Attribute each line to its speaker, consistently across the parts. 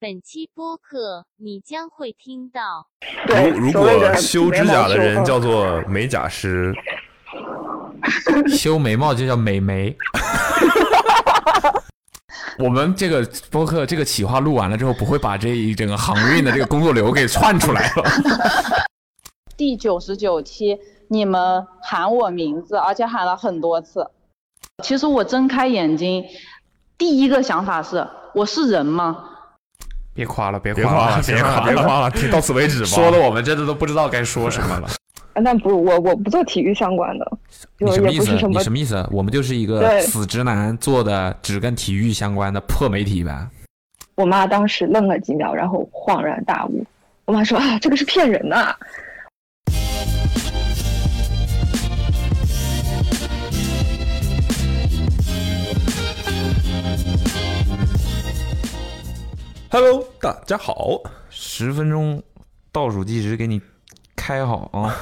Speaker 1: 本期播客你将会听到。
Speaker 2: 如
Speaker 3: 对，
Speaker 2: 如
Speaker 3: 所谓
Speaker 2: 果
Speaker 3: 的
Speaker 2: 修
Speaker 3: 眉
Speaker 2: 指甲
Speaker 3: 毛
Speaker 2: 的
Speaker 3: 修
Speaker 2: 人
Speaker 3: 后
Speaker 2: 叫做美甲 师，
Speaker 4: 修眉毛就叫美眉。 我们这个播客这个企划录完了之后，不会把这一整个航运的这个工作流给串出来了。
Speaker 5: 第九十九期，你们喊我名字，而且喊了很多次。其实我睁开眼睛，第一个想法是：我是人吗？
Speaker 4: 别夸了，别
Speaker 2: 别夸了，
Speaker 4: 别
Speaker 2: 别夸了，别
Speaker 4: 了，
Speaker 2: 夸了，停到此为止吧。
Speaker 4: 说的我们真的都不知道该说什么了。
Speaker 3: 啊那不，我我不做体育相关的，就
Speaker 4: 你什么
Speaker 3: 也
Speaker 4: 意
Speaker 3: 不
Speaker 4: 思
Speaker 3: 是？什
Speaker 4: 你
Speaker 3: 么
Speaker 4: 什么意思？我们就是一个
Speaker 3: 对
Speaker 4: 死直男做的只跟体育相关的破媒体呗。
Speaker 3: 我妈当时愣了几秒，然后恍然大悟。我妈说啊，这个是骗人呐、
Speaker 2: Hello，大家好，
Speaker 4: 十分钟倒数计时给你开好啊！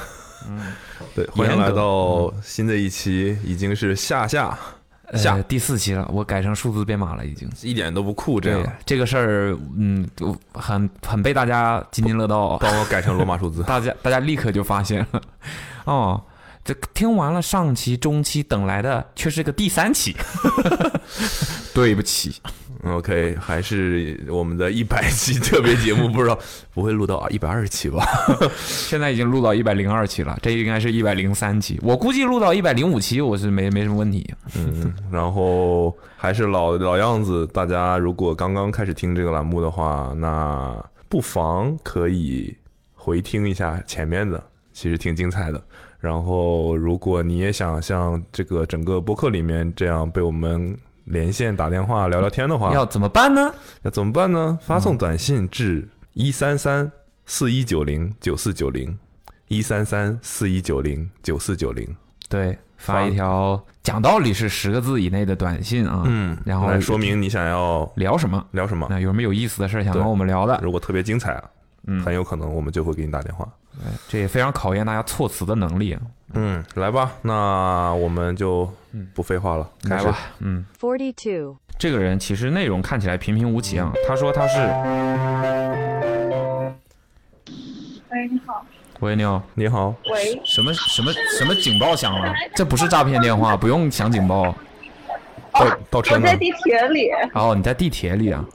Speaker 2: 对，欢迎来
Speaker 4: 严格
Speaker 2: 到新的一期，已经是下下 下
Speaker 4: 呃、第四期了，我改成数字编码了，已经。
Speaker 2: 一点都不酷，这
Speaker 4: 对
Speaker 2: 样
Speaker 4: 这个事儿，嗯，我很很被大家津津乐 道，。
Speaker 2: 帮我改成罗马数字
Speaker 4: 大家大家立刻就发现了，哦，这听完了上期、中期，等来的却是个第 三期，对不起，
Speaker 2: 嗯 OK，还是我们的一百期特别节目，不知道不会录到一百二十期吧？
Speaker 4: 现在已经录到一百零二期了，这应该是一百零三期，我估计录到一百零五期，我是没没什么问题。
Speaker 2: 嗯，然后还是老老样子，大家如果刚刚开始听这个栏目的话，那不妨可以回听一下前面的，其实挺精彩的。然后，如果你也想像这个整个播客里面这样被我们连线打电话聊聊天的话，
Speaker 4: 嗯要怎么办呢？
Speaker 2: 那怎么办呢？发送短信至一三三四一九零九四九零，一三三四一九零九四九零。
Speaker 4: 对，发
Speaker 2: 发
Speaker 4: 一条讲道理是十个字以内的短信啊，
Speaker 2: 嗯
Speaker 4: 然后
Speaker 2: 来说明你想要
Speaker 4: 聊什么？
Speaker 2: 聊什么。
Speaker 4: 那有没有意思的事儿想
Speaker 2: 对
Speaker 4: 跟我们聊的？
Speaker 2: 如果特别精彩啊，
Speaker 4: 嗯
Speaker 2: 很有可能我们就会给你打电话。
Speaker 4: 这也非常考验大家措辞的能力。啊
Speaker 2: 嗯，来吧，那我们就
Speaker 4: 嗯
Speaker 2: 不废话了，开
Speaker 4: 来
Speaker 2: 始
Speaker 4: 吧。，嗯，
Speaker 1: Forty two。
Speaker 4: 这个人其实内容看起来平平无奇啊。他说他是，
Speaker 6: 喂，哎你好。
Speaker 4: 喂，你好，
Speaker 2: 你好，
Speaker 6: 喂，
Speaker 4: 什么什么什么警报响了？这不是诈骗电话，不用响警报。
Speaker 2: 倒倒
Speaker 6: 哦
Speaker 2: 车
Speaker 6: 我
Speaker 2: 呢
Speaker 6: 在？地铁里。
Speaker 4: 哦，你在地铁里啊？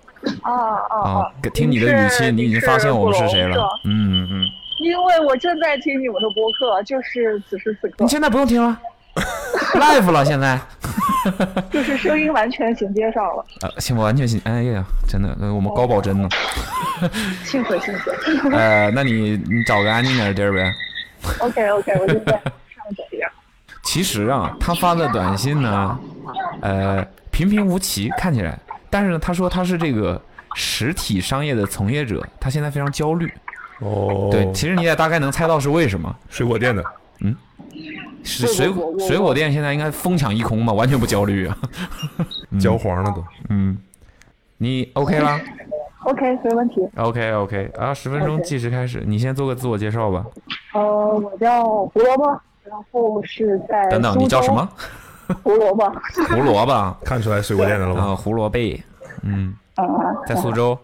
Speaker 6: 哦哦
Speaker 4: 啊
Speaker 6: 哦，，
Speaker 4: 听你的语气，
Speaker 6: 你
Speaker 4: 你
Speaker 6: 是
Speaker 4: 已经发现我们是谁了。嗯嗯，
Speaker 6: 因为我正在听你们的播客，就是此时此刻
Speaker 4: 你，现在不用听了，live 了现在。
Speaker 6: 就是声音完全衔接上了，
Speaker 4: 呃，行，完全行。哎呀，真的，呃我们高保真呢。
Speaker 6: 幸亏幸 亏。
Speaker 4: 呃，那你你找个安静点的地儿呗。
Speaker 6: OK OK，我就在上走一样。
Speaker 4: 其实啊，他发的短信呢，呃，平平无奇，看起来，但是呢，他说他是这个实体商业的从业者，他现在非常焦虑。
Speaker 2: 哦
Speaker 4: 对，其实你也大概能猜到是为什么。嗯
Speaker 2: 水果店的，
Speaker 4: 是
Speaker 6: 我
Speaker 4: 水
Speaker 6: 我
Speaker 4: 果
Speaker 6: 我
Speaker 4: 水果店现在应该疯抢一空嘛，完全不焦虑啊。
Speaker 2: 焦黄了都。
Speaker 4: 嗯，你 OK 啦
Speaker 6: OK，没问题。
Speaker 4: ？OK OK 啊，十分钟
Speaker 6: OK
Speaker 4: 计时开始，你先做个自我介绍吧。
Speaker 6: 呃，我叫胡萝卜，然后是在
Speaker 4: 等等，你叫什么？？
Speaker 6: 胡萝卜。
Speaker 4: 胡萝卜啊，
Speaker 2: 看出来水果店的了吧？
Speaker 4: 胡萝卜。嗯，
Speaker 6: 嗯，
Speaker 4: 在苏州。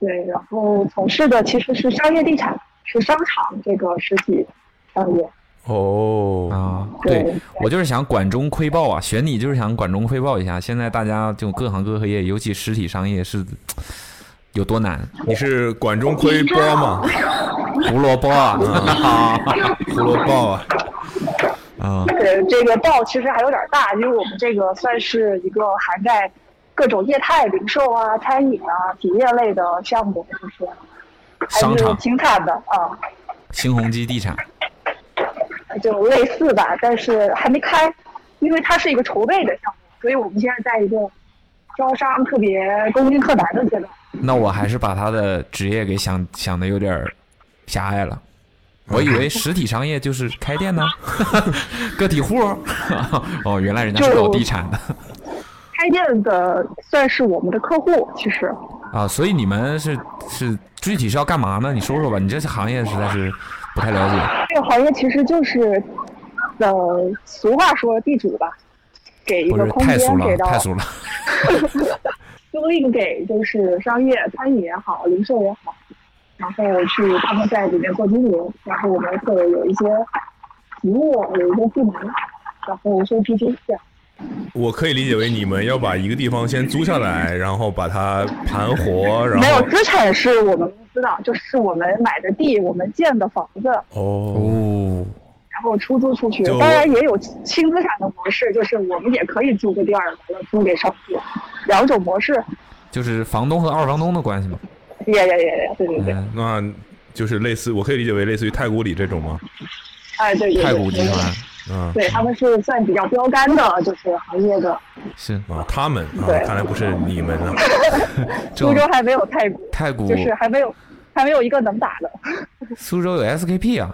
Speaker 6: 对，然后从事的其实是商业地产，是商场这个实体商业。
Speaker 2: 哦，
Speaker 4: 啊，
Speaker 6: 对
Speaker 4: 对我就是想管中窥豹啊，选你就是想管中窥豹一下。现在大家就各行各业，尤其实体商业是有多难？
Speaker 2: 你是管中窥豹吗？
Speaker 4: 胡萝卜啊，
Speaker 2: 胡萝卜啊，
Speaker 4: 啊，
Speaker 6: 对，这个报其实还有点大，因为我们这个算是一个涵盖各种业态、零售啊、餐饮啊、体验类的项目，就是还
Speaker 4: 商
Speaker 6: 是
Speaker 4: 场、
Speaker 6: 挺惨的啊，
Speaker 4: 新鸿基地产，
Speaker 6: 就类似吧，但是还没开，因为它是一个筹备的项目，所以我们现在在一个招商特别攻坚克难的阶段。
Speaker 4: 那我还是把他的职业给想想的有点儿狭隘了。我以为实体商业就是开店呢， 个体户儿。 哦，原来人家是搞地产的
Speaker 6: 开店的算是我们的客户，其实
Speaker 4: 啊，所以你们是是具体是要干嘛呢？你说说吧，你这行业实在是不太了解。
Speaker 6: 这个行业其实就是，呃，俗话说地主吧，给一
Speaker 4: 不
Speaker 6: 个
Speaker 4: 是
Speaker 6: 空
Speaker 4: 太
Speaker 6: 间
Speaker 4: 俗了
Speaker 6: 给，到
Speaker 4: 太俗了。
Speaker 6: 租赁给就是商业、餐饮也好，零售也好，然后去他们在里面做经营，然后我们会有一些服务，有一些部门，然后收取金这样。
Speaker 2: 我可以理解为你们要把一个地方先租下来，然后把它盘活，然
Speaker 6: 没有
Speaker 2: 后
Speaker 6: 资产是我们公司的，就是我们买的地，我们建的房子，
Speaker 2: 哦，
Speaker 4: 哦，
Speaker 6: 然后出租出去。
Speaker 2: 就
Speaker 6: 当然也有轻资产的模式，就是我们也可以租个地儿，完了租给商户，两种模式。
Speaker 4: 就是房东和二房东的关系嘛。
Speaker 6: 也也也也，对对对，
Speaker 4: 嗯，
Speaker 2: 哦那就是类似，我可以理解为类似于太古里这种吗？
Speaker 6: 哎对对对，
Speaker 4: 太古集团
Speaker 2: 嗯
Speaker 6: 对，他们是算比较标杆的，就是行业的。
Speaker 4: 是
Speaker 2: 啊，他们啊
Speaker 6: 对，
Speaker 2: 看来不是你们 啊。
Speaker 4: 这
Speaker 6: 苏
Speaker 4: 种
Speaker 6: 州还没有太古，
Speaker 4: 太古，
Speaker 6: 就是还没有还没有一个能打的。
Speaker 4: 苏州有 SKP 啊。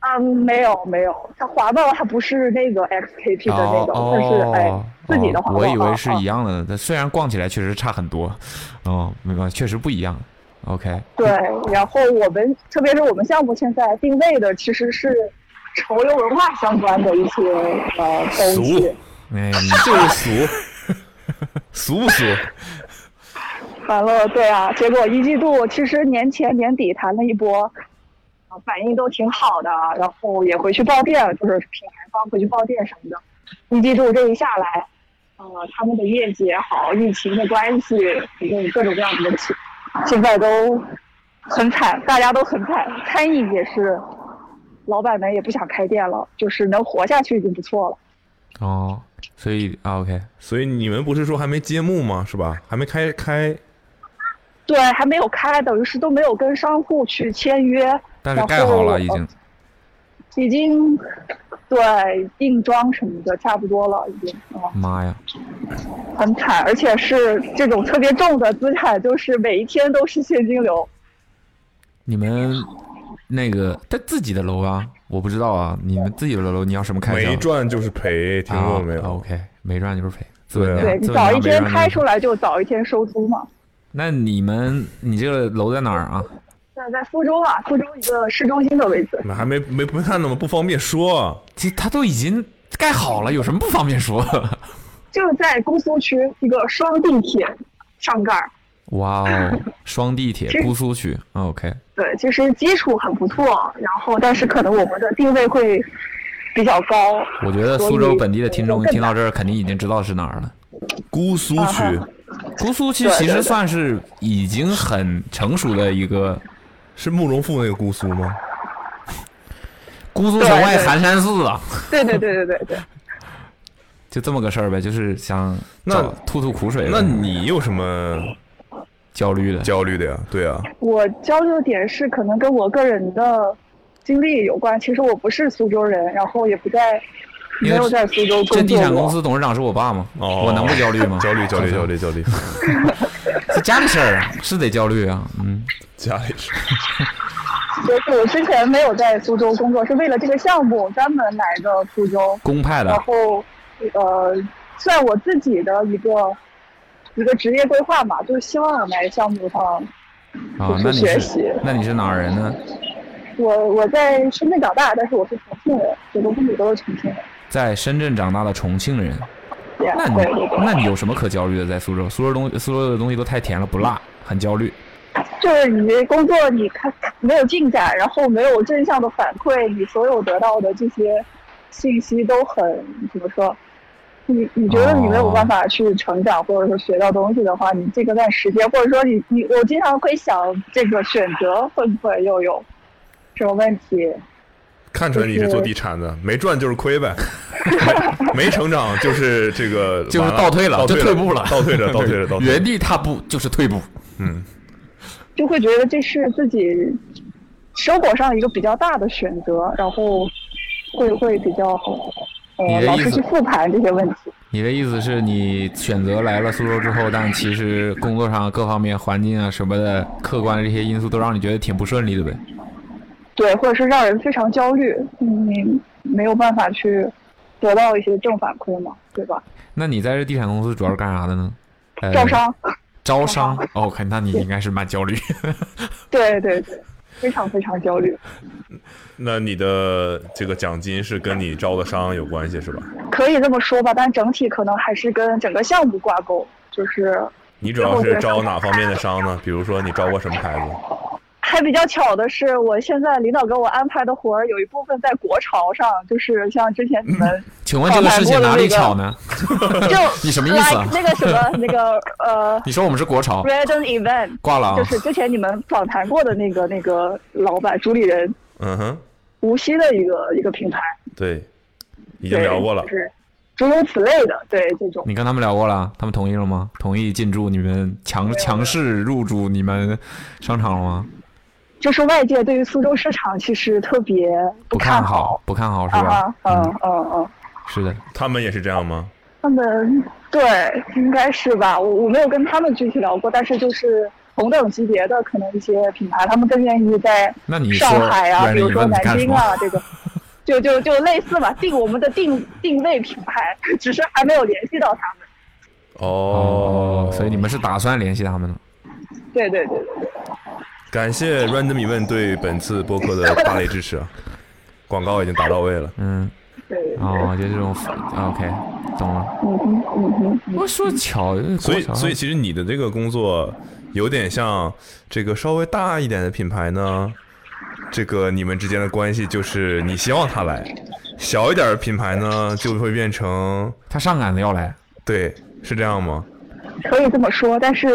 Speaker 6: 啊，没有没有，它华报它不是那个 XKP 的那种，它是哎
Speaker 4: 哦
Speaker 6: 自己的
Speaker 4: 哦
Speaker 6: 华报。啊
Speaker 4: 我以为是一
Speaker 6: 样。
Speaker 4: 样的，但虽然逛起来确实差很多，哦，明白，确实不一样。OK，
Speaker 6: 对，然后我们特别是我们项目现在定位的其实是潮流文化相关的一些呃东西
Speaker 2: 俗，
Speaker 4: 哎，
Speaker 2: 就是俗，俗不俗？
Speaker 6: 完了对啊，结果一季度其实年前年底谈了一波，啊反应都挺好的，然后也回去报店，就是品牌方回去报店什么的。一季度这一下来，呃，他们的业绩也好，疫情的关系，反正各种各样的问题，现在都很惨，大家都很惨，餐饮也是，老板们也不想开店了，就是能活下去已经不错了。
Speaker 4: 你哦，所以啊，OK，
Speaker 2: 所以你们不是说还没揭幕吗？是吧？还没开开
Speaker 6: 对，还没有开，等于是都没有跟商户去签约，
Speaker 4: 但是盖
Speaker 6: 然
Speaker 4: 好
Speaker 6: 后呃
Speaker 4: 了已经。
Speaker 6: 已经对定妆什么的差不多了，已经啊、
Speaker 4: 妈呀，
Speaker 6: 嗯，很惨，而且是这种特别重的资产，就是每一天都是现金流。
Speaker 4: 你们那个在自己的楼啊，我不知道啊，你们自己的楼你要什么开销？啊
Speaker 2: 没赚就是赔，听过没有？
Speaker 4: o k 没赚就是赔。
Speaker 2: 对啊
Speaker 6: 对
Speaker 4: 资本家
Speaker 6: 你
Speaker 4: 资本
Speaker 6: 早
Speaker 4: 家
Speaker 6: 一
Speaker 4: 没
Speaker 6: 天
Speaker 4: 赚
Speaker 6: 开
Speaker 4: 就是
Speaker 6: 出来就早一天收租嘛。
Speaker 4: 那你们你这个楼在哪儿啊？
Speaker 6: 在在苏州嘛，苏州一个市中心的位置。
Speaker 2: 那还没没没看呢吗？不方便说。
Speaker 4: 这他都已经盖好了，有什么不方 便说？
Speaker 6: 就在姑苏区一个双地铁上盖儿。
Speaker 4: 哇哦，双地铁
Speaker 6: 是
Speaker 4: 姑苏区，OK，啊
Speaker 6: 对，其实基础很不错，然后但是可能我们的定位会比较高。
Speaker 4: 我觉得
Speaker 6: 所
Speaker 4: 苏州
Speaker 6: 以
Speaker 4: 本地的听众
Speaker 6: 更
Speaker 4: 听到
Speaker 6: 难
Speaker 4: 这儿肯定已经知道是哪儿了。
Speaker 2: 姑苏区
Speaker 4: 姑苏区
Speaker 6: 啊对
Speaker 4: 其
Speaker 6: 对
Speaker 4: 实
Speaker 6: 对
Speaker 4: 算是已经很成熟的一个，
Speaker 2: 是慕容复那个姑苏吗？
Speaker 4: 姑苏
Speaker 6: 对
Speaker 4: 城外
Speaker 6: 对
Speaker 4: 寒山寺啊，
Speaker 6: 对对对对对对，
Speaker 4: 就这么个事儿呗，就是想
Speaker 2: 那
Speaker 4: 找吐吐苦水的，
Speaker 2: 那你有什么
Speaker 4: 焦虑的，
Speaker 2: 焦虑的呀？对啊，
Speaker 6: 我焦虑的点是可能跟我个人的经历有关。其实我不是苏州人，然后也不在，
Speaker 4: 因
Speaker 6: 没
Speaker 4: 为
Speaker 6: 有在苏州
Speaker 4: 这
Speaker 6: 工
Speaker 4: 地
Speaker 6: 作
Speaker 4: 产公
Speaker 6: 过。
Speaker 4: 司董事长是我爸嘛，
Speaker 2: 哦
Speaker 4: 我能不焦虑吗？
Speaker 2: 焦虑，焦虑，焦，虑， 焦虑，
Speaker 4: 是家里事儿啊，是得焦虑啊，嗯，
Speaker 2: 家里是
Speaker 6: 就是我之前没有在苏州工作，是为了这个项目专门来的苏州。
Speaker 4: 公派
Speaker 6: 然
Speaker 4: 的，
Speaker 6: 后呃，算我自己的一个一个职业规划吧，就是希望来项目上。
Speaker 4: 啊，
Speaker 6: 是
Speaker 4: 那你
Speaker 6: 学习
Speaker 4: 是那你是哪儿人呢？
Speaker 6: 我我在深圳长大，但是我是重庆人，我跟父母都是重庆人。
Speaker 4: 在深圳长大的重庆人，
Speaker 6: 对啊
Speaker 4: 那你
Speaker 6: 对对对，
Speaker 4: 那你有什么可焦虑的？在苏州，苏州东苏州的东西都太甜了，不辣，很焦虑。
Speaker 6: 就是你工作你看没有进展，然后没有正向的反馈，你所有得到的这些信息都很怎么说？你你觉得你没有办法去成长，或者说学到东西的话，你这个段时间，或者说你你，我经常会想这个选择会不会又有什么问题？
Speaker 2: 看出来你是做地产的，没赚就是亏呗， 没没成长就是这个
Speaker 4: 就
Speaker 2: 完
Speaker 4: 是
Speaker 2: 了
Speaker 4: 倒退了
Speaker 2: 倒
Speaker 4: 就退步了
Speaker 2: 倒退 了，倒退了，倒退了。
Speaker 4: 原地踏步就是退步。
Speaker 2: 嗯，
Speaker 6: 就会觉得这是自己生活上一个比较大的选择，然后会会比较
Speaker 4: 你
Speaker 6: 呃
Speaker 4: 的
Speaker 6: 老
Speaker 4: 意
Speaker 6: 是
Speaker 4: 思
Speaker 6: 去复盘这些问题。
Speaker 4: 你的意思是你选择来了苏州之后，但其实工作上各方面环境啊什么的，客观的这些因素都让你觉得挺不顺利的呗？
Speaker 6: 对，或者是让人非常焦虑，嗯你没有办法去得到一些正反馈嘛，对吧？哎
Speaker 4: 那你在这地产公司主要是干啥的呢？呃
Speaker 6: 招。 商，
Speaker 4: 招商。OK，那你应该是蛮焦虑。
Speaker 6: 对对对，非常非常焦虑。
Speaker 2: 那你的这个奖金是跟你招的商有关系是吧？
Speaker 6: 可以这么说吧，但整体可能还是跟整个项目挂钩，就是
Speaker 2: 你主要是招哪方面的商呢？比如说你招过什么牌子？
Speaker 6: 还比较巧的是，我现在领导给我安排的活儿有一部分在国潮上，就是像之前你们
Speaker 4: 嗯请问这个事情哪里巧呢？
Speaker 6: 就
Speaker 4: 你什么意思啊
Speaker 6: like 那个什么那个呃
Speaker 4: 你说我们是国潮
Speaker 6: r e d e n Event，
Speaker 4: 挂了啊
Speaker 6: 就？是之前你们访谈过的那个那个老板主理人
Speaker 2: 嗯哼，
Speaker 6: 无锡的一个一个品牌，
Speaker 2: 对，已
Speaker 6: 已
Speaker 2: 经聊过了。
Speaker 6: 就是诸如此类的，对这种。
Speaker 4: 你跟他们聊过了，他们同意了吗？同意进驻你们强强势入驻你们商场了吗？
Speaker 6: 就是外界对于苏州市场其实特别
Speaker 4: 不
Speaker 6: 看
Speaker 4: 看好，不看好是吧
Speaker 6: 啊？，嗯嗯嗯，
Speaker 4: 是的，
Speaker 2: 他们也是这样吗？
Speaker 6: 他们对应该是吧，我我没有跟他们具体聊过，但是就是同等级别的可能一些品牌，他们更愿意在
Speaker 4: 那你说
Speaker 6: 上海啊，
Speaker 4: 软
Speaker 6: 比如
Speaker 4: 硬
Speaker 6: 说
Speaker 4: 问
Speaker 6: 南
Speaker 4: 干什
Speaker 6: 京
Speaker 4: 么？
Speaker 6: 啊这种。就就就类似嘛，定我们的定定位品牌，只是还没有联系到他们。
Speaker 2: 哦
Speaker 4: 哦，，所以你们是打算联系他们的？
Speaker 6: 对对对对，
Speaker 2: 感谢 Random 疑问对本次播客的大力支持啊！广告已经打到位了。
Speaker 4: 嗯，
Speaker 6: 对
Speaker 4: 哦，就这种，OK，懂了。
Speaker 6: 嗯哼嗯哼，
Speaker 4: 我说巧，呃
Speaker 2: 所以
Speaker 4: 国，潮
Speaker 2: 所以其实你的这个工作有点像这个稍微大一点的品牌呢，这个你们之间的关系就是你希望他来；小一点的品牌呢，就会变成
Speaker 4: 他上赶着要来，
Speaker 2: 对，是这样吗？
Speaker 6: 可以这么说，但是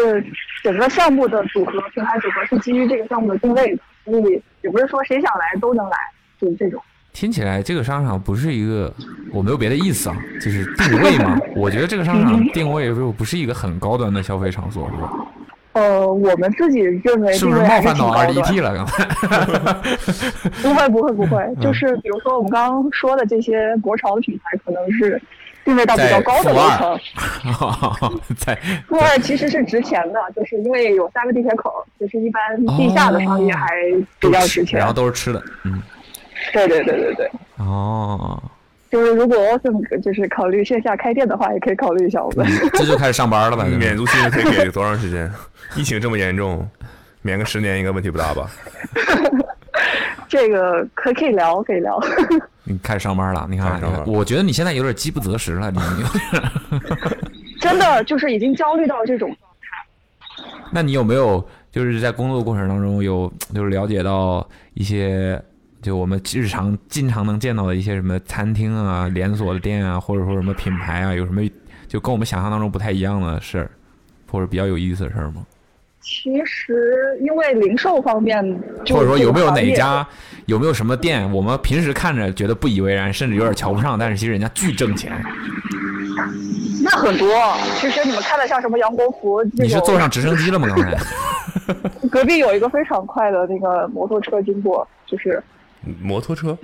Speaker 6: 整个项目的组合，品牌组合是基于这个项目的定位的，所以也不是说谁想来都能来，就是这种。
Speaker 4: 听起来这个商场不是一个，我没有别的意思啊，就是定 位嘛。我觉得这个商场定位就不是一个很高端的消费场所，是吧？
Speaker 6: 呃，我们自己认为
Speaker 4: 是
Speaker 6: 定
Speaker 4: 不是
Speaker 6: 位
Speaker 4: 冒
Speaker 6: 还
Speaker 4: 犯
Speaker 6: 挺
Speaker 4: 到
Speaker 6: 高
Speaker 4: RDT
Speaker 6: 的。
Speaker 4: 了？嗯刚才
Speaker 6: 不会不会不会，就是比如说我们刚刚说的这些国潮的品牌，可能是定位到比较高的楼层。
Speaker 4: 在
Speaker 6: 负二其实是值钱的，就是因为有三个地铁口，就是一般地下的商业
Speaker 4: 哦
Speaker 6: 还比较值钱
Speaker 4: 然。后都是吃的，嗯，
Speaker 6: 对对对对对，
Speaker 4: 哦，
Speaker 6: 就是如果 Awesome 就是考虑线下开店的话，也可以考虑一下我们。
Speaker 4: 这就开始上班了吧？这
Speaker 2: 免
Speaker 4: 个
Speaker 2: 租期可以给多长时间？ 疫情这么严重，免个十年应该问题不大吧？
Speaker 6: 这个可可以聊，可以聊。
Speaker 4: 你开始上班了，你
Speaker 2: 开
Speaker 4: 看
Speaker 2: 始上班，了
Speaker 4: 我觉得你现在有点饥不择食了，你你有点
Speaker 6: 真的就是已经焦虑到这种，
Speaker 4: 那你有没有就是在工作过程当中有就是了解到一些就我们日常经常能见到的一些什么餐厅啊、连锁的店啊，或者说什么品牌啊，有什么就跟我们想象当中不太一样的事儿，或者比较有意思的事儿吗？
Speaker 6: 其实因为零售方面，
Speaker 4: 或者说有没有哪家有没有什么店，我们平时看着觉得不以为然，甚至有点瞧不上，但是其实人家巨挣钱。
Speaker 6: 那很多，啊其实你们看的像什么杨国福，
Speaker 4: 你是坐上直升机了吗？刚才
Speaker 6: 隔壁有一个非常快的那个摩托车经过，就是
Speaker 2: 摩托车？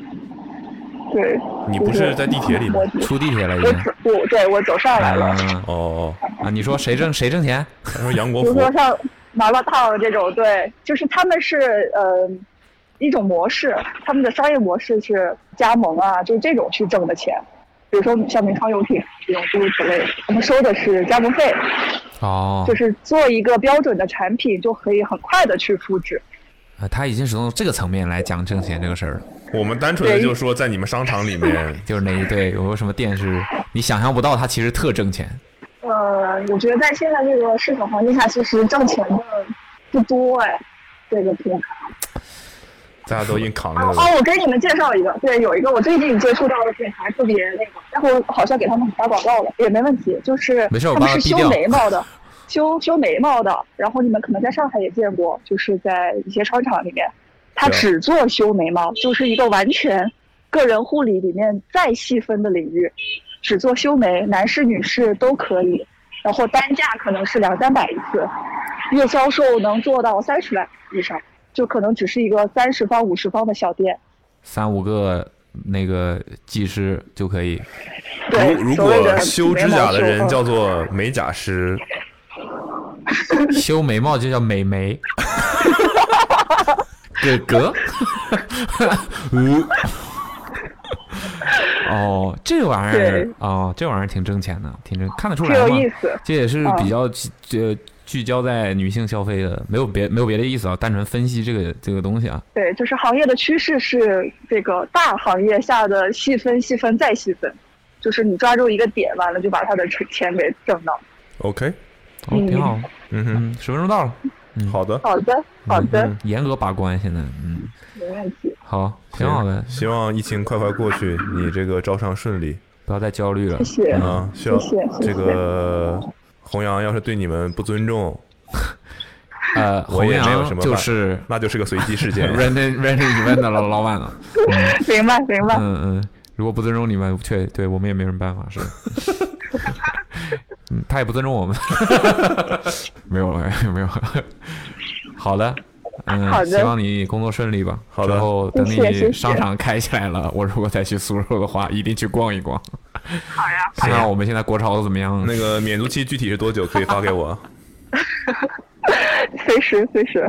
Speaker 6: 对。
Speaker 2: 你不是在地铁里吗
Speaker 6: 我
Speaker 4: 出地铁了已
Speaker 6: 我
Speaker 4: 经。
Speaker 6: 走我对我走上来了，
Speaker 4: 啊
Speaker 2: 哦哦，
Speaker 4: 啊！你说谁挣谁挣钱？
Speaker 2: 他说杨国
Speaker 6: 比如
Speaker 2: 福
Speaker 6: 说像麻辣烫这种，对，就是他们是呃一种模式，他们的商业模式是加盟啊，就是这种去挣的钱。比如说像名创优品这种诸如此类的，他们收的是加盟费，
Speaker 4: 哦
Speaker 6: 就，是做一个标准的产品就可以很快的去复制。
Speaker 4: 啊他已经是从这个层面来讲挣钱这个事儿了。
Speaker 2: 我们单纯的就是说，在你们商场里面，
Speaker 4: 就是那一对有没有什么店是你想象不到，它其实特挣钱。
Speaker 6: 呃，我觉得在现在这个市场环境下，其实挣钱的不多哎，这个品牌。
Speaker 2: 大家都硬扛
Speaker 6: 哦
Speaker 2: 着
Speaker 6: 哦，我给你们介绍一个，对，有一个我最近接触到的品牌特别那个，但我好像给他们打广告了，也没问题，就是
Speaker 4: 没事我
Speaker 6: 他们
Speaker 4: 帮他
Speaker 6: 是
Speaker 4: 毙
Speaker 6: 修
Speaker 4: 掉
Speaker 6: 眉毛的，修修眉毛的，然后你们可能在上海也见过，就是在一些商场里面，他
Speaker 2: 对啊
Speaker 6: 只做修眉毛，就是一个完全个人护理里面再细分的领域，只做修眉，男士女士都可以，然后单价可能是两三百一次，月销售能做到三十万以上。就可能只是一个三十方、五十方的小店，
Speaker 4: 三五个那个技师就可以，
Speaker 6: 对，
Speaker 2: 如如
Speaker 6: 所谓
Speaker 2: 果
Speaker 6: 的
Speaker 2: 修指甲的人叫
Speaker 6: 做
Speaker 2: 做美甲师，
Speaker 4: 修眉毛就叫 美眉，哥哥，嗯 哦，这玩意儿
Speaker 6: 对
Speaker 4: 哦，这玩意儿挺挣钱的，挺挣，看得出
Speaker 6: 挺
Speaker 4: 来
Speaker 6: 有
Speaker 4: 嘛
Speaker 6: 意思。嗯
Speaker 4: 这也是比较聚呃聚焦在女性消费的，没有别没有别的意思啊，单纯分析这个这个东西啊。
Speaker 6: 对，就是行业的趋势是这个大行业下的细分、细分再细分，就是你抓住一个点，完了就把它的钱给挣到。
Speaker 2: OK，
Speaker 4: 哦，挺好，
Speaker 2: 嗯
Speaker 4: 嗯
Speaker 2: 哼，，
Speaker 4: 十分钟到了，嗯，
Speaker 2: 好的，
Speaker 6: 好的，好的，
Speaker 4: 嗯，严格把关现在，嗯，
Speaker 6: 没问题。
Speaker 4: 好，挺好的，
Speaker 2: 希望疫情快快过去，你这个招商顺利
Speaker 4: 不要再焦虑了
Speaker 6: 谢，谢，
Speaker 2: 啊！需要
Speaker 6: 谢谢谢谢
Speaker 2: 这个弘扬要是对你们不尊重，
Speaker 4: 呃，
Speaker 2: 我
Speaker 4: 弘
Speaker 2: 也没有什
Speaker 4: 扬
Speaker 2: 么
Speaker 4: 就
Speaker 2: 办
Speaker 4: 是
Speaker 2: 那就是个随机事 件。
Speaker 4: Randy Randy 你问的老老板了，
Speaker 6: 明白明白。
Speaker 4: 嗯嗯，如果不尊重你们，确对我们也没什么办法， 是。嗯，他也不尊重我们， 没有了， 没有了。好的，嗯，
Speaker 6: 好的
Speaker 4: 希望你工作顺利吧。
Speaker 2: 好的
Speaker 4: 之后等
Speaker 6: 谢谢谢
Speaker 4: 你
Speaker 6: 谢
Speaker 4: 商场开起来了， 我如果再去苏州的话，一定去逛一逛，
Speaker 6: 好呀，
Speaker 4: 看看我们现在国潮怎么样。
Speaker 2: 那个免租期具体是多久？可以发给我。
Speaker 6: 随时随时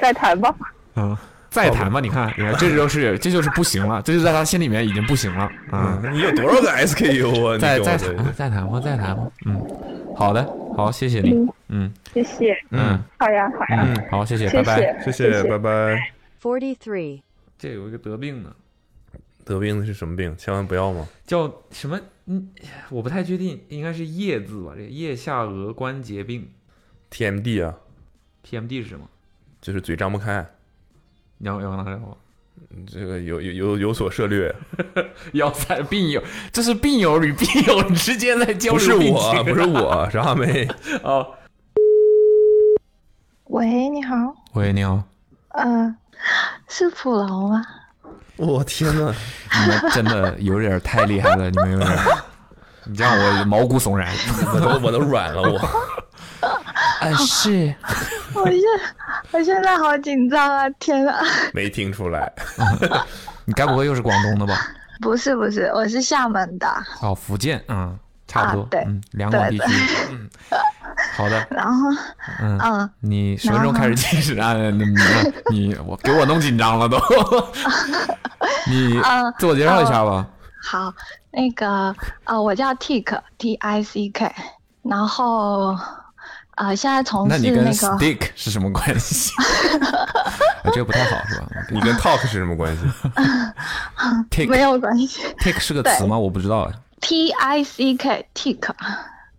Speaker 6: 再谈吧。
Speaker 4: 嗯，再谈吧，你看，你看，这就是这就是不行了，这就在他心里面已经不行了啊。
Speaker 2: 你有多少个 SKU 啊？你
Speaker 4: 再
Speaker 2: 跟我
Speaker 4: 再谈
Speaker 2: 说
Speaker 4: 吧，再谈吧，再谈吧。嗯，好的，好，谢谢你。嗯
Speaker 6: 谢谢，
Speaker 4: 嗯
Speaker 6: 好呀好呀，
Speaker 4: 嗯，好，谢谢，
Speaker 6: 谢
Speaker 4: 拜拜。
Speaker 6: 谢
Speaker 2: 谢谢，拜拜。
Speaker 1: forty three，
Speaker 4: 这有一个得病的，
Speaker 2: 得病的是什么病？千万不要吗？
Speaker 4: 叫什么？嗯，我不太确定，应该是腋字吧？这腋下颌关节病
Speaker 2: TMD 啊，
Speaker 4: （PMD） 是什么？
Speaker 2: 就是嘴张不开，
Speaker 4: 你要要哪聊？
Speaker 2: 这个有有有有所涉 略。
Speaker 4: 要在病友，这是病友与病友之间在交
Speaker 2: 不是
Speaker 4: 流病
Speaker 2: 我，啊 不是我，啥没。
Speaker 4: 哦。
Speaker 7: 喂，你好，
Speaker 4: 喂，你好，
Speaker 7: 呃，是普劳吗？
Speaker 2: 我天哪！
Speaker 4: 你们真的有点太厉害了，你们有点，你这样我毛骨悚然。
Speaker 2: 我都我都软了，我
Speaker 4: 啊，是，
Speaker 7: 我现我现在好紧张啊！天啊，
Speaker 2: 没听出来。
Speaker 4: 你该不会又是广东的吧？
Speaker 7: 不是不是，我是厦门的，
Speaker 4: 哦，福建，嗯，差不多，
Speaker 7: 啊对
Speaker 4: 嗯，两广地
Speaker 7: 对
Speaker 4: 区，嗯，好的，
Speaker 7: 然后
Speaker 4: 嗯，
Speaker 7: 嗯，
Speaker 4: 你什么时候开始近视啊？那 那你我给我弄紧张了都。 你
Speaker 7: 嗯
Speaker 4: 自我介绍一下吧。
Speaker 7: 好，那个呃，我叫 Tik T I C K，然后呃，现在从
Speaker 4: 那
Speaker 7: 事
Speaker 4: 你
Speaker 7: 那
Speaker 4: 跟
Speaker 7: 个
Speaker 4: stick 是什么关 系？啊这个不太好是吧
Speaker 2: 你跟 talk 是什么关系？
Speaker 7: 没
Speaker 4: ？take
Speaker 7: 有关系
Speaker 4: take 是个词吗？我不知道哎。
Speaker 7: ，T I C K Tik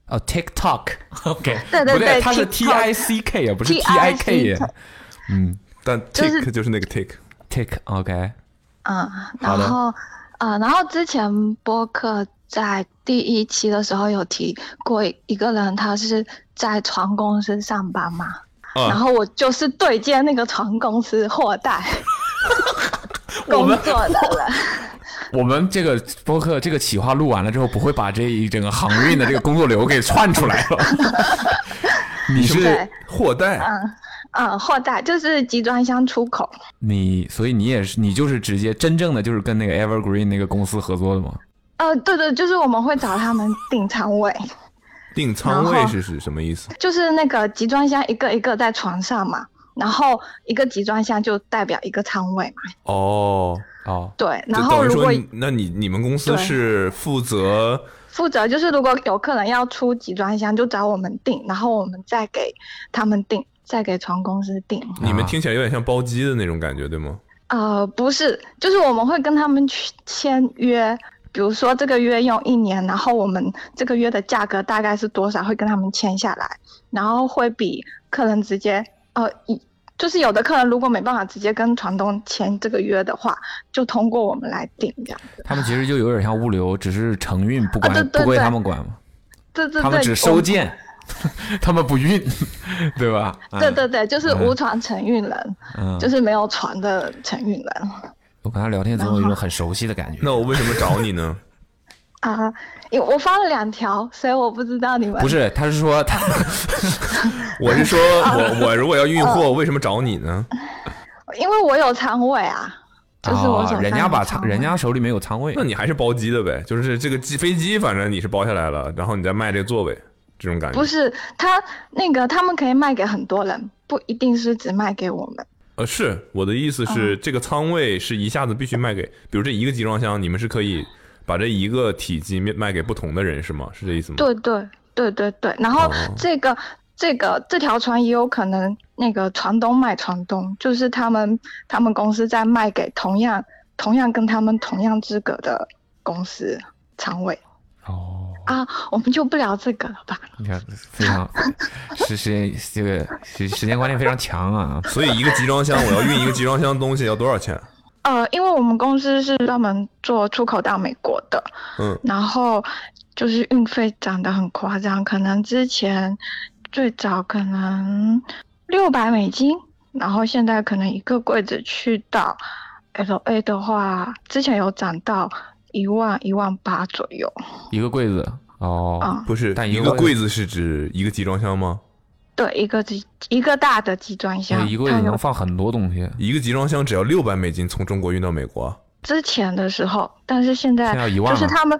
Speaker 4: 哦，TikTok，OK，
Speaker 7: 对对
Speaker 4: 不对，
Speaker 7: 对
Speaker 4: 它是 T
Speaker 7: TikTok
Speaker 4: I C K 啊，不是 T I K 耶
Speaker 7: TICK。
Speaker 4: 嗯
Speaker 2: 但
Speaker 7: 就是
Speaker 2: tick 就是那个 tick。
Speaker 4: ，Tik，OK，
Speaker 7: 嗯，
Speaker 4: 好
Speaker 7: 然
Speaker 4: 的
Speaker 7: 后呃，然后之前播客在第一期的时候有提过一个人，他是在船公司上班嘛，
Speaker 2: 啊
Speaker 7: 然后我就是对接那个船公司货代工作的人，
Speaker 4: 我们这个播客这个企划录完了之后，不会把这一整个航运的这个工作流给串出来了。 你是
Speaker 7: 对
Speaker 2: 货代，
Speaker 7: 嗯嗯，货代就是集装箱出口，
Speaker 4: 你，所以你也是你就是直接真正的就是跟那个 Evergreen 那个公司合作的吗？
Speaker 7: 呃，对对，就是我们会找他们订仓位，
Speaker 2: 定仓位
Speaker 7: 然后
Speaker 2: 是是什么意思？
Speaker 7: 就是那个集装箱一个一个在船上嘛，然后一个集装箱就代表一个仓位嘛，
Speaker 2: 哦，
Speaker 4: 哦，
Speaker 7: 对，
Speaker 2: 就
Speaker 7: 然后
Speaker 2: 等于
Speaker 7: 如
Speaker 2: 说
Speaker 7: 果
Speaker 2: 你，那你你们公司
Speaker 7: 对
Speaker 2: 是负责
Speaker 7: 负责就是如果有客人要出集装箱，就找我们订，然后我们再给他们订，再给船公司订。
Speaker 4: 啊
Speaker 2: 你们听起来有点像包机的那种感觉，对吗？
Speaker 7: 呃，不是，就是我们会跟他们去签约，比如说这个约用一年，然后我们这个约的价格大概是多少，会跟他们签下来，然后会比客人直接呃一。就是有的客人如果没办法直接跟船东签这个约的话，就通过我们来定这样。
Speaker 4: 他们其实就有点像物流，只是承运不管、
Speaker 7: 啊对对
Speaker 4: 不归
Speaker 7: 对
Speaker 4: 他们管嘛，
Speaker 7: 对对对，
Speaker 4: 他们只
Speaker 7: 我
Speaker 4: 收件， 他们不运， 对吧？
Speaker 7: 对
Speaker 4: 嗯
Speaker 7: 对对，就是
Speaker 4: 嗯
Speaker 7: 无船承运人，
Speaker 4: 嗯，
Speaker 7: 就是没有船的承运人
Speaker 4: 我跟他聊天总有一种很熟悉的感觉。
Speaker 2: 那我为什么找你呢？
Speaker 7: 啊。因为我发了两条，所以我不知道你们
Speaker 4: 不是，他是说他，
Speaker 2: 我是说我我如果要运货，我为什么找你呢？
Speaker 7: 因为我有仓位啊，就是我手上
Speaker 4: 哦、
Speaker 7: 有
Speaker 4: 人家把
Speaker 7: 仓
Speaker 4: 仓，
Speaker 7: 位
Speaker 4: 人家手里没有仓位
Speaker 2: 那，你还是包机的呗，就是这个机飞机，反正你是包下来了，然后你再卖这个座位，这种
Speaker 4: 哎
Speaker 2: 感觉
Speaker 7: 不。是他那个，他们可以卖给很多人，不一定是只卖给我们。
Speaker 2: 呃，是我的意思
Speaker 7: 嗯
Speaker 2: 是，这个仓位是一下子必须卖给，比如这一个集装箱，你们是可以把这一个体积卖卖给不同的人，是吗？是这
Speaker 4: 嗯
Speaker 2: 意思吗？
Speaker 7: 对对对对对，然后
Speaker 2: 哦
Speaker 7: 这个、这个这条船也有可能那个船东卖船东，就是他们他们公司在卖给同样同样跟他们同样资格的公司仓位
Speaker 4: 哦，
Speaker 7: 啊，我们就不聊这个了吧？
Speaker 4: 你看非常时时这个时时间观念非常强啊。
Speaker 2: 所以一个集装箱，我要运一个集装箱东西要多少钱？
Speaker 7: 呃，因为我们公司是专门做出口到美国的，
Speaker 2: 嗯，
Speaker 7: 然后就是运费涨得很夸张，可能之前最早可能六百美金，然后现在可能一个柜子去到 L A 的话，之前有涨到一万一万八左右
Speaker 4: 一个柜子哦
Speaker 7: 啊，
Speaker 2: 不是，
Speaker 4: 但一
Speaker 2: 一
Speaker 4: 个
Speaker 2: 个
Speaker 4: 柜
Speaker 2: 柜子是指一个集装箱吗？
Speaker 7: 对，一个集一个大的集装
Speaker 4: 那
Speaker 7: 箱，
Speaker 4: 哦一个柜
Speaker 7: 它
Speaker 4: 子能
Speaker 7: 有
Speaker 4: 放很多东西，
Speaker 2: 一个集装箱只要六百美金，从中国运到美国。啊
Speaker 7: 之前的时候，但是现在
Speaker 4: 现在要一万
Speaker 7: 就是
Speaker 4: 了
Speaker 7: 他们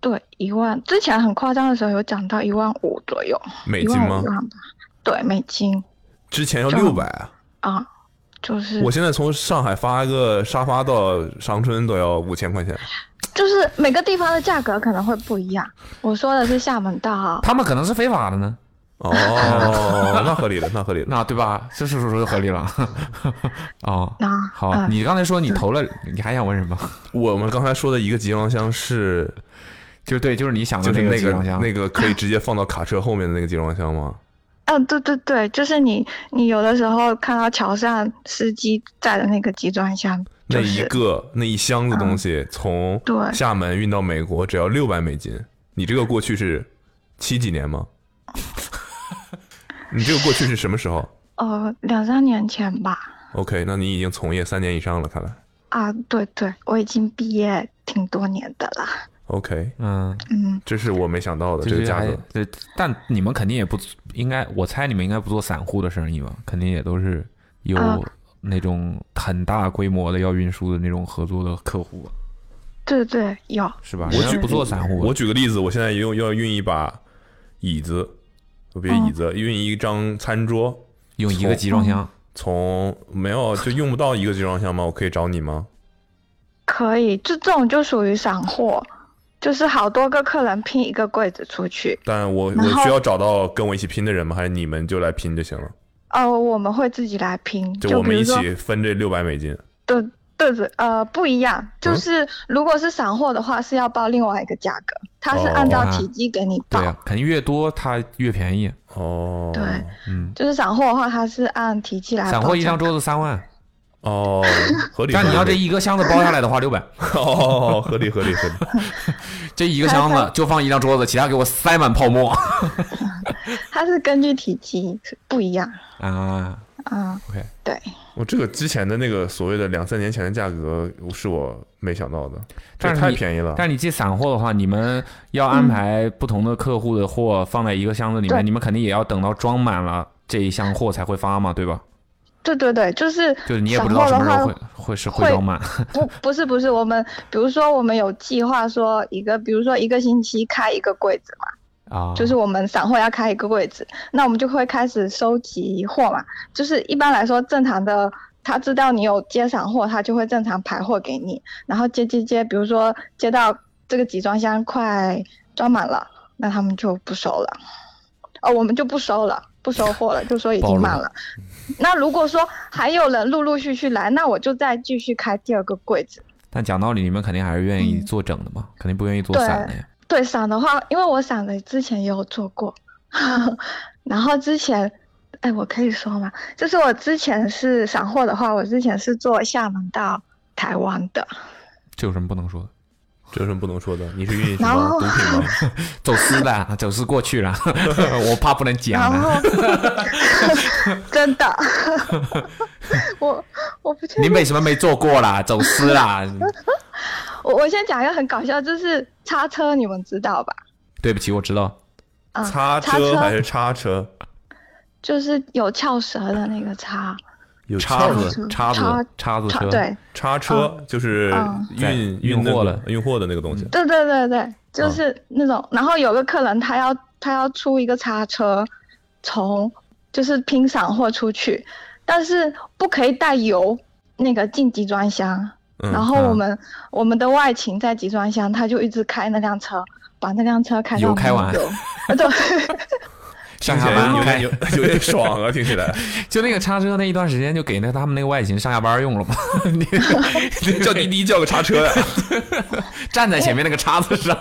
Speaker 7: 对一万，之前很夸张的时候有涨到一万五左右，
Speaker 2: 美
Speaker 7: 一
Speaker 2: 金
Speaker 7: 万
Speaker 2: 吗
Speaker 7: 五一？万八，对，美金
Speaker 2: 之前要
Speaker 7: 这样
Speaker 2: 六百、啊，
Speaker 7: 啊，就是
Speaker 2: 我现在从上海发个沙发到长春都要五千块钱。
Speaker 7: 就是每个地方的价格可能会不一样。我说的是厦门道，
Speaker 4: 他们可能是非法的呢，
Speaker 2: 哦，那合理了，那合理了。
Speaker 4: 那对吧？这是不是合理了？ 哦，
Speaker 7: 那
Speaker 4: 好，
Speaker 7: 嗯
Speaker 4: 你刚才说你投了，你还想问什么？
Speaker 2: 我们刚才说的一个集装箱是，
Speaker 4: 就对，就是你想
Speaker 2: 就
Speaker 4: 的
Speaker 2: 是
Speaker 4: 那个
Speaker 2: 那
Speaker 4: 集
Speaker 2: 个
Speaker 4: 装箱，
Speaker 2: 那个可以直接放到卡车后面的那个集装箱吗？
Speaker 7: 嗯、对对对，就是你你有的时候看到桥上司机载的那个集装箱，
Speaker 2: 那
Speaker 7: 就
Speaker 2: 一
Speaker 7: 是嗯
Speaker 2: 个那一箱子东西从
Speaker 7: 对
Speaker 2: 厦门运到美国只要六百美金，你这个过去是七几 年吗？你这个过去是什么时候
Speaker 7: 呃两三年前吧。
Speaker 2: ？OK，那你已经从业三年以上了，看来。
Speaker 7: 啊，对对，我已经毕业挺多年的了，
Speaker 2: OK，
Speaker 4: 嗯，
Speaker 7: 嗯。
Speaker 2: 这是我没想到的
Speaker 4: 就
Speaker 2: 这个
Speaker 4: 是
Speaker 2: 价
Speaker 4: 还
Speaker 2: 格。
Speaker 4: 对，但你们肯定也不应该，我猜你们应该不做散户的生意吧？肯定也都是有
Speaker 7: 啊
Speaker 4: 那种很大规模的要运输的那种合作的客户吧，啊
Speaker 7: 对对，有
Speaker 4: 是吧？
Speaker 2: 我
Speaker 4: 人家
Speaker 2: 举
Speaker 4: 不做散户吧，
Speaker 2: 我举个例子，我现在用要运一把椅子，不别
Speaker 7: 哦
Speaker 2: 椅子，运一张餐桌，
Speaker 4: 用一个集装
Speaker 7: 哦
Speaker 4: 箱，
Speaker 2: 从没有就用不到一个集装箱吗？我可以找你吗？
Speaker 7: 可以，就这种就属于散货，就是好多个客人拼一个柜子出去。
Speaker 2: 但我
Speaker 7: 然
Speaker 2: 我
Speaker 7: 后
Speaker 2: 需要找到跟我一起拼的人吗？还是你们就来拼就行了？
Speaker 7: 呃，我们会自己来拼，
Speaker 2: 就我
Speaker 7: 比
Speaker 2: 们
Speaker 7: 如
Speaker 2: 一
Speaker 7: 说，
Speaker 2: 起分这六百美金。
Speaker 7: 对对对，呃，不一样，就
Speaker 2: 嗯
Speaker 7: 是如果是散货的话，是要报另外一个价格，它是
Speaker 2: 哦
Speaker 7: 按照
Speaker 4: 啊
Speaker 7: 体积给你报。
Speaker 4: 对呀、肯定越多它越便宜，
Speaker 2: 哦，
Speaker 7: 对啊
Speaker 4: 嗯，
Speaker 7: 就是散货的话，它是按体积来报价。
Speaker 4: 散货一张桌子三万，
Speaker 2: 哦，合理。
Speaker 4: 但你要
Speaker 2: 合
Speaker 4: 这
Speaker 2: 理
Speaker 4: 一个箱子包下来的话，六百，
Speaker 2: 哦，合理合理合理。
Speaker 4: 这一个箱子就放一张桌子，其他给我塞满泡沫
Speaker 7: 它是根据体积是不一样。
Speaker 4: 啊。
Speaker 7: 嗯，
Speaker 4: OK，
Speaker 7: 对，
Speaker 2: 我这个之前的那个所谓的两三年前的价格是我没想到的，这
Speaker 4: 但是
Speaker 2: 太
Speaker 4: 你
Speaker 2: 便宜了。
Speaker 4: 但是你寄散货的话，你们要安排不同的客户的货放在一个箱子里
Speaker 7: 嗯
Speaker 4: 面，
Speaker 7: 对
Speaker 4: 你们肯定也要等到装满了这一箱货才会发嘛，对吧？
Speaker 7: 对对对，就是
Speaker 4: 就是你也不
Speaker 7: 散
Speaker 4: 知道
Speaker 7: 货的
Speaker 4: 什么
Speaker 7: 话
Speaker 4: 时候会会是会
Speaker 7: 会
Speaker 4: 装满。
Speaker 7: 不，不是不是，我们比如说我们有计划说一个，比如说一个星期开一个柜子嘛，
Speaker 4: 啊，
Speaker 7: 就是我们散货要开一个柜子，那我们就会开始收集货嘛。就是一般来说正常的，他知道你有接散货，他就会正常排货给你，然后接接接，比如说接到这个集装箱快装满了，那他们就不收了，哦，我们就不收了，不收货了，就说已
Speaker 4: 暴露嗯
Speaker 7: 经满了。那如果说还有人陆陆续续来，那我就再继续开第二个柜子。
Speaker 4: 但讲道理，你们肯定还是愿意
Speaker 7: 嗯
Speaker 4: 做整的嘛，肯定不愿意做
Speaker 7: 对
Speaker 4: 散的呀。
Speaker 7: 对伞的话，因为我伞的之前也有做过， 然后之前，哎，我可以说吗？就是我之前是散货的话，我之前是做厦门到台湾的，
Speaker 4: 这有什么不能说的？
Speaker 2: 这有什么不能说的？你是运什
Speaker 7: 然
Speaker 2: 么
Speaker 7: 后
Speaker 2: 毒品吗？
Speaker 4: 走私的，走私过去了， 我怕不能讲啊
Speaker 7: 然
Speaker 4: 了。
Speaker 7: 后 真的，我我不确
Speaker 4: 你
Speaker 7: 定，
Speaker 4: 为什么没做过啦？走私 啦？
Speaker 7: 我我先讲一个很搞笑，就是叉车，你们知道吧？
Speaker 4: 对不起，我知道。
Speaker 7: 啊、
Speaker 2: 擦
Speaker 7: 叉
Speaker 2: 车还是叉车？
Speaker 7: 就是有翘舌的那个叉，
Speaker 2: 有
Speaker 4: 叉
Speaker 2: 翘
Speaker 4: 子，
Speaker 7: 叉
Speaker 4: 叉子，叉子
Speaker 7: 叉
Speaker 4: 车，
Speaker 7: 对，
Speaker 2: 叉车就是
Speaker 7: 嗯
Speaker 2: 运
Speaker 4: 在运
Speaker 2: 那
Speaker 4: 货
Speaker 2: 个
Speaker 4: 了
Speaker 2: 运货的那个东西。
Speaker 7: 对对对对，就
Speaker 2: 嗯
Speaker 7: 是那种。然后有个客人他要他要出一个叉车，从就是拼散货出去，但是不可以带油那个进集装箱。
Speaker 2: 嗯，
Speaker 7: 然后我
Speaker 4: 嗯
Speaker 7: 们、我们的外勤在集装箱，他就一直开那辆车，把那辆车开到
Speaker 4: 油开
Speaker 7: 没
Speaker 4: 完
Speaker 7: 油对，
Speaker 4: 上
Speaker 2: 听
Speaker 4: 下
Speaker 2: 起
Speaker 4: 班
Speaker 2: 来有
Speaker 4: 开
Speaker 2: 点有有 点爽啊，听起来
Speaker 4: 就那个叉车那一段时间，就给那他们那个外勤上下班用了嘛。 你
Speaker 2: 叫滴滴叫个叉车呀。
Speaker 4: 站在前面那个叉子上，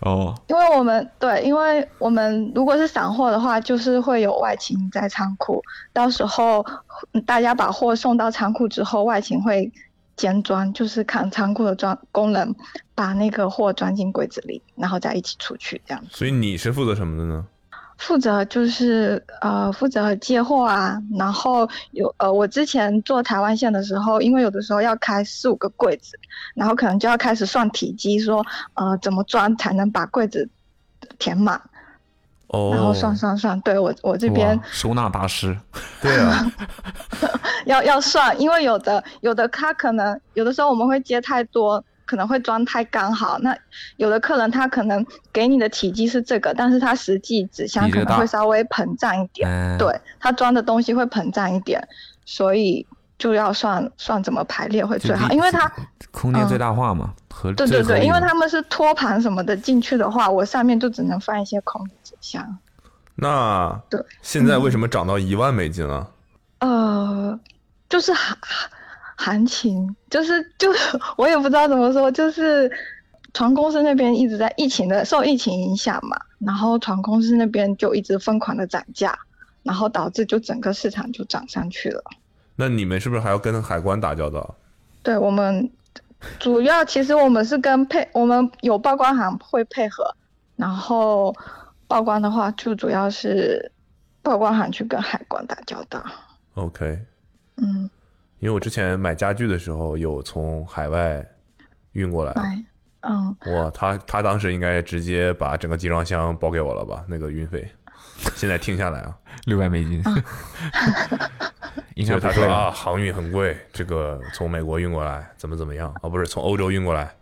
Speaker 4: 哦，
Speaker 7: 因为我们对，因为我们如果是散货的话，就是会有外勤在仓库，到时候嗯大家把货送到仓库之后，外勤会兼装，就是看仓库的装工人把那个货装进柜子里，然后再一起出去这样子。
Speaker 2: 所以你是负责什么的呢？
Speaker 7: 负责就是呃负责接货啊，然后有呃我之前做台湾线的时候，因为有的时候要开四五个柜子，然后可能就要开始算体积，说呃怎么装才能把柜子填满，
Speaker 2: 哦，
Speaker 7: 然后算算算，对我我这边
Speaker 4: 哇收纳大师，
Speaker 2: 对啊，
Speaker 7: 要要算，因为有的有的他可能有的时候我们会接太多，可能会装太刚好。那有的客人他可能给你的体积是这个，但是他实际纸箱
Speaker 4: 比这
Speaker 7: 可
Speaker 4: 个
Speaker 7: 能会
Speaker 4: 大
Speaker 7: 稍微膨胀一点，
Speaker 4: 嗯，
Speaker 7: 对，他装的东西会膨胀一点，所以就要算算怎么排列会
Speaker 4: 就
Speaker 7: 最好，
Speaker 4: 立
Speaker 7: 因为他。
Speaker 4: 空间
Speaker 7: 嗯
Speaker 4: 最大化嘛，合
Speaker 7: 对
Speaker 4: 这
Speaker 7: 对
Speaker 4: 合
Speaker 7: 对，
Speaker 4: 理
Speaker 7: 因为
Speaker 4: 嘛
Speaker 7: 他们是托盘什么的进去的话，我上面就只能放一些空的纸箱。
Speaker 2: 那
Speaker 7: 对
Speaker 2: 现在为什么涨到一万美金了？
Speaker 7: 呃，就是行行情，就是就是我也不知道怎么说，就是船公司那边一直在疫情的受疫情影响嘛，然后船公司那边就一直疯狂的涨价，然后导致就整个市场就涨上去了。
Speaker 2: 那你们是不是还要跟海关打交道？
Speaker 7: 对我们主要其实我们是跟配，我们有报关行会配合，然后报关的话就主要是报关行去跟海关打交道。
Speaker 2: OK，
Speaker 7: 嗯，
Speaker 2: 因为我之前买家具的时候有从海外运过来，
Speaker 7: 对，嗯，
Speaker 2: 哇，他他当时应该直接把整个集装箱包给我了吧？那个运费，现在听下来啊，
Speaker 4: 六百美金，应
Speaker 2: 就是他
Speaker 4: 该不会
Speaker 2: 说
Speaker 4: 吧
Speaker 2: 啊，航运很贵，这个从美国运过来怎么怎么样啊？不是从欧洲运过来，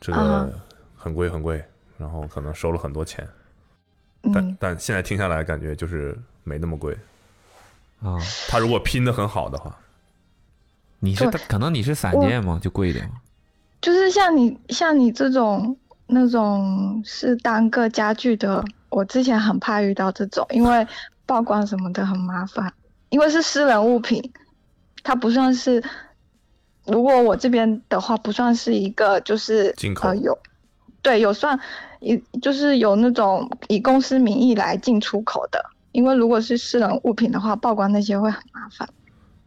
Speaker 2: 这
Speaker 7: 啊
Speaker 2: 个很贵很贵，然后可能收了很多钱，但
Speaker 7: 嗯，
Speaker 2: 但现在听下来感觉就是没那么贵。
Speaker 4: 啊，
Speaker 2: 他如果拼的很好的话，
Speaker 4: 你是
Speaker 7: 对
Speaker 4: 可能你是散
Speaker 7: 我
Speaker 4: 店嘛，就贵一点嘛。
Speaker 7: 就是像你像你这种那种是单个家具的，我之前很怕遇到这种，因为曝光什么的很麻烦，因为是私人物品，它不算是。如果我这边的话，不算是一个就是
Speaker 2: 进口
Speaker 7: 呃有，对有算一就是有那种以公司名义来进出口的，因为如果是私人物品的话，曝光那些会很麻烦。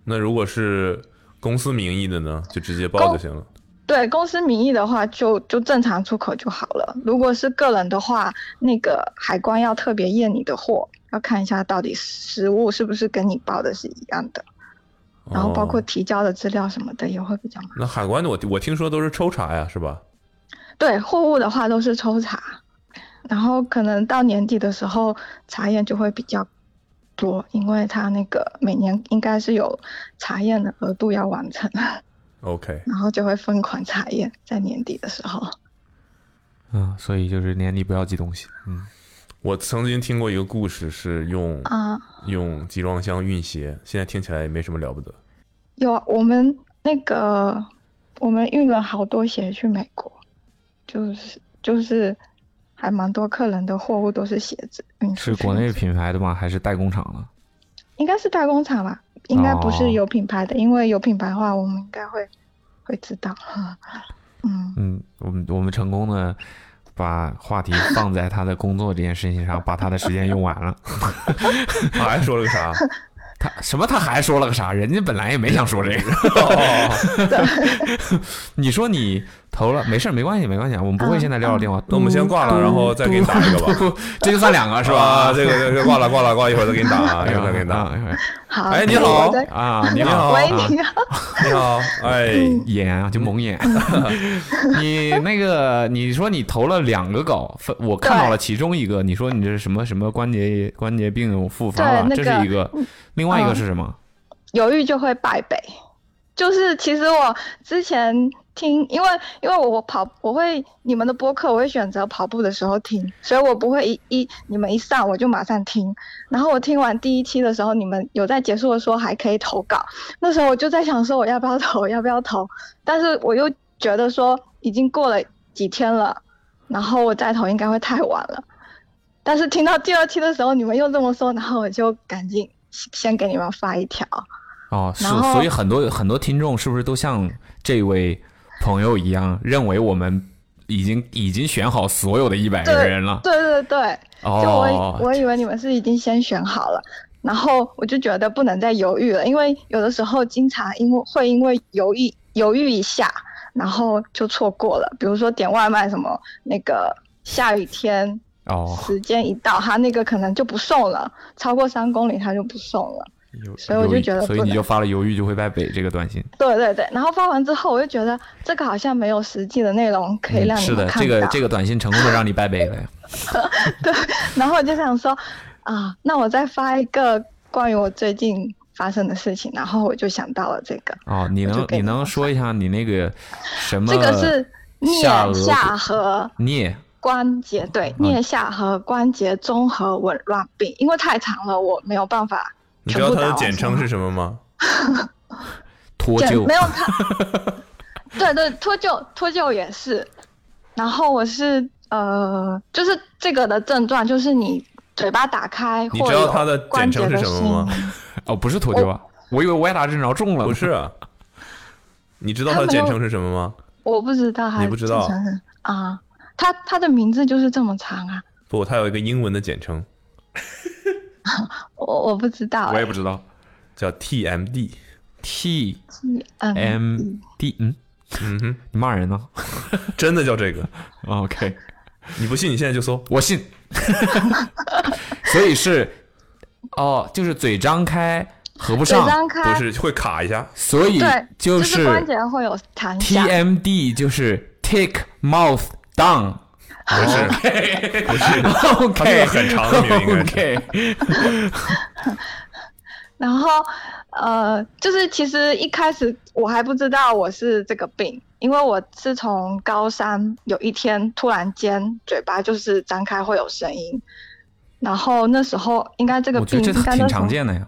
Speaker 2: 那如果是公司名义的呢，就直接报
Speaker 7: 公
Speaker 2: 就行了。
Speaker 7: 对公司名义的话就，就正常出口就好了。如果是个人的话，那个海关要特别验你的货，要看一下到底实物是不是跟你报的是一样的，然后包括
Speaker 2: 哦
Speaker 7: 提交的资料什么的也会比较麻烦。
Speaker 2: 那海关的我我听说都是抽查呀，是吧？
Speaker 7: 对，货物的话都是抽查，然后可能到年底的时候查验就会比较多，因为它那个每年应该是有查验的额度要完成，
Speaker 2: OK，
Speaker 7: 然后就会疯狂查验，在年底的时候。
Speaker 4: 嗯，所以就是年底不要寄东西。嗯，
Speaker 2: 我曾经听过一个故事，是用
Speaker 7: 啊
Speaker 2: 用集装箱运鞋，现在听起来也没什么了不得。
Speaker 7: 有啊，我们那个我们运了好多鞋去美国，就是就是还蛮多客人的货物都是鞋子运出
Speaker 4: 是
Speaker 7: 去
Speaker 4: 国
Speaker 7: 的
Speaker 4: 内品牌的吗？还是代工厂的？
Speaker 7: 应该是代工厂吧，应该不
Speaker 4: 哦
Speaker 7: 是有品牌的，因为有品牌的话，我们应该会会知道。嗯，
Speaker 4: 嗯，我们我们成功的把话题放在他的工作这件事情上，把他的时间用完了。
Speaker 2: 他 还说了个啥？
Speaker 4: 他什么？他还说了个啥？人家本来也没想说这个。
Speaker 2: 哦
Speaker 4: 你说你投了，没事儿，没关系，没关系啊，我们不会现在撂了电话。
Speaker 2: 那我们先挂了，然后再给你打一个吧，
Speaker 4: 吧， 这就算两个是
Speaker 2: 是吧？
Speaker 4: 吧？
Speaker 2: 这个这个挂了挂了挂，一会儿再给你打啊，一会儿再给你打。
Speaker 4: 啊
Speaker 7: 好，
Speaker 2: 哎
Speaker 7: 那
Speaker 2: 你
Speaker 7: 我
Speaker 2: 好
Speaker 7: 再
Speaker 4: 啊！你好，
Speaker 7: 喂，
Speaker 4: 啊
Speaker 7: 你好，
Speaker 2: 你好，哎，
Speaker 4: 演啊，就 蒙演。 你那个，你说你投了两个稿，分我看到了其中一个，你说你这是什么什么关节关节病复发了，
Speaker 7: 对那
Speaker 4: 啊这
Speaker 7: 个
Speaker 4: 是一个，另外一个
Speaker 7: 嗯
Speaker 4: 是什么？
Speaker 7: 犹豫就会败北。就是其实我之前听，因为因为我我跑我会你们的播客，我会选择跑步的时候听，所以我不会一一你们一上我就马上听。然后我听完第一期的时候，你们有在结束的时候还可以投稿，那时候我就在想说我要不要投，要不要投？但是我又觉得说已经过了几天了，然后我再投应该会太晚了。但是听到第二期的时候，你们又这么说，然后我就赶紧先给你们发一条。
Speaker 4: 哦，是，
Speaker 7: 然后
Speaker 4: 所以很多很多听众是不是都像这位朋友一样，认为我们已经已经选好所有的一百个人了。
Speaker 7: 对对对，就我以
Speaker 4: 哦，
Speaker 7: 我以为你们是已经先选好了，然后我就觉得不能再犹豫了，因为有的时候经常因为会因为犹豫犹豫一下，然后就错过了。比如说点外卖什么，那个下雨天
Speaker 4: 哦，
Speaker 7: 时间一到，他那个可能就不送了，超过三公里他就不送了。
Speaker 4: 有
Speaker 7: 所以我就
Speaker 4: 犹豫
Speaker 7: 觉得
Speaker 4: 所以
Speaker 7: 不
Speaker 4: 你
Speaker 7: 能
Speaker 4: 就发了“犹豫就会败北”这个短信。
Speaker 7: 对对对，然后发完之后，我就觉得这个好像没有实际的内容可以
Speaker 4: 嗯
Speaker 7: 让你
Speaker 4: 是
Speaker 7: 们
Speaker 4: 的，
Speaker 7: 看到。
Speaker 4: 这个这个短信成功的让你败北了呀。
Speaker 7: 然后我就想说，啊，那我再发一个关于我最近发生的事情，然后我就想到了这个，
Speaker 4: 哦，你
Speaker 7: 我就
Speaker 4: 能
Speaker 7: 给
Speaker 4: 你
Speaker 7: 你
Speaker 4: 能
Speaker 7: 们
Speaker 4: 说一下你那个什么？
Speaker 7: 这个是颞
Speaker 4: 下
Speaker 7: 下
Speaker 4: 颌
Speaker 7: 颌
Speaker 4: 颞
Speaker 7: 关节对颞下颌关节综合紊乱病，因为太长了，我没有办法
Speaker 2: 你知
Speaker 7: 全
Speaker 2: 道
Speaker 7: 部
Speaker 2: 它
Speaker 7: 打
Speaker 2: 的
Speaker 7: 完
Speaker 2: 简称
Speaker 7: 说
Speaker 2: 是什么吗？
Speaker 4: 脱
Speaker 7: 简
Speaker 4: 臼
Speaker 7: 没有他，对对，脱臼脱臼也是。然后我是呃，就是这个的症状就是你嘴巴打开，
Speaker 2: 你
Speaker 7: 会
Speaker 2: 知道
Speaker 7: 有
Speaker 2: 它的
Speaker 7: 关
Speaker 2: 简
Speaker 7: 节
Speaker 2: 称是
Speaker 7: 的
Speaker 2: 什么吗
Speaker 7: 声音？
Speaker 4: 哦，不是脱臼啊，我以为歪打正着中了。
Speaker 2: 不是，啊，你知道
Speaker 7: 它
Speaker 2: 它的
Speaker 7: 没
Speaker 2: 简
Speaker 7: 有
Speaker 2: 称是什么吗？
Speaker 7: 我不知道它
Speaker 2: 你不知道
Speaker 7: 简称是啊，它它的名字就是这么长啊，
Speaker 2: 不，它有一个英文的简称
Speaker 7: 我我不知道、
Speaker 4: 我也不知道。
Speaker 2: 叫 TMD。
Speaker 4: T
Speaker 7: 嗯
Speaker 4: M D，嗯，
Speaker 2: 嗯哼，
Speaker 4: 你骂人呢 哦
Speaker 2: 真的叫这个？
Speaker 4: ？OK，
Speaker 2: 你不信，你现在就搜。
Speaker 4: 我信。所以是，哦，就是嘴张开合不
Speaker 7: 嘴
Speaker 4: 上，
Speaker 7: 张开，
Speaker 2: 不是会卡一下，
Speaker 4: 所以
Speaker 7: 对，
Speaker 4: 就是是
Speaker 7: 关节会有弹响。
Speaker 4: TMD 就是 Take Mouth Down。
Speaker 2: 不是， 不是，它这个
Speaker 4: OK，
Speaker 2: 很长的名应该是。
Speaker 4: OK，
Speaker 7: 然后，呃，就是其实一开始我还不知道我是这个病，因为我是从高三有一天突然间嘴巴就是张开会有声音，然后那时候应该这个
Speaker 4: 我觉
Speaker 7: 病
Speaker 4: 得这
Speaker 7: 应该
Speaker 4: 挺
Speaker 7: 那时候
Speaker 4: 常见的呀。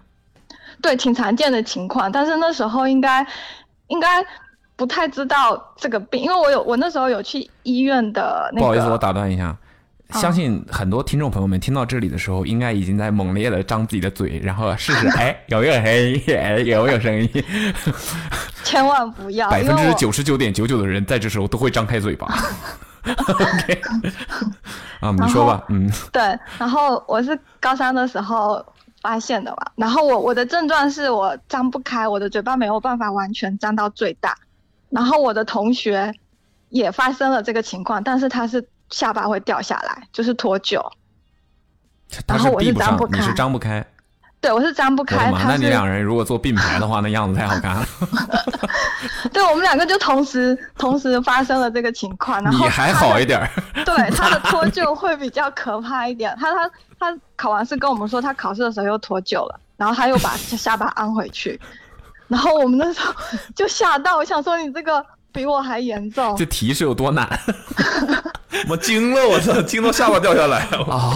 Speaker 7: 对挺常见的情况，但是那时候应该应该不太知道这个病，因为我有我那时候有去医院的那个
Speaker 4: 不好意思，我打断一下。
Speaker 7: 啊
Speaker 4: 相信很多听众朋友们听到这里的时候，应该已经在猛烈的张自己的嘴，然后试 试，哎，有没有声音？ 哎，有没有声音？
Speaker 7: 千万不要，
Speaker 4: 百
Speaker 7: 因
Speaker 4: 分
Speaker 7: 为
Speaker 4: 之
Speaker 7: 我
Speaker 4: 九十九点九九的人在这时候都会张开嘴巴。OK，啊，你说吧，嗯，
Speaker 7: 对，然后我是高三的时候发现的嘛，然后我我的症状是我张不开，我的嘴巴没有办法完全张到最大，然后我的同学也发生了这个情况，但是他是下巴会掉下来，就是脱臼。
Speaker 4: 他
Speaker 7: 然
Speaker 4: 是
Speaker 7: 后我
Speaker 4: 闭
Speaker 7: 是
Speaker 4: 不
Speaker 7: 张
Speaker 4: 上
Speaker 7: 不，
Speaker 4: 你是
Speaker 7: 开
Speaker 4: 张不开。
Speaker 7: 对，我是张不
Speaker 4: 我的
Speaker 7: 开，
Speaker 4: 妈，
Speaker 7: 他
Speaker 4: 那你
Speaker 7: 是
Speaker 4: 两人如果做并排的话，那样子太好看了。
Speaker 7: 对我们两个就同时同时发生了这个情况，然
Speaker 4: 你
Speaker 7: 后
Speaker 4: 还
Speaker 7: 他
Speaker 4: 好
Speaker 7: 的
Speaker 4: 一点儿，
Speaker 7: 对，他的脱臼会比较可怕一点。他他他考完试跟我们说，他考试的时候又脱臼了，然后他又把下巴安回去，然后我们那时候 就吓到，我想说你这个比我还严重
Speaker 4: 这。题是有多 难
Speaker 2: 我惊了，我操，惊到下巴掉下来。我
Speaker 4: 啊？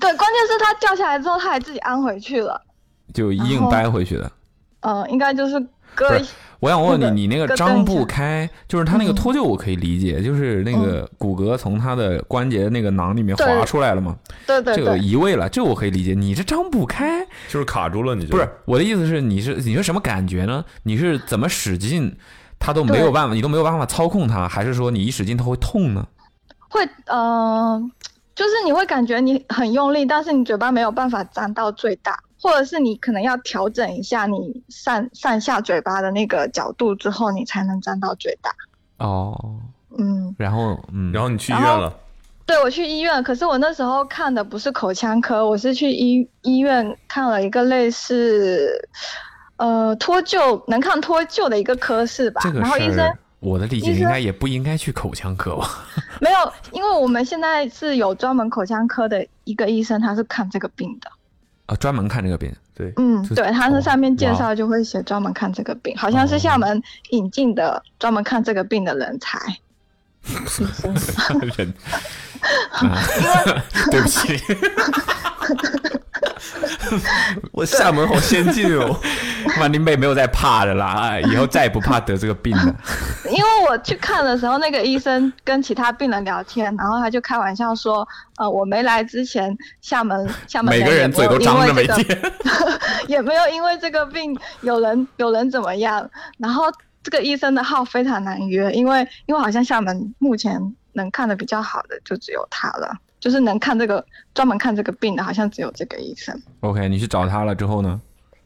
Speaker 7: 对，关键是他掉下来之后，他还自己安回去了。
Speaker 4: 就硬掰回去的。
Speaker 7: 嗯、应该就是
Speaker 4: 不
Speaker 7: 割
Speaker 4: 是我想问你，
Speaker 7: 那个
Speaker 4: 你那个
Speaker 7: 咯噔
Speaker 4: 张
Speaker 7: 一
Speaker 4: 不
Speaker 7: 下
Speaker 4: 开，就是他那个
Speaker 7: 嗯
Speaker 4: 脱臼，我可以理解，就是那个骨骼从他的关节那个囊里面滑
Speaker 7: 对
Speaker 4: 出来了嘛，
Speaker 7: 对对
Speaker 4: 这个
Speaker 7: 对，
Speaker 4: 移位了，这我可以理解。你这张不开，
Speaker 2: 就是卡住了，你就
Speaker 4: 不是我的意思是，你是你是什么感觉呢？你是怎么使劲，他都没有
Speaker 7: 对
Speaker 4: 办法，你都没有办法操控它，还是说你一使劲它会痛呢？
Speaker 7: 会嗯、呃就是你会感觉你很用力，但是你嘴巴没有办法张到最大，或者是你可能要调整一下你上上下嘴巴的那个角度之后，你才能张到最大。
Speaker 4: 哦，
Speaker 7: 嗯，
Speaker 4: 然后嗯，
Speaker 2: 然后你去医院了，
Speaker 7: 对，我去医院，可是我那时候看的不是口腔科，我是去医医院看了一个类似，呃，脱臼能看脱臼的一个科室吧。
Speaker 4: 这个
Speaker 7: 然后医
Speaker 4: 事
Speaker 7: 生
Speaker 4: 儿，我的理解
Speaker 7: 医
Speaker 4: 应
Speaker 7: 生
Speaker 4: 该也不应该去口腔科吧？
Speaker 7: 没有，因为我们现在是有专门口腔科的一个医生，他是看这个病的。
Speaker 4: 啊，专门看这个病。
Speaker 2: 对，
Speaker 7: 嗯，
Speaker 4: 这
Speaker 7: 对，他
Speaker 4: 哦
Speaker 7: 那上面介
Speaker 4: 哇哦
Speaker 7: 绍就会写专门看这个病，好像是厦门引进的专门看这个病的人才。
Speaker 4: 人，啊、对不起，
Speaker 2: 我厦门好先进哦。
Speaker 4: 万林贝没有在怕的啦，哎以后再也不怕得这个病了。
Speaker 7: 因为我去看的时候，那个医生跟其他病人聊天，然后他就开玩笑说：“呃，我没来之前，厦门厦门
Speaker 4: 每个
Speaker 7: 也
Speaker 4: 人
Speaker 7: 没
Speaker 4: 嘴
Speaker 7: 有
Speaker 4: 都
Speaker 7: 因
Speaker 4: 张着，
Speaker 7: 为
Speaker 4: 每
Speaker 7: 这个
Speaker 4: 天
Speaker 7: 也没有因为这个病有人有人怎么样。”然后这个医生的号非常难约，因为因为好像厦门目前能看的比较好的就只有他了，就是能看这个专门看这个病的，好像只有这个医生。
Speaker 4: OK，你去找他了之后呢？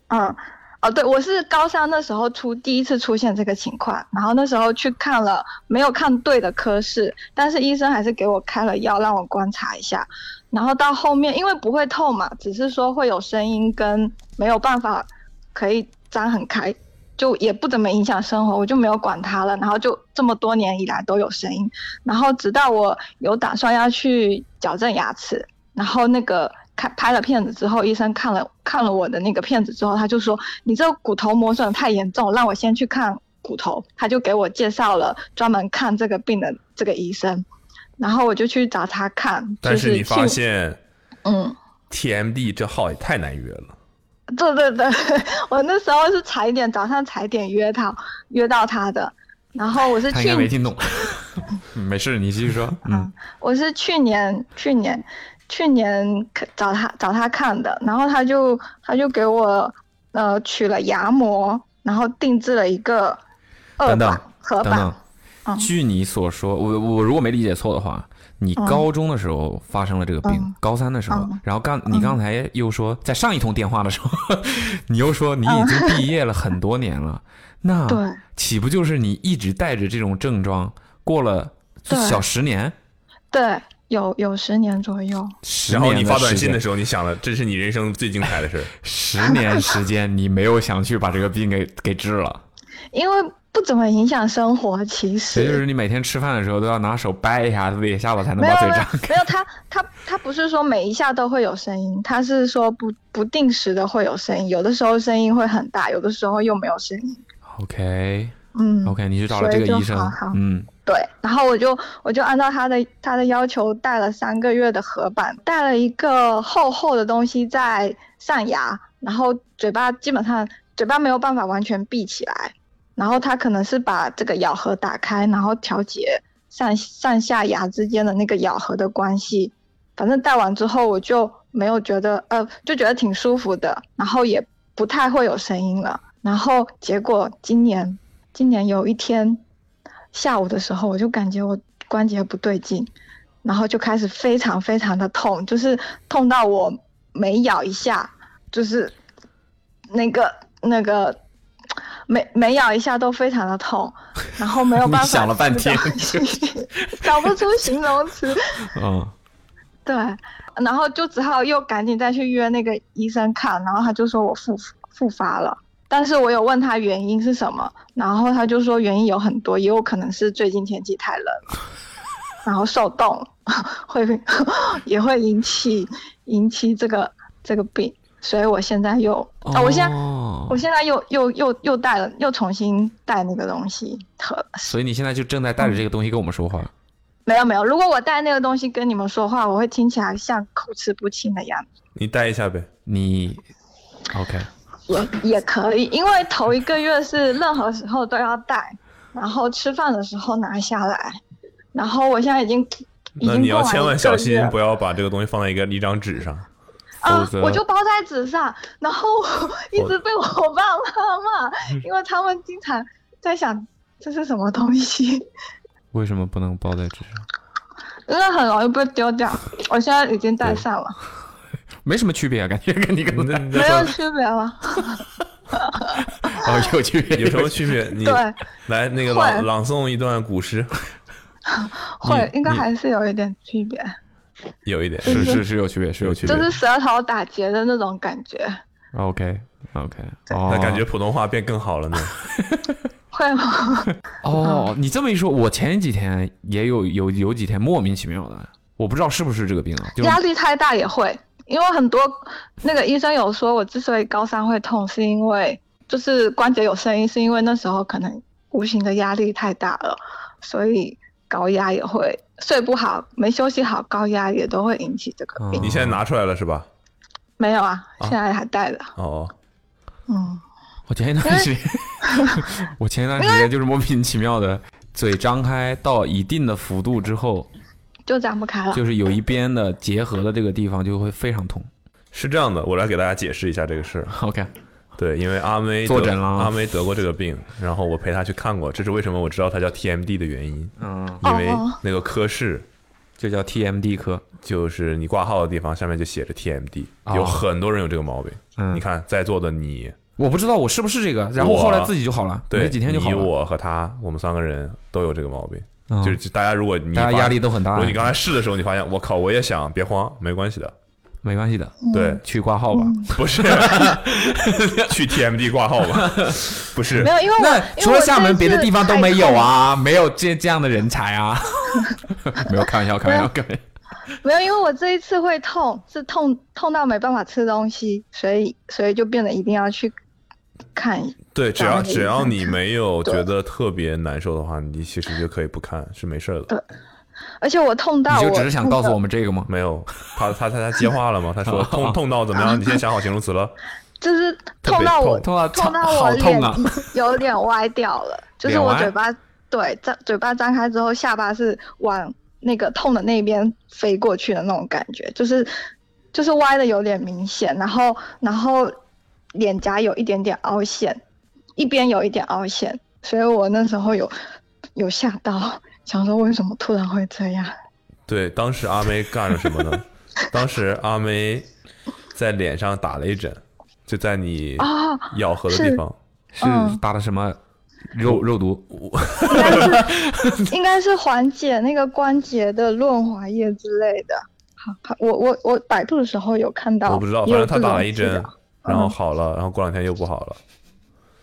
Speaker 7: 嗯，哦，对，我是高三那时候出第一次出现这个情况，然后那时候去看了，没有看对的科室，但是医生还是给我开了药让我观察一下，然后到后面因为不会痛嘛，只是说会有声音跟没有办法可以张很开，就也不怎么影响生活，我就没有管它了，然后就这么多年以来都有声音，然后直到我有打算要去矫正牙齿，然后那个。看拍了片子之后，医生看了看了我的那个片子之后，他就说你这骨头磨损太严重，让我先去看骨头。他就给我介绍了专门看这个病的这个医生，然后我就去找他看。
Speaker 2: 但
Speaker 7: 就是
Speaker 2: 你发
Speaker 7: 去，
Speaker 2: 现
Speaker 7: 嗯，
Speaker 2: TMD 这号也太难约了。
Speaker 7: 对对 对，我那时候是踩点早上踩点约他约到他的，然后我是
Speaker 4: 他应该没
Speaker 7: 去
Speaker 4: 听懂。没事，你继续说。嗯
Speaker 7: 嗯，我是去年去年去年可找他找他看的，然后他就他就给我呃取了牙模，然后定制了一个二
Speaker 4: 等等
Speaker 7: 版合
Speaker 4: 等
Speaker 7: 版，
Speaker 4: 等，
Speaker 7: 嗯
Speaker 4: 据你所说，我我如果没理解错的话，你高中的时候发生了这个病
Speaker 7: 嗯，
Speaker 4: 高三的时候
Speaker 7: 嗯，
Speaker 4: 然后刚你刚才又说，在上一通电话的时候， 你又说你已经毕业了很多年了，那
Speaker 7: 对
Speaker 4: 岂不就是你一直带着这种症状过了
Speaker 7: 对
Speaker 4: 小十年？
Speaker 7: 对，有有十年左右，
Speaker 4: 十
Speaker 2: 然后你
Speaker 4: 年
Speaker 2: 发短信的
Speaker 4: 时
Speaker 2: 时候，你想了，这是你人生最精彩的事 儿。
Speaker 4: 间， 十年时间你没有想去把这个病给给治了，
Speaker 7: 因为不怎么影响生活，其
Speaker 4: 也就
Speaker 7: 实。
Speaker 4: 是你每天吃饭的时候都要拿手掰一下自己的下巴才能
Speaker 7: 没
Speaker 4: 把
Speaker 7: 有
Speaker 4: 嘴
Speaker 7: 没有
Speaker 4: 张开。
Speaker 7: 没有，他他他不是说每一下都会有声音，他是说不不定时的会有声音，有的时候声音会很大，有的时候又没有声音。
Speaker 4: OK
Speaker 7: 嗯
Speaker 4: OK，你去找了这个医生
Speaker 7: 所以就好好，
Speaker 4: 嗯。
Speaker 7: 对，然后我就我就按照他的他的要求带了三个月的合板，带了一个厚厚的东西在上牙，然后嘴巴基本上嘴巴没有办法完全闭起来，然后他可能是把这个咬合打开，然后调节上上下牙之间的那个咬合的关系。反正戴完之后我就没有觉得呃，就觉得挺舒服的，然后也不太会有声音了。然后结果今年今年有一天下午的时候，我就感觉我关节不对劲，然后就开始非常非常的痛，就是痛到我每咬一下，就是那个那个每每咬一下都非常的痛，然后没有办法
Speaker 4: 你想了半天
Speaker 7: 知道找不出形容词，
Speaker 4: 嗯，
Speaker 7: 对，然后就只好又赶紧再去约那个医生看，然后他就说我复复发了，但是我有问他原因是什么，然后他就说原因有很多，也有可能是最近天气太冷了，然后受冻 会也会引起引起这个这个病，所以我现在又啊、我现在我
Speaker 4: 在，
Speaker 7: 现在又又又又带了又重新带那个东西和
Speaker 4: 所以你现在就正在带着这个东西跟我们说话。
Speaker 7: 没有没有，如果我带那个东西跟你们说话，我会听起来像口齿不清的样子。
Speaker 2: 你待一下呗。
Speaker 4: 你 OK，
Speaker 7: 也也可以，因为头一个月是任何时候都要戴，然后吃饭的时候拿下来，然后我现在已经已
Speaker 2: 那
Speaker 7: 经
Speaker 2: 你要
Speaker 7: 过完
Speaker 2: 千万
Speaker 7: 一个
Speaker 2: 小
Speaker 7: 月
Speaker 2: 心
Speaker 7: 了，
Speaker 2: 不要把这个东西放在一个一张纸上。
Speaker 4: 否
Speaker 7: 啊！
Speaker 4: 则
Speaker 7: 我就包在纸上，然后一直被我爸妈骂，
Speaker 4: 嗯
Speaker 7: 因为他们经常在想这是什么东西，
Speaker 4: 为什么不能包在纸上？
Speaker 7: 因为很容易被丢掉。我现在已经戴上了，
Speaker 4: 没什么区别啊，感觉跟你刚才
Speaker 2: 那
Speaker 7: 没有区别了。
Speaker 4: 哦有 区别，
Speaker 2: 有什么区别？你
Speaker 7: 对，
Speaker 2: 来那个朗朗诵一段古诗，
Speaker 7: 会应该
Speaker 2: 你
Speaker 7: 还是有一点区别，
Speaker 2: 有一点
Speaker 4: 是是是有区别，是有区别
Speaker 7: 就。是舌头打结的那种感觉，
Speaker 4: OK OK，哦，
Speaker 2: 那感觉普通话变更好了呢。
Speaker 7: 会吗？
Speaker 4: 哦，你这么一说，我前几天也有有有几天莫名其妙的，我不知道是不是这个病啊，就是
Speaker 7: 压力太大也会，因为很多那个医生有说，我之所以高三会痛，是因为就是关节有声音，是因为那时候可能无形的压力太大了，所以高压也会睡不好，没休息好，高压也都会引起这个病。
Speaker 4: 嗯
Speaker 2: 你现在拿出来了是吧？
Speaker 7: 没有啊，
Speaker 2: 啊
Speaker 7: 现在还带着，
Speaker 2: 哦，
Speaker 7: 嗯，
Speaker 4: 我前一段时间，
Speaker 7: 哎
Speaker 4: 我前一段时间就是莫名其妙的，嘴张开到一定的幅度之后，
Speaker 7: 就张不开了。
Speaker 4: 就是有一边的结合的这个地方就会非常痛。
Speaker 2: 是这样的，我来给大家解释一下这个事儿。
Speaker 4: OK，
Speaker 2: 对，因为阿妹
Speaker 4: 坐
Speaker 2: 得
Speaker 4: 诊了
Speaker 2: 阿妹得过这个病，然后我陪她去看过，这是为什么我知道它叫 TMD 的原因，
Speaker 4: 嗯，
Speaker 2: 因为
Speaker 7: 哦
Speaker 2: 那个科室
Speaker 4: 就叫 TMD 科，
Speaker 2: 就是你挂号的地方下面就写着 TMD，、
Speaker 4: 哦
Speaker 2: 有很多人有这个毛病。
Speaker 4: 嗯
Speaker 2: 你看在座的你，
Speaker 4: 我不知道我是不是这个，然后
Speaker 2: 我
Speaker 4: 后来自己就好了，
Speaker 2: 对，
Speaker 4: 没几天就好
Speaker 2: 你
Speaker 4: 了。
Speaker 2: 我和他，我们三个人都有这个毛病。
Speaker 4: 嗯
Speaker 2: 就是大家如果你
Speaker 4: 大家
Speaker 2: 发
Speaker 4: 压力都很大
Speaker 2: 如果你刚才试的时候，你发现我靠，我也想，别慌，没关系的。
Speaker 4: 没关系的，
Speaker 7: 嗯
Speaker 2: 对，
Speaker 4: 去挂号吧。
Speaker 2: 不是去 TMD 挂号吧？ 不是
Speaker 7: 没，有，因为
Speaker 4: 那
Speaker 7: 我
Speaker 4: 除了厦门，别的地方都没有。
Speaker 7: 因为我这次太困
Speaker 4: 啊，没有这这样的人才 啊。没有开玩笑，开玩笑，开玩笑。
Speaker 7: 没有，因为我这一次会痛，是痛痛到没办法吃东西，所以所以就变得一定要去看。
Speaker 2: 对，只要
Speaker 7: 长得也
Speaker 2: 只要
Speaker 7: 正
Speaker 2: 你没有
Speaker 7: 对
Speaker 2: 觉得特别难受的话，你其实就可以不看，是没事儿的。
Speaker 7: 而且我痛到
Speaker 4: 你
Speaker 7: 我
Speaker 4: 就只是想告诉
Speaker 7: 痛
Speaker 4: 我
Speaker 7: 到，
Speaker 4: 们这个吗？
Speaker 2: 没有，他他他他接话了吗？他 说痛痛到怎么样？你先想好形容词了。
Speaker 7: 就是
Speaker 2: 特
Speaker 7: 痛
Speaker 2: 别
Speaker 7: 到我
Speaker 2: 痛
Speaker 4: 痛啊，
Speaker 7: 痛到我
Speaker 4: 好
Speaker 7: 脸
Speaker 4: 痛啊！
Speaker 7: 有点歪掉了，就是
Speaker 4: 脸
Speaker 7: 我
Speaker 4: 歪
Speaker 7: 嘴巴对张嘴巴张开之后，下巴是往那个痛的那边飞过去的那种感觉，就是就是歪的有点明显，然后然后脸颊有一点点凹陷，一边有一点凹陷，所以我那时候有有吓到，想说为什么突然会这样？
Speaker 2: 对，当时阿妹干了什 么呢？当时阿妹在脸上打了一针，就在你
Speaker 7: 哦
Speaker 2: 咬合的地方。
Speaker 4: 是
Speaker 7: 嗯
Speaker 4: 打的什么肉肉毒？
Speaker 7: 应该是 应该是缓解那个关节的润滑液之类的。好，好我我我百度的时候有看到，
Speaker 2: 我不知道，
Speaker 7: 也
Speaker 2: 反
Speaker 7: 有
Speaker 2: 正他
Speaker 7: 这
Speaker 2: 打
Speaker 7: 种
Speaker 2: 了一
Speaker 7: 治
Speaker 2: 针
Speaker 7: 疗，
Speaker 2: 然后好了，然后过两天又不好了。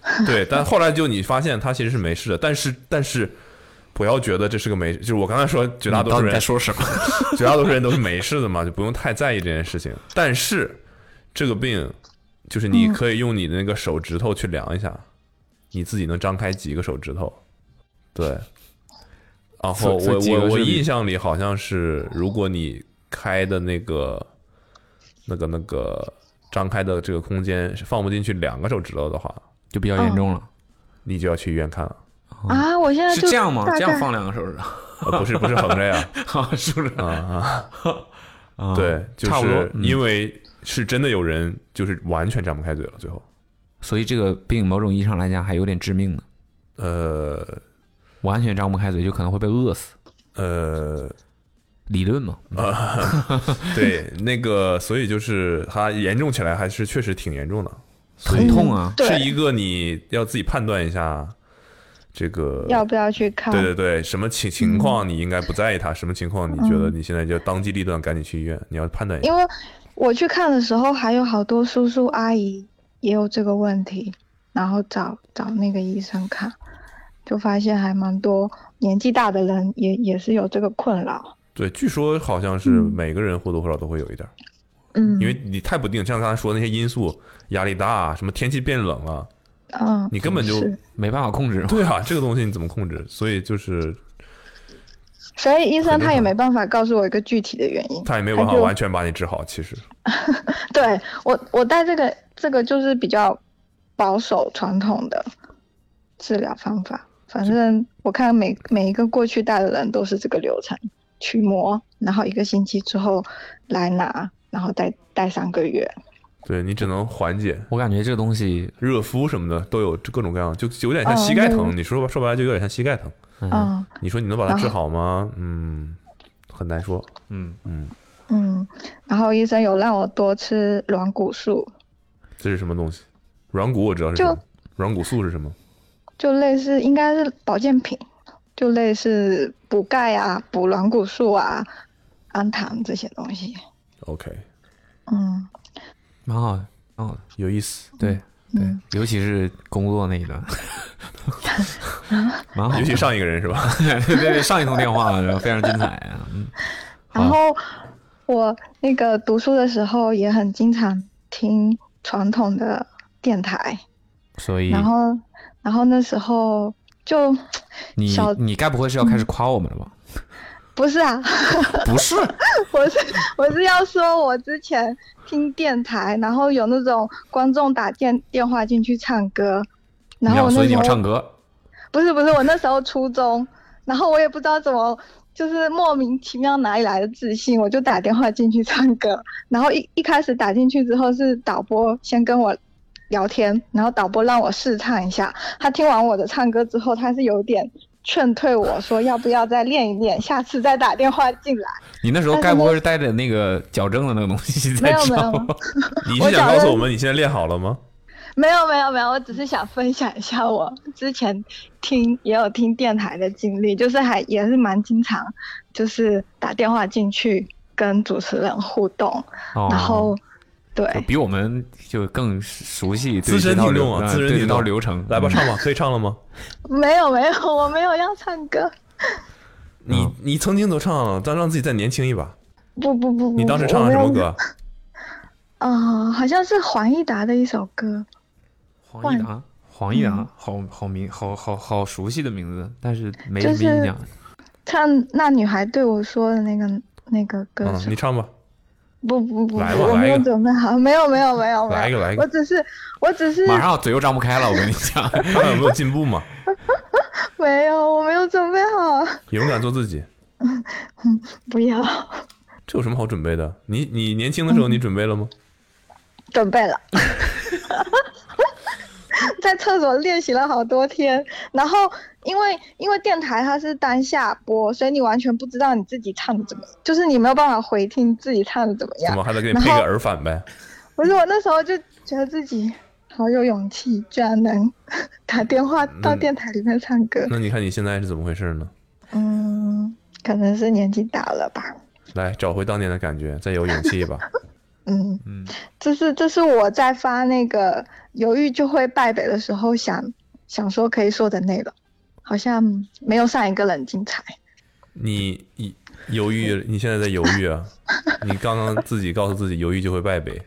Speaker 2: 对，但后来就你发现他其实是没事的，但是但是不要觉得这是个没，就是我刚才说绝大
Speaker 4: 你
Speaker 2: 多数
Speaker 4: 到底
Speaker 2: 人
Speaker 4: 在说什么？
Speaker 2: 绝大多数人都是没事的嘛，就不用太在意这件事情。但是这个病，就是你
Speaker 4: 嗯
Speaker 2: 可以用你的那个手指头去量一下，你自己能张开几个手指头。对。然后
Speaker 4: 所
Speaker 2: 我
Speaker 4: 所以
Speaker 2: 我
Speaker 4: 几个
Speaker 2: 我
Speaker 4: 是
Speaker 2: 印象里好像是，如果你开的那个那个那个张开的这个空间是放不进去两个手指头的话，
Speaker 4: 就比较严重了。
Speaker 2: 你就要去医院看了。嗯
Speaker 7: 啊！我现在哦
Speaker 4: 是
Speaker 7: 就
Speaker 4: 这样吗？
Speaker 7: 大
Speaker 4: 这样
Speaker 7: 概
Speaker 4: 放两个手指
Speaker 2: 呃，不是不是横着 呀，
Speaker 4: 啊？是不是？
Speaker 2: 啊啊。
Speaker 4: 啊
Speaker 2: 对，就
Speaker 4: 差不多嗯
Speaker 2: 是。因
Speaker 4: 为
Speaker 2: 为是真的有人就是完全张不开嘴了，最后，
Speaker 4: 所以这个病某种意义上来讲还有点致命呢，
Speaker 2: 呃
Speaker 4: 完全张不开嘴就可能会被饿死。
Speaker 2: 呃，
Speaker 4: 理论嘛，
Speaker 2: 对，那个，所以就是它严重起来还是确实挺严重的，
Speaker 4: 很痛啊！
Speaker 7: 对
Speaker 2: 是一个你要自己判断一下这个
Speaker 7: 要不要去看？嗯
Speaker 2: 对对对，什么情情况你应该不在意它，什么情况你觉得你现在就当机立断赶紧去医院，你要判断一下
Speaker 7: 因。为我去看的时候，还有好多叔叔阿姨也有这个问题，然后找找那个医生看，就发现还蛮多年纪大的人也也是有这个困扰。
Speaker 2: 对，据说好像是每个人或多或少都会有一点儿，
Speaker 7: 嗯，
Speaker 2: 因为你太不定，像刚才说的那些因素，压力大，啊什么天气变冷了，
Speaker 7: 嗯，
Speaker 2: 你根本就是
Speaker 4: 没办法控制嘛。
Speaker 2: 对啊，这个东西你怎么控制？所以就是
Speaker 7: 所以医生
Speaker 2: 很正
Speaker 7: 他也
Speaker 2: 常
Speaker 7: 没办法告诉我一个具体的原因。
Speaker 2: 他也没有办法
Speaker 7: 他就
Speaker 2: 完全把你治好，其实
Speaker 7: 对我，我带这个这个就是比较保守传统的治疗方法。反正我看每每一个过去带的人都是这个流程，驱魔，然后一个星期之后来拿，然后再带三个月。
Speaker 2: 对你只能缓解。
Speaker 4: 我感觉这个东西，
Speaker 2: 热敷什么的都有各种各样，就有点像
Speaker 7: 哦
Speaker 2: 膝盖疼。
Speaker 7: 那
Speaker 2: 你说吧，说白了就有点像膝盖疼。
Speaker 4: 嗯
Speaker 7: 嗯
Speaker 2: 你说你能把它治好吗？嗯，很难说。
Speaker 4: 嗯，
Speaker 2: 嗯，
Speaker 7: 嗯，然后医生有让我多吃软骨素，
Speaker 2: 这是什么东西？软骨我知道是什
Speaker 7: 就
Speaker 2: 么，软骨素是什么？
Speaker 7: 就类似应该是保健品，就类似补钙啊、补软骨素啊、氨糖这些东西。
Speaker 2: OK，
Speaker 7: 嗯
Speaker 4: 蛮好的，蛮好的。
Speaker 2: 有意思。
Speaker 4: 对对
Speaker 7: 嗯，
Speaker 4: 尤其是工作那 一段，蛮好的。
Speaker 2: 尤其上一个人是吧？
Speaker 4: 对对对，上一通电话然后非常精彩啊。嗯，
Speaker 7: 然
Speaker 4: 好
Speaker 7: 后我那个读书的时候也很经常听传统的电台，
Speaker 4: 所以
Speaker 7: 然后然后那时候就
Speaker 4: 你
Speaker 7: 小嗯
Speaker 4: 你该不会是要开始夸我们了吧？
Speaker 7: 不是啊，
Speaker 4: 不是，
Speaker 7: 我是我是要说，我之前听电台，然后有那种观众打电电话进去唱歌，然后
Speaker 4: 你要
Speaker 7: 我那
Speaker 4: 所以你
Speaker 7: 时
Speaker 4: 要
Speaker 7: 候
Speaker 4: 唱歌，
Speaker 7: 不是不是，我那时候初中，然后我也不知道怎么，就是莫名其妙哪里来的自信，我就打电话进去唱歌。然后一一开始打进去之后，是导播先跟我聊天，然后导播让我试唱一下。他听完我的唱歌之后，他是有点劝退我说，要不要再练一练，下次再打电话进来。
Speaker 4: 你那时候该不会是带着那个矫正的那个东西在
Speaker 7: 没有没
Speaker 4: 唱
Speaker 7: 有
Speaker 4: 吧？
Speaker 2: 你是想告诉我们你现在练好了吗？
Speaker 7: 没有没有没有，我只是想分享一下我 之前听也有听电台的经历，就是还也是蛮经常，就是打电话进去跟主持人互动，
Speaker 4: 哦
Speaker 7: 然后对
Speaker 4: 就比我们就更熟悉对
Speaker 2: 资深
Speaker 4: 这套
Speaker 2: 听众
Speaker 4: 流
Speaker 2: 啊
Speaker 4: 呃
Speaker 2: 资深
Speaker 4: 对
Speaker 2: 听
Speaker 4: 这套
Speaker 2: 众
Speaker 4: 流程。
Speaker 2: 来吧，
Speaker 4: 嗯
Speaker 2: 唱吧，可以唱了吗？
Speaker 7: 没有没有，我没有要唱歌，
Speaker 2: 你
Speaker 4: 嗯
Speaker 2: 你曾经都唱了，但让自己再年轻一把。
Speaker 7: 不不不不，
Speaker 2: 你当时
Speaker 7: 不
Speaker 2: 唱
Speaker 7: 嗯我
Speaker 2: 了什
Speaker 7: 没有
Speaker 2: 么？歌？
Speaker 7: 嗯、好像是黄义达的一首歌，
Speaker 4: 黄义达，嗯黄义达，好好名，好好好熟悉的名字，但是没什
Speaker 7: 就
Speaker 4: 么印
Speaker 7: 是
Speaker 4: 象。
Speaker 7: 唱那女孩对我说的那个那个歌
Speaker 2: 嗯，
Speaker 7: 手。
Speaker 2: 你唱吧。
Speaker 7: 不不不，
Speaker 2: 来吧
Speaker 7: 我
Speaker 2: 来
Speaker 7: 没
Speaker 2: 一
Speaker 7: 有
Speaker 2: 个
Speaker 7: 准备好，没有没有没有没有，
Speaker 2: 来一个来一个
Speaker 7: 我只是我只是
Speaker 4: 马上嘴又张不开了，我跟你 讲。
Speaker 2: 看看有没有进步嘛？
Speaker 7: 没有我没有准备好，
Speaker 2: 勇敢做自己，
Speaker 7: 不要
Speaker 2: 这有什么好准备的？你你年轻的
Speaker 7: 嗯
Speaker 2: 时候你准备了吗？
Speaker 7: 准备了， 在厕所练习了好多天，然后因为因为电台它是当下播，所以你完全不知道你自己唱的怎么，就是你没有办法回听自己唱的怎么
Speaker 2: 怎
Speaker 7: 样
Speaker 2: 么。还得给你
Speaker 7: 然
Speaker 2: 配个
Speaker 7: 后
Speaker 2: 耳返呗？
Speaker 7: 不是我那时候就觉得自己好有勇气，居然能 打电话
Speaker 2: 嗯
Speaker 7: 到电台里面唱歌。
Speaker 2: 那你看你现在是怎么回事呢？
Speaker 7: 嗯，可能是年纪大了吧。
Speaker 2: 来找回当年的感觉，再有 勇气一把。
Speaker 7: 嗯，
Speaker 4: 嗯，
Speaker 7: 这是这是我在发那个犹豫就会败北的时候想想说可以说的内容，好像没有上一个冷精彩。
Speaker 2: 你你犹豫，你现在在犹豫啊？你刚刚自己告诉自己犹豫就会败北，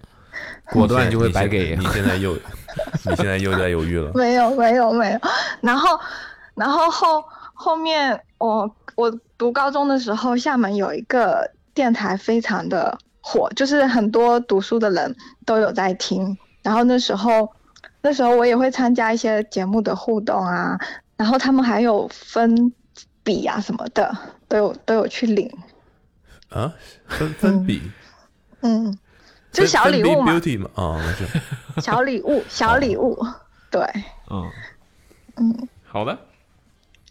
Speaker 4: 果断就会白给
Speaker 2: 你。现在又，你现在又在犹豫了。
Speaker 7: 没有没有没有，然后然后后后面呃我我读高中的时候，厦门有一个电台非常的火，就是很多读书的人都有在听。然后那时候那时候我也会参加一些节目的互动啊，然后他们还有分笔啊什么的，都有都有去领，
Speaker 2: 啊，分分比，
Speaker 7: 嗯，就
Speaker 2: 分
Speaker 7: 小礼物嘛
Speaker 2: 分，比 beauty 嘛啊，没事。
Speaker 7: 小礼物小礼物，对，
Speaker 4: 嗯
Speaker 7: 嗯，
Speaker 4: 好的，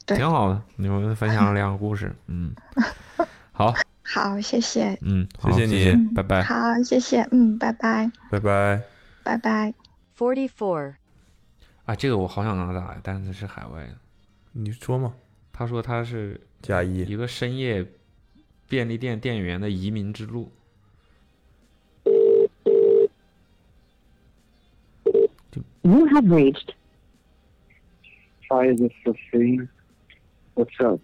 Speaker 7: 对
Speaker 4: 挺好的。你们分享了两个故事， 嗯，好，
Speaker 7: 好，谢谢，
Speaker 4: 嗯，
Speaker 2: 谢
Speaker 4: 好
Speaker 2: 谢
Speaker 4: 谢
Speaker 2: 你
Speaker 4: 拜拜。
Speaker 7: 好，谢谢，嗯，拜拜，
Speaker 2: 拜拜。
Speaker 7: 拜拜。
Speaker 1: forty four
Speaker 4: 啊，这个我好想跟他打，但是是海外的。
Speaker 2: 你说嘛，
Speaker 4: 他说他是
Speaker 2: 加一
Speaker 4: 一个深夜便利店店员的移民之路。
Speaker 8: You have reached. Hi, this is Steve. What's up?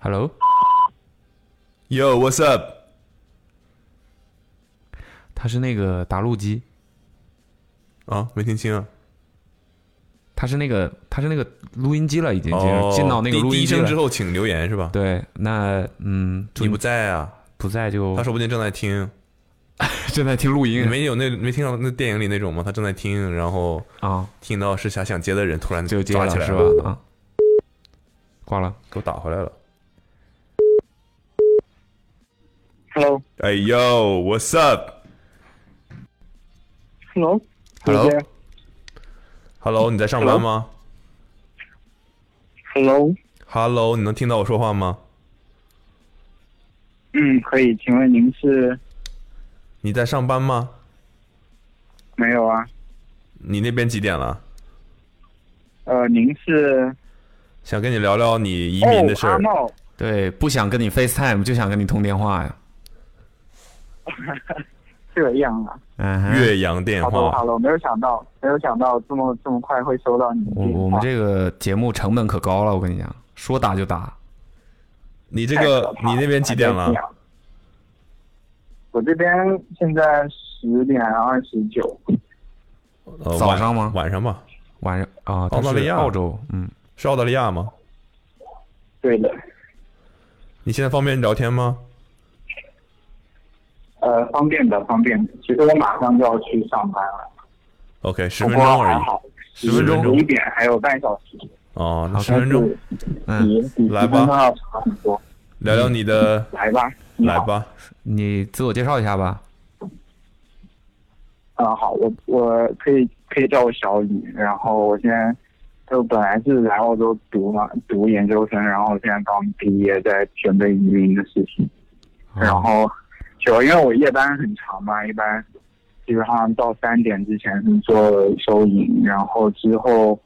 Speaker 4: Hello，
Speaker 2: ，Yo what's up？
Speaker 4: 他是那个打路机，
Speaker 2: 啊，没听清啊。
Speaker 4: 他是那个他是那个录音机了，已经进入
Speaker 2: 哦，
Speaker 4: 进到那个
Speaker 2: 第
Speaker 4: 录
Speaker 2: 第
Speaker 4: 音
Speaker 2: 一
Speaker 4: 机
Speaker 2: 声
Speaker 4: 了
Speaker 2: 之。后，请留言是吧？
Speaker 4: 对，那嗯，祝
Speaker 2: 你不在啊，
Speaker 4: 不在就
Speaker 2: 他说不定正在听。
Speaker 4: 正在听录
Speaker 2: 你
Speaker 4: 音
Speaker 2: 没有那没听到那电影里那种吗？他正在听，然后
Speaker 4: 啊，
Speaker 2: 听到是想想接的人，突然
Speaker 4: 就接
Speaker 2: 抓
Speaker 4: 了
Speaker 2: 起来
Speaker 4: 是吧？啊，挂了。
Speaker 2: 给我打回来了。
Speaker 8: Hello.
Speaker 2: 哎呦，What's up？Hello，
Speaker 8: Hello.
Speaker 4: Hello?
Speaker 8: You there?
Speaker 2: 你在上班吗
Speaker 8: Hello.
Speaker 2: ？Hello，你能听到我说话吗？
Speaker 8: 嗯，可以，请问您是？
Speaker 2: 你在上班吗？
Speaker 8: 没有啊。
Speaker 2: 你那边几点了？
Speaker 8: 呃，您是？
Speaker 2: 想跟你聊聊你移民的事
Speaker 8: 哦，阿
Speaker 2: 儿。
Speaker 8: 茂。
Speaker 4: 对，不想跟你 FaceTime，就想跟你通电话呀。
Speaker 8: 这样啊。
Speaker 4: 嗯哼，
Speaker 2: 岳阳电
Speaker 8: 好的，好
Speaker 2: 话，
Speaker 8: 的，没有想到，没有想到这么这么快会收到你的
Speaker 4: 我
Speaker 8: 电话。
Speaker 2: 哦
Speaker 4: 我们这个节目成本可高了，我跟你讲，说打就打。
Speaker 2: 你这
Speaker 8: 太
Speaker 2: 个
Speaker 8: 可怕
Speaker 2: 你那边几点
Speaker 8: 还
Speaker 2: 了
Speaker 8: 在？讲我这边现在十点二十九。
Speaker 2: 呃晚
Speaker 4: 早上吗
Speaker 2: 晚上吧，
Speaker 4: 晚上啊，
Speaker 2: 澳
Speaker 4: 他
Speaker 2: 大利
Speaker 4: 是
Speaker 2: 亚
Speaker 4: 澳洲，嗯，
Speaker 2: 是澳大利亚吗？
Speaker 8: 对的。
Speaker 2: 你现在方便聊天吗？
Speaker 8: 呃，方便的，方便的。其实我马上就要去上班了，
Speaker 2: OK，十
Speaker 8: 不
Speaker 2: 分
Speaker 8: 过
Speaker 2: 钟而
Speaker 8: 还
Speaker 2: 已。
Speaker 8: 好，
Speaker 2: 十分钟
Speaker 8: 十一点还有半小时，
Speaker 2: 哦，那
Speaker 4: 好
Speaker 2: 十分钟，
Speaker 8: 但是
Speaker 4: 嗯
Speaker 8: 比比
Speaker 2: 来
Speaker 8: 十
Speaker 2: 吧
Speaker 8: 分钟要长很多。
Speaker 2: 聊聊你的，
Speaker 8: 来吧，你
Speaker 2: 来
Speaker 8: 好。
Speaker 2: 吧。
Speaker 4: 你自我介绍一下吧。
Speaker 8: 呃啊、好，我我可以可以叫我小李。然后我现在就本来是来澳洲读嘛，读研究生，然后现在刚毕业，在准备移民的事情。 然后就因为我夜班很长嘛，一般基本上到三点之前是做收银，然后之后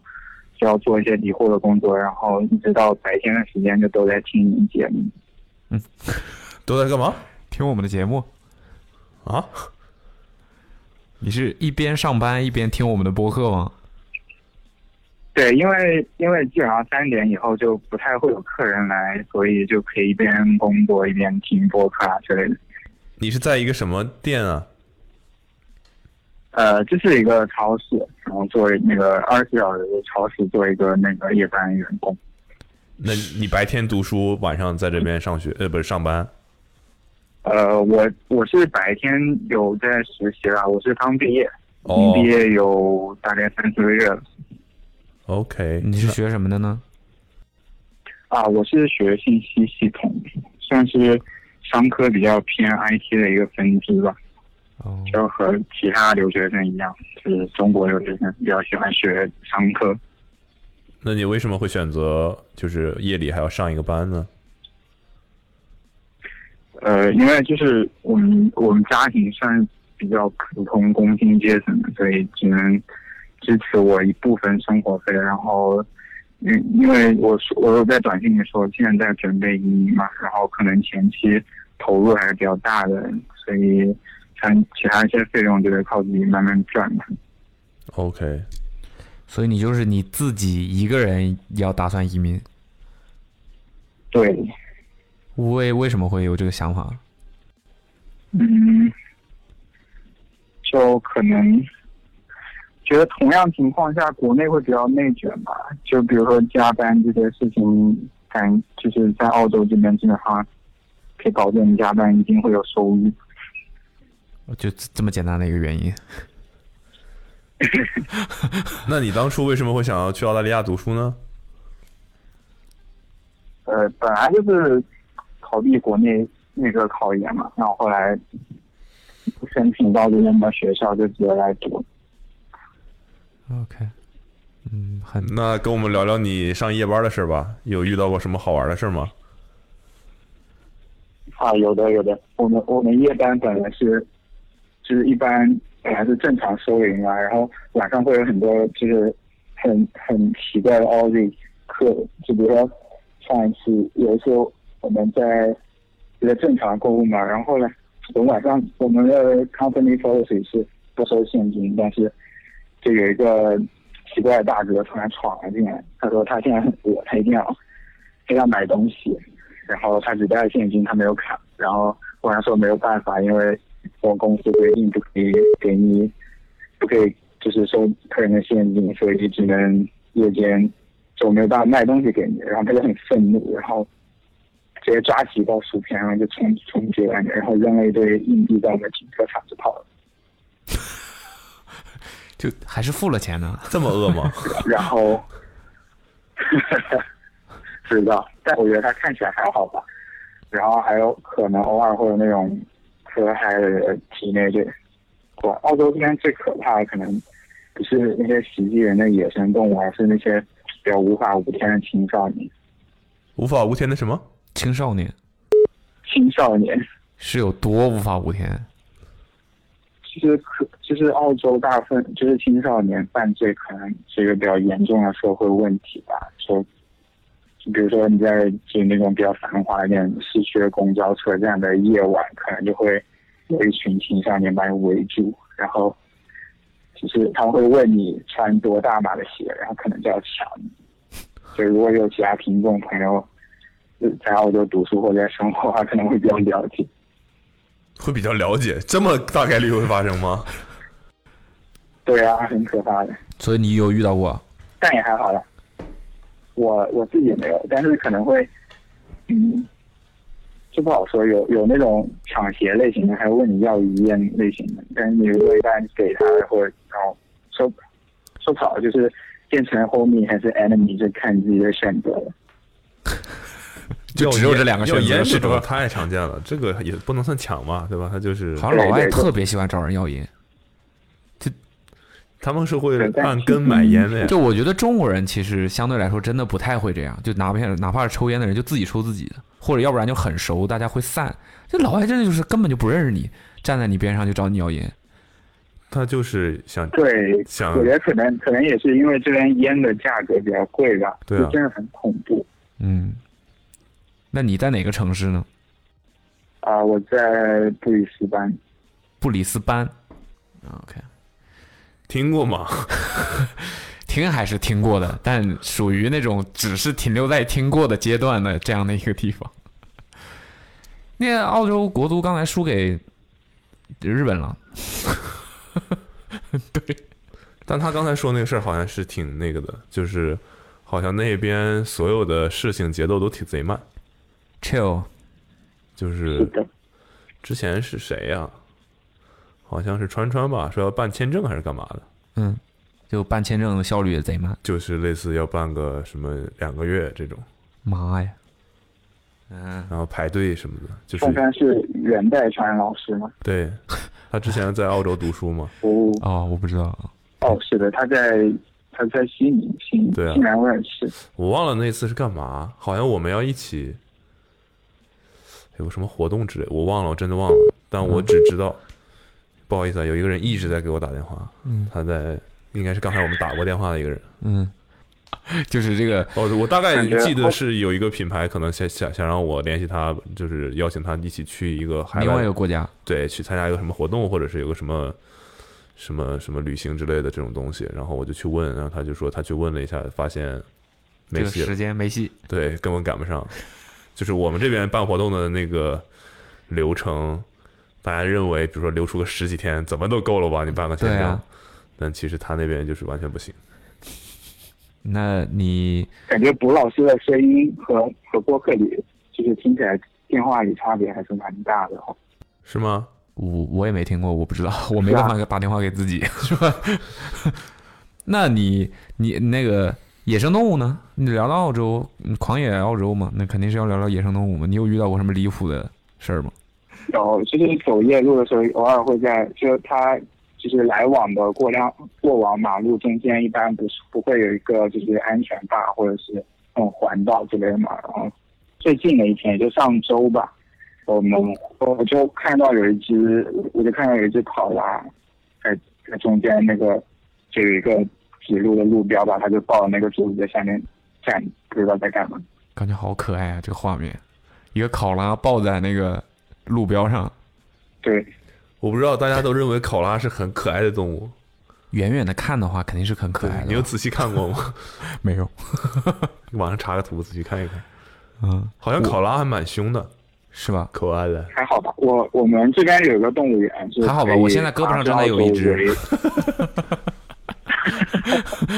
Speaker 8: 就要做一些理货的工作，然后一直到白天的时间就都在听你们节目。
Speaker 2: 都在干嘛
Speaker 4: 听我们的节目，
Speaker 2: 啊？
Speaker 4: 你是一边上班一边听我们的播客吗？
Speaker 8: 对，因为因为基本上三点以后就不太会有客人来，所以就可以一边工作一边听播客啊之类的。
Speaker 2: 你是在一个什么店啊？
Speaker 8: 呃，这是一个超市，然后作为那个二十四小时的超市做一个那个夜班员工。
Speaker 2: 那你白天读书，晚上在这边上学，呃，不是上班。
Speaker 8: 呃，我我是白天有在实习啦，我是刚毕业，已经
Speaker 2: 哦
Speaker 8: 毕业有大概三四个月了
Speaker 2: OK，
Speaker 4: 你是学什么的呢？
Speaker 8: 啊。我是学信息系统，算是商科比较偏 IT 的一个分支吧，
Speaker 4: 哦，
Speaker 8: 就和其他留学生一样，就是中国留学生比较喜欢学商科。
Speaker 2: 那你为什么会选择就是夜里还要上一个班呢？
Speaker 8: 呃，因为就是我们我们家庭算是比较普通工薪阶层的，所以只能支持我一部分生活费。然后，因因为我说我有在短信里说现在在准备移民嘛，然后可能前期投入还是比较大的，所以像其他一些费用就得靠自己慢慢赚吧。
Speaker 2: OK，
Speaker 4: 所以你就是你自己一个人要打算移民，
Speaker 8: 对，
Speaker 4: 为为什么会有这个想法？
Speaker 8: 嗯，就可能觉得同样情况下，国内会比较内卷吧。就比如说加班这些事情，感就是在澳洲这边基本上可以保证你加班一定会有收入。
Speaker 4: 就这这么简单的一个原因。
Speaker 2: 那你当初为什么会想要去澳大利亚读书呢？
Speaker 8: 呃，本来就是逃避国内那个考研嘛，然后后来申请到这边的学校就直接来读。
Speaker 4: OK，嗯，很
Speaker 2: 那跟我们聊聊你上夜班的事儿吧，有遇到过什么好玩的事儿吗？
Speaker 8: 啊，有的有的，我们我们夜班本来是，就是一般本来是正常收银啊，然后晚上会有很多就是很很奇怪的 Aussie 客，就比如说上一次有一次我们在一个正常购物嘛，然后呢，我们晚上我们的 company policy 是不收现金，但是就有一个奇怪的大哥突然闯了进来，他说他现在很饿，他一定要他要买东西，然后他只带了现金，他没有卡，然后我跟他说没有办法，因为我公司规定不可以给你，不可以就是收客人的现金，所以只能夜间就没有办法卖东西给你。然后他就很愤怒，然后直接抓起一包薯片，然后就冲冲进来，然后扔了一堆硬币在我们停车场就跑了。
Speaker 4: 就还是付了钱呢。
Speaker 2: 这么饿 吗？
Speaker 8: 然后不知道，但我觉得他看起来还好吧。然后还有可能偶尔会有那种喝嗨的人体内这，我澳洲这边最可怕的可能不是那些袭击人的野生动物，而是那些比较无法无天的青少年。
Speaker 2: 无法无天的什么？
Speaker 4: 青少年
Speaker 8: 青少年
Speaker 4: 是有多无法无天？
Speaker 8: 其实可就是澳洲大部分就是青少年犯罪可能是一个比较严重的社会问题吧，就就比如说你在就那种比较繁华一点市区的公交车站的夜晚，可能就会有一群青少年把你围住，然后就是他们会问你穿多大码的鞋，然后可能就要抢你。所以如果有其他听众朋友呃在澳洲读书或者在生活的啊话，可能会比较了解。
Speaker 2: 会比较了解，这么大概率会发生吗？
Speaker 8: 对啊，很可怕的。
Speaker 4: 所以你有遇到过？
Speaker 8: 但也还好啦。我我自己也没有，但是可能会，嗯，就不好说。有有那种抢鞋类型的，还问你要遗烟类型的，但是你如果一般给他或者然后说说不好，就是变成 homie 还是 enemy，就看你自己的选择了。
Speaker 4: 就只有这两个选择
Speaker 2: 要烟
Speaker 4: 是
Speaker 2: 这种
Speaker 4: 吧
Speaker 2: 太常见了，这个也不能算抢吧，对吧？他就是
Speaker 4: 好像老
Speaker 8: 对
Speaker 4: 外
Speaker 8: 对对
Speaker 4: 特别喜欢找人要银，
Speaker 2: 他们是会
Speaker 8: 对但
Speaker 2: 按
Speaker 8: 是
Speaker 2: 根买烟的呀。
Speaker 4: 就我觉得中国人其实相对来说真的不太会这样，就哪怕哪怕是抽烟的人，就自己抽自己的，或者要不然就很熟，大家会散。这老外真的就是根本就不认识你，站在你边上就找你要烟。
Speaker 2: 他就是想
Speaker 8: 对，
Speaker 2: 想
Speaker 8: 我觉得可能可能也是因为这边烟的价格比较贵吧，
Speaker 2: 对啊
Speaker 8: 就真的很恐怖
Speaker 4: 嗯，那你在哪个城市呢？
Speaker 8: 啊、我在布里斯班，
Speaker 4: 布里斯班。OK，
Speaker 2: 听过吗？
Speaker 4: 听还是听过的，但属于那种只是停留在听过的阶段的这样的一个地方。那澳洲国足刚才输给日本了，
Speaker 2: 但他刚才说那个事儿好像是挺那个的，就是好像那边所有的事情节奏都挺贼慢。
Speaker 4: chill
Speaker 2: 就是
Speaker 8: 是的，
Speaker 2: 之前是谁呀、好像是川川吧，说要办签证还是干嘛的，
Speaker 4: 嗯，就办签证的效率也贼慢。
Speaker 2: 就是类似要办个什么两个月这种，
Speaker 4: 妈呀！嗯，
Speaker 2: 然后排队什么的，就是
Speaker 8: 上山是袁代川老师吗？
Speaker 2: 对。 他之前在澳洲读书嘛，
Speaker 8: 哦
Speaker 4: 哦，我不知道，
Speaker 8: 哦，是的，他在他在悉尼，悉尼
Speaker 2: 对啊
Speaker 8: 西南威尔士，
Speaker 2: 我忘了那次是干嘛，好像我们要一起有什么活动之类，我忘了，我真的忘了，但我只知道，不好意思啊，有一个人一直在给我打电话，
Speaker 4: 嗯
Speaker 2: 他在应该是刚才我们打过电话的一个人，
Speaker 4: 嗯， 就是这个
Speaker 2: 哦，我大概
Speaker 8: 感觉
Speaker 2: 记得是有一个品牌可能想想想让我联系他，就是邀请他一起去一个海
Speaker 4: 另外
Speaker 2: 外
Speaker 4: 一个国家，
Speaker 2: 对去参加一个什么活动，或者是有个什么什么什么旅行之类的这种东西。然后我就去问，然后他就说他去问了一下，发现
Speaker 4: 这
Speaker 2: 没
Speaker 4: 个
Speaker 2: 戏了
Speaker 4: 时，间没戏。
Speaker 2: 对，根本赶不上。就是我们这边办活动的那个流程，大家认为比如说留出个十几天，怎么都够了吧？你办个签
Speaker 4: 对
Speaker 2: 证
Speaker 4: 啊，
Speaker 2: 但其实他那边就是完全不行。
Speaker 4: 那你
Speaker 8: 感觉卜老师的声音和和播客里就是听起来电话里差别还是蛮大的哦。
Speaker 2: 是吗？
Speaker 4: 我我也没听过，我不知道，我没办法打电话给自己， 是吧？那你你那个野生动物呢？你聊到澳洲，嗯狂野澳洲嘛，那肯定是要聊聊野生动物嘛。你有遇到过什么离谱的事儿吗？
Speaker 8: 然后就是走夜路的时候，偶尔会在就是他就是来往的过辆过往马路中间，一般不是不会有一个就是安全坝或者是那种环道之类的嘛。然后最近的一天，也就上周吧，我们我就看到有一只，我就看到有一只考拉在在中间那个就有一个指路的路标吧，它就抱着那个柱子在下面站，不知道在干嘛。
Speaker 4: 感觉好可爱啊，这个画面，一个考拉抱在那个路标上，
Speaker 8: 对，
Speaker 2: 我不知道，大家都认为考拉是很可爱的动物，
Speaker 4: 远远的看的话，肯定是很可
Speaker 2: 对
Speaker 4: 爱的。
Speaker 2: 你有仔细看过吗？
Speaker 4: 没有？
Speaker 2: 网上查个图仔细看一看，
Speaker 4: 嗯，
Speaker 2: 好像考拉还蛮凶的，
Speaker 4: 是吧？
Speaker 2: 可爱了。
Speaker 8: 还好吧，我我们这边有个动物园，就是
Speaker 4: 还好吧我现在胳膊上真的有一只
Speaker 8: 可以爬山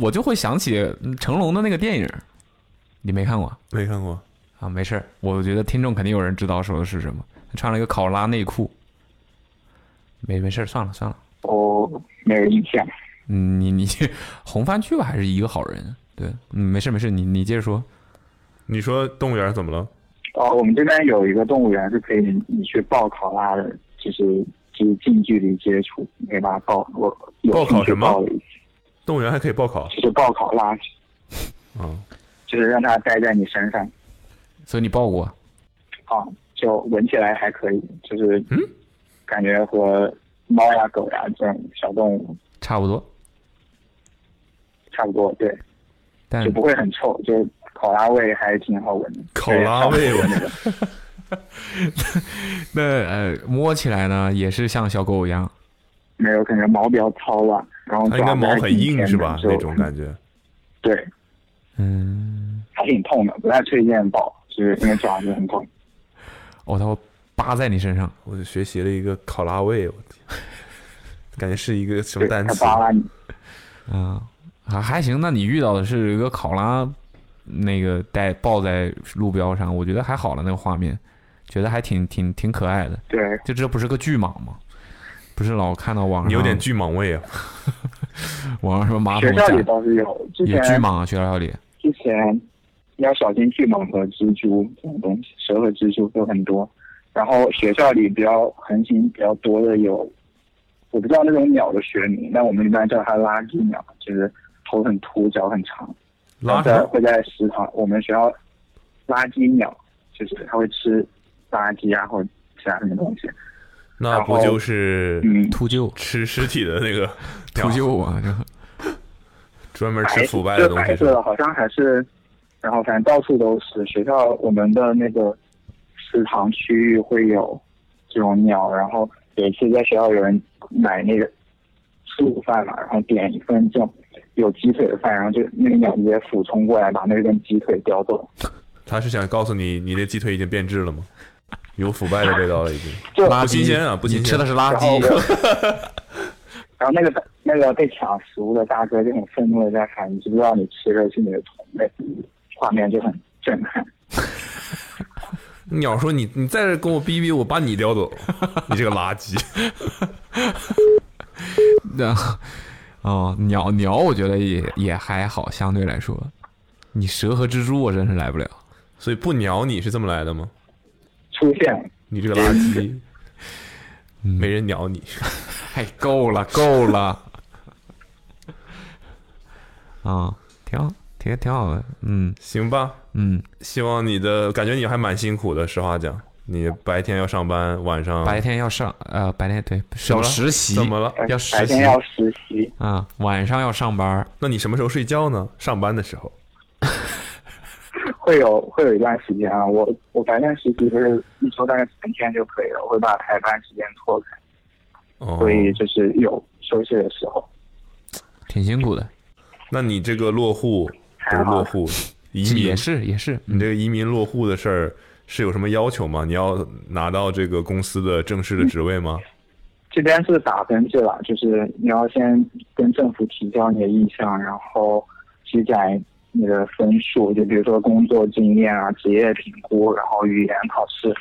Speaker 4: 我就会想起嗯成龙的那个电影，你没看过啊
Speaker 2: 没看过，
Speaker 4: 啊？没事儿，我觉得听众肯定有人知道说的是什么。他穿了一个考拉内裤，没没事儿，算了算了。
Speaker 8: 我没有印象。
Speaker 4: 嗯，你你红番区吧，还是一个好人。对，嗯，没事没事，你你接着说。
Speaker 2: 你说呃动物园怎么了？
Speaker 8: 哦，我们这边有一个动物园是可以你去抱考拉的，就是就是近距离接触，你可以把它抱。我有
Speaker 2: 报考
Speaker 8: 兴趣
Speaker 2: 什么
Speaker 8: 抱了一次
Speaker 2: 动物园还可以报考
Speaker 8: 就是抱考拉，
Speaker 4: 哦
Speaker 2: 啊？
Speaker 8: 就是让它待在你身上
Speaker 4: 所以你报过，
Speaker 8: 啊，就闻起来还可以，就是
Speaker 4: 嗯
Speaker 8: 感觉和猫呀狗呀这种小动物
Speaker 4: 差 不多，
Speaker 8: 差不多，对，
Speaker 4: 但
Speaker 8: 就不会很臭，就考拉味还挺好闻的。
Speaker 2: 考拉味，我
Speaker 4: 那呃摸起来呢，也是像小狗一样。
Speaker 8: 没有，可能毛比较糙吧，然后
Speaker 2: 它啊应该
Speaker 8: 爪子
Speaker 2: 毛
Speaker 8: 还
Speaker 2: 很
Speaker 8: 挺
Speaker 2: 硬
Speaker 8: 尖
Speaker 2: 是
Speaker 8: 的
Speaker 2: 吧？
Speaker 8: 就
Speaker 2: 那种感觉。
Speaker 8: 对，
Speaker 4: 嗯，
Speaker 8: 还挺痛的，不太推荐抱，就是因为爪子很痛。
Speaker 4: 哦，它会扒在你身上。
Speaker 2: 我就学习了一个考拉味，我天，感觉是一个什么
Speaker 8: 对，
Speaker 2: 单
Speaker 8: 它
Speaker 2: 词？
Speaker 8: 扒拉你，
Speaker 4: 啊，还还行。那你遇到的是一个考拉，那个带抱在路标上，我觉得还好了，那个画面，觉得还挺挺挺可爱的。
Speaker 8: 对，
Speaker 4: 就这不是个巨蟒吗？不是老看到网上
Speaker 2: 你有点巨蟒味啊！
Speaker 4: 网上什么马桶
Speaker 8: 学校里
Speaker 4: 站
Speaker 8: 倒是有，之
Speaker 4: 也
Speaker 8: 前
Speaker 4: 巨蟒啊，学校里
Speaker 8: 之前要小心巨蟒和蜘蛛这种东西，蛇和蜘蛛都很多。然后学校里比较横行比较多的有我不知道那种鸟的学名，但我们一般叫它垃圾鸟，就是头很秃，脚很长。
Speaker 2: 拉
Speaker 8: 在
Speaker 2: 什么？
Speaker 8: 会在食堂，我们学校垃圾鸟就是它会吃垃圾啊或者其他什么东西。
Speaker 2: 那不就是
Speaker 8: 嗯，
Speaker 4: 秃鹫，
Speaker 2: 吃尸体的那个
Speaker 4: 秃鹫啊，就
Speaker 2: 专门
Speaker 8: 白
Speaker 2: 吃腐败的
Speaker 8: 就
Speaker 2: 东
Speaker 8: 白
Speaker 2: 西是
Speaker 8: 色
Speaker 2: 吧？
Speaker 8: 的，好像还是，然后反正到处都是。学校我们的那个食堂区域会有这种鸟，然后有一次在学校有人买那个吃午饭嘛，然后点一份这种有鸡腿的饭，然后就那个鸟直接俯冲过来把那根鸡腿叼走。
Speaker 2: 他是想告诉你，你那鸡腿已经变质了吗？有腐败的味道了，已经。
Speaker 8: 就
Speaker 4: 垃圾
Speaker 2: 不新鲜啊不新鲜
Speaker 4: 你吃的是垃
Speaker 8: 然后
Speaker 4: 圾，
Speaker 8: 我， 然后那个那个被抢食物的大哥就很愤怒的在喊：“你知不知道你吃的是你的同类？”画面就很震撼。
Speaker 2: 鸟说你你在这跟我逼逼，我把你 叼走，你这个垃圾。
Speaker 4: 那哦，鸟鸟，我觉得也也还好，相对来说，你蛇和蜘蛛我真是来不了。
Speaker 2: 所以不鸟你是这么来的吗？
Speaker 8: 出现
Speaker 2: 你这个垃圾，没人鸟你。
Speaker 4: 嗯 哎，够了，够了，啊、挺好，挺挺好的，嗯
Speaker 2: 行吧，
Speaker 4: 嗯，
Speaker 2: 希望你的感觉你还蛮辛苦的，实话讲，你白天要上班，晚上
Speaker 4: 白天要上，呃，白天对
Speaker 2: 什么
Speaker 4: 要
Speaker 2: 了
Speaker 4: 实习，
Speaker 2: 怎么了？
Speaker 7: 哎
Speaker 4: 要
Speaker 8: 白
Speaker 4: 实习
Speaker 8: 天要实习，
Speaker 4: 啊、晚上要上班儿，
Speaker 2: 那你什么时候睡觉呢？上班的时候。
Speaker 8: 会有会有一段时间啊，我我白天实习不是一周大概三天就可以了，我会把排班时间错开，
Speaker 2: 哦，
Speaker 8: 所以就是有休息的时候。
Speaker 4: 挺辛苦的，
Speaker 2: 那你这个落户不是落户，移民
Speaker 4: 也是也是，嗯
Speaker 2: 你这个移民落户的事儿是有什么要求吗？你要拿到这个公司的正式的职位吗？
Speaker 8: 这边是打分制了，就是你要先跟政府提交你的意向，然后积攒你的分数，就比如说工作经验啊、职业评估，然后语言考试，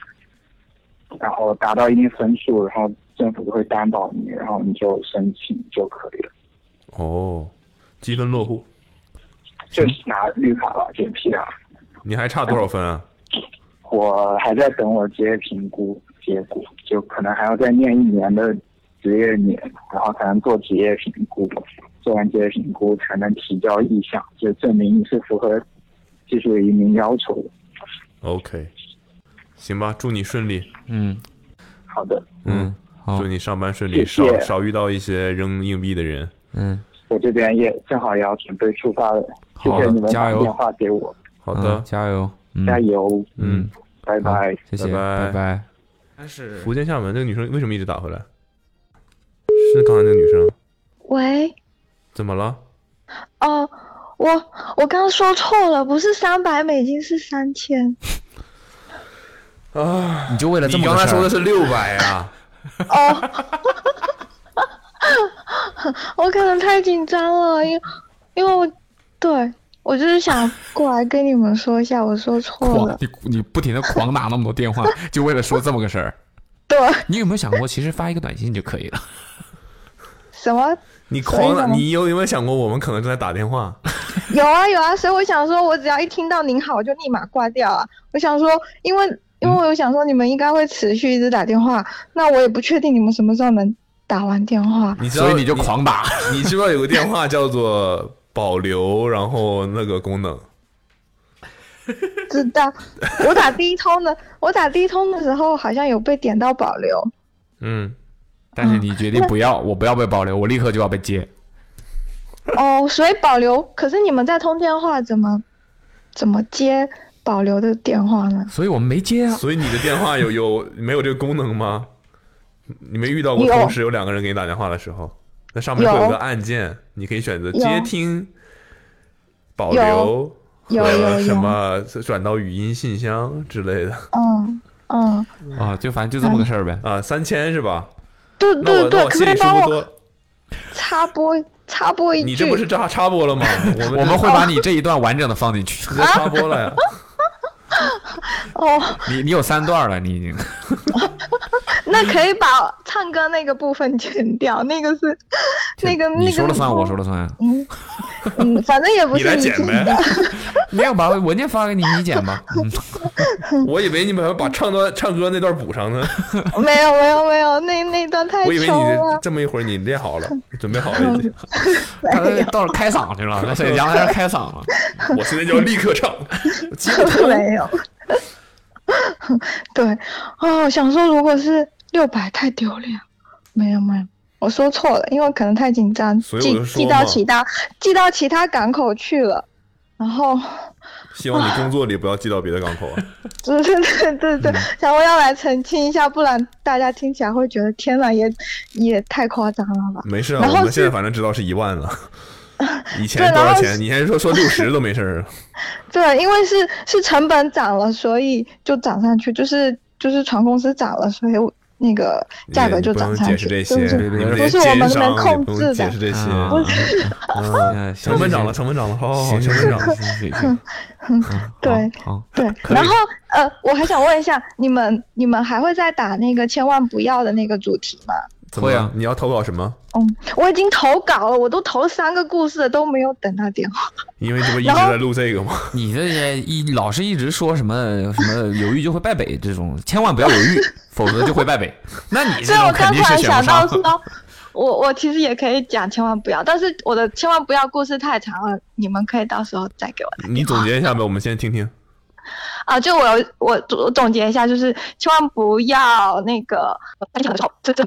Speaker 8: 然后达到一定分数，然后政府就会担保你，然后你就申请就可以了，
Speaker 4: 嗯
Speaker 2: 哦，积分落户，
Speaker 8: 就是拿绿卡了，就是 PR。
Speaker 2: 你还差多少分啊？
Speaker 8: 我还在等我职业评估结果，就可能还要再念一年的职业年，然后才能做职业评估，做完职业评估才能提交意向，就证明你是符合技术移民要求的。
Speaker 2: OK，行吧，祝你顺利，
Speaker 4: 嗯
Speaker 8: 好的，
Speaker 2: 嗯，
Speaker 4: 好
Speaker 2: 祝，你上班顺利，
Speaker 8: 谢
Speaker 2: 少
Speaker 8: 谢
Speaker 2: 少遇到一些扔硬币的人。
Speaker 4: 嗯，
Speaker 8: 我这边也正好也要准备出发了，谢
Speaker 4: 好
Speaker 8: 谢
Speaker 4: 的
Speaker 8: 你们
Speaker 4: 加
Speaker 8: 打
Speaker 4: 油
Speaker 8: 电话给我，
Speaker 2: 好
Speaker 4: 嗯
Speaker 2: 的，
Speaker 4: 加油，嗯
Speaker 8: 加油，
Speaker 2: 嗯，
Speaker 8: 拜拜。
Speaker 4: 谢谢，
Speaker 2: 拜拜
Speaker 4: 拜拜。但是
Speaker 2: 福建厦门这个女生为什么一直打回来？是刚才那个女生
Speaker 7: 喂，
Speaker 2: 怎么了？
Speaker 7: 哦、我我刚刚说错了，不是三百美金，是三千。
Speaker 4: 啊你就为了这么
Speaker 2: 你
Speaker 4: 个
Speaker 2: 刚才
Speaker 4: 事儿
Speaker 2: 说的是六百啊？
Speaker 7: 哦，我可能太紧张了，因为因为我对我就是想过来跟你们说一下，我说错
Speaker 4: 狂
Speaker 7: 了，，
Speaker 4: 你你不停的狂打那么多电话， 就为了说这么个事儿。
Speaker 7: 对，
Speaker 4: 你有没有想过，其实发一个短信就可以了？
Speaker 7: 什么
Speaker 2: 你狂打，
Speaker 7: 所以呢
Speaker 2: 你有有没有想过我们可能正在打电话？
Speaker 7: 有啊有啊，所以我想说，我只要一听到您好，我就立马挂掉啊。我想说，因为因为我想说，你们应该会持续一直打电话，那我也不确定你们什么时候能打完电话。
Speaker 2: 你知道
Speaker 4: 所以你就狂打。
Speaker 2: 你知不知道有个电话叫做保留，然后那个功能？
Speaker 7: 知 道，我打第一通的，我打第一通的时候好像有被点到保留，
Speaker 2: 嗯，
Speaker 4: 但是你决定不要，我不要被保留，我立刻就要被接。
Speaker 7: 哦，所以保留。可是你们在通电话怎么怎么接保留的电话呢？
Speaker 4: 所以我们没接啊。
Speaker 2: 所以你的电话有有没有这个功能吗？你没遇到过
Speaker 7: 有
Speaker 2: 同时有两个人给你打电话的时候，那上面会有
Speaker 7: 有
Speaker 2: 个按键，你可以选择
Speaker 7: 有
Speaker 2: 接听、保留
Speaker 7: 有有
Speaker 2: 和
Speaker 7: 有
Speaker 2: 什么转到语音信箱之类的
Speaker 7: 嗯嗯，
Speaker 4: 啊，就反正就这么个事儿呗。
Speaker 2: 啊，三千是吧？
Speaker 7: 对
Speaker 2: 那我
Speaker 7: 对
Speaker 2: 那
Speaker 7: 对，
Speaker 2: 我
Speaker 7: 可
Speaker 2: 心
Speaker 7: 不可
Speaker 2: 里
Speaker 7: 以
Speaker 2: 舒
Speaker 7: 帮
Speaker 2: 服
Speaker 7: 我
Speaker 2: 多。
Speaker 7: 插播插播一句？
Speaker 2: 你这不是插插播了吗？我们
Speaker 4: 我
Speaker 2: 我
Speaker 4: 们会把你这一段完整的放进去。
Speaker 2: 直接插播了呀。
Speaker 7: 哦，
Speaker 4: 你你有三段了，你已经。
Speaker 7: 那可以把唱歌那个部分剪掉，那个是那个 那个。
Speaker 4: 你说了算，我说。了算。
Speaker 7: 嗯嗯，反正也不
Speaker 2: 你
Speaker 7: 是
Speaker 2: 来
Speaker 7: 你
Speaker 2: 剪
Speaker 7: 自己
Speaker 2: 呗
Speaker 7: 的。
Speaker 4: 你要把文件发给你，你剪吧。嗯
Speaker 2: 我以为你把把唱段唱歌那段补上呢，
Speaker 7: 没有没有没有，那那段太
Speaker 2: 我以为
Speaker 7: 糗
Speaker 2: 你
Speaker 7: 了。嗯哎
Speaker 2: 这么一会儿你练 好了，准备好了已经。
Speaker 4: 他这到了开嗓去了，在阳台上开嗓了。
Speaker 2: 我现在就要立 刻唱，接着
Speaker 7: 没有。 对，哦，想说如果是六百太丢脸，没有没有，我说错了，因为可能太紧张，
Speaker 2: 所以
Speaker 7: 寄
Speaker 2: 我就说
Speaker 7: 寄到
Speaker 2: 嘛
Speaker 7: 其他寄到其他港口去了，然后
Speaker 2: 希望你工作里不要寄到别的港口啊。
Speaker 7: 对对对对
Speaker 2: 嗯
Speaker 7: 对，想我要来澄清一下，不然大家听起来会觉得天哪，也也太夸张了吧？
Speaker 2: 没事啊，
Speaker 7: 然后
Speaker 2: 我们现在
Speaker 7: 是
Speaker 2: 反正知道是一万了。
Speaker 7: 对
Speaker 2: 以前
Speaker 7: 然
Speaker 2: 多少
Speaker 7: 后
Speaker 2: 钱？你还说说六十都没 事儿啊，
Speaker 7: 对，因为是是成本涨了，所以就涨上去，就是就是船公司涨了，所以我那个价格
Speaker 2: 你
Speaker 7: 就
Speaker 2: 不
Speaker 7: 涨
Speaker 2: 用
Speaker 7: 上
Speaker 2: 解
Speaker 7: 去，
Speaker 2: 释这些，
Speaker 7: 对对
Speaker 2: 你们
Speaker 7: 不是
Speaker 2: 这些
Speaker 7: 我们
Speaker 2: 奸
Speaker 7: 能
Speaker 2: 商
Speaker 7: 控
Speaker 2: 你不
Speaker 7: 制啊
Speaker 2: 用
Speaker 7: 的
Speaker 2: 解释这些。啊
Speaker 4: 不 是，嗯
Speaker 2: 成本涨了，成本涨了，好好好，成本涨了。
Speaker 4: 行行行，嗯
Speaker 7: 对
Speaker 4: 好好
Speaker 7: 对，
Speaker 4: 可以
Speaker 7: 然后呃，我还想问一下，你们你们还会再打那个千万不要的那个主题吗？
Speaker 2: 怎么
Speaker 4: 会
Speaker 2: 了
Speaker 4: 啊
Speaker 2: 你要投稿什么？
Speaker 7: 嗯，我已经投稿了，我都投了三个故事了，都没有等到电话。
Speaker 2: 因为这不一直在录这个吗？
Speaker 4: 你这些一老是一直说什么什么犹豫就会败北这种，千万不要 犹豫，否则就会败北。那你这
Speaker 7: 所以我
Speaker 4: 种 肯
Speaker 7: 刚
Speaker 4: 定
Speaker 7: 突
Speaker 4: 是
Speaker 7: 然
Speaker 4: 选
Speaker 7: 想
Speaker 4: 不
Speaker 7: 到
Speaker 4: 上。
Speaker 7: 说，我我其实也可以讲千万不要，但是我的千万不要故事太长了，你们可以到时候再给我打
Speaker 2: 你
Speaker 7: 电话
Speaker 2: 总结一下呗，我们先听听。
Speaker 7: 啊。就我有我我总结一下，就是千万不要那个，这这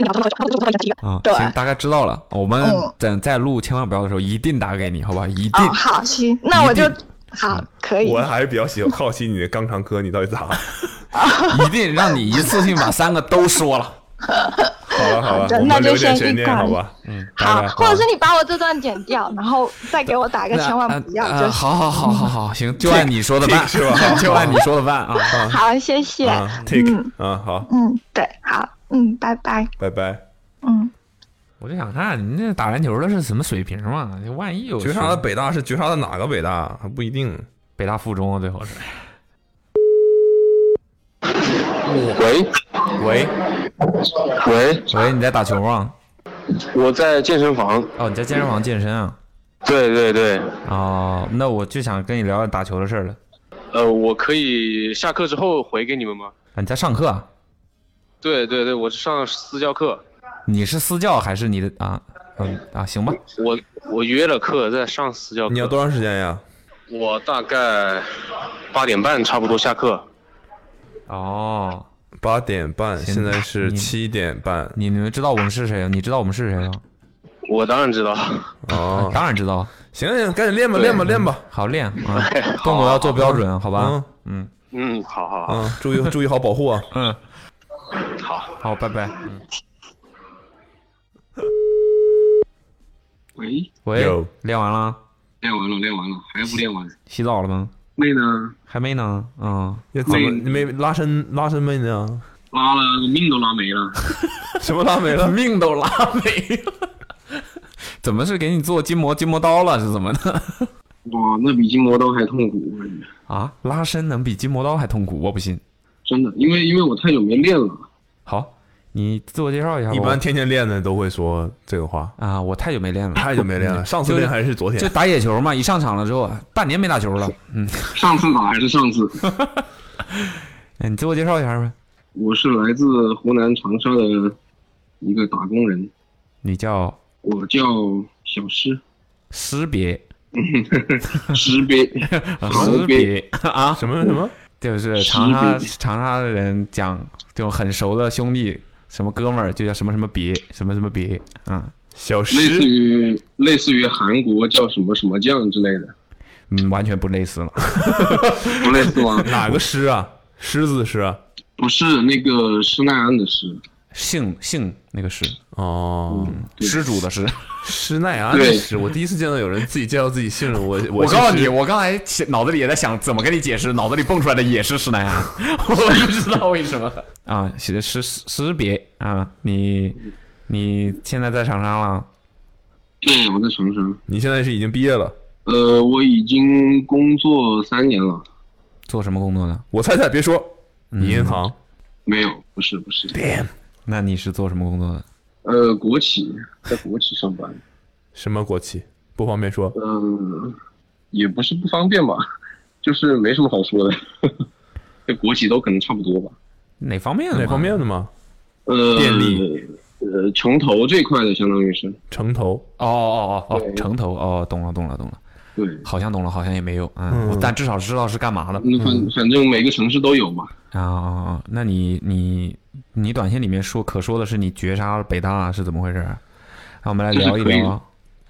Speaker 4: 啊，
Speaker 7: 对
Speaker 4: 行，大概知道了。我们
Speaker 7: 嗯
Speaker 4: 等再录千万不要的时候，一定打给你，好吧？一定
Speaker 7: 哦，。好行，那我就
Speaker 4: 一定嗯
Speaker 7: 好可 以。
Speaker 2: 我还是比较喜好奇你的肛肠科，你到底咋了？
Speaker 4: 一定让你一次性把三个都说了。
Speaker 2: 好了好了，
Speaker 7: 的
Speaker 2: 我
Speaker 7: 那
Speaker 2: 们
Speaker 7: 就
Speaker 2: 留
Speaker 7: 先
Speaker 2: 点悬
Speaker 7: 预
Speaker 2: 念，
Speaker 7: 告
Speaker 2: 好吧？
Speaker 4: 嗯，
Speaker 7: 好
Speaker 4: 大概，
Speaker 7: 或者是你把我这段剪掉，然后再给我打个千万不要
Speaker 4: 呃
Speaker 7: 就
Speaker 4: 呃
Speaker 7: 行。
Speaker 4: 好好好好 好，行，就按你说的办，
Speaker 2: Take 是吧好
Speaker 4: 就按你说的办啊。啊哎
Speaker 7: 好，谢谢。
Speaker 2: 啊，take
Speaker 7: 嗯
Speaker 2: 啊，好，
Speaker 7: 嗯，对，好，嗯，拜拜，
Speaker 2: 拜拜。
Speaker 7: 嗯。
Speaker 4: 我就想看你那打篮球的是什么水平嘛？万一有
Speaker 2: 绝杀的北大是绝杀的哪个北大？还不一定。
Speaker 4: 北大附中啊，最好是。
Speaker 9: 喂
Speaker 4: 喂
Speaker 9: 喂，
Speaker 4: 喂，你在打球吗？
Speaker 9: 我在健身房。
Speaker 4: 哦，你在健身房健身啊？
Speaker 9: 对对对，
Speaker 4: 哦，那我就想跟你聊聊打球的事儿了。
Speaker 9: 呃，我可以下课之后回给你们吗？
Speaker 4: 啊，你在上课啊？
Speaker 9: 对对对，我是上私教课，
Speaker 4: 你是私教还是你的啊？嗯啊，行吧。
Speaker 9: 我我约了课在上私教课。
Speaker 2: 你要多长时间呀？
Speaker 9: 我大概八点半差不多下课。
Speaker 4: 哦，
Speaker 2: 八点半，
Speaker 4: 行
Speaker 2: 现在是
Speaker 4: 你
Speaker 2: 七点半
Speaker 4: 你你们知道我们是谁啊？你知道我们是谁吗？啊
Speaker 9: 我当然知道，
Speaker 2: 哦。
Speaker 4: 当然知道。
Speaker 2: 行行，赶紧练吧，练吧，练吧。
Speaker 4: 好练 啊，动作要做标准，好吧？嗯
Speaker 9: 嗯，好好好，
Speaker 2: 嗯，注意注意好保护啊。
Speaker 4: 嗯，
Speaker 9: 好，
Speaker 4: 好，拜拜。嗯
Speaker 10: 喂，
Speaker 4: 喂
Speaker 2: 有，
Speaker 4: 练完了？
Speaker 10: 练完了，练完了，还不练完？
Speaker 4: 洗澡了吗？
Speaker 10: 妹呢？
Speaker 4: 还没呢。嗯，
Speaker 2: 你怎么
Speaker 10: 妹
Speaker 2: 你没拉伸拉伸啊没呢？
Speaker 10: 拉了，命都拉没 了。
Speaker 2: 什么拉没了？
Speaker 4: 命都拉没了。怎么是给你做筋膜筋膜刀了？是怎么的？
Speaker 10: 哇，那比筋膜刀还痛苦，我感觉
Speaker 4: 啊，拉伸能比筋膜刀还痛苦？我不信。
Speaker 10: 真的，因为因为我太久没练了。
Speaker 4: 好，你自我介绍一下吧。
Speaker 2: 一般 天天练的都会说这个话。
Speaker 4: 啊，我太久没练了，
Speaker 2: 太久没 练了，上次练还是昨
Speaker 4: 就
Speaker 2: 天。
Speaker 4: 打野球嘛，一上场了之后，半年没打球了。嗯，
Speaker 10: 上次打还是上次，
Speaker 4: 哎你自我介绍一下呗。
Speaker 10: 我是来自湖南长沙的一个打工人，
Speaker 4: 你叫
Speaker 10: 我叫小诗，
Speaker 4: 识别，
Speaker 10: 诗 呗，呗，
Speaker 4: 识别啊，
Speaker 2: 什么什么？
Speaker 4: 就是长沙
Speaker 10: 识别
Speaker 4: 长沙的人讲，就很熟的兄弟，什么哥们儿就叫什么什么别，什么什么别，嗯
Speaker 2: 小
Speaker 10: 类似
Speaker 2: 石
Speaker 10: 于类似于韩国叫什么什么酱之类的，
Speaker 4: 嗯，完全不类似了。
Speaker 10: 不类似 吗？
Speaker 2: 哪个狮啊？狮子狮啊？
Speaker 10: 不是那个施耐庵的施，
Speaker 4: 姓姓那个是
Speaker 2: 哦，
Speaker 10: 对
Speaker 4: 施主的施。
Speaker 2: 施耐庵的
Speaker 10: 对
Speaker 2: 施，我第一次见到有人自己介绍自己姓， 我
Speaker 4: 我
Speaker 2: 我
Speaker 4: 告诉
Speaker 2: 其
Speaker 4: 你，
Speaker 2: 实，
Speaker 4: 我刚才想脑子里也在想怎么跟你解释，脑子里蹦出来的也是施耐庵， 我不知道为什么啊，识识识别啊，你你现在在长沙了，
Speaker 10: 对，我在长沙。
Speaker 2: 你现在是已经毕业了，
Speaker 10: 呃，我已经工作三年了，
Speaker 4: 做什么工作呢？
Speaker 2: 我猜猜，别说，
Speaker 4: 嗯
Speaker 2: 你银行
Speaker 10: 没有，不是不是，
Speaker 4: 那你是做什么工作的？
Speaker 10: 呃，国企，在国企上班，
Speaker 2: 什么国企不方便说，
Speaker 10: 呃，也不是不方便吧，就是没什么好说的。这国企都可能差不多吧。
Speaker 4: 哪方面
Speaker 10: 的
Speaker 2: 哪方面的吗？
Speaker 10: 呃，
Speaker 2: 电力，
Speaker 10: 呃，城投这块的相当于是
Speaker 2: 城投。
Speaker 4: 哦哦哦哦，
Speaker 10: 对
Speaker 4: 城投哦，懂了懂了懂了，
Speaker 10: 对，
Speaker 4: 好像懂了，好像也没有，嗯，
Speaker 10: 嗯
Speaker 4: 我但至少知道是干嘛的。
Speaker 10: 嗯，反反正每个城市都有吧。
Speaker 4: 啊啊啊！那你你你短信里面说可说的是你绝杀北大啊是怎么回事？那我们来聊一聊，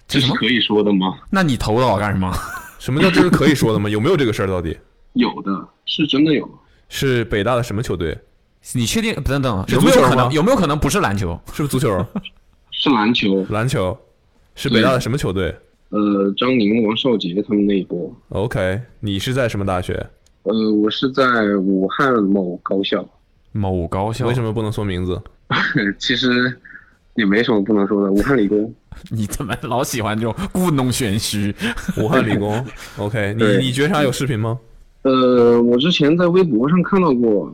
Speaker 10: 这是可以说的吗？
Speaker 4: 那你投稿干什么？
Speaker 2: 什么叫这是可以说的吗？有没有这个事儿？到底
Speaker 10: 有的，是真的有。
Speaker 2: 是北大的什么球队？
Speaker 4: 你确定？等等，
Speaker 2: 是
Speaker 4: 有
Speaker 2: 足
Speaker 4: 没有
Speaker 2: 球
Speaker 4: 可
Speaker 2: 吗
Speaker 4: 能？？有没有可能不是篮球？
Speaker 2: 是不是足球？
Speaker 10: 是篮球。
Speaker 2: 篮球是北大的什么球队
Speaker 10: 呃，张宁、王少杰他们那一波。
Speaker 2: ？OK，你是在什么大学？
Speaker 10: 呃，我是在武汉某高校，
Speaker 4: 某高校？
Speaker 2: 为什么不能说名字？
Speaker 10: 其实也没什么不能说的。武汉理工，
Speaker 4: 你怎么老喜 欢这种故弄玄虚？
Speaker 2: 武汉理工。OK，你
Speaker 10: 对
Speaker 2: 你觉察有视频吗？
Speaker 10: 呃，我之前在微博上看到过，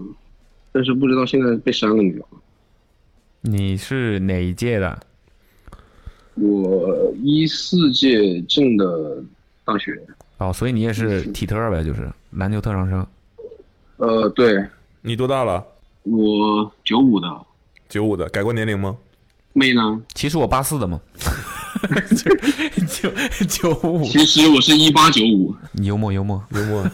Speaker 10: 但是不知道现在被删了没有。
Speaker 4: 你是哪一届的？
Speaker 10: 我一四届进的大学，
Speaker 4: 哦，所以你也是体特呗，就是篮球特 长生。
Speaker 10: 呃，对，
Speaker 2: 你多大了？
Speaker 10: 我九五的，
Speaker 2: 九五的，改过年龄吗？
Speaker 10: 妹呢？
Speaker 4: 其实我八四的嘛，九九五。
Speaker 10: 其实我是一八九五，
Speaker 4: 你幽默幽默
Speaker 2: 幽默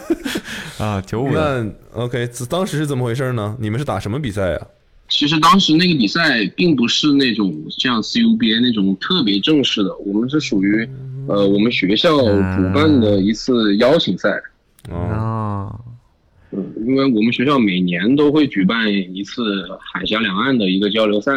Speaker 4: 啊，九五的。
Speaker 2: 那 OK，自当时是怎么回事呢？你们是打什么比赛呀、
Speaker 10: 其实当时那个比赛并不是那种像 CUBA 那种特别正式的，我们是属于呃我们学校主办的一次邀请赛。
Speaker 2: 哦
Speaker 4: 啊，
Speaker 10: 嗯，因为我们学校每年都会举办一次海峡两岸的一个交流赛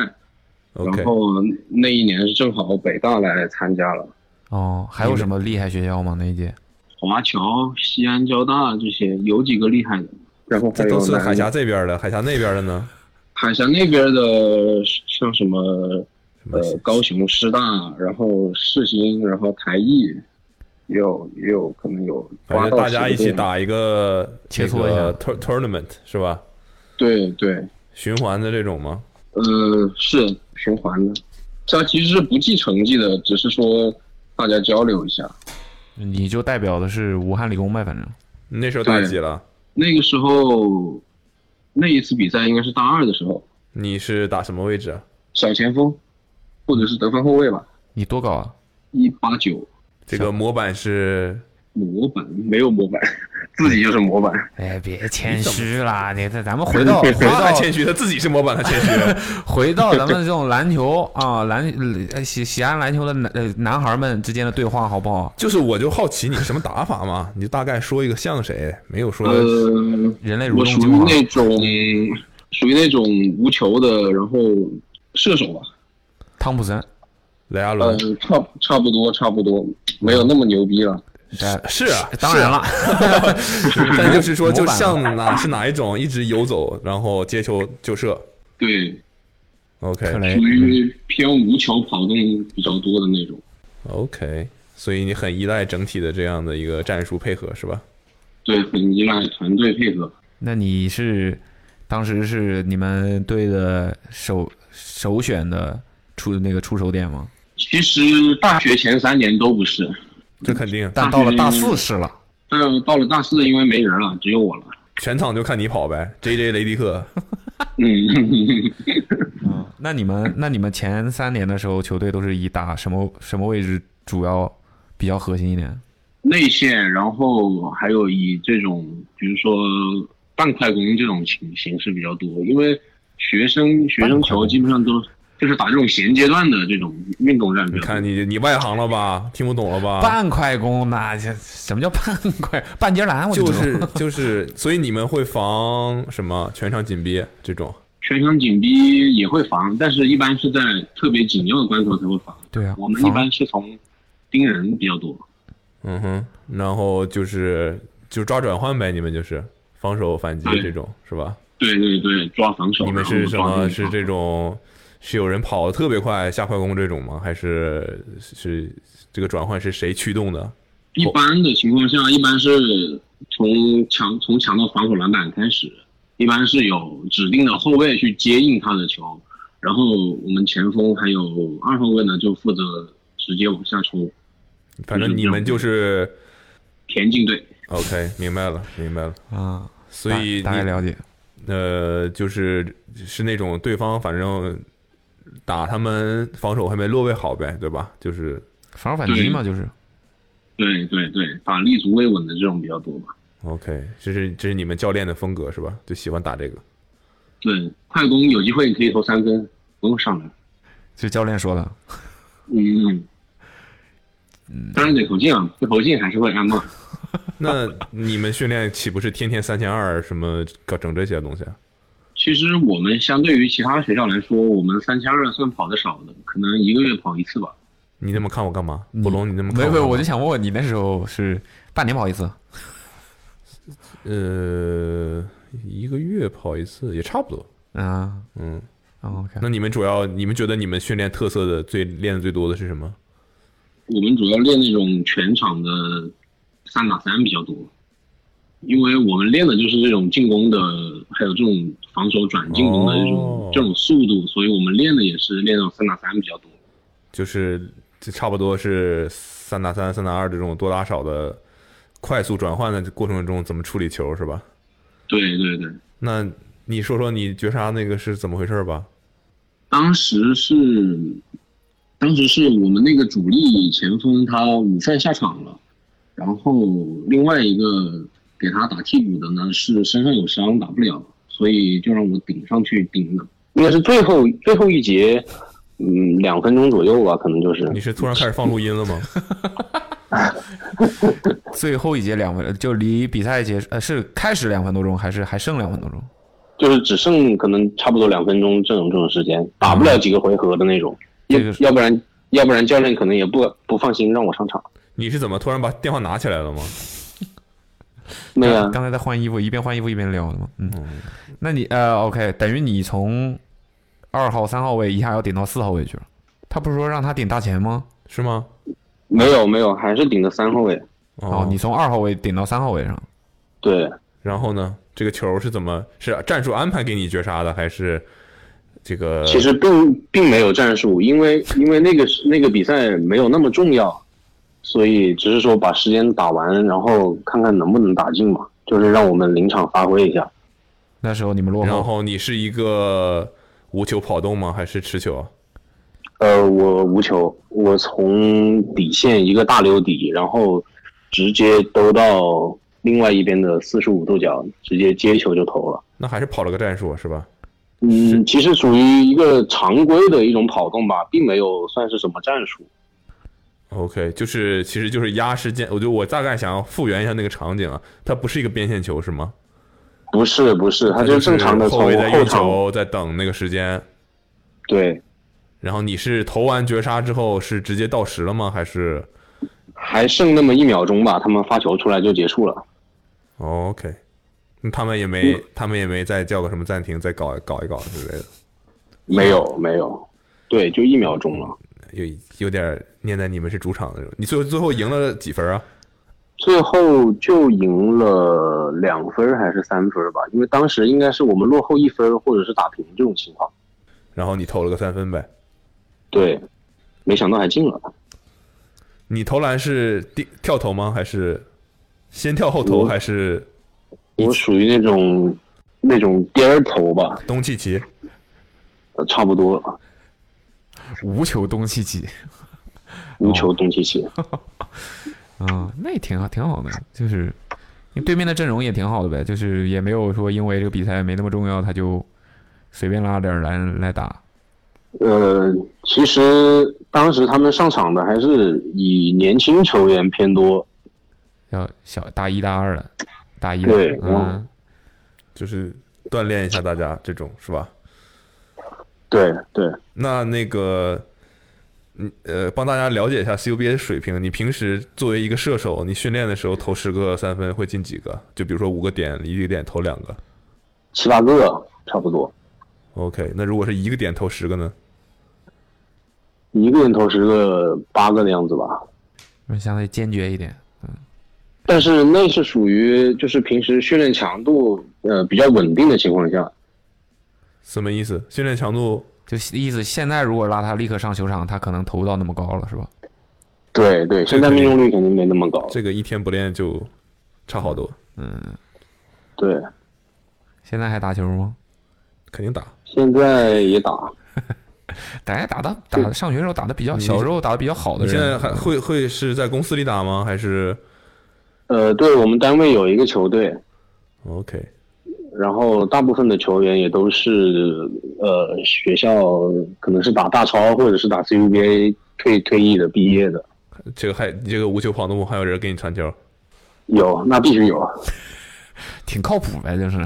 Speaker 2: OK
Speaker 10: 然后那一年是正好北大来参加了，
Speaker 4: 哦，还有什么厉害学校吗？那一届？
Speaker 10: 华侨、西安交大这些有几个厉害的，然后还
Speaker 2: 这
Speaker 10: 有
Speaker 2: 都是
Speaker 10: 南
Speaker 2: 海峡这边的，海峡那边的 呢？
Speaker 10: 海峡那边的像什么呃高雄师大，然后世新，然后台艺，也有也有可能有
Speaker 2: 反
Speaker 10: 八
Speaker 2: 正
Speaker 10: 到
Speaker 2: 大家
Speaker 10: 10
Speaker 2: 一起
Speaker 10: 队
Speaker 2: 打一个
Speaker 4: 切磋
Speaker 2: 那
Speaker 4: 一下
Speaker 2: 个 tour- tournament 是吧？
Speaker 10: 对对，
Speaker 2: 循环的这种吗？
Speaker 10: 呃，是循环的，它其实是不计成绩的，只是说大家交流一下。
Speaker 4: 你就代表的是武汉理工呗，反正。
Speaker 2: 那时候
Speaker 10: 对
Speaker 2: 大几了？
Speaker 10: 那个时候，那一次比赛应该是大二的时候，
Speaker 2: 你是打什么位置啊？
Speaker 10: 小前锋或者是得分后卫吧，
Speaker 4: 你多高啊？
Speaker 10: 一八九
Speaker 2: 这个模板是
Speaker 10: 模板没有模板，自己就是模板。
Speaker 4: 哎，别谦虚啦！你这咱们 回到回
Speaker 2: 他
Speaker 4: 到
Speaker 2: 谦虚，他 自己是模板，他谦虚。
Speaker 4: 回到咱们这种篮球啊，篮呃喜喜欢篮球的男呃男孩们之间的对话，好不好？
Speaker 2: 就是我就好奇你什么打法嘛，你就大概说一个像谁，没有说
Speaker 10: 呃，
Speaker 4: 人类
Speaker 10: 我
Speaker 4: 蠕
Speaker 10: 属
Speaker 4: 动精
Speaker 10: 于
Speaker 4: 华
Speaker 10: 那种属于那种无球的，然后射手吧，
Speaker 4: 汤普森
Speaker 2: 雷阿
Speaker 10: 呃
Speaker 2: 伦。，
Speaker 10: 差差不多差不多，没有那么牛逼了。
Speaker 4: 嗯
Speaker 2: 是啊，
Speaker 4: 当然了，
Speaker 2: 但就是说，就
Speaker 4: 模板
Speaker 2: 像哪是哪一种，一直游走，然后接球就射。
Speaker 10: 对，
Speaker 4: 克
Speaker 2: OK
Speaker 4: 雷
Speaker 10: 属于偏无球跑动比较多的那种。
Speaker 2: OK，所以你很依赖整体的这样的一个战术配合，是吧？
Speaker 10: 对，很依赖团队配合。
Speaker 4: 那你是当时是你们队的首首选的出那个出手点吗？
Speaker 10: 其实大学前三年都不是，
Speaker 2: 这肯定，
Speaker 4: 但到了大四是了，
Speaker 10: 但到了大四，因为没人了，只有我了。
Speaker 2: 全场就看你跑呗。J J 雷迪克，
Speaker 10: 嗯，
Speaker 4: 那你们那你们前三年的时候，球队都是以打什么什么位置主要比较核心一点？
Speaker 10: 内线，然后还有以这种，比如说半快攻这种形形式比较多，因为学生学生球基本上都就是打这种衔接段的这种运动战比
Speaker 2: 你
Speaker 10: 较
Speaker 2: 看
Speaker 10: 多。
Speaker 2: 你你外行了吧？听不懂了吧？
Speaker 4: 半快攻那这什么叫半快半截篮？我
Speaker 2: 就
Speaker 4: 知道
Speaker 2: 是就是，所以你们会防什么全场紧逼这种？
Speaker 10: 全场紧逼也会防，但是一般是在特别紧要的关头才会防。
Speaker 4: 对啊，
Speaker 10: 我们一
Speaker 4: 防
Speaker 10: 般是从盯人比较多。
Speaker 2: 嗯哼，然后就是就抓转换呗，你们就是防守反击
Speaker 10: 对
Speaker 2: 这种是吧？
Speaker 10: 对对对，抓防守。
Speaker 2: 你们
Speaker 10: 然
Speaker 2: 是
Speaker 10: 后
Speaker 2: 什
Speaker 10: 抓
Speaker 2: 么？
Speaker 10: 进
Speaker 2: 是
Speaker 10: 攻
Speaker 2: 这种是有人跑得特别快下快攻这种吗？还是是这个转换是谁驱动的？
Speaker 10: 一般的情况下，一般是从抢从抢到防守篮板开始，一般是有指定的后卫去接应他的球，然后我们前锋还有二后卫呢就负责直接往下冲，
Speaker 2: 反正你们就是
Speaker 10: 田径队。
Speaker 2: OK，明白了，明白了。
Speaker 4: 啊，
Speaker 2: 所以
Speaker 4: 大大概了解。
Speaker 2: 呃，就是是那种对方反正打他们防守还没落位好呗，对吧？就是
Speaker 4: 防守反击嘛，就是
Speaker 10: 对对对，把立足未稳的这种比较多吧。
Speaker 2: OK，这是这是你们教练的风格是吧？就喜欢打这个。
Speaker 10: 对，快攻有机会你可以投三分，不用上篮。
Speaker 4: 这教练说的。
Speaker 10: 嗯嗯，当然得投进啊，不投进还是会挨骂。
Speaker 2: 那你们训练岂不是天天三千二什么搞整这些东西啊？
Speaker 10: 其实我们相对于其他学校来说，我们三千二算跑的少的，可能一个月跑一次吧。
Speaker 2: 你那么看我干嘛？捕龙，你那么
Speaker 4: 没
Speaker 2: 看
Speaker 4: 有没有，我
Speaker 2: 干嘛
Speaker 4: 就想问问你 那时候是半年跑一次？
Speaker 2: 呃，一个月跑一次也差不多。
Speaker 4: 啊，
Speaker 2: 嗯
Speaker 4: ，OK。
Speaker 2: 那你们主要你们觉得你们训练特色的最练的最多的是什么？
Speaker 10: 我们主要练那种全场的三打三比较多，因为我们练的就是这种进攻的，还有这种防守转进攻的这种、
Speaker 4: 哦
Speaker 10: 这种速度，所以我们练的也是练那种三打三比较多。
Speaker 2: 就是就差不多是三打三、三打二这种多打少的快速转换的过程中怎么处理球是吧？
Speaker 10: 对对对，
Speaker 2: 那你说说你绝杀那个是怎么回事吧？
Speaker 10: 当时是，当时是我们那个主力前锋他午饭下场了，然后另外一个给他打替补的呢是身上有伤打不了，所以就让我顶上去顶的。应该是最后最后一节，嗯，两分钟左右吧，可能就是。
Speaker 2: 你是突然开始放录音了吗？
Speaker 4: 最后一节两分，就离比赛结束呃是开始两分多钟，还是还剩两分多钟？
Speaker 11: 就是只剩可能差不多两分钟这种这种时间，打不了几个回合的那种，要要不然要不然教练可能也不不放心让我上场。
Speaker 2: 你是怎么突然把电话拿起来了吗？
Speaker 11: 没有啊
Speaker 4: 刚才在换衣服，一边换衣服一边聊的嘛。嗯，那你呃，OK，等于你从二号、三号位一下要顶到四号位去了。他不是说让他顶大前吗？
Speaker 2: 是吗？
Speaker 11: 没有没有，还是顶着三后卫。
Speaker 4: 哦，你从二号位顶到三号位上，
Speaker 11: 对，
Speaker 2: 然后呢？这个球是怎么是战术安排给你绝杀的，还是这个？
Speaker 11: 其实并并没有战术，因为因为那个那个比赛没有那么重要，所以只是说把时间打完，然后看看能不能打进嘛，就是让我们临场发挥一下。
Speaker 4: 那时候你们落后，
Speaker 2: 然后你是一个无球跑动吗？还是持球啊？
Speaker 11: 呃，我无球，我从底线一个大溜底，然后直接兜到另外一边的四十五度角，直接接球就投了。
Speaker 2: 那还是跑了个战术是吧？
Speaker 11: 嗯，其实属于一个常规的一种跑动吧，并没有算是什么战术。
Speaker 2: OK，就是其实就是压时间，我就我大概想要复原一下那个场景啊，它不是一个边线球是吗？
Speaker 11: 不是不是，他
Speaker 2: 就
Speaker 11: 正常的
Speaker 2: 是后
Speaker 11: 从
Speaker 2: 卫在
Speaker 11: 后
Speaker 2: 运
Speaker 11: 场。
Speaker 2: 球，在等那个时间。
Speaker 11: 对。
Speaker 2: 然后你是投完绝杀之后是直接到时了吗？还是
Speaker 11: 还剩那么一秒钟吧，他们发球出来就结束了。
Speaker 2: 哦 OK？那他们也没，他们也没再叫个什么暂停，再搞搞一搞之类的。
Speaker 11: 没有没有，对，就一秒钟了。
Speaker 2: 有有点念在你们是主场的那种。你最后最后赢了几分啊？
Speaker 11: 最后就赢了两分儿还是三分儿吧，因为当时应该是我们落后一分儿或者是打平这种情况。
Speaker 2: 然后你投了个三分呗。
Speaker 11: 对，没想到还进了。
Speaker 2: 你投篮是第跳投吗？还是先跳后投？
Speaker 11: 我
Speaker 2: 还是
Speaker 11: 我属于嗯那种那种颠儿头吧，
Speaker 2: 东契奇，
Speaker 11: 呃差不多了，
Speaker 4: 无球东契奇。
Speaker 11: 无球东契奇。
Speaker 4: 啊，那也挺好，挺好的，就是因为对面的阵容也挺好的呗，就是也没有说因为这个比赛没那么重要，他就随便拉点儿来来打。
Speaker 11: 呃，其实当时他们上场的还是以年轻球员偏多，
Speaker 4: 要小大一大二的，大一
Speaker 11: 对
Speaker 4: 的，
Speaker 11: 嗯
Speaker 4: 嗯，
Speaker 2: 就是锻炼一下大家这种是吧？
Speaker 11: 对对，
Speaker 2: 那那个，嗯呃，帮大家了解一下 CUBA 水平。你平时作为一个射手，你训练的时候投十个三分会进几个？就比如说五个点，一个点投两个。
Speaker 11: 七八个差不多，
Speaker 2: OK，那如果是一个点投十个呢？
Speaker 11: 一个人投十个八个的样子吧。
Speaker 4: 那相对坚决一点。
Speaker 11: 但是那是属于就是平时训练强度呃比较稳定的情况下，
Speaker 2: 什么意思？训练强度
Speaker 4: 就意思，现在如果拉他立刻上球场，他可能投不到那么高了，是吧？
Speaker 11: 对对，现在命中率肯定没那么高。
Speaker 2: 这个一天不练就差好多。
Speaker 4: 嗯，
Speaker 11: 对，
Speaker 4: 现在还打球吗？
Speaker 2: 肯定打，
Speaker 10: 现在也打，
Speaker 4: 大家打的打上学时候打的比较
Speaker 2: 你
Speaker 4: 小时候打的比较好的
Speaker 2: 你现
Speaker 4: 人，
Speaker 2: 在还会会是在公司里打吗？还是
Speaker 10: 呃，对我们单位有一个球队，
Speaker 2: OK？
Speaker 10: 然后大部分的球员也都是呃学校可能是打大超或者是打 CUBA 退退役的毕业的，
Speaker 2: 这个还你这个无球跑动还有人给你传球，
Speaker 10: 有哦那必须有，啊
Speaker 4: 挺靠谱呗，就是。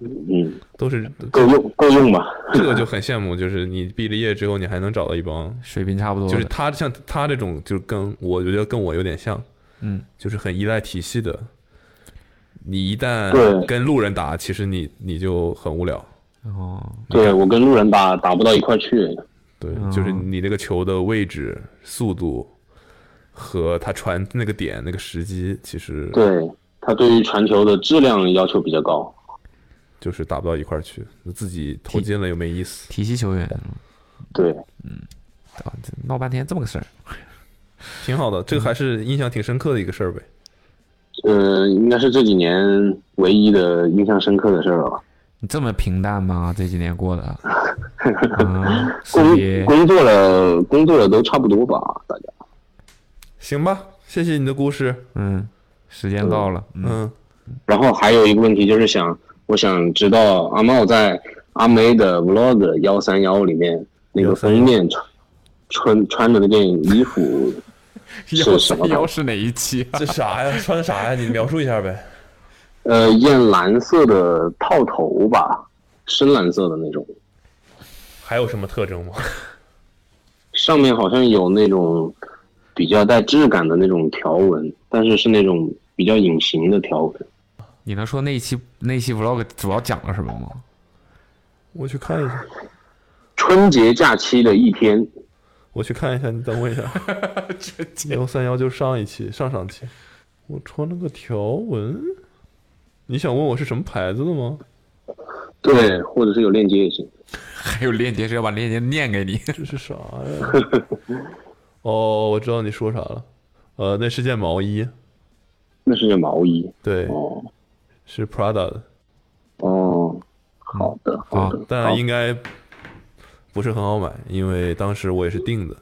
Speaker 10: 嗯，
Speaker 2: 都是
Speaker 10: 够用够用吧？
Speaker 2: 这个就很羡慕，就是你毕了业之后，你还能找到一帮
Speaker 4: 水平差不多的
Speaker 2: 就是他像他这种，就跟我觉得跟我有点像，
Speaker 4: 嗯，
Speaker 2: 就是很依赖体系的。你一旦
Speaker 10: 对
Speaker 2: 跟路人打，其实你你就很无聊。
Speaker 4: 哦，
Speaker 10: 对我跟路人打打不到一块去，
Speaker 2: 对
Speaker 10: 嗯，
Speaker 2: 就是你那个球的位置、速度和他传那个点、那个时机，其实
Speaker 10: 对他对于传球的质量要求比较高。
Speaker 2: 就是打不到一块儿去，自己投进了又没意思。
Speaker 4: 体系球员，
Speaker 10: 对，
Speaker 4: 嗯，啊，这闹半天这么个事儿，
Speaker 2: 挺好的，这个还是印象挺深刻的一个事儿呗。
Speaker 10: 呃，应该是这几年唯一的印象深刻的事儿了吧。
Speaker 4: 你这么平淡吗？这几年过 啊的，
Speaker 10: 工
Speaker 4: 别
Speaker 10: 工作了，工作了都差不多吧，大家。
Speaker 2: 行吧，谢谢你的故事。
Speaker 4: 嗯，时间到了，
Speaker 2: 嗯。
Speaker 10: 然后还有一个问题就是想，我想知道阿茂在阿梅的 vlog 幺三幺里面那个封面穿穿穿的那件衣服是什么款？
Speaker 4: 是哪一期？
Speaker 2: 嗯
Speaker 4: 啊
Speaker 2: 这啥呀？穿啥呀？你描述一下呗。
Speaker 10: 呃，艳蓝色的套头吧，深蓝色的那种，
Speaker 2: 还有什么特征吗？
Speaker 10: 上面好像有那种比较带质感的那种条纹，但是是那种比较隐形的条纹。
Speaker 4: 你能说那一期那一期 vlog 主要讲了什么吗？
Speaker 2: 我去看一下，
Speaker 10: 春节假期的一天，
Speaker 2: 我去看一下，你等我 一下。幺三幺就是上一期、上上期，我穿了个条纹。你想问我是什么牌子的吗？
Speaker 10: 对，或者是有链接也行。
Speaker 4: 还有链接是要把链接念给你，
Speaker 2: 这是啥呀？ 哦，我知道你说啥了。呃，那是件毛衣。
Speaker 10: 那是件毛衣。
Speaker 2: 对。是 Prada 的。
Speaker 10: 哦，啊好的，
Speaker 2: 好的。但应该不是很好买，因为当时我也是订的。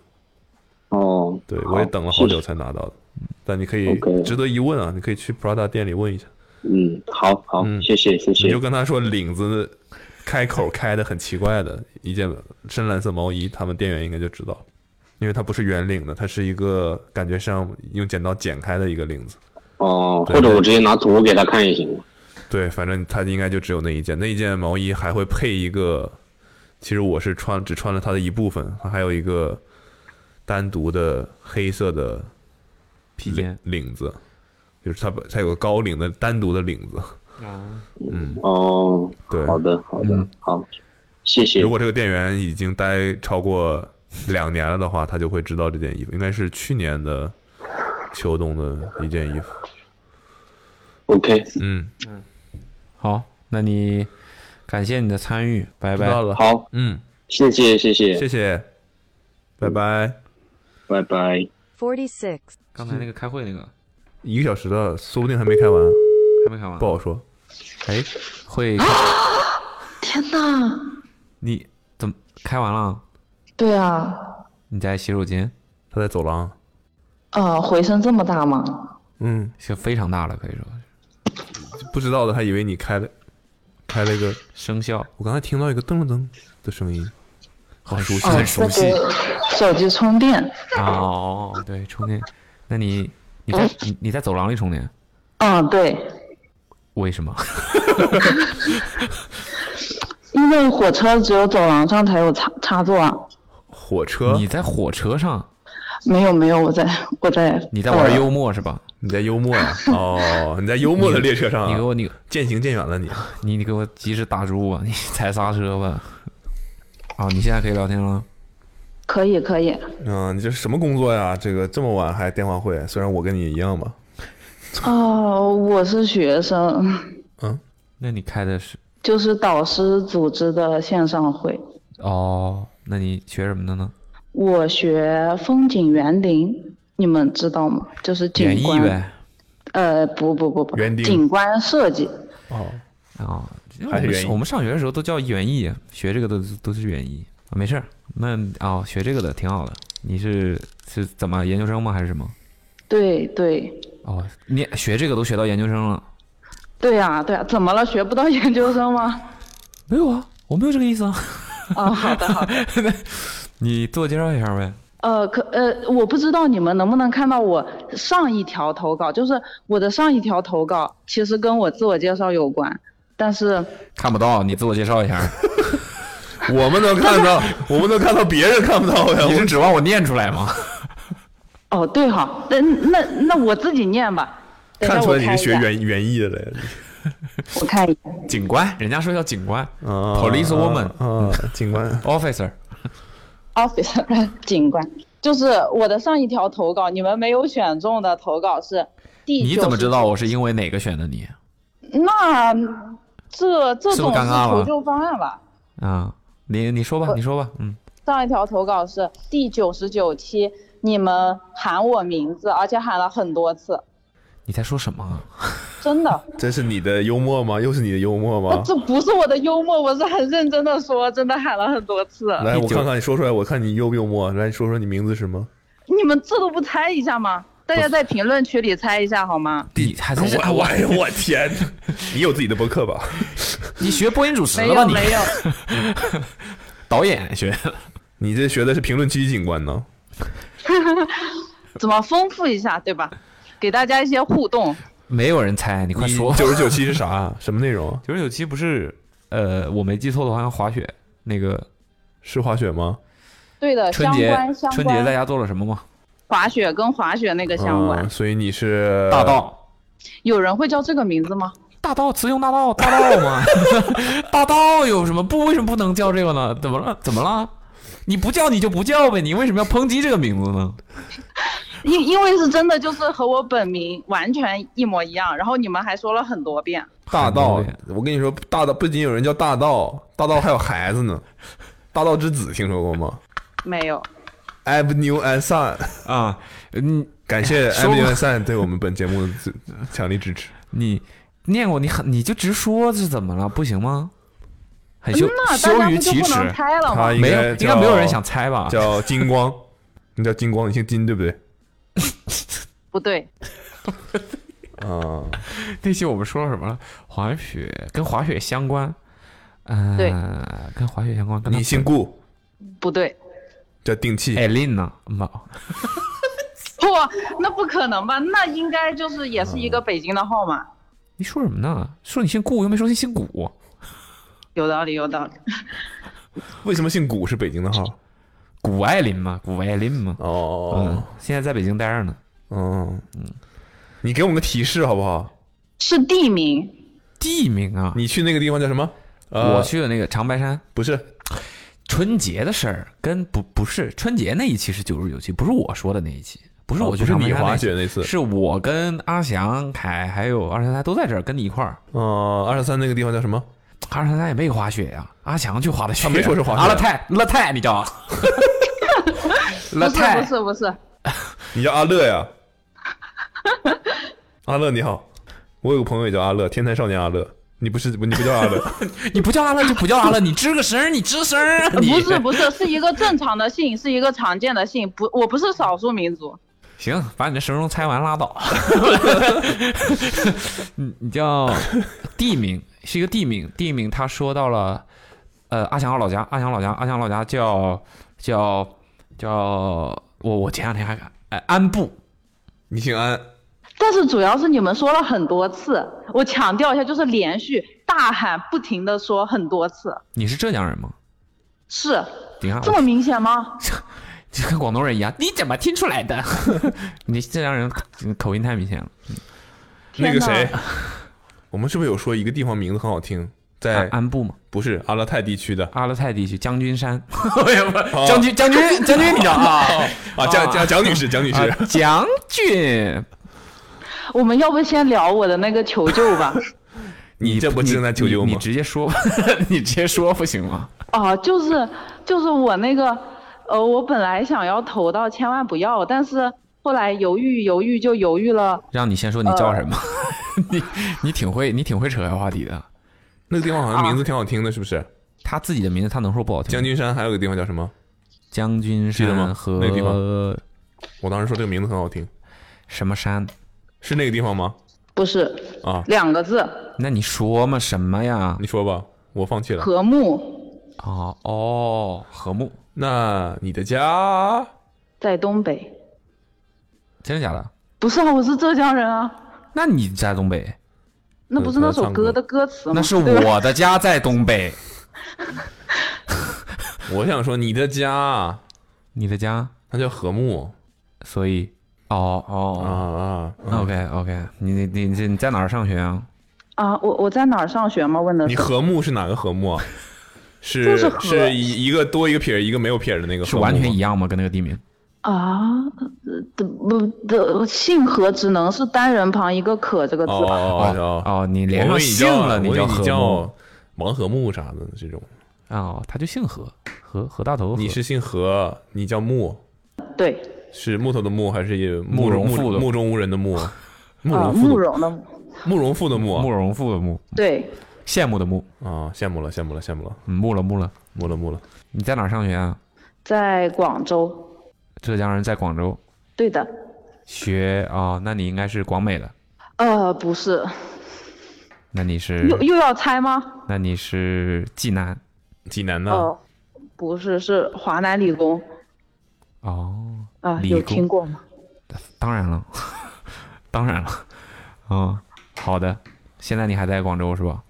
Speaker 10: 哦。
Speaker 2: 对，我也等了好久才拿到的。但你可以
Speaker 10: OK
Speaker 2: 值得一问啊，你可以去 Prada 店里问一下。
Speaker 10: 嗯，好好，谢谢谢谢。
Speaker 2: 你就跟他说领子开口开的很奇怪的一件深蓝色毛衣，他们店员应该就知道了，因为它不是圆领的，它是一个感觉像用剪刀剪开的一个领子。
Speaker 10: 哦，
Speaker 2: 对
Speaker 10: 或者我直接拿图给他看也行。
Speaker 2: 对，反正他应该就只有那一件，那一件毛衣还会配一个，其实我是穿只穿了它的一部分，它还有一个单独的黑色的披肩领子，就是它把它有个高领的单独的领子。
Speaker 4: 啊，
Speaker 2: 嗯，
Speaker 10: 哦，
Speaker 2: 对，
Speaker 10: 好的好的、
Speaker 2: 嗯
Speaker 10: 好，谢谢。
Speaker 2: 如果这个店员已经待超过两年了的话，他就会知道这件衣服应该是去年的秋冬的一件衣服。
Speaker 10: OK，
Speaker 2: 嗯
Speaker 4: 嗯，好，那你感谢你的参与，拜拜。
Speaker 2: 知道了
Speaker 10: 好，
Speaker 2: 嗯，
Speaker 10: 谢谢谢谢
Speaker 2: 谢谢，拜拜，
Speaker 10: 拜拜。
Speaker 8: Forty six，
Speaker 4: 刚才那个开会那个
Speaker 2: 一个小时了，说不定还没开完，
Speaker 4: 还没开完，
Speaker 2: 不好说。啊
Speaker 4: 哎，会
Speaker 5: 天哪！
Speaker 4: 你怎么开完了？
Speaker 5: 对啊，
Speaker 4: 你在洗手间？
Speaker 2: 他在走廊。
Speaker 5: 呃，回声这么大吗？
Speaker 2: 嗯，
Speaker 4: 就非常大了，可以说
Speaker 2: 不知道的还以为你开了开了一个
Speaker 4: 生效。
Speaker 2: 我刚才听到一个噔噔噔的声音，好熟悉，
Speaker 5: 哦，那个手机充电。
Speaker 4: 哦，对，充电。那你你在你你在走廊里充电？
Speaker 5: 嗯，对，
Speaker 4: 为什么？
Speaker 5: 因为火车只有走廊上才有插插座啊。
Speaker 2: 火车？
Speaker 4: 你在火车上？
Speaker 5: 没有没有，我在我在呃
Speaker 4: 你在玩幽默是吧？
Speaker 2: 你在幽默呀、哦，你在幽默的列车上、
Speaker 4: 你给我你
Speaker 2: 渐行渐远了你。
Speaker 4: 你你给我及时打住啊吧，你踩刹车吧。啊，你现在可以聊天了。
Speaker 5: 可以可以，
Speaker 2: 嗯，你这什么工作呀？这个这么晚还电话会？虽然我跟你一样吧。
Speaker 5: 哦，我是学生，
Speaker 4: 那你开的是
Speaker 5: 就是导师组织的线上会，
Speaker 4: 哦？那你学什么的呢？
Speaker 5: 我学风景园林，你们知道吗？就是
Speaker 4: 园
Speaker 5: 景
Speaker 4: 艺
Speaker 5: 观，
Speaker 4: 呗。
Speaker 5: 呃，不不不不
Speaker 4: 园，丁
Speaker 5: 景观设计。
Speaker 2: 哦，
Speaker 4: 啊，因为
Speaker 2: 还
Speaker 4: 我
Speaker 2: 是
Speaker 4: 们
Speaker 2: 园艺
Speaker 4: 我们上学的时候都叫园艺，学这个的都是园艺。啊没事儿，那哦，学这个的挺好的。你是是怎么研究生吗？还是什么？
Speaker 5: 对对
Speaker 4: 哦，你学这个都学到研究生了？
Speaker 5: 对呀、对呀、怎么了？学不到 研究生吗？
Speaker 4: 没有啊，我没有这个意思啊。
Speaker 5: 啊，好的好的。
Speaker 4: 你自我介绍一下呗。
Speaker 5: 呃，可呃，我不知道你们能不能看到我上一条投稿，就是我的上一条投稿其实跟我自我介绍有关，但是
Speaker 4: 看不到，你自我介绍一 下。
Speaker 2: 我们能看到，我们能看到，别人看不到呀。
Speaker 4: 你是指望我念出来吗？
Speaker 5: 哦对哈，那那那我自己念吧，等一
Speaker 2: 看
Speaker 5: 下
Speaker 2: 出
Speaker 5: 我
Speaker 2: 来你
Speaker 5: 看一
Speaker 2: 是学
Speaker 5: 下，
Speaker 2: 园园艺的了呀。
Speaker 5: 我看一下，
Speaker 4: 警官，人家说叫警官、
Speaker 2: 啊
Speaker 4: p o l i c e woman，
Speaker 2: 啊，警官
Speaker 4: officer。
Speaker 5: officer 警官，就是我的上一条投稿，你们没有选中的投稿是第
Speaker 4: 你怎么知
Speaker 5: 90
Speaker 4: 道我是因为哪个选的你
Speaker 5: 那这这
Speaker 4: 是不
Speaker 5: 种
Speaker 4: 是尴
Speaker 5: 是
Speaker 4: 尬了
Speaker 5: 求救方案吧？
Speaker 4: 啊？你你说吧，你说吧，嗯，
Speaker 5: 上一条投稿是第九十九期，你们喊我名字，而且喊了很多次，
Speaker 4: 你在说什么啊？
Speaker 5: 真的，
Speaker 2: 这是你的幽默吗？又是你的幽默
Speaker 5: 那哦
Speaker 2: 吗？
Speaker 5: 这不是我的幽默，我是很认真的说，真的喊了很多次。
Speaker 2: 来，我看看你说出来，我看你幽不幽默。来，你说说你名字是什么？
Speaker 5: 你们这都不猜一下吗？大家在评论区里猜一下好吗？
Speaker 4: 你还在
Speaker 2: 我我哎呦我天，你有自己的播客吧？
Speaker 4: 你学播音主持
Speaker 5: 没
Speaker 4: 了吧？
Speaker 5: 有
Speaker 4: 你
Speaker 5: 没有，
Speaker 4: 导演学
Speaker 2: 你这学的是评论区警官呢？
Speaker 5: 怎么丰富一下对吧？给大家一些互动。
Speaker 4: 没有人猜，你快说。
Speaker 2: 九十九期是啥？什么内容啊？
Speaker 4: 九十九期不是呃，我没记错的话，像滑雪那个
Speaker 2: 是滑雪吗？
Speaker 5: 对的，
Speaker 4: 春
Speaker 5: 相
Speaker 4: 节
Speaker 5: 关相
Speaker 4: 春节在
Speaker 5: 关，
Speaker 4: 家做了什么吗？
Speaker 5: 滑雪跟滑雪那个相关，
Speaker 2: 嗯所以你是
Speaker 4: 大道
Speaker 5: 有人会叫这个名字吗？
Speaker 4: 大道雌雄大道大道嘛，大道有什么不为什么不能叫这个呢？怎么了？怎么了？你不叫你就不叫呗，你为什么要抨击这个名字呢？
Speaker 5: 因因为是真的，就是和我本名完全一模一样，然后你们还说了很多遍。
Speaker 2: 大
Speaker 4: 很
Speaker 2: 道
Speaker 4: 牛，
Speaker 2: 我跟你说，大道不仅有人叫大道，大道还有孩子呢。大道之子听说过吗
Speaker 5: 没有，
Speaker 2: ？Avenue and Son，
Speaker 4: 啊，你
Speaker 2: 嗯感谢
Speaker 4: 哎说吧
Speaker 2: Avenue and Son 对我们本节目的最强力支持。
Speaker 4: 你念过，你很你就直说是怎么了，不行吗？很羞
Speaker 5: 嗯那大
Speaker 4: 羞
Speaker 5: 家
Speaker 4: 于
Speaker 5: 不就
Speaker 4: 启
Speaker 5: 不
Speaker 4: 齿，
Speaker 5: 能猜了
Speaker 2: 他
Speaker 5: 吗？
Speaker 2: 应
Speaker 4: 没有，
Speaker 2: 该
Speaker 4: 应该没有人想猜吧？
Speaker 2: 叫金光， 你叫金光，你姓金对不对？
Speaker 5: 不对，
Speaker 2: 啊，
Speaker 4: 那期我们说了什么了？滑雪跟滑雪相关，嗯、
Speaker 5: 对，
Speaker 4: 跟滑雪相关。跟
Speaker 2: 你姓顾，
Speaker 5: 不对，
Speaker 2: 叫定气。
Speaker 4: 艾琳呢？妈，
Speaker 5: 哇，那不可能吧？那应该就是也是一
Speaker 4: 嗯
Speaker 5: 个北京的号码。
Speaker 4: 你说什么呢？说你姓顾，又没说你姓古。
Speaker 5: 有道理，有道理。
Speaker 2: 为什么姓古是北京的号？
Speaker 4: 古艾琳嘛，古艾琳嘛。嗯
Speaker 2: 哦，，
Speaker 4: 现在在北京待着呢。
Speaker 2: 嗯嗯，你给我们个提示好不好？
Speaker 5: 是地名，
Speaker 4: 地名啊，
Speaker 2: 你去那个地方叫什么？呃
Speaker 4: 我去的那个长白山，
Speaker 2: 不是
Speaker 4: 春节的事儿跟不不是春节那一期是九十九期，不是我说的那一期，不是
Speaker 2: 哦
Speaker 4: 我去
Speaker 2: 不是
Speaker 4: 长
Speaker 2: 你
Speaker 4: 白山
Speaker 2: 滑
Speaker 4: 期
Speaker 2: 雪那次
Speaker 4: 是我跟阿翔、凯还有二三三都在这儿跟你一块儿。嗯
Speaker 2: 呃，二十三那个地方叫什么？
Speaker 4: 阿翔他也没滑雪呀、阿强去滑的雪，
Speaker 2: 他没说是滑雪
Speaker 4: 阿勒啊泰，勒泰，你知道？
Speaker 5: 不
Speaker 4: 勒
Speaker 5: 是不
Speaker 4: 泰，
Speaker 5: 是不是，
Speaker 2: 你叫阿乐呀？ 阿乐你好，我有个朋友也叫阿乐，天才少年阿乐。你不是你不叫阿乐，
Speaker 4: 你不叫 阿勒 就不叫阿勒，你吱个声儿，你吱声儿啊，你
Speaker 5: 不是不是，是一个正常的姓，是一个常见的姓，不，我不是少数民族。
Speaker 4: 行，把你的神龙猜完拉倒。 你你叫地名是一个地名，地名他说到了，呃，阿强老家，阿强老家，阿强老家叫叫叫我我前两天还看，哎安布，
Speaker 2: 你姓安，
Speaker 5: 但是主要是你们说了很多次，我强调一下，就是连续大喊，不停的说很多次，
Speaker 4: 你是浙江人吗？
Speaker 5: 是
Speaker 4: 你看我
Speaker 5: 这么明显吗？
Speaker 4: 就跟广东人一样， 你怎么听出来的？你浙江人口音太明显了。嗯
Speaker 2: 那个
Speaker 5: 天哪
Speaker 2: 谁， 我们是不是有说一个地方名字很好听？
Speaker 4: 安
Speaker 2: 在
Speaker 4: 啊安布嘛，
Speaker 2: 不是阿勒泰地区的哦
Speaker 4: 阿勒泰地区将军山， 哎将军将军将军，你知道啊？
Speaker 2: 啊，蒋蒋蒋女士，蒋女士，
Speaker 4: 啊将军，
Speaker 5: 我们要不先聊我的那个求救吧？
Speaker 2: 你这不是正在求救
Speaker 4: 你
Speaker 2: 吗
Speaker 4: 你？直接说， 你直接说不行吗？
Speaker 5: 哦，就是就是我那个，呃，我本来想要投到千万不要，但是后来犹豫犹豫就犹豫了。
Speaker 4: 让你先说你叫什么？你你挺会你挺会扯开话题的。
Speaker 2: 那个地方好像名字挺好听的，是不是？
Speaker 4: 他自己的名字他能说不好听？
Speaker 2: 将军山还有个地方叫什么？
Speaker 4: 将军
Speaker 2: 记得吗
Speaker 4: 山？和
Speaker 2: 那个地方，我当时说这个名字很好听。
Speaker 4: 什么山？
Speaker 2: 是那个地方吗？
Speaker 5: 不是
Speaker 2: 啊，
Speaker 5: 两个字，
Speaker 4: 那你说嘛什么呀？
Speaker 2: 你说吧，我放弃了。
Speaker 5: 和睦
Speaker 4: 哦哦，和睦。
Speaker 2: 那你的家
Speaker 5: 在东北。
Speaker 4: 真的假的？
Speaker 5: 不是啊，我是浙江人啊，
Speaker 4: 那你在东北？
Speaker 5: 那不是那首歌的歌词吗？
Speaker 4: 那是
Speaker 5: 对吧
Speaker 4: 我的家在东北。
Speaker 2: 我想说你的家，
Speaker 4: 你的家，
Speaker 2: 它叫和睦，
Speaker 4: 所以哦
Speaker 2: 哦
Speaker 4: 啊啊，OK OK，你你你你你在哪儿上学啊？
Speaker 5: 啊，我我在哪儿上学吗？问的
Speaker 2: 你
Speaker 5: 是
Speaker 2: 和睦是哪个 和睦啊？
Speaker 5: 就是是和
Speaker 2: 是一一个多一个撇儿，一个没有撇儿的那个，啊
Speaker 4: 是完全一样吗？跟那个地名？
Speaker 5: 啊，的不的姓和只能是单人旁一个可这个字。
Speaker 2: 哦哦
Speaker 4: 哦，你连
Speaker 2: 我问
Speaker 4: 上
Speaker 2: 你叫
Speaker 4: 姓了你
Speaker 2: 我
Speaker 4: 叫
Speaker 2: 问
Speaker 4: 和
Speaker 2: 你
Speaker 4: 睦
Speaker 2: 叫王和睦啥的这种。
Speaker 4: 哦，他就姓何，何何大头。
Speaker 2: 你是姓何，你叫木，
Speaker 5: 对，
Speaker 2: 是木头的木还是也
Speaker 4: 慕容复的
Speaker 2: 目中无人的木？慕
Speaker 5: 啊，
Speaker 2: 容
Speaker 5: 慕
Speaker 2: 复的
Speaker 5: 容的
Speaker 2: 慕容复的慕，慕
Speaker 4: 容复的慕，
Speaker 5: 对，
Speaker 4: 羡慕的慕
Speaker 2: 啊，羡慕了，羡慕了，羡慕了，
Speaker 4: 嗯慕了慕了
Speaker 2: 慕了慕了。
Speaker 4: 你在哪儿上学啊？
Speaker 5: 在广州。
Speaker 4: 浙江人在广州
Speaker 5: 对的，
Speaker 4: 学哦，那你应该是广美的，
Speaker 5: 呃，不是，
Speaker 4: 那你是
Speaker 5: 又又要猜吗？
Speaker 4: 那你是济南，
Speaker 2: 济南
Speaker 4: 啊
Speaker 5: 哦，不是，是华南理工
Speaker 4: 哦，
Speaker 5: 啊，
Speaker 4: 理
Speaker 5: 有
Speaker 4: 工
Speaker 5: 听过吗？
Speaker 4: 当然了， 当然了，嗯，好的，现在你还在广州是吧？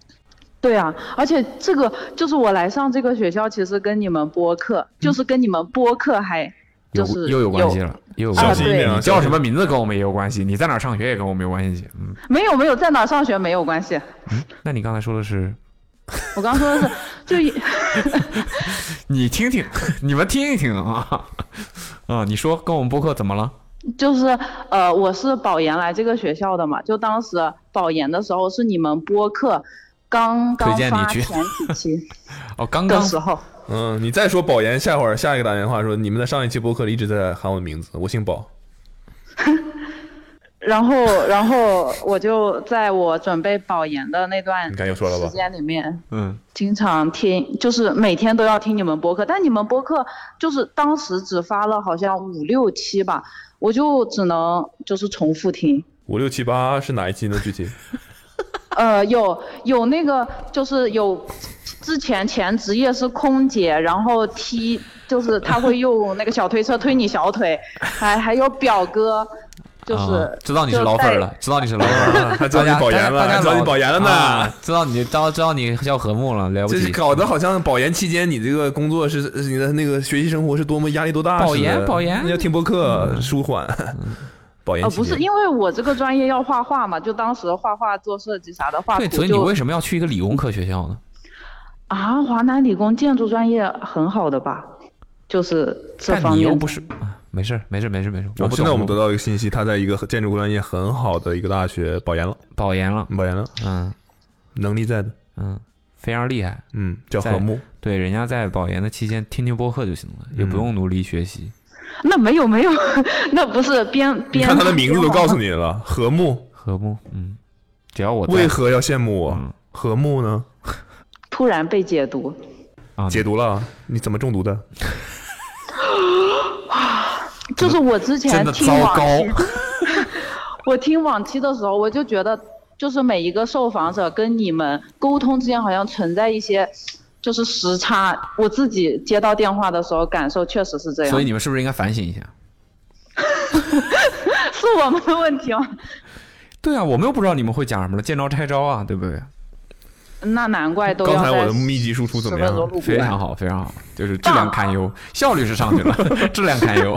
Speaker 5: 对啊，而且这个就是我来上这个学校，其实跟你们播客，就是跟你们播客还
Speaker 4: 嗯有
Speaker 5: 就是
Speaker 4: 又有关系了，又有
Speaker 5: 啊
Speaker 4: 关系。
Speaker 5: 对
Speaker 4: 你叫什么名字跟我们也有关系，你在哪儿上学也跟我们有关系。嗯，
Speaker 5: 没有没有在哪儿上学没有关系，
Speaker 4: 那你刚才说的是，
Speaker 5: 我刚说的是就一
Speaker 4: 你听 听，你们听一听啊， 啊，你说跟我们播客怎么了？
Speaker 5: 就是呃，我是保研来这个学校的嘛，就当时保研的时候是你们播客刚刚
Speaker 2: 推荐你
Speaker 5: 发
Speaker 2: 去
Speaker 5: 前几期
Speaker 4: 哦，刚
Speaker 5: 的时候，
Speaker 2: 嗯，你再说保研，下会儿下一个打电话说，你们在上一期播客里一直在喊我的名字，我姓保。
Speaker 5: 然后然后我就在我准备保研的那段
Speaker 2: 你看又说了吧
Speaker 5: 时间里面，
Speaker 4: 嗯，
Speaker 5: 经常听，就是每天都要听你们播客，但你们播客就是当时只发了好像五六期吧，我就只能就是重复听。
Speaker 2: 五六七八是哪一期呢？具体？
Speaker 5: 呃，有有那个就是有之前前职业是空姐，然后踢就是他会用那个小推车推你小腿，还还有表哥，就是、
Speaker 4: 啊知道你是老粉儿了，知道你是老粉儿了，
Speaker 2: 还知道你
Speaker 4: 大家
Speaker 2: 保研 了
Speaker 4: 大家
Speaker 2: 还知道你
Speaker 4: 老
Speaker 2: 保研了呢
Speaker 4: 啊知道你知道知道你叫和睦了，了不
Speaker 2: 这是
Speaker 4: 起。
Speaker 2: 搞得好像保研期间你这个工作是是你的那个学习生活是多么压力多大似的。
Speaker 4: 保研保研嗯哦
Speaker 2: 你要听播客舒缓。保研
Speaker 5: 呃
Speaker 2: 期间
Speaker 5: 不是因为我这个专业要画画嘛，就当时画画做设计啥的画图
Speaker 4: 对，
Speaker 5: 就
Speaker 4: 所以你为什么要去一个理工科学校呢？
Speaker 5: 啊，华南理工建筑专业很好的吧？就是这
Speaker 4: 但
Speaker 5: 方
Speaker 4: 你
Speaker 5: 面
Speaker 4: 又不是，啊没事儿没事儿没事儿没事儿。
Speaker 2: 我
Speaker 4: 不
Speaker 2: 现在我们
Speaker 4: 懂
Speaker 2: 得到一个信息，他在一个建筑专业很好的一个大学保研了，
Speaker 4: 保研了，
Speaker 2: 保研了，
Speaker 4: 嗯，
Speaker 2: 能力在的，
Speaker 4: 嗯，非常厉害。
Speaker 2: 嗯，叫
Speaker 4: 在
Speaker 2: 和睦。
Speaker 4: 对，人家在保研的期间听听播客就行了，也不用努力学习。
Speaker 5: 那没有没有， 那不是边
Speaker 2: 你
Speaker 5: 边
Speaker 2: 看他的名字都告诉你了，和睦，
Speaker 4: 和睦，嗯，只要我在嗯
Speaker 2: 为何要羡慕我？和睦呢？
Speaker 5: 突然被解读，
Speaker 4: 啊，
Speaker 2: 解毒了，你怎么中毒的？
Speaker 5: 就是我之前
Speaker 4: 真的
Speaker 5: 听
Speaker 4: 糟
Speaker 5: 往
Speaker 4: 糕
Speaker 5: 期， 我听往期的时候，我就觉得，就是每一个受访者跟你们沟通之间好像存在一些，就是时差。我自己接到电话的时候，感受确实是这样。
Speaker 4: 所以你们是不是应该反省一下？
Speaker 5: 是我们的问题吗？
Speaker 4: 对啊，我们又不知道你们会讲什么了，见招拆招啊，对不对？
Speaker 5: 那难怪都要
Speaker 2: 刚才
Speaker 5: 在
Speaker 2: 我的密集输出怎么
Speaker 5: 10分
Speaker 2: 样
Speaker 5: 钟？录啊
Speaker 4: 非常好，非常好，就是质量堪忧，效率是上去了， 质量堪忧。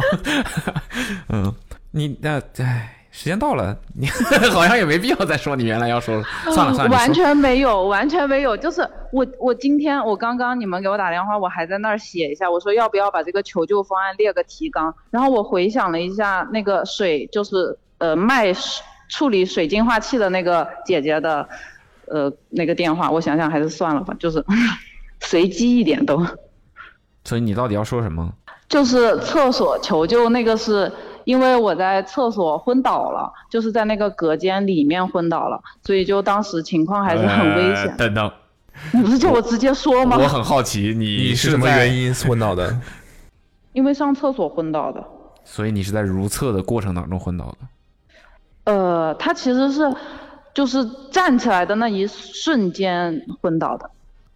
Speaker 4: 嗯，你那哎，时间到了，你 好像也没必要再说你原来要说了，算了算了，
Speaker 5: 嗯完
Speaker 4: 你说
Speaker 5: 全没有，完全没有。就是我，我今天我刚刚你们给我打电话，我还在那儿写一下，我说要不要把这个求救方案列个提纲。然后我回想了一下，那个水就是呃卖水处理水净化器的那个姐姐的，呃那个电话，我想想还是算了吧，就是 随机一点都。
Speaker 4: 所以你到底要说什么？
Speaker 5: 就是厕所求救那个是因为我在厕所昏倒了，
Speaker 2: 呃
Speaker 5: 就是在那个隔间里面昏倒了，所以就当时情况还是很危险的。
Speaker 4: 等等，
Speaker 5: 你 不是叫我直接说吗？
Speaker 4: 我很好奇你
Speaker 2: 你是
Speaker 4: 是
Speaker 2: 什么
Speaker 4: 在
Speaker 2: 原因昏倒的？
Speaker 5: 因为上厕所昏倒的。
Speaker 4: 所以你是在如厕的过程当中昏倒的。
Speaker 5: 呃，他其实是就是站起来的那一瞬间昏倒的。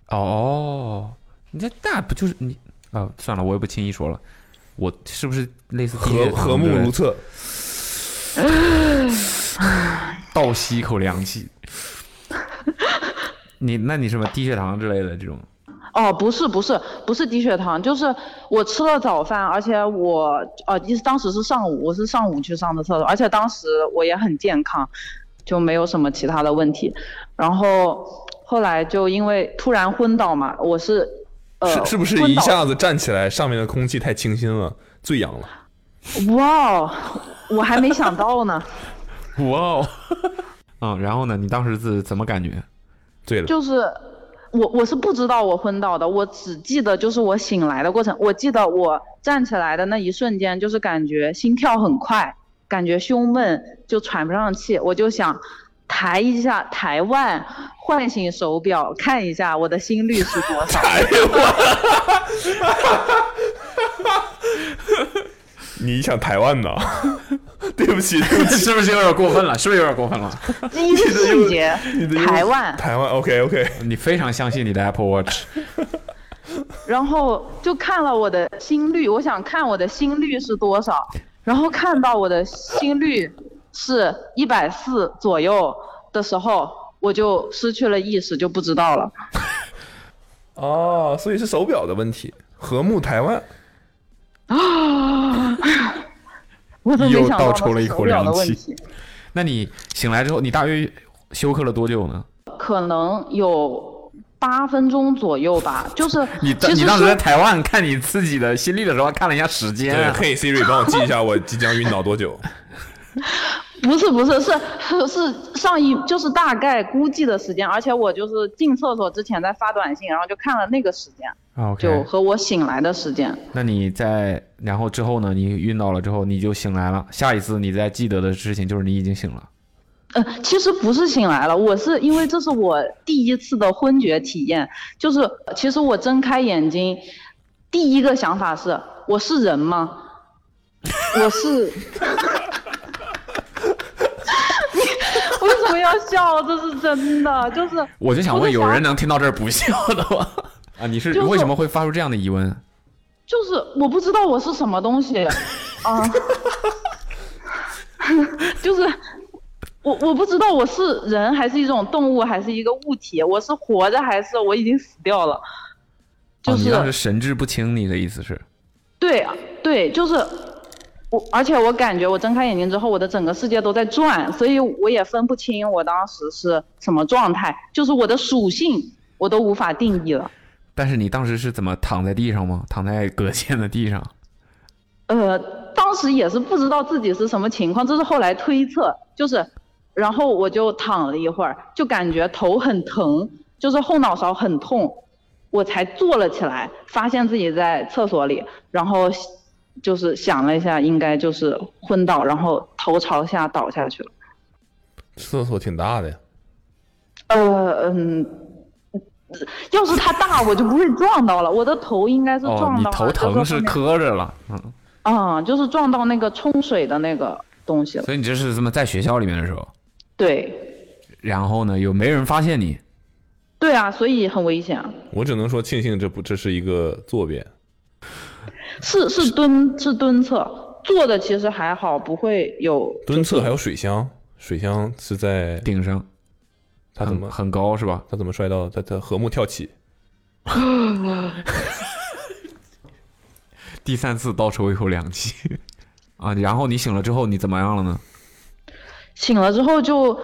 Speaker 4: 哦，你这那不就是你啊、算了，我也不轻易说了。我是不是类似
Speaker 2: 和和睦如厕？
Speaker 4: 倒吸一口凉气。 你那你什么低血糖之类的这种？
Speaker 5: 哦，不是不是不是低血糖，就是我吃了早饭，而且我呃，一当时是上午，我是上午去上的厕所，而且当时我也很健康，就没有什么其他的问题。然后后来就因为突然昏倒嘛，我是呃
Speaker 2: 是是不是
Speaker 5: 昏
Speaker 2: 一
Speaker 5: 倒
Speaker 2: 下子站起来，上面的空气太清新了，醉氧了？
Speaker 5: 哇哦，我还没想到呢，
Speaker 4: 哇哦， 嗯，然后呢？你当时是怎么感觉？
Speaker 2: 醉了
Speaker 5: 就是我我是不知道我昏倒的，我只记得就是我醒来的过程，我记得我站起来的那一瞬间，就是感觉心跳很快，感觉胸闷，就喘不上气，我就想抬一下抬腕，唤醒手表，看一下我的心率是多少。
Speaker 2: 你想台湾呢？ 对不起，对不起，
Speaker 4: 是不是有点过分了？是不是有点过分了？
Speaker 5: 第一个细节
Speaker 2: 你的，
Speaker 5: 抬腕，
Speaker 2: 台湾 OK OK，
Speaker 4: 你非常相信你的 Apple Watch，
Speaker 5: 然后就看了我的心率，我想看我的心率是多少，然后看到我的心率是一百四左右的时候，我就失去了意识，就不知道了。
Speaker 2: 哦，所以是手表的问题。和睦台湾，
Speaker 5: 啊！我都没
Speaker 4: 又
Speaker 5: 想
Speaker 4: 倒
Speaker 5: 到
Speaker 4: 抽了一
Speaker 5: 手
Speaker 4: 口
Speaker 5: 表的
Speaker 4: 凉
Speaker 5: 问
Speaker 4: 气
Speaker 5: 题，。
Speaker 4: 那你醒来之后，你大约休克了多久呢？
Speaker 5: 可能有八分钟左右吧，就是
Speaker 4: 你
Speaker 5: 其实
Speaker 4: 你当时
Speaker 5: 是
Speaker 4: 在台湾看你自己的心率的时候，看了一下时间、
Speaker 2: 对，
Speaker 4: 啊。
Speaker 2: 嘿 Siri，帮我记一下我即将晕倒多久。
Speaker 5: 不是不是是是是上一就是大概估计的时间，而且我就是进厕所之前在发短信，然后就看了那个时间，就
Speaker 4: 啊 OK，
Speaker 5: 和我醒来的时间。
Speaker 4: 那你在然后之后呢？你晕倒了之后，你就醒来了。下一次你再记得的事情就是你已经醒了。
Speaker 5: 呃，其实不是醒来了，我是因为这是我第一次的昏厥体验，就是呃其实我睁开眼睛，第一个想法是我是人 吗？我是。 你为什么要笑？这是真的，就是
Speaker 4: 我就想问，有
Speaker 5: 人。
Speaker 4: 人能听到这儿不笑的吗？ 啊，你是
Speaker 5: 就是
Speaker 4: 为什么会发出这样的疑问？
Speaker 5: 就是我不知道我是什么东西，啊，就是我我不知道我是人还是一种动物还是一个物体，我是活着还是我已经死掉了？就
Speaker 4: 哦、你
Speaker 5: 是、
Speaker 4: 当时神志不清，你的意思是？
Speaker 5: 对啊对，就是我，而且我感觉我睁开眼睛之后，我的整个世界都在转，所以我也分不清我当时是什么状态，就是我的属性我都无法定义了。
Speaker 4: 但是你当时是怎么躺在地上吗？躺在隔间的地上？
Speaker 5: 呃，当时也是不知道自己是什么情况，这是后来推测，就是，然后我就躺了一会儿，就感觉头很疼，就是后脑勺很痛，我才坐了起来，发现自己在厕所里，然后就是想了一下，应该就是昏倒，然后头朝下倒下去了。
Speaker 2: 厕所挺大的呀，
Speaker 5: 呃嗯，要是它大，我就不会撞到了，我的头应该是
Speaker 4: 哦，
Speaker 5: 撞
Speaker 4: 你
Speaker 5: 到了，
Speaker 4: 头
Speaker 5: 就
Speaker 4: 疼是
Speaker 5: 后面
Speaker 4: 磕着了，嗯，
Speaker 5: 啊、就是撞到那个冲水的那个东西了，
Speaker 4: 所以你这是这么在学校里面的时候，
Speaker 5: 对。
Speaker 4: 然后呢，有没人发现你？
Speaker 5: 对啊，所以很危险啊。
Speaker 2: 我只能说庆幸这不这是一个坐便。
Speaker 5: 是是蹲是蹲厕，坐的其实还好，不会 有
Speaker 2: 蹲厕还有水箱，水箱是在
Speaker 4: 顶上，
Speaker 2: 他怎么
Speaker 4: 很高是吧？
Speaker 2: 他怎么摔到？他他和睦跳起，
Speaker 4: 第三次倒抽一口凉气， 啊，然后你醒了之后你怎么样了呢？
Speaker 5: 醒了之后就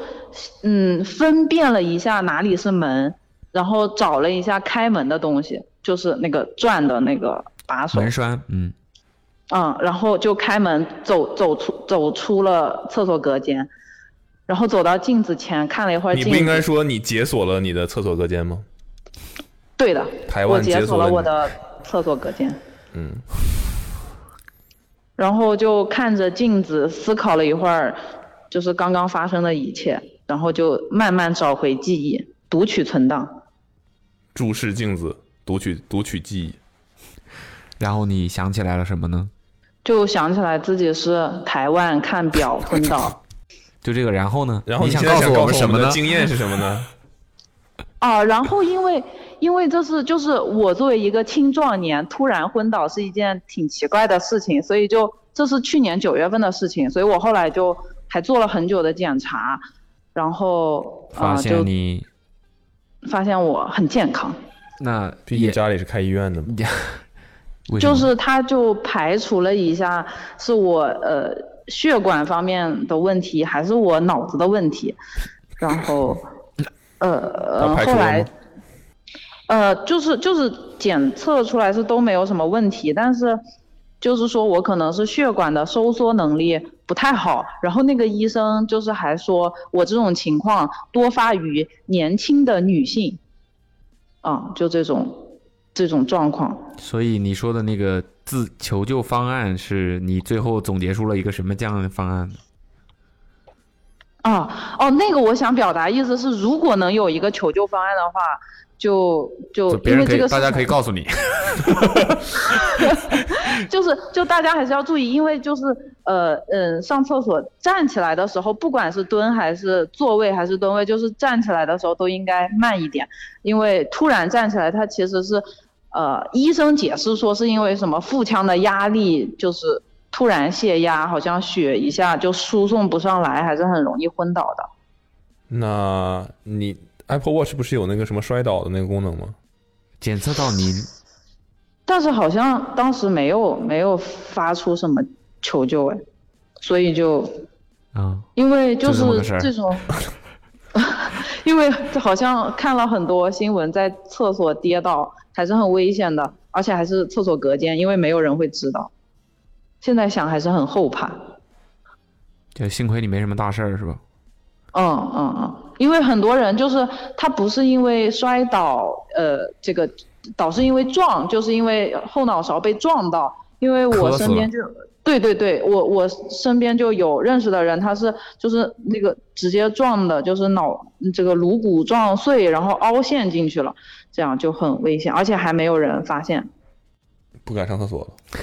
Speaker 5: 嗯分辨了一下哪里是门，然后找了一下开门的东西，就是那个转的那个把手，
Speaker 4: 门栓，嗯，
Speaker 5: 嗯，然后就开门走走出走出了厕所隔间，然后走到镜子前看了一会儿
Speaker 2: 你
Speaker 5: 镜子，
Speaker 2: 不应该说你解锁了你的厕所隔间吗？
Speaker 5: 对的，
Speaker 2: 台
Speaker 5: 我
Speaker 2: 湾
Speaker 5: 解
Speaker 2: 解
Speaker 5: 锁
Speaker 2: 锁了
Speaker 5: 我
Speaker 2: 你
Speaker 5: 的厕所隔间。
Speaker 2: 嗯，
Speaker 5: 然后就看着镜子思考了一会儿，就是刚刚发生的一切，然后就慢慢找回记忆，读取存档。
Speaker 2: 注视镜子，读取读取记忆。
Speaker 4: 然后你想起来了什么呢？
Speaker 5: 就想起来自己是台湾看表昏 倒。
Speaker 4: 就这个，然后呢？
Speaker 2: 然后
Speaker 4: 你
Speaker 2: 现在
Speaker 4: 告
Speaker 2: 想
Speaker 4: 诉
Speaker 2: 告
Speaker 4: 们
Speaker 2: 诉
Speaker 4: 什
Speaker 2: 我
Speaker 4: 么
Speaker 2: 们
Speaker 4: 呢？
Speaker 2: 的经验是什么呢？
Speaker 5: 啊，然后因为因为这是就是我作为一个青壮年突然昏倒是一件挺奇怪的事情，所以就这是去年九月份的事情，所以我后来就还做了很久的检查，然后啊、
Speaker 4: 发
Speaker 5: 就
Speaker 4: 现你
Speaker 5: 发现我很健康，
Speaker 4: 那
Speaker 2: 毕竟家里是开医院的嘛，
Speaker 4: 为什
Speaker 5: 就
Speaker 4: 么
Speaker 5: 是他就排除了一下是我呃血管方面的问题还是我脑子的问题，然后呃
Speaker 2: 他
Speaker 5: 呃
Speaker 2: 排除
Speaker 5: 后
Speaker 2: 了吗
Speaker 5: 来。呃，就是就是检测出来是都没有什么问题，但是就是说我可能是血管的收缩能力不太好，然后那个医生就是还说我这种情况多发于年轻的女性，啊，就这种这种状况。
Speaker 4: 所以你说的那个自求救方案，是你最后总结出了一个什么这样的方案呢？
Speaker 5: 啊，哦，那个我想表达意思是，如果能有一个求救方案的话，就就
Speaker 4: 就别
Speaker 5: 因
Speaker 4: 人
Speaker 5: 为
Speaker 4: 可
Speaker 5: 这
Speaker 4: 以
Speaker 5: 个，
Speaker 4: 大家可 以告诉你，
Speaker 5: 就是就大家还是要注意，因为就是呃嗯，上厕所站起来的时候，不管是蹲还是坐位还是蹲位，就是站起来的时候都应该慢一点，因为突然站起来，它其实是呃医生解释说是因为什么腹腔的压力就是突然泄压，好像血一下就输送不上来，还是很容易昏倒的。
Speaker 2: 那你 Apple Watch 不是有那个什么摔倒的那个功能吗？
Speaker 4: 检测到 你
Speaker 5: 但是好像当时没有没有发出什么求救哎，所以就
Speaker 4: 啊，
Speaker 5: 因为
Speaker 4: 就这么
Speaker 5: 是
Speaker 4: 个事儿
Speaker 5: 这种， 因为好像看了很多新闻，在厕所跌倒还是很危险的，而且还是厕所隔间，因为没有人会知道。现在想还是很后怕，
Speaker 4: 就幸亏你没什么大事儿是吧？
Speaker 5: 嗯嗯嗯，因为很多人就是他不是因为摔倒，呃，这个倒是因为撞，就是因为后脑勺被撞到。因为
Speaker 4: 磕
Speaker 5: 我
Speaker 4: 死
Speaker 5: 身边
Speaker 4: 了
Speaker 5: 就对对对，我我身边就有认识的人，他是就是那个直接撞的，就是脑这个颅骨撞碎，然后凹陷进去了，这样就很危险，而且还没有人发现，
Speaker 2: 不敢上厕所了，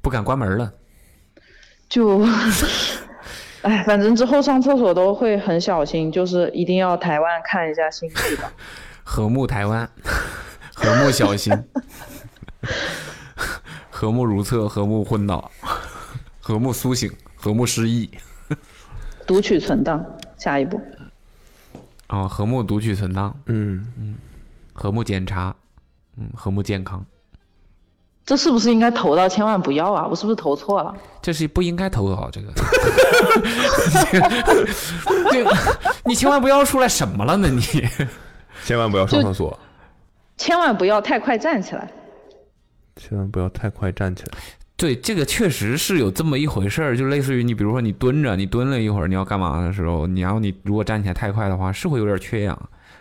Speaker 4: 不敢关门了。
Speaker 5: 就，哎，反正之后上厕所都会很小心，就是一定要台湾看一下新闻吧。
Speaker 4: 和睦台湾， 和睦小心， 和睦如厕，和睦昏倒， 和睦苏醒，和睦失忆。
Speaker 5: 读取存档，下一步。
Speaker 4: 啊，和睦读取存档，
Speaker 2: 嗯
Speaker 4: 嗯，和睦检查，嗯，和睦健康，
Speaker 5: 这是不是应该投到千万不要啊？我是不是投错了？
Speaker 4: 这是不应该投好这 个， 这个你千万不要出来什么了呢你，
Speaker 2: 千万不要上厕所，
Speaker 5: 千万不要太快站起来。
Speaker 2: 千万不要太快站起来。
Speaker 4: 对，这个确实是有这么一回事儿，就类似于你，比如说你蹲着，你蹲了一会儿，你要干嘛的时候，你然后你如果站起来太快的话，是会有点缺氧，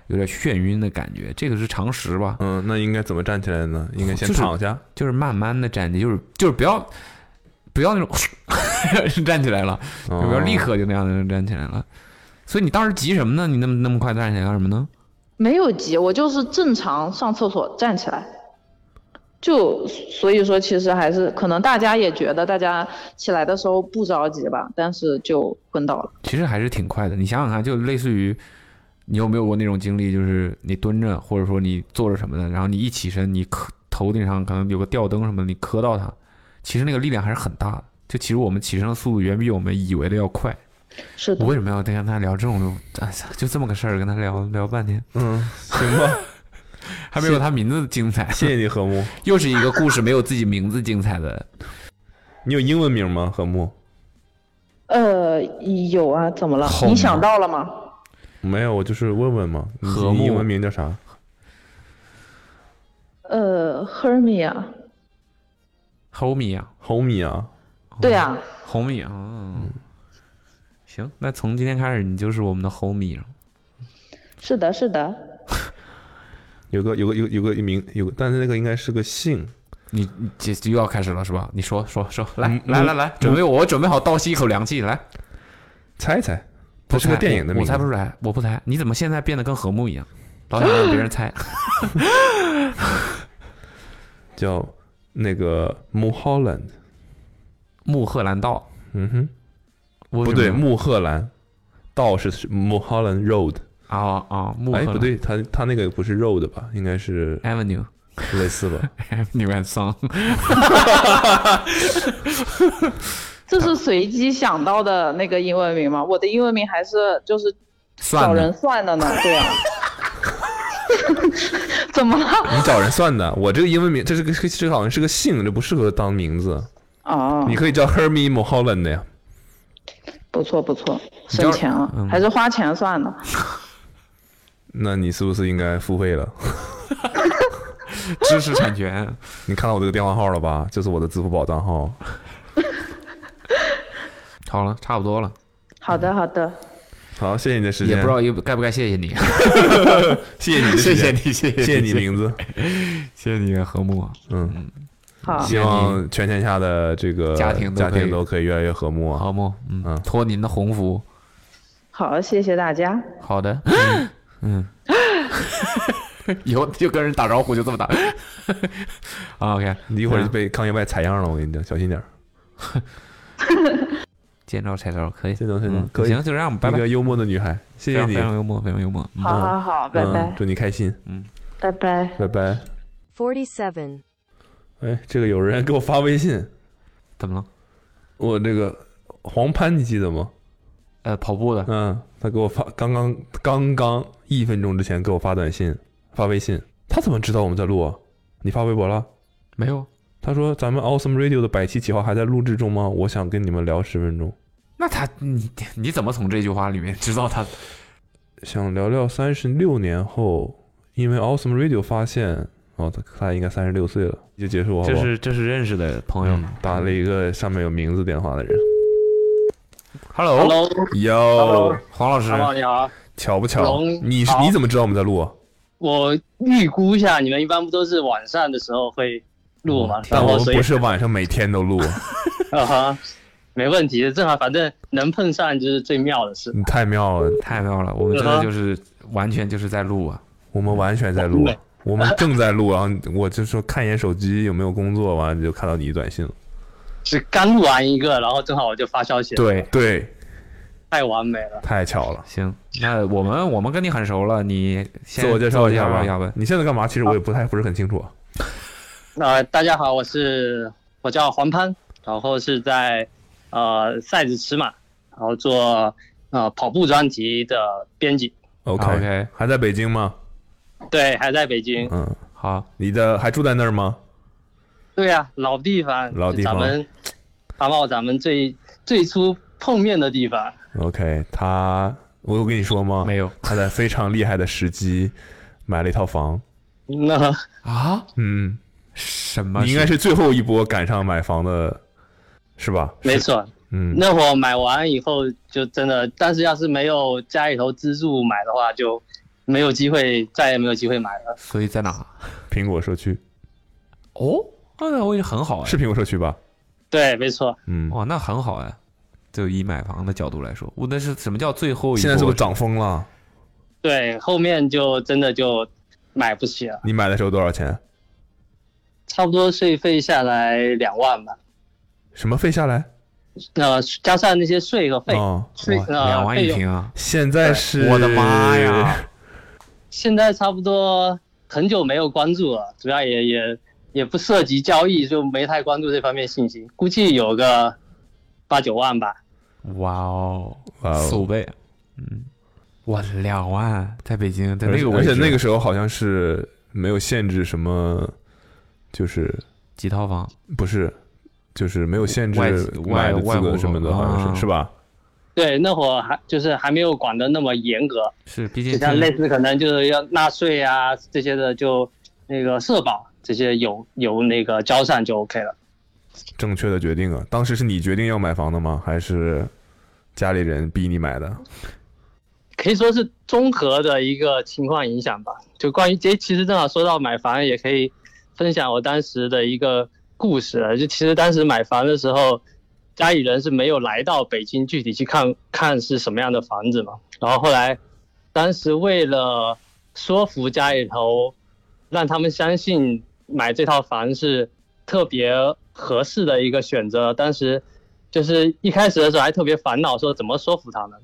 Speaker 4: 有点眩晕的感觉，这个是常识吧？
Speaker 2: 嗯，那应该怎么站起来呢？应该先
Speaker 4: 就是
Speaker 2: 躺下，
Speaker 4: 就是慢慢的站起，就是就是不要 不要那种 站起来了，就
Speaker 2: 哦
Speaker 4: 不要立刻就那样的站起来了。所以你当时急什么呢？你那么那么快站起来干什么呢？
Speaker 5: 没有急，我就是正常上厕所站起来。就所以说，其实还是可能大家也觉得大家起来的时候不着急吧，但是就昏倒了。
Speaker 4: 其实还是挺快的。你想想看，就类似于你有没有过那种经历，就是你蹲着或者说你坐着什么的，然后你一起身，你磕头顶上可能有个吊灯什么的，你磕到它，其实那个力量还是很大的。就其实我们起身的速度远比我们以为的要快。
Speaker 5: 是
Speaker 4: 我为什么要跟他聊这种，哎呀就这么个事儿，跟他聊聊半天？
Speaker 2: 嗯，行 吧，
Speaker 4: 还没有他名字精 彩。
Speaker 2: 谢谢你，和睦。
Speaker 4: 又是一个故事没有自己名字精彩的。
Speaker 2: 你有英文名吗？和睦？
Speaker 5: 呃，有啊，怎么了
Speaker 2: 好？
Speaker 5: 你
Speaker 2: 吗
Speaker 5: 想到了吗？
Speaker 2: 没有，我就是问问嘛。你
Speaker 4: 和睦
Speaker 2: 英文名叫啥？
Speaker 5: 呃，Hermia，
Speaker 2: 哦
Speaker 4: Homie 啊
Speaker 2: ，Homie 啊，
Speaker 5: 对啊，
Speaker 4: ，Homie 啊，嗯行，那从今天开始你就是我们的 Homie 了。
Speaker 5: 是的，是的，
Speaker 2: 有个有个有个有个名有个，但是那个应该是个姓。
Speaker 4: 你你这就要开始了是吧？你说说说，来
Speaker 2: 嗯
Speaker 4: 来
Speaker 2: 嗯
Speaker 4: 来来，准备，我准备好倒吸一口凉气，来，
Speaker 2: 猜一猜，
Speaker 4: 不
Speaker 2: 这是个
Speaker 4: 猜
Speaker 2: 电影的
Speaker 4: 我
Speaker 2: 名
Speaker 4: 我
Speaker 2: 字
Speaker 4: 猜不出来，我不猜，你怎么现在变得跟和睦一样，老想让别人猜？
Speaker 2: 叫那个穆赫兰，
Speaker 4: 穆赫兰道，
Speaker 2: 嗯哼，
Speaker 4: 为什
Speaker 2: 不
Speaker 4: 么
Speaker 2: 对，穆赫兰道是穆赫兰 Road
Speaker 4: 啊啊，穆赫
Speaker 2: 哎
Speaker 4: 兰
Speaker 2: 不对，他他那个不是 Road 吧，应该是
Speaker 4: Avenue，
Speaker 2: 类似吧
Speaker 4: ，Avenue and Song，
Speaker 5: 这是随机想到的那个英文名吗？我的英文名还是就是
Speaker 2: 算的
Speaker 5: 找人算的呢，对 啊。怎么了？
Speaker 2: 你找人算的，我这个英文名这是个这好像是个姓，这不适合当名字，
Speaker 5: 哦，
Speaker 2: 你可以叫 Hermie Mulholland 的呀，
Speaker 5: 不错不错，省钱了，
Speaker 2: 嗯
Speaker 5: 还是花钱算的。
Speaker 2: 那你是不是应该付费了？
Speaker 4: 知识产权，
Speaker 2: 你看到我这个电话号了吧？这是我的支付宝账号。
Speaker 4: 好了，差不多了。
Speaker 5: 好的好的，
Speaker 2: 好，谢谢你的时
Speaker 4: 也
Speaker 2: 间，
Speaker 4: 不知道该该不该谢谢你，
Speaker 2: 谢谢你的时
Speaker 4: 谢谢
Speaker 2: 间
Speaker 4: 你，谢
Speaker 2: 谢谢
Speaker 4: 谢
Speaker 2: 你名字，
Speaker 4: 谢谢你和睦，
Speaker 2: 嗯，
Speaker 5: 好
Speaker 2: 希望全天下的这个
Speaker 4: 家庭都
Speaker 2: 呃家
Speaker 4: 可以
Speaker 2: 庭都可以越来越和睦啊，
Speaker 4: 和睦，嗯，托您的鸿福，
Speaker 5: 好，谢谢大家。
Speaker 4: 好的，嗯， 以后就跟人打招呼就这么打。OK，啊嗯
Speaker 2: 你一会儿就被抗议外采样了，我跟你讲，小心点儿。
Speaker 4: 见招拆招，可以，
Speaker 2: 见招拆
Speaker 4: 嗯
Speaker 2: 可以，
Speaker 4: 行就这样拜拜
Speaker 2: 一个幽默的女孩，谢谢你，
Speaker 4: 非常幽默，非常幽默。
Speaker 5: 好好好拜拜
Speaker 2: 嗯祝你开心，
Speaker 4: 嗯，
Speaker 5: 拜拜。
Speaker 2: 拜拜。
Speaker 1: Forty seven.
Speaker 2: 哎，这个有人给我发微信，
Speaker 4: 怎么了？
Speaker 2: 我这个黄潘你记得吗？
Speaker 4: 呃，跑步的，
Speaker 2: 嗯，他给我发刚刚刚刚一分钟之前给我发短信，发微信，他怎么知道我们在录啊？你发微博了？
Speaker 4: 没有。啊
Speaker 2: 他说咱们 Awesome Radio 的百期企划还在录制中吗？我想跟你们聊十分钟，
Speaker 4: 那他你你怎么从这句话里面知道他？
Speaker 2: 想聊聊三十六年后，因为 Awesome Radio 发现。哦，他他应该三十六岁了，就结束好不好
Speaker 4: 这是这是认识的朋友
Speaker 2: 嗯打了一个上面有名字电话的人。
Speaker 4: Hello，
Speaker 2: 哟，
Speaker 4: 黄老师
Speaker 12: ，Hello，你好，
Speaker 2: 巧不巧
Speaker 12: 龙？
Speaker 2: 你是
Speaker 12: 好
Speaker 2: 你怎么知道我们在录啊？
Speaker 12: 我预估一下，你们一般不都是晚上的时候会录吗？
Speaker 2: 但
Speaker 12: 然
Speaker 2: 嗯我
Speaker 12: 后
Speaker 2: 们
Speaker 12: 所以
Speaker 2: 不是晚上每天都录，
Speaker 12: 啊哈，没问题，正好反正能碰上就是最妙的事。
Speaker 2: 你太妙了，
Speaker 4: 太妙了！我
Speaker 12: 嗯
Speaker 4: 们真的就是完全就是在录啊，
Speaker 2: 我们完全在
Speaker 12: 嗯
Speaker 2: 录，啊我们正在录，然后我就说看一眼手机有没有工作，完了就看到你短信了。
Speaker 12: 是刚录完一个，然后正好我就发消息，，
Speaker 4: 啊
Speaker 2: 对，
Speaker 12: 太完美了。
Speaker 2: 太巧了。
Speaker 4: 行，那我们我们跟你很熟了，你先
Speaker 2: 自我介绍一下
Speaker 4: 吧，
Speaker 2: 吧
Speaker 4: 要不啊然
Speaker 2: 你现在干嘛？其实我也不太不是很清楚。
Speaker 12: 那、大家好，我是我叫黄潘，然后是在呃赛制尺码，然后做呃跑步专辑的编辑，
Speaker 2: OK OK，还在北京吗？
Speaker 12: 对，还在北京，
Speaker 2: 嗯，
Speaker 4: 好，
Speaker 2: 你的还住在那儿吗？
Speaker 12: 对呀、老地方，
Speaker 2: 老地方
Speaker 12: 咱们阿茂，咱们最最初碰面的地方，
Speaker 2: OK，他我有跟你说吗？没
Speaker 4: 有，
Speaker 2: 他在非常厉害的时机 买了一套房。
Speaker 12: 那
Speaker 4: 啊，
Speaker 2: 嗯，
Speaker 4: 什么
Speaker 2: 你应该是最后一波赶上买房的，是吧？
Speaker 12: 没错，
Speaker 2: 嗯，
Speaker 12: 那会儿买完以后就真的，但是要是没有家里头资助买的话，就没有机会，再也没有机会买了。
Speaker 4: 所以在哪？
Speaker 2: 苹果社区
Speaker 4: 哦，啊那我也很好哎，
Speaker 2: 是苹果社区吧？
Speaker 12: 对，没错，
Speaker 2: 嗯，
Speaker 4: 哇，那很好哎，就以买房的角度来说，我那是什么叫最后一波？
Speaker 2: 现在是不是涨疯了？
Speaker 12: 对，后面就真的就买不起了，
Speaker 2: 你买的时候多少钱？
Speaker 12: 差不多税费下来两万吧，
Speaker 2: 什么费下来？
Speaker 12: 那、加上那些税和费，
Speaker 2: 哦
Speaker 12: 税
Speaker 2: 哇
Speaker 12: 哎呃
Speaker 2: 两万一
Speaker 12: 费用
Speaker 2: 平啊现在是
Speaker 4: 我的妈 呀！
Speaker 12: 现在差不多很久没有关注了，主要也也也不涉及交易，就没太关注这方面信息。估计有个八九万吧。
Speaker 4: 哇哦，
Speaker 2: 哇哦
Speaker 4: 四五倍，嗯，哇，两万在北京，在
Speaker 2: 而
Speaker 4: 那
Speaker 2: 且
Speaker 4: 个位
Speaker 2: 而
Speaker 4: 置，
Speaker 2: 且那个时候好像是没有限制什么，就是
Speaker 4: 几套房，
Speaker 2: 不是，就是没有限制
Speaker 4: 外
Speaker 2: 买的
Speaker 4: 外
Speaker 2: 资
Speaker 4: 外户
Speaker 2: 格什么的，
Speaker 4: 口
Speaker 2: 好像
Speaker 4: 啊
Speaker 2: 是是吧？
Speaker 12: 对，那会儿还就是还没有管得那么严格，
Speaker 4: 是毕
Speaker 12: 就
Speaker 4: 竟
Speaker 12: 像
Speaker 4: 听
Speaker 12: 类似可能就是要纳税啊这些的，就那个社保这些有有那个交上就 OK 了。
Speaker 2: 正确的决定啊！当时是你决定要买房的吗？还是家里人逼你买的？
Speaker 12: 可以说是综合的一个情况影响吧。就关于这，其实正好说到买房，也可以分享我当时的一个故事了。就其实当时买房的时候，家里人是没有来到北京具体去看看是什么样的房子嘛。然后后来，当时为了说服家里头让他们相信买这套房是特别合适的一个选择。当时就是一开始的时候还特别烦恼，说怎么说服他们。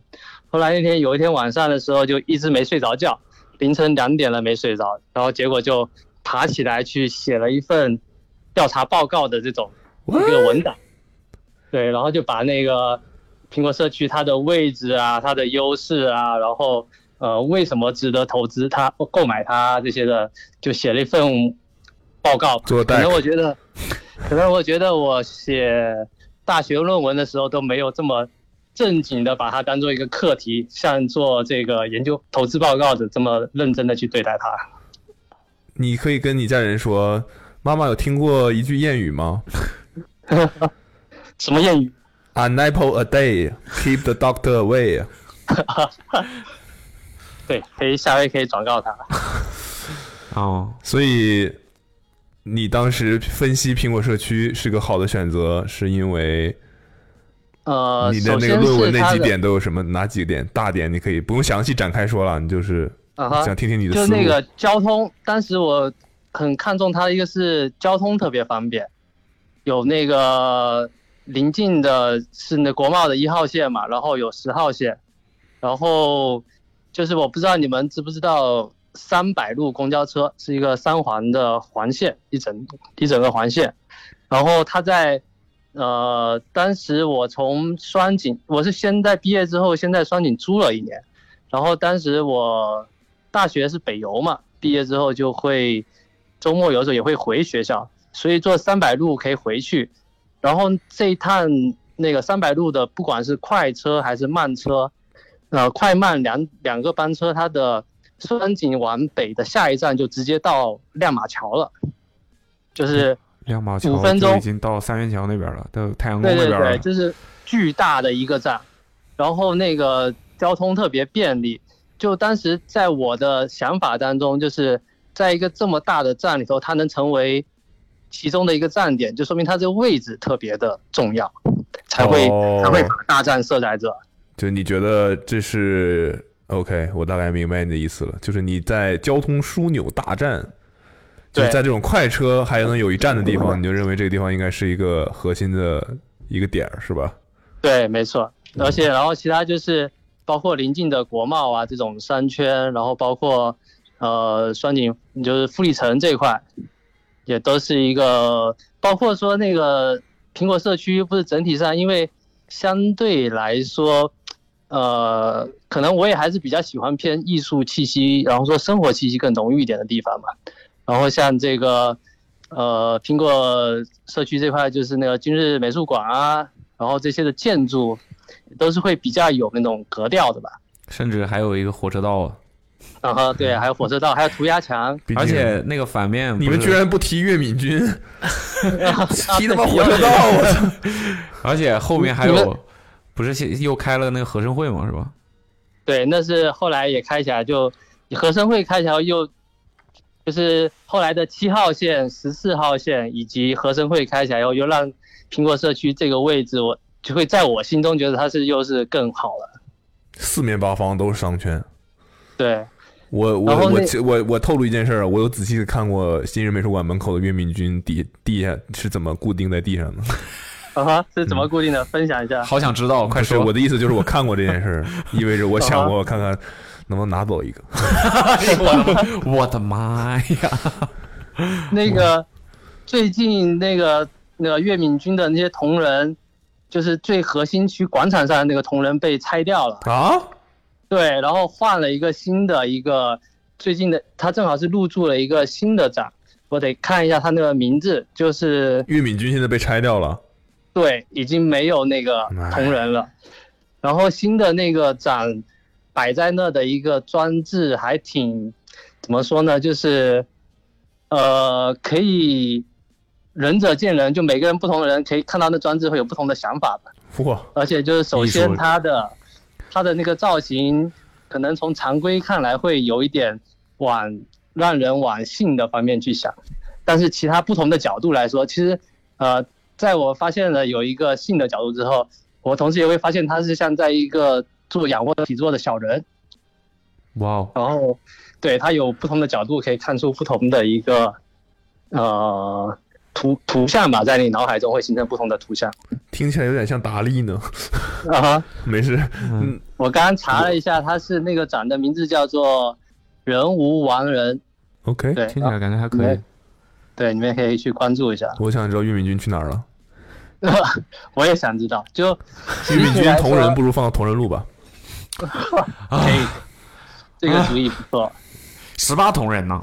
Speaker 12: 后来那天有一天晚上的时候，就一直没睡着觉，凌晨两点了没睡着，然后结果就爬起来去写了一份调查报告的这种一个文档，对，然后就把那个苹果社区它的位置啊、它的优势啊，然后呃为什么值得投资它、购买它这些的，就写了一份报告。
Speaker 2: 做
Speaker 12: 可能我觉 得，可能我觉得我写大学论文的时候都没有这么。正经的把它当做一个课题，像做这个研究投资报告的这么认真的去对待它。
Speaker 2: 你可以跟你家人说，妈妈有听过一句谚语吗？
Speaker 12: 什么谚语
Speaker 2: ？An apple a day keep the doctor away
Speaker 12: 对，可以下回可以转告他。
Speaker 4: 哦，
Speaker 2: 所以你当时分析苹果社区是个好的选择，是因为？
Speaker 12: 呃，
Speaker 2: 你的那个论文那几点都有什么？哪几点大点？你可以不用详细展开说了，你就是想听听你的
Speaker 12: 啊思路。就那个交通，当时我很看重它的一个是交通特别方便，有那个临近的是那国贸的一号线嘛，然后有十号线，然后就是我不知道你们知不知道三百路公交车是一个三环的环线，一整一整个环线，然后它在。呃，当时我从双井，我是先在毕业之后先在双井租了一年，然后当时我大学是北邮嘛，毕业之后就会周末有时候也会回学校，所以坐三百路可以回去，然后这一趟那个三百路的不管是快车还是慢车，呃，快慢两两个班车，它的双井往北的下一站就直接到亮马桥了，就是。
Speaker 4: 亮马桥
Speaker 12: 五分钟
Speaker 4: 已经到三元桥那边了，到太阳宫
Speaker 12: 对
Speaker 4: 那
Speaker 12: 对
Speaker 4: 边
Speaker 12: 对，
Speaker 4: 了。
Speaker 12: 就是巨大的一个站，然后那个交通特别便利。就当时在我的想法当中，就是在一个这么大的站里头，它能成为其中的一个站点，就说明它这个位置特别的重要，才会、
Speaker 2: 哦、
Speaker 12: 才会把大站设在这。
Speaker 2: 就你觉得这是 OK？我大概明白你的意思了，就是你在交通枢纽大站。就是在这种快车还能有一站的地
Speaker 4: 嗯
Speaker 2: 方，你就认为这个地方应该是一个核心的一个点儿，是吧？
Speaker 12: 对，没错。
Speaker 4: 嗯
Speaker 12: 而且，然后其他就是包括临近的国贸啊这种商圈，然后包括呃双井，就是富力城这块，也都是一个。包括说那个苹果社区，不是整体上，因为相对来说，呃，可能我也还是比较喜欢偏艺术气息，然后说生活气息更浓郁一点的地方嘛。然后像这个，呃，苹果社区这块就是那个今日美术馆啊，然后这些的建筑都是会比较有那种格调的吧。
Speaker 4: 甚至还有一个火车道啊，
Speaker 12: 啊哈，对，还有火车道，还有涂鸦墙，
Speaker 4: 而且那个反面
Speaker 2: 你们居然不提岳敏君，
Speaker 12: 啊
Speaker 2: 提他妈火车道，啊我操！
Speaker 4: 而且后面还有，不是现又开了那个和生会嘛，是吧？
Speaker 12: 对，那是后来也开起来就，就和生会开起来又。就是后来的七号线、十四号线以及合生汇开起来后，又让苹果社区这个位置，我就会在我心中觉得它是又是更好了。
Speaker 2: 四面八方都是商圈。
Speaker 12: 对，
Speaker 2: 我我我我我透露一件事儿，我有仔细的看过新人美术馆门口的岳敏君地地下是怎么固定在地上的。
Speaker 12: 啊哈，是怎么固定的？分享一下。
Speaker 4: 好想知道，快说！啊
Speaker 2: 我的意思就是我看过这件 事，意味着我想过看看能不能拿走一个。
Speaker 4: 我的妈哎呀！
Speaker 12: 那个最近那个那个岳敏君的那些铜人，就是最核心区广场上的那个铜人被拆掉了
Speaker 2: 啊。
Speaker 12: 对，然后换了一个新的一个最近的，他正好是入驻了一个新的展，我得看一下他那个名字，就是
Speaker 2: 岳敏君现在被拆掉了。哎
Speaker 12: 对，已经没有那个铜人了。然后新的那个展摆在那的一个装置还挺，怎么说呢？就是，呃，可以仁者见仁，就每个人不同的人可以看到那装置会有不同的想法吧。
Speaker 2: 哇！
Speaker 12: 而且就是首先它的它的那个造型，可能从常规看来会有一点往让人往性的方面去想，但是其他不同的角度来说，其实呃。在我发现了有一个性的角度之后，我同时也会发现他是像在一个做仰卧起坐的小人，
Speaker 2: 哇哦！
Speaker 12: 然后，对它有不同的角度可以看出不同的一个呃图图像吧，在你脑海中会形成不同的图像。
Speaker 2: 听起来有点像达利呢。
Speaker 12: 啊哈，
Speaker 2: 没事，嗯，
Speaker 12: 我刚刚查了一下，它是那个展的名字叫做“人无完人
Speaker 2: OK，
Speaker 12: 对
Speaker 4: 听起来感觉还”，
Speaker 12: 你
Speaker 4: 可以
Speaker 12: 们。对，你们可以去关注一下。
Speaker 2: 我想知道玉敏君去哪儿了。
Speaker 12: 我也想知道，就
Speaker 2: 玉
Speaker 12: 其
Speaker 2: 敏
Speaker 12: 实
Speaker 2: 君
Speaker 12: 来说
Speaker 2: 同人不如放到同人录吧。
Speaker 12: 可
Speaker 2: 哎
Speaker 12: 以，这个主意不
Speaker 2: 啊
Speaker 12: 错。
Speaker 4: 十八铜人呢？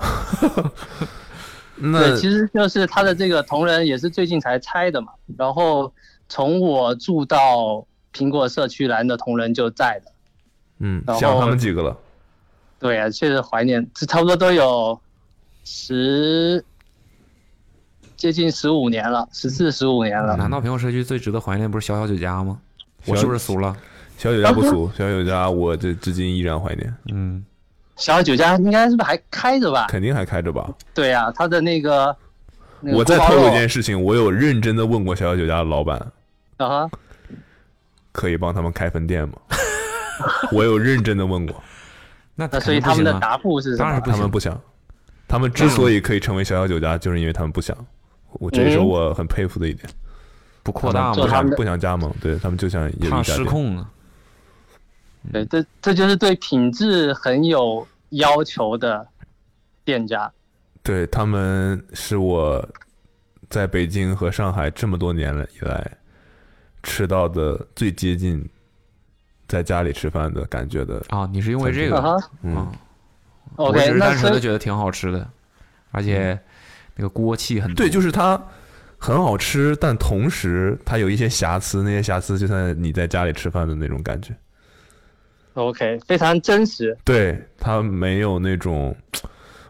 Speaker 2: 那
Speaker 12: 对，其实就是他的这个同人也是最近才拆的嘛。然后从我住到苹果社区栏的同人就在的。
Speaker 2: 嗯，
Speaker 12: 然后
Speaker 2: 想他们几个了。
Speaker 12: 对啊，确实怀念，这差不多都有十接近十五年了，十四十五年了。
Speaker 4: 难道苹果社区最值得怀念不是小小酒家吗？我是不是俗了？
Speaker 2: 呃小酒家不俗，小酒家我这至今依然怀念。
Speaker 4: 嗯，
Speaker 12: 小酒家应该是不是还开着吧？
Speaker 2: 肯定还开着吧？
Speaker 12: 对啊，他的那个，那个
Speaker 2: 我再
Speaker 12: 锅包
Speaker 2: 透
Speaker 12: 肉
Speaker 2: 露一件事情，我有认真的问过小小酒家的老板，
Speaker 12: 啊哈，
Speaker 2: 可以帮他们开分店吗？ 我有认真的问过。
Speaker 4: 那
Speaker 12: 那所以他
Speaker 4: 啊
Speaker 12: 们的答复是什么？
Speaker 2: 他们不想，他们之所以可以成为小小酒家，就是因为他们不想。我这也是
Speaker 12: 嗯
Speaker 2: 我很佩服的一点。
Speaker 4: 不扩大吗
Speaker 2: 不
Speaker 4: 他
Speaker 2: 想
Speaker 4: 们的
Speaker 2: 不想加盟，对他们就想有一家
Speaker 4: 怕
Speaker 2: 店
Speaker 4: 失控啊了。
Speaker 2: 嗯
Speaker 12: 对，这这就是对品质很有要求的店家。
Speaker 2: 对他们是我在北京和上海这么多年了以来吃到的最接近在家里吃饭的感觉的
Speaker 4: 啊！你是因为这个
Speaker 12: 啊哈
Speaker 2: 嗯，
Speaker 4: 我只
Speaker 12: OK，
Speaker 4: 是
Speaker 12: 那
Speaker 4: 单纯
Speaker 12: 所
Speaker 4: 的
Speaker 12: 以
Speaker 4: 觉得挺好吃的，而且那个锅气很
Speaker 2: 对，就是它很好吃，但同时它有一些瑕疵，那些瑕疵就像你在家里吃饭的那种感觉。
Speaker 12: OK 非常真实。
Speaker 2: 对，它没有那种，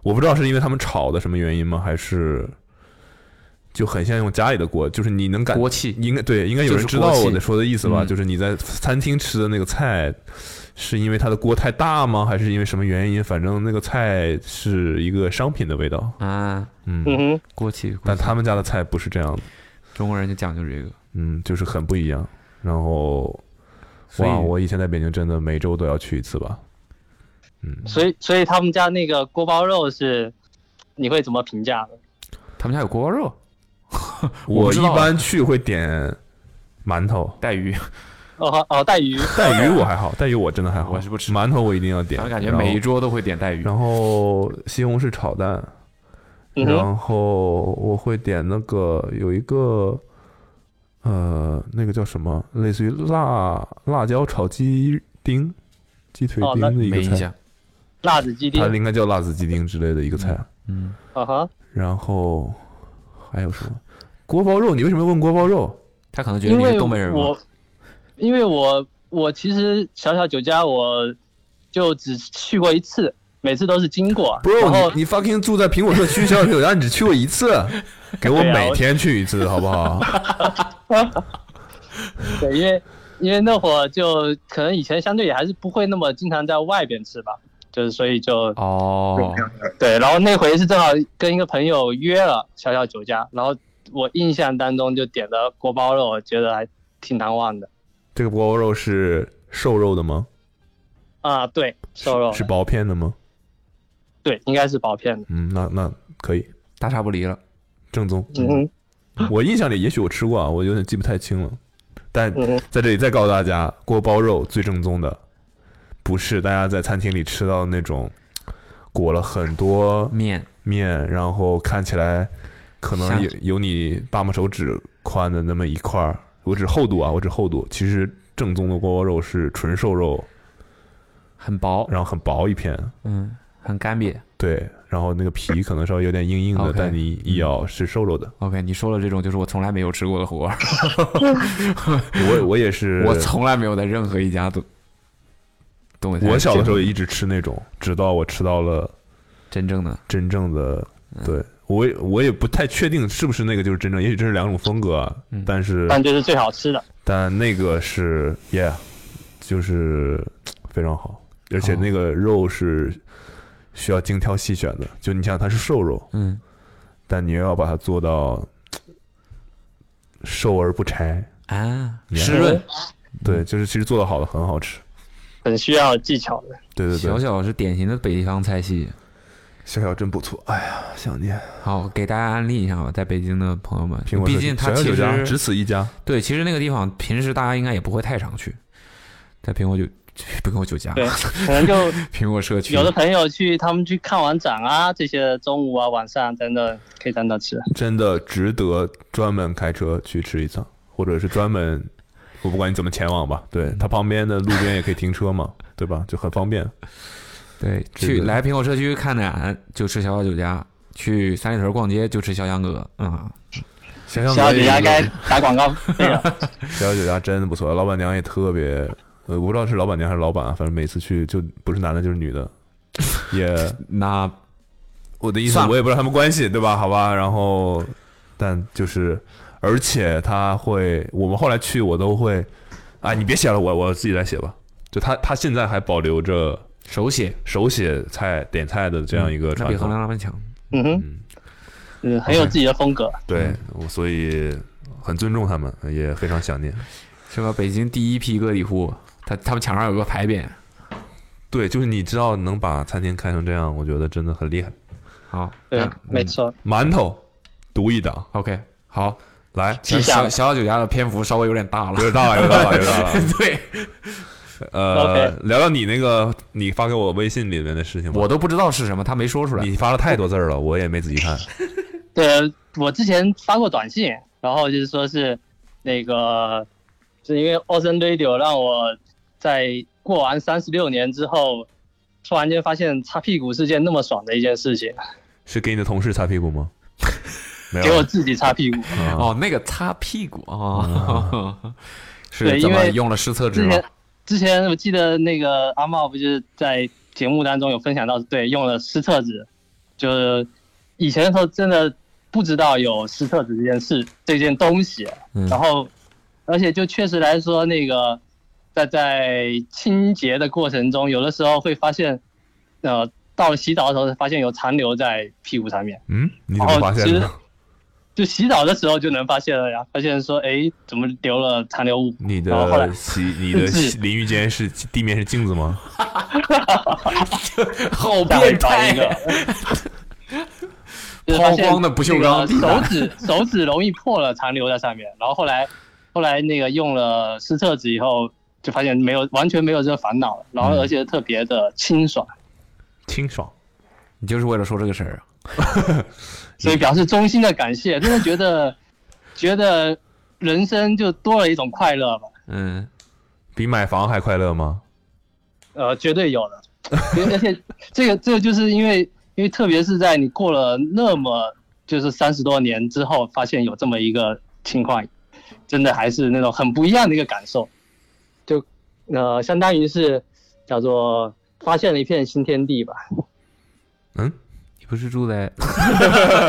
Speaker 2: 我不知道是因为他们炒的什么原因吗？还是就很像用家里的锅，就是你能感
Speaker 4: 锅气，
Speaker 2: 应该对，应该有
Speaker 4: 就
Speaker 2: 人
Speaker 4: 是
Speaker 2: 知
Speaker 4: 锅
Speaker 2: 道
Speaker 4: 气
Speaker 2: 我的说的意思吧？
Speaker 4: 嗯
Speaker 2: 就是你在餐厅吃的那个菜，是因为它的锅太大吗？还是因为什么原因？反正那个菜是一个商品的味道。
Speaker 4: 啊，
Speaker 2: 嗯
Speaker 12: 嗯哼，
Speaker 4: 锅气。
Speaker 2: 但他们家的菜不是这样的，
Speaker 4: 中国人就讲究这个，
Speaker 2: 嗯，就是很不一样。然后，
Speaker 4: 所以
Speaker 2: 哇，我以前在北京真的每周都要去一次吧。嗯
Speaker 12: 所以所以他们家那个锅包肉是，你会怎么评价呢？
Speaker 4: 他们家有锅 包肉，我不
Speaker 2: 我
Speaker 4: 知
Speaker 2: 一
Speaker 4: 道啊
Speaker 2: 般去会点馒头、
Speaker 4: 带鱼，
Speaker 12: 哦哦，带鱼，
Speaker 2: 带鱼我还好，带鱼我真的还好，我是不吃馒头，我一定要点。
Speaker 4: 感觉
Speaker 2: 然后
Speaker 4: 每一桌都会点带鱼。
Speaker 2: 然后西红柿炒蛋，
Speaker 4: 嗯哼
Speaker 2: 然后我会点那个有一个，呃，那个叫什么，类似于辣辣椒炒鸡丁、鸡腿
Speaker 12: 哦那
Speaker 2: 丁的一
Speaker 4: 没
Speaker 2: 个
Speaker 4: 印
Speaker 2: 菜
Speaker 4: 象，
Speaker 12: 辣子鸡丁
Speaker 2: 它。应该叫辣子鸡丁之类的一个菜。
Speaker 4: 嗯，
Speaker 12: 啊哈，
Speaker 2: 然后还有什么？锅包肉，你为什么要问锅包肉？
Speaker 4: 他可能
Speaker 12: 因为我因为我我其实小小酒家我就只去过一次，每次都是经过。
Speaker 2: 不
Speaker 12: 然后
Speaker 2: 是你，你 fucking 住在苹果社区小小酒家，你只去过一次，给我
Speaker 12: 对啊
Speaker 2: 每
Speaker 12: 我
Speaker 2: 天去一次，好不 好？
Speaker 12: 对，因为因为那会儿就可能以前相对也还是不会那么经常在外边吃吧， 就是所以就
Speaker 4: 哦，
Speaker 12: 对，然后那回是正好跟一个朋友约了小小酒家，然后我印象当中就点的锅包肉，我觉得还挺难忘的
Speaker 2: 这个锅包肉是瘦肉的吗？
Speaker 12: 啊。对，瘦肉
Speaker 2: 是薄片的吗？
Speaker 12: 对，应该是薄片的。
Speaker 2: 嗯，那那可以，
Speaker 4: 大差不离了，
Speaker 2: 正宗。
Speaker 12: 嗯，
Speaker 2: 我印象里也许我吃过啊，我有点记不太清了。但
Speaker 12: 嗯
Speaker 2: 在这里再告诉大家，锅包肉最正宗的，不是大家在餐厅里吃到的那种裹了很多
Speaker 4: 面
Speaker 2: 面，然后看起来可能
Speaker 4: 像
Speaker 2: 有有你大拇手指宽的那么一块儿。我指厚度啊，我指厚度。其实正宗的锅包肉是纯瘦肉，
Speaker 4: 很薄，
Speaker 2: 然后很薄一片，
Speaker 4: 嗯，很干瘪。
Speaker 2: 对，然后那个皮可能稍微有点硬硬的
Speaker 4: OK，嗯
Speaker 2: 但你一咬是瘦肉的。
Speaker 4: OK，你说了这种就是我从来没有吃过的火锅，
Speaker 2: 我我也是，
Speaker 4: 我从来没有在任何一家都东西。
Speaker 2: 我小的时候也一直吃那种，直到我吃到了
Speaker 4: 真正的嗯
Speaker 2: 真正的，对我也我也不太确定是不是那个就是真正，也许这是两种风格啊，
Speaker 4: 嗯
Speaker 2: 但是
Speaker 12: 但就是最好吃的。
Speaker 2: 但那个是 yeah，就是非常好，而
Speaker 4: 哦
Speaker 2: 且那个肉是需要精挑细选的，就你想它是瘦肉，
Speaker 4: 嗯，
Speaker 2: 但你又要把它做到瘦而不柴，
Speaker 4: 啊，
Speaker 2: 你要
Speaker 4: 湿润，
Speaker 2: 对，就是其实做的好的很好吃。
Speaker 12: 很需要技巧的。
Speaker 2: 对对对，
Speaker 4: 小小是典型的北方菜系，
Speaker 2: 小小真不错，哎呀，想念。
Speaker 4: 好，给大家安利一下吧，在北京的朋友们
Speaker 2: 苹，果
Speaker 4: 毕
Speaker 2: 手机
Speaker 4: 竟它
Speaker 2: 小小
Speaker 4: 其
Speaker 2: 有家
Speaker 4: 实
Speaker 2: 只此一家。
Speaker 4: 对，其实那个地方平时大家应该也不会太常去，在苹果酒 苹果酒家，
Speaker 12: 对可能就
Speaker 4: 苹果社区
Speaker 12: 有的朋友去，他们去看完展啊，这些中午啊、晚上真的可以在那吃。
Speaker 2: 真的值得专门开车去吃一趟，或者是专门，我不管你怎么前往吧，对，它旁边的路边也可以停车嘛，对吧？就很方便。
Speaker 4: 对，去来苹果社区看展就吃小小酒家，去三里屯逛街就吃小香哥，嗯，
Speaker 2: 小
Speaker 12: 小小酒家该打广 告费了。
Speaker 2: 小小酒家真的不错，老板娘也特别，呃，我不知道是老板娘还是老板啊，反正每次去就不是男的就是女的，也
Speaker 4: 那
Speaker 2: 我的意思
Speaker 4: 算了
Speaker 2: 我也不知道他们关系对吧？好吧，然后但就是，而且他会，我们后来去我都会，啊，你别写了，我我自己来写吧。就他他现在还保留着
Speaker 4: 手写
Speaker 2: 手写菜点菜的这样一个
Speaker 4: 那
Speaker 2: 传
Speaker 4: 比
Speaker 2: 统
Speaker 4: 衡，量拉面强。
Speaker 12: 嗯
Speaker 2: 哼，
Speaker 12: 嗯，很有自己的风格。
Speaker 2: 对，
Speaker 4: 嗯
Speaker 2: 我所以很尊重他们，也非常想念。
Speaker 4: 是吧？北京第一批个体户，他他们墙上有个牌匾。
Speaker 2: 对，就是你知道能把餐厅开成这样，我觉得真的很厉害。
Speaker 4: 好，嗯
Speaker 12: 对，没错。
Speaker 2: 馒头独一档。
Speaker 4: OK，好，
Speaker 2: 来，
Speaker 4: 其实
Speaker 2: 小
Speaker 4: 小小小酒家的篇幅稍微有点大了，。
Speaker 2: 有点大了，有点大了，有点大了
Speaker 4: 对，
Speaker 2: 呃
Speaker 4: OK
Speaker 2: 聊聊你那个你发给我微信里面的事情吧。
Speaker 4: 我都不知道是什么，他没说出来。
Speaker 2: 你发了太多字儿了，我也没仔细看。
Speaker 12: 对，我之前发过短信，然后就是说是那个，是因为 Ocean Radio 让我在过完三十六年之后，突然间发现擦屁股是件那么爽的一件事情，
Speaker 2: 是给你的同事擦屁股 吗？没
Speaker 12: 给
Speaker 2: 有
Speaker 12: 我。自己擦屁股。
Speaker 4: 哦，那个擦屁股啊，
Speaker 2: 哦
Speaker 4: 是
Speaker 12: 对
Speaker 4: 怎
Speaker 12: 因
Speaker 4: 么
Speaker 12: 为
Speaker 4: 用了湿厕纸
Speaker 12: 之
Speaker 4: 吗
Speaker 12: 前？之前我记得那个阿茂不就是在节目当中有分享到，对，用了湿厕纸，就是以前的时候真的不知道有湿厕纸这件事这件东西，
Speaker 4: 嗯
Speaker 12: 然后而且就确实来说，那个在在清洁的过程中，有的时候会发现，呃，到了洗澡的时候发现有残留在屁股上面，
Speaker 2: 嗯，你怎
Speaker 12: 然
Speaker 2: 么
Speaker 12: 后
Speaker 2: 发现
Speaker 12: 哦其
Speaker 2: 的
Speaker 12: 实？ 就洗澡的时候就能发现了呀，发现说，哎，怎么留了残留物？
Speaker 2: 你
Speaker 12: 然后后来
Speaker 2: 的 洗你的
Speaker 12: 自己
Speaker 2: 洗淋浴间是地面是镜子吗？
Speaker 4: 好
Speaker 12: 变态一个， 就是发现
Speaker 4: 抛光的不锈钢
Speaker 12: 那
Speaker 4: 地
Speaker 12: 个
Speaker 4: 毯
Speaker 12: 手指手指容易破了，残留在上面。然后后来后来那个用了湿厕纸以后，就发现没有完全没有这个烦恼了，然
Speaker 2: 嗯
Speaker 12: 后而且特别的清爽，
Speaker 2: 清爽，
Speaker 4: 你就是为了说这个事儿啊？
Speaker 12: 所以表示衷心的感谢，真的觉得觉得人生就多了一种快乐吧，
Speaker 4: 嗯，
Speaker 2: 比买房还快乐吗？
Speaker 12: 呃，绝对有的。 而且这个这个就是因为因为特别是在你过了那么就是三十多年之后，发现有这么一个情况，真的还是那种很不一样的一个感受，就呃相当于是叫做发现了一片新天地吧。
Speaker 2: 嗯
Speaker 4: 你不是住在？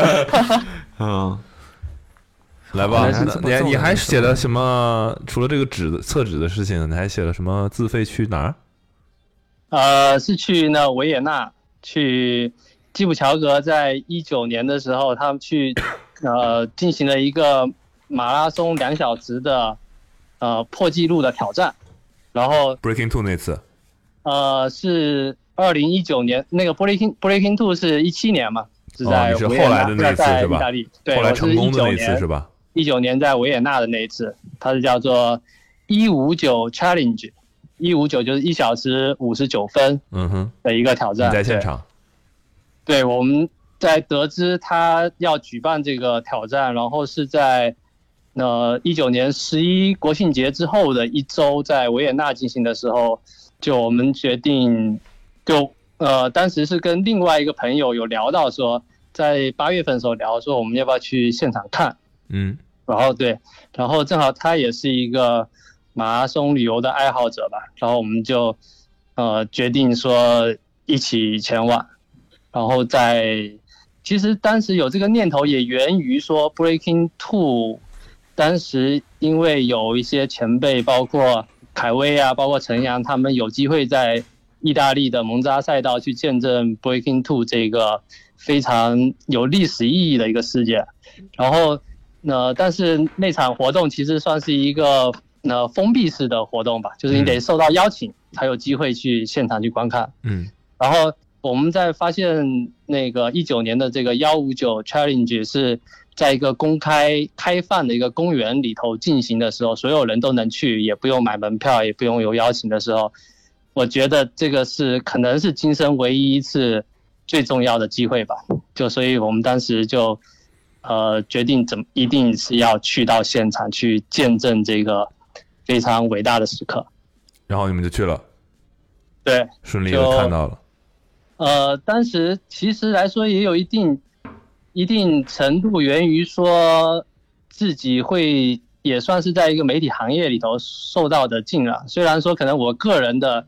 Speaker 4: 嗯，
Speaker 2: 来吧，
Speaker 4: 原来是这么
Speaker 2: 那
Speaker 4: 揍
Speaker 2: 你你
Speaker 4: 人
Speaker 2: 还
Speaker 4: 的
Speaker 2: 写了什么？除了这个纸的厕纸的事情，你还写了什么？自费去哪儿？
Speaker 12: 呃，是去那维也纳，去基普乔格在一九年的时候，他们去呃进行了一个马拉松两小时的呃破纪录的挑战，然后
Speaker 2: Breaking Two 那次，
Speaker 12: 呃是二零一九年那个 Breaking Breaking Two 是一七年嘛，是
Speaker 2: 哦，
Speaker 12: 在
Speaker 2: 你是后
Speaker 12: 维也纳，
Speaker 2: 来的那
Speaker 12: 是
Speaker 2: 次
Speaker 12: 在
Speaker 2: 是
Speaker 12: 意
Speaker 2: 吧
Speaker 12: 大利，？对，
Speaker 2: 后来成功的那次是吧？
Speaker 12: 一九年在维也纳的那一次，它是叫做一五九 Challenge，一五九就是一小时五十九分。
Speaker 2: 嗯哼，
Speaker 12: 的一个挑
Speaker 2: 你
Speaker 12: 战。
Speaker 2: 在现场，
Speaker 12: 对？对，我们在得知他要举办这个挑战，然后是在呃一九年十一国庆节之后的一周，在维也纳进行的时候，就我们决定就呃当时是跟另外一个朋友有聊到说，在八月份的时候聊说我们要不要去现场看，
Speaker 2: 嗯，
Speaker 12: 然后对，然后正好他也是一个马拉松旅游的爱好者吧，然后我们就呃决定说一起前往，然后在其实当时有这个念头也源于说 Breaking Two，当时因为有一些前辈，包括凯威啊，包括陈阳他们有机会在意大利的蒙扎赛道去见证 Breaking Two 这个非常有历史意义的一个事件，然后。那但是那场活动其实算是一个呃封闭式的活动吧，就是你得受到邀请，才有机会去现场去观看。
Speaker 2: 嗯
Speaker 12: 然后我们在发现那个一九年的这个幺五九 challenge 是在一个公开开放的一个公园里头进行的时候，所有人都能去，也不用买门票，也不用有邀请的时候，我觉得这个是可能是今生唯一一次最重要的机会吧。就所以我们当时就呃决定怎么一定是要去到现场去见证这个非常伟大的时刻。
Speaker 2: 然后你们就去了，
Speaker 12: 对，
Speaker 2: 顺利的看到了。
Speaker 12: 呃，当时其实来说也有一定一定程度源于说自己会也算是在一个媒体行业里头受到的浸染，虽然说可能我个人的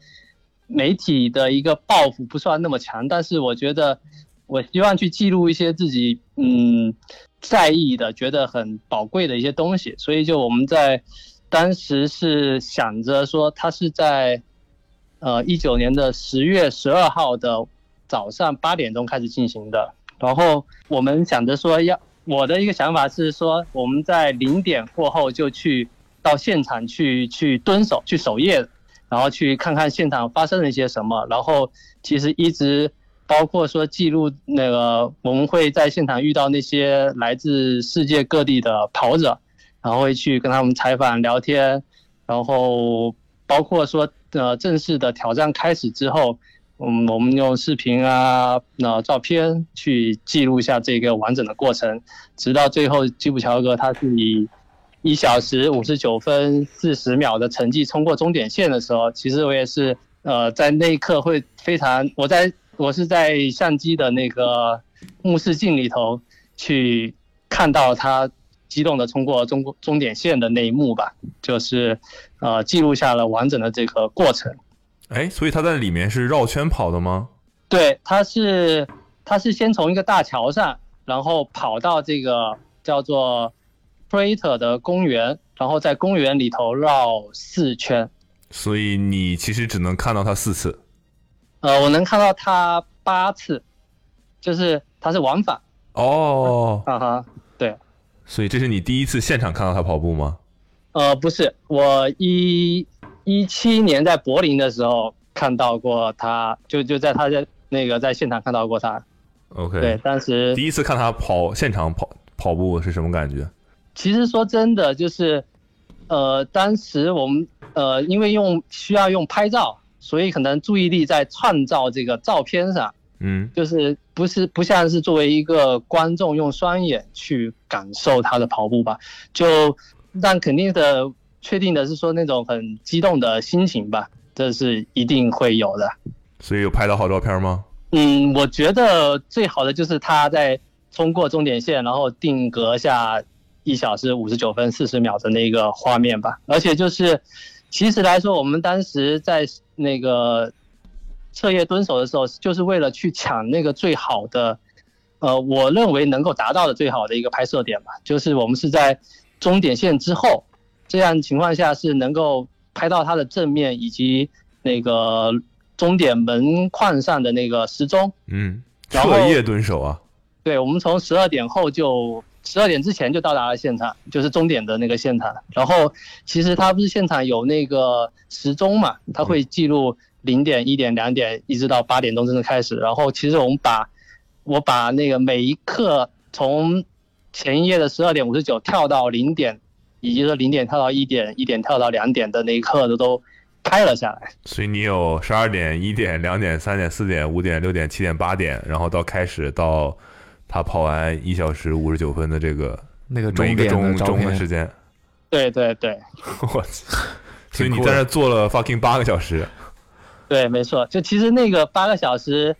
Speaker 12: 媒体的一个抱负不算那么强，但是我觉得我希望去记录一些自己嗯在意的、觉得很宝贵的一些东西，所以就我们在当时是想着说，它是在呃一九年的十月十二号的早上八点钟开始进行的。然后我们想着说要，我的一个想法是说，我们在零点过后就去到现场去去蹲守、去守夜，然后去看看现场发生了一些什么。然后其实一直包括说记录那个，我们会在现场遇到那些来自世界各地的跑者，然后会去跟他们采访、聊天，然后包括说，呃，正式的挑战开始之后，嗯，我们用视频啊、那、照片去记录一下这个完整的过程，直到最后基普乔格他是以一小时五十九分四十秒的成绩冲过终点线的时候，其实我也是，呃，在那一刻会非常，我在我是在相机的那个目视镜里头去看到他激动的冲过终终点线的那一幕吧，就是呃记录下了完整的这个过程。
Speaker 2: 哎，所以他在里面是绕圈跑的吗？
Speaker 12: 对，他是他是先从一个大桥上，然后跑到这个叫做 Prater 的公园，然后在公园里头绕四圈。
Speaker 2: 所以你其实只能看到他四次。
Speaker 12: 呃，我能看到他八次，就是他是往返。
Speaker 2: 哦，
Speaker 12: 啊哈，对。
Speaker 2: 所以这是你第一次现场看到他跑步吗？
Speaker 12: 呃，不是，我一一七年在柏林的时候看到过他，就就在他在那个在现场看到过他。
Speaker 2: OK，
Speaker 12: 对，当时
Speaker 2: 第一次看他跑现场跑跑步是什么感觉？
Speaker 12: 其实说真的，就是，呃，当时我们呃，因为用需要用拍照，所以可能注意力在创造这个照片上，
Speaker 2: 嗯
Speaker 12: 就是不是不像是作为一个观众用双眼去感受他的跑步吧，就但肯定的确定的是说那种很激动的心情吧，这是一定会有的。
Speaker 2: 所以有拍到好照片吗？
Speaker 12: 嗯，我觉得最好的就是他在冲过终点线，然后定格下一小时五十九分四十秒的那个画面吧。而且就是，其实来说，我们当时在那个彻夜蹲守的时候，就是为了去抢那个最好的，呃，我认为能够达到的最好的一个拍摄点吧。就是我们是在终点线之后，这样情况下是能够拍到它的正面以及那个终点门框上的那个时钟。
Speaker 2: 嗯，
Speaker 12: 然后
Speaker 2: 彻夜蹲守啊。
Speaker 12: 对，我们从十二点后就十二点之前就到达了现场，就是终点的那个现场。然后其实它不是现场有那个时钟嘛，它会记录零点、一点、两点，一直到八点钟真正开始。然后其实我们把我把那个每一刻从前一夜的十二点五十九跳到零点，以及说零点跳到一点、一点跳到两点的那一刻的都拍了下来。
Speaker 2: 所以你有十二点、一点、两点、三点、四点、五点、六点、七点、八点，然后到开始到他跑完一小时五十九分的这个
Speaker 4: 那个终
Speaker 2: 每一个
Speaker 4: 点的
Speaker 2: 钟
Speaker 4: 照
Speaker 2: 钟的
Speaker 4: 片
Speaker 2: 时间，
Speaker 12: 对对对，
Speaker 2: 我操！所以
Speaker 12: 挺
Speaker 2: 你
Speaker 12: 酷
Speaker 2: 在
Speaker 12: 的
Speaker 2: 那坐了 fucking 八个小时，
Speaker 12: 对，没错，就其实那个八个小时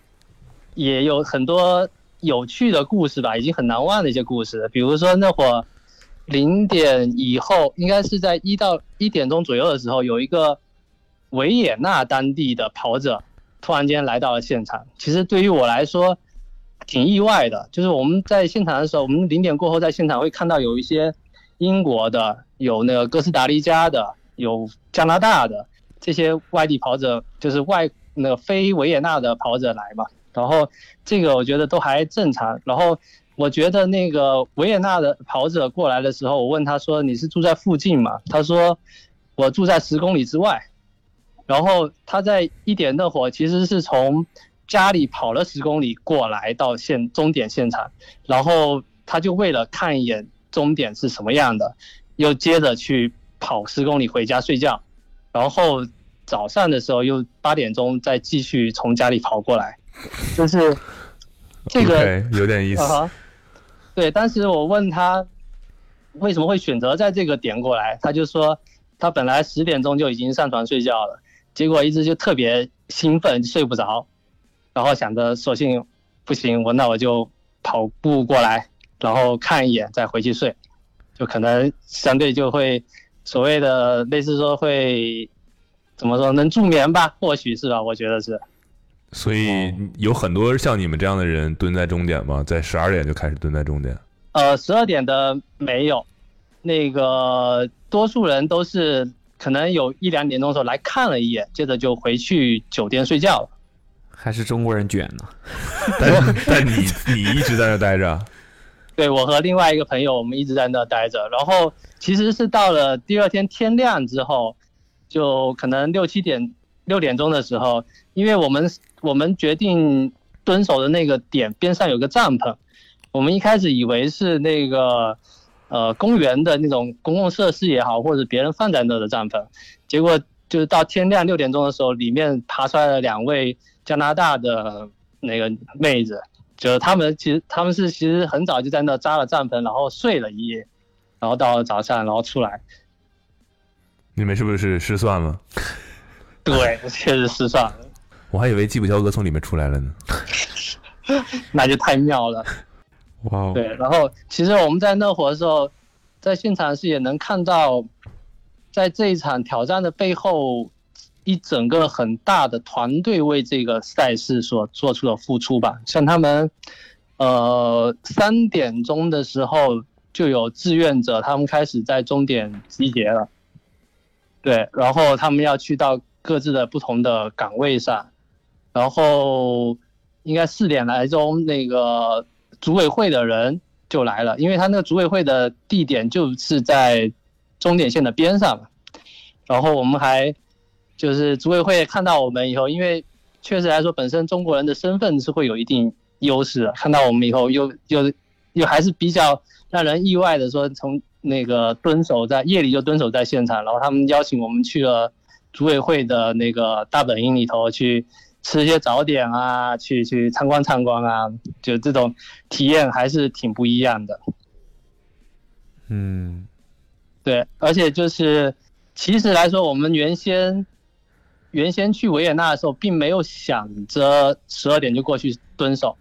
Speaker 12: 也有很多有趣的故事吧，已经很难忘的一些故事。比如说那会儿零点以后，应该是在一到一点钟左右的时候，有一个维也纳当地的跑者突然间来到了现场。其实对于我来说挺意外的，就是我们在现场的时候，我们零点过后在现场会看到有一些英国的，有那个哥斯达黎加的，有加拿大的。这些外地跑者，就是外那个非维也纳的跑者来嘛。然后这个我觉得都还正常。然后我觉得那个维也纳的跑者过来的时候，我问他说：“你是住在附近吗？”他说：“我住在十公里之外。”然后他在一点那会儿其实是从家里跑了十公里过来到现终点现场，然后他就为了看一眼终点是什么样的，又接着去跑十公里回家睡觉，然后早上的时候又八点钟再继续从家里跑过来，就是 这个
Speaker 2: OK，有点意思
Speaker 12: 啊哈对，当时我问他为什么会选择在这个点过来，他就说他本来十点钟就已经上床睡觉了，结果一直就特别兴奋，睡不着，然后想着索性不行，我那我就跑步过来，然后看一眼再回去睡，就可能相对就会所谓的类似说会怎么说能助眠吧，或许是吧，我觉得是。
Speaker 2: 所以有很多像你们这样的人蹲在终点吗？在十二点就开始蹲在终点？
Speaker 12: 呃，十二点的没有，那个多数人都是可能有一两点钟的时候来看了一眼，接着就回去酒店睡觉了。
Speaker 4: 还是中国人卷呢？
Speaker 2: 但但你你一直在那待着，
Speaker 12: 对我和另外一个朋友，我们一直在那待着，然后其实是到了第二天天亮之后，就可能六七点六点钟的时候，因为我们我们决定蹲守的那个点边上有个帐篷，我们一开始以为是那个呃公园的那种公共设施也好，或者别人放在那的帐篷，结果就是到天亮六点钟的时候，里面爬出来了两位加拿大的那个妹子，就是他们其实他们是其实很早就在那扎了帐篷，然后睡了一夜，然后到了早上然后出来，
Speaker 2: 你们是不是失算了？
Speaker 12: 对，确实失算了，
Speaker 2: 我还以为基普乔格从里面出来了呢。
Speaker 12: 那就太妙了。
Speaker 2: 哇哦！
Speaker 12: 对，然后其实我们在那会儿的时候，在现场是也能看到，在这一场挑战的背后，一整个很大的团队为这个赛事所做出的付出吧。像他们，呃，三点钟的时候就有志愿者，他们开始在终点集结了。对，然后他们要去到各自的不同的岗位上，然后应该四点来钟，那个组委会的人就来了，因为他那个组委会的地点就是在终点线的边上嘛。然后我们还就是组委会看到我们以后，因为确实来说，本身中国人的身份是会有一定优势的，看到我们以后又又又还是比较让人意外的说，从那个蹲守在夜里就蹲守在现场，然后他们邀请我们去了组委会的那个大本营里头去吃一些早点啊，去去参观参观啊，就这种体验还是挺不一样的。
Speaker 4: 嗯，
Speaker 12: 对，而且就是其实来说，我们原先原先去维也纳的时候，并没有想着十二点就过去蹲守，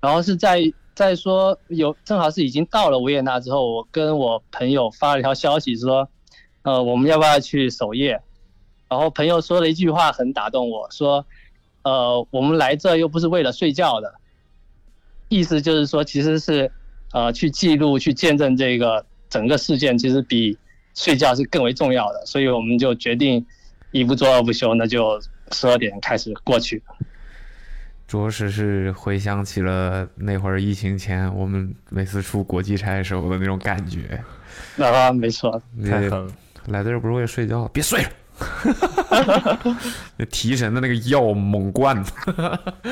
Speaker 12: 然后是在在说有正好是已经到了维也纳之后，我跟我朋友发了一条消息说，呃，我们要不要去守夜？然后朋友说了一句话很打动我，说，呃，我们来这又不是为了睡觉的，意思就是说，其实是呃去记录、去见证这个整个事件，其实比睡觉是更为重要的。所以我们就决定一不做二不休，那就十二点开始过去。
Speaker 4: 着实是回想起了那会儿疫情前我们每次出国际差的时候的那种感觉。
Speaker 12: 啊，没错，
Speaker 4: 太狠了！来这儿不是为了睡觉，别睡了。 那提神的那个药猛灌，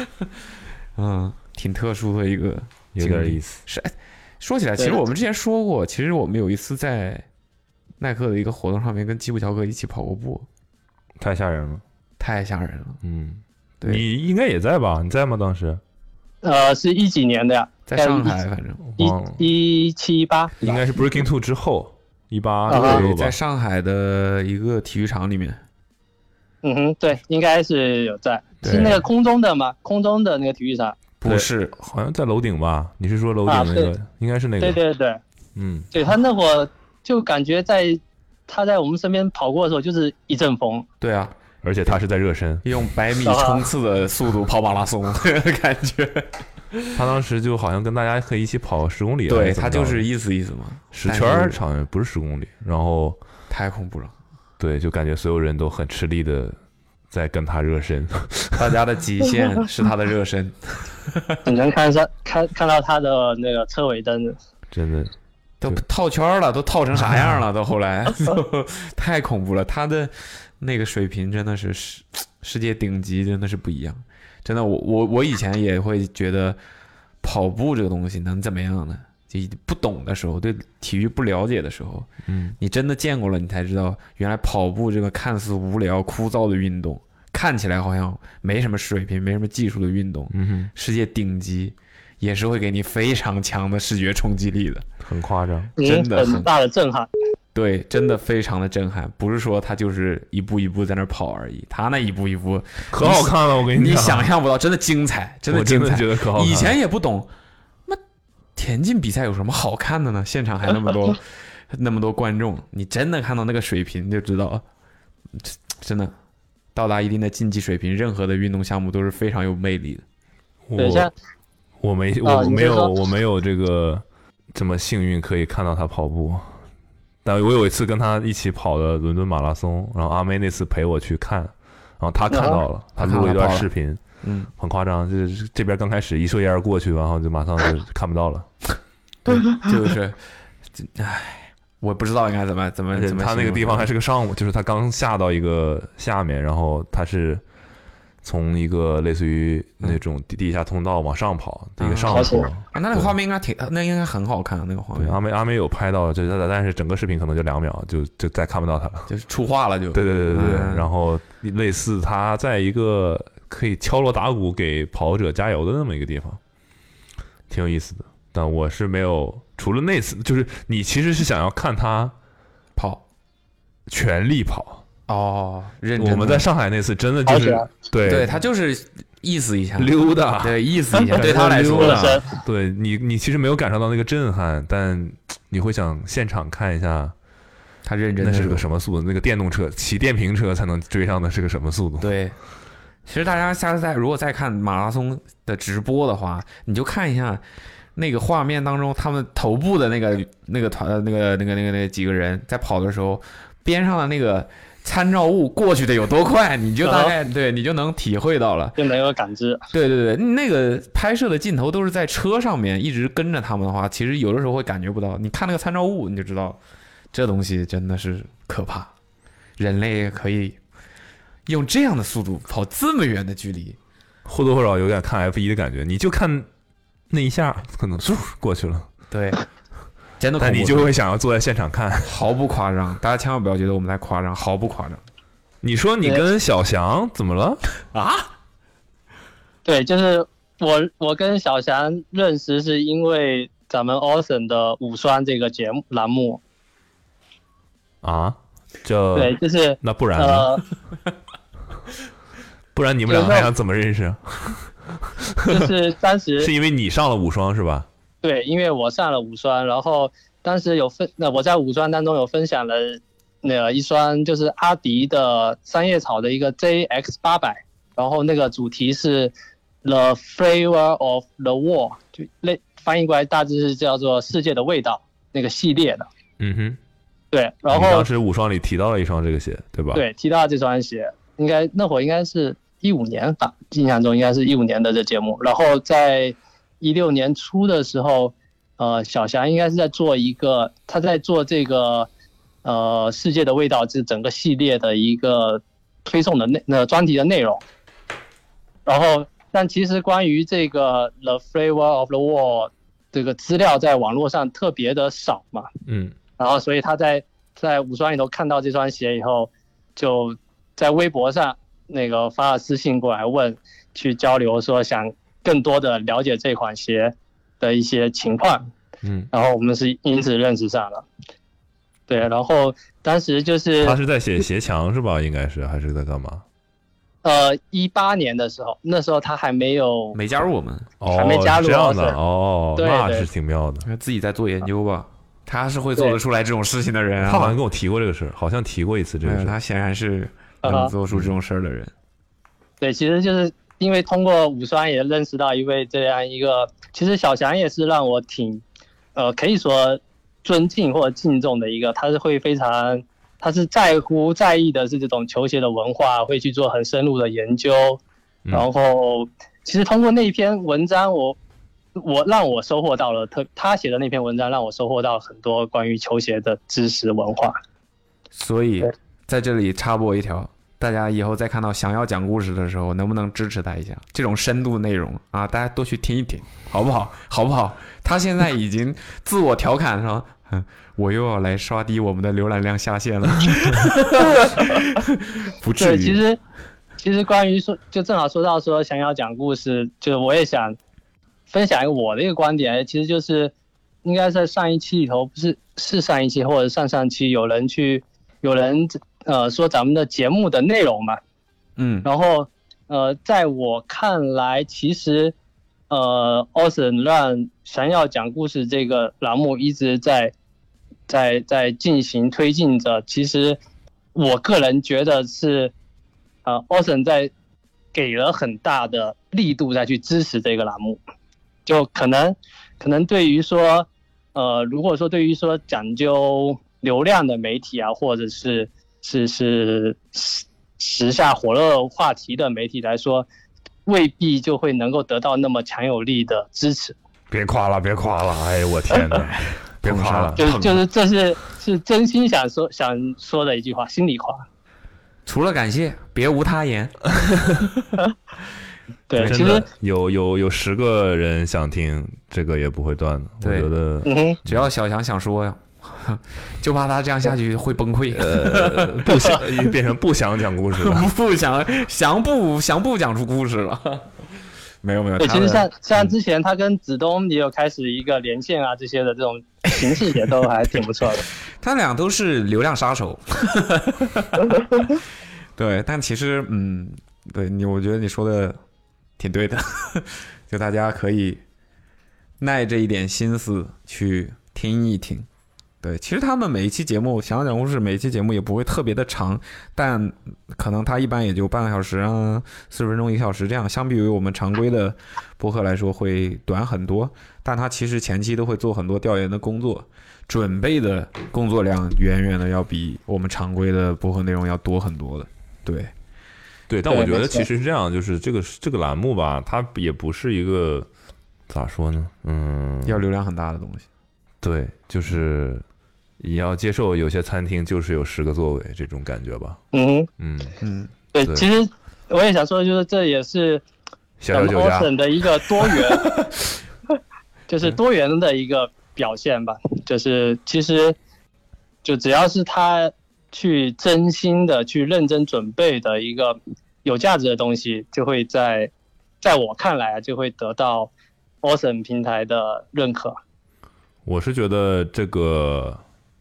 Speaker 4: 嗯，挺特殊的一个，
Speaker 2: 有点意
Speaker 4: 思。是，哎说起来，其
Speaker 12: 对
Speaker 4: 实我们之前说过，其实我们有一次在耐克的一个活动上面跟基普乔格一起跑过步，
Speaker 2: 太吓人了，
Speaker 4: 太吓人了。
Speaker 2: 嗯，
Speaker 4: 对
Speaker 2: 你应该也在吧？你在吗？当时
Speaker 12: 呃，是一几年的呀？
Speaker 4: 在上海，反正
Speaker 2: 忘了，
Speaker 12: 一七一八，
Speaker 2: 应该是 Breaking Two 之后，一八左
Speaker 4: 对，
Speaker 2: 右吧
Speaker 4: 在。上海的一个体育场里面，
Speaker 12: 嗯哼，对，应该是有在，
Speaker 4: 对
Speaker 12: 是那个空中的嘛，空中的那个体育场。
Speaker 4: 不是，
Speaker 2: 好像在楼顶吧？你是说楼
Speaker 12: 啊
Speaker 2: 顶那
Speaker 12: 对
Speaker 2: 个？应该是那个。
Speaker 12: 对对对，
Speaker 2: 嗯，
Speaker 12: 对他那会儿就感觉在他在我们身边跑过的时候，就是一阵风。
Speaker 4: 对啊，
Speaker 2: 而且他是在热身，
Speaker 4: 用百米冲刺的速度跑马拉松， 感觉。
Speaker 2: 他当时就好像跟大家可以一起跑十公里，啊
Speaker 4: 对
Speaker 2: 还怎么
Speaker 4: 他就
Speaker 2: 着
Speaker 4: 是意思意思嘛
Speaker 2: 十
Speaker 4: 但
Speaker 2: 圈儿
Speaker 4: 是
Speaker 2: 好像不是十公里，然后
Speaker 4: 太恐怖了，
Speaker 2: 对，就感觉所有人都很吃力的在跟他热身，
Speaker 4: 大家的极限是他的热身，
Speaker 12: 你能看上 看看到他的那个车尾灯，
Speaker 2: 真的
Speaker 4: 都套圈儿了，都套成啥样了？到后来太恐怖了。他的那个水平真的是世世界顶级，真的是不一样。真的，我我我以前也会觉得跑步这个东西能怎么样呢？就不懂的时候，对体育不了解的时候，
Speaker 2: 嗯，
Speaker 4: 你真的见过了，你才知道原来跑步这个看似无聊枯燥的运动，看起来好像没什么水平、没什么技术的运动，
Speaker 2: 嗯哼，
Speaker 4: 世界顶级也是会给你非常强的视觉冲击力的，
Speaker 2: 很夸张，
Speaker 4: 真的
Speaker 12: 嗯很大的震撼。
Speaker 4: 对，真的非常的震撼，不是说他就是一步一步在那儿跑而已，他那一步一步
Speaker 2: 可好看了我跟你
Speaker 4: 你，
Speaker 2: 讲
Speaker 4: 想象不到，真的精彩，真
Speaker 2: 我真
Speaker 4: 精
Speaker 2: 的
Speaker 4: 彩，
Speaker 2: 觉得可好看
Speaker 4: 以 前也不懂，那田径比赛有什么好看的呢？现场还那 么多那么多观众，你真的看到那个水平就知道，啊这真的到达一定的竞技水平，任何的运动项目都是非常有魅力的。
Speaker 12: 对，像
Speaker 2: 我没
Speaker 12: 啊
Speaker 2: 我
Speaker 12: 你
Speaker 2: 没
Speaker 12: 先
Speaker 2: 有、
Speaker 12: 说
Speaker 2: 我没有这个这么幸运可以看到他跑步，但我有一次跟他一起跑的伦敦马拉松，然后阿妹那次陪我去看，然后他
Speaker 12: 啊
Speaker 2: 看到了，
Speaker 4: 他
Speaker 2: 他
Speaker 4: 看到
Speaker 2: 录了一
Speaker 4: 他
Speaker 2: 段
Speaker 4: 跑了
Speaker 2: 视频，
Speaker 4: 嗯，
Speaker 2: 很夸张，就是这边刚开始一瞬间过去，然后就马上 就看不到了，
Speaker 4: 就是，唉，我不知道应该怎么怎么
Speaker 2: 而且
Speaker 4: 怎么。
Speaker 2: 他那个地方还是个上午，就是他刚下到一个下面，然后他是从一个类似于那种地地下通道往上跑的一个上坡。
Speaker 4: 啊，那那个画面应该挺，那应该很好看啊，那个画
Speaker 2: 对
Speaker 4: 面。
Speaker 2: 阿梅阿梅有拍到，就是他但是整个视频可能就两秒，就就再看不到他了，
Speaker 4: 就是出画了就。
Speaker 2: 对对对对对。
Speaker 4: 嗯
Speaker 2: 然后类似他在一个可以敲锣打鼓给跑者加油的那么一个地方，挺有意思的。但我是没有，除了那次，就是你其实是想要看他
Speaker 4: 跑，
Speaker 2: 全力跑
Speaker 4: 哦。认真
Speaker 2: 我们
Speaker 4: 的
Speaker 2: 在上海那次真的就是对
Speaker 4: 对，他就是意思一 下
Speaker 2: 溜达，
Speaker 4: 对意思 一下，
Speaker 2: 感
Speaker 4: 对
Speaker 2: 觉
Speaker 4: 他来说啊
Speaker 2: 溜达， 对你你其实没有感受到那个震撼，但你会想现场看一下。
Speaker 4: 他认真
Speaker 2: 那
Speaker 4: 的
Speaker 2: 是个什么速度？那个电动车骑电瓶车才能追上的是个什么速度？
Speaker 4: 对，其实大家下次再如果再看马拉松的直播的话，你就看一下那个画面当中，他们头部的那个那个团呃那个那个那个那个几个人在跑的时候，边上的那个参照物过去的有多快，你就大概、对你就能体会到了。
Speaker 12: 啊就能有感知。
Speaker 4: 对对对，那个拍摄的镜头都是在车上面一直跟着他们的话，其实有的时候会感觉不到。你看那个参照物，你就知道这东西真的是可怕，人类可以用这样的速度跑这么远的距离。
Speaker 2: 或多或少有点看 F 一的感觉，你就看那一下，可能嗖过去了。
Speaker 4: 对， 真的恐
Speaker 2: 但
Speaker 4: 怖
Speaker 2: 你就会想要坐在现场看，
Speaker 4: 毫不夸张，大家千万不要觉得我们在夸张，毫不夸张。
Speaker 2: 你说你跟小翔怎么了？
Speaker 4: 啊？
Speaker 12: 对，就是我我跟小翔认识是因为咱们 Awesome 的五双这个节目栏目，
Speaker 2: 啊？这
Speaker 12: 对，就是
Speaker 2: 那不然呢？
Speaker 12: 呃，
Speaker 2: 不然你们两个
Speaker 12: 就是
Speaker 2: 还想怎么认识？
Speaker 12: 就是当时
Speaker 2: 是因为你上了五双是吧？
Speaker 12: 对，因为我上了五双，然后当时有分，那我在五双当中有分享了那个一双就是阿迪的三叶草的一个 JX 八百，然后那个主题是 The Flavor of the World，就类翻译过来大致是叫做世界的味道那个系列的。
Speaker 2: 嗯哼。
Speaker 12: 对，然
Speaker 2: 哦你
Speaker 12: 后
Speaker 2: 当时五双里提到了一双这个鞋，对吧？
Speaker 12: 对提到这双鞋，应该那会儿应该是一五年吧，印象中应该是一五年的这节目。然后在一六年初的时候，呃，小翔应该是在做一个，他在做这个呃《世界的味道》这整个系列的一个推送的内呃专题的内容。然后，但其实关于这个《The Flavor of the World》这个资料在网络上特别的少嘛，
Speaker 2: 嗯，
Speaker 12: 然后所以他在在五双里头看到这双鞋以后，就在微博上那个发了私信过来问，去交流说想更多的了解这款鞋的一些情况，
Speaker 2: 嗯，
Speaker 12: 然后我们是因此认识上了。对，然后当时就是
Speaker 2: 他是在写鞋墙是吧？应该是还是在干嘛？
Speaker 12: 呃一八年的时候，那时候他还没有
Speaker 4: 没加入我们，
Speaker 2: 哦，
Speaker 12: 还没加入
Speaker 2: 这样
Speaker 12: 奥
Speaker 2: 的
Speaker 12: 森
Speaker 2: 哦，
Speaker 12: 对
Speaker 2: 那
Speaker 12: 对
Speaker 2: 是挺妙的。啊
Speaker 4: 自己在做研究吧，他是会做得出来这种事情的人啊。
Speaker 2: 他好像跟我提过这个事儿，好像提过一次这个
Speaker 4: 没
Speaker 2: 事
Speaker 4: 有
Speaker 2: 儿。
Speaker 4: 他显然是
Speaker 12: 啊哈
Speaker 4: 能做出这种事儿的人。
Speaker 12: 对，其实就是因为通过五双也认识到一位这样一个，其实小翔也是让我挺，呃，可以说尊敬或者敬重的一个，他是会非常，他是在乎在意的是这种球鞋的文化，会去做很深入的研究，然后其实通过那篇文章我。我让我收获到了特他写的那篇文章，让我收获到很多关于球鞋的知识文化。
Speaker 4: 所以在这里插播一条，大家以后再看到想要讲故事的时候，能不能支持他一下？这种深度内容啊，大家多去听一听，好不好？ 好不好？他现在已经自我调侃说， 哼我又要来刷低我们的浏览量下限了， 不至
Speaker 12: 对，
Speaker 4: 于。
Speaker 12: 其实其实关于说，就正好说到说想要讲故事，就是我也想分享一个我的一个观点，其实就是应该在上一期里头，不是是上一期或者上上期有人去有人呃说咱们的节目的内容嘛，
Speaker 4: 嗯
Speaker 12: 然后呃，在我看来，其实呃，Austin 让想要讲故事这个栏目一直在在在进行推进着。其实我个人觉得是呃，Austin 在给了很大的力度再去支持这个栏目，就可能可能对于说呃，如果说对于说讲究流量的媒体啊，或者是是是时时下火热话题的媒体来说，未必就会能够得到那么强有力的支持。
Speaker 2: 别夸了，别夸了，哎呦我 天哪，别夸
Speaker 4: 啊
Speaker 2: 了，
Speaker 12: 就是
Speaker 2: 碰
Speaker 12: 就是这是是真心想说想说的一句话，心里话。
Speaker 4: 除了感谢，别无他言。
Speaker 12: 对，其
Speaker 2: 真
Speaker 12: 实
Speaker 2: 的有有有十个人想听，这个也不会断的。我
Speaker 4: 对
Speaker 2: 觉得，
Speaker 12: 嗯
Speaker 4: 只要小强想说呀，就怕他这样 下去会崩溃。
Speaker 2: 呃，不 想 变成不想讲故事了。
Speaker 4: 不想想不想不讲出故事了。没有没有，
Speaker 12: 对，
Speaker 4: 他嗯
Speaker 12: 其实
Speaker 4: 们
Speaker 12: 像像之前他跟子东也有开始一个连线啊这些的这种形式也都还挺不错的。
Speaker 4: 他俩都是流量 杀手。对，但其实，嗯，对你，我觉得你说的挺对的， 就大家可以耐着一点心思去听一听。对，其实他们每一期节目，想要讲故事，每一期节目也不会特别的长，但可能它一般也就半个小时啊，四十分钟、一个小时这样，相比于我们常规的播客来说会短很多。但它其实前期都会做很多调研的工作，准备的工作量远远的要比我们常规的播客内容要多很多的。对，
Speaker 2: 对，但我觉得其实是这样，就是这个这个栏目吧，它也不是一个咋说呢，嗯，
Speaker 4: 要流量很大的东西。
Speaker 2: 对，就是也要接受有些餐厅就是有十个座位这种感觉吧。
Speaker 12: 嗯，
Speaker 2: 嗯
Speaker 4: 嗯，
Speaker 12: 对，其实我也想说，就是这也是
Speaker 2: 小小酒
Speaker 12: 咱们
Speaker 2: 家
Speaker 12: Austin 的一个多元，就是多元的一个表现吧。就是其实就只要是他去真心的去认真准备的一个有价值的东西，就会在在我看来啊，就会得到 Austin 平台的认可。
Speaker 2: 我是觉得这个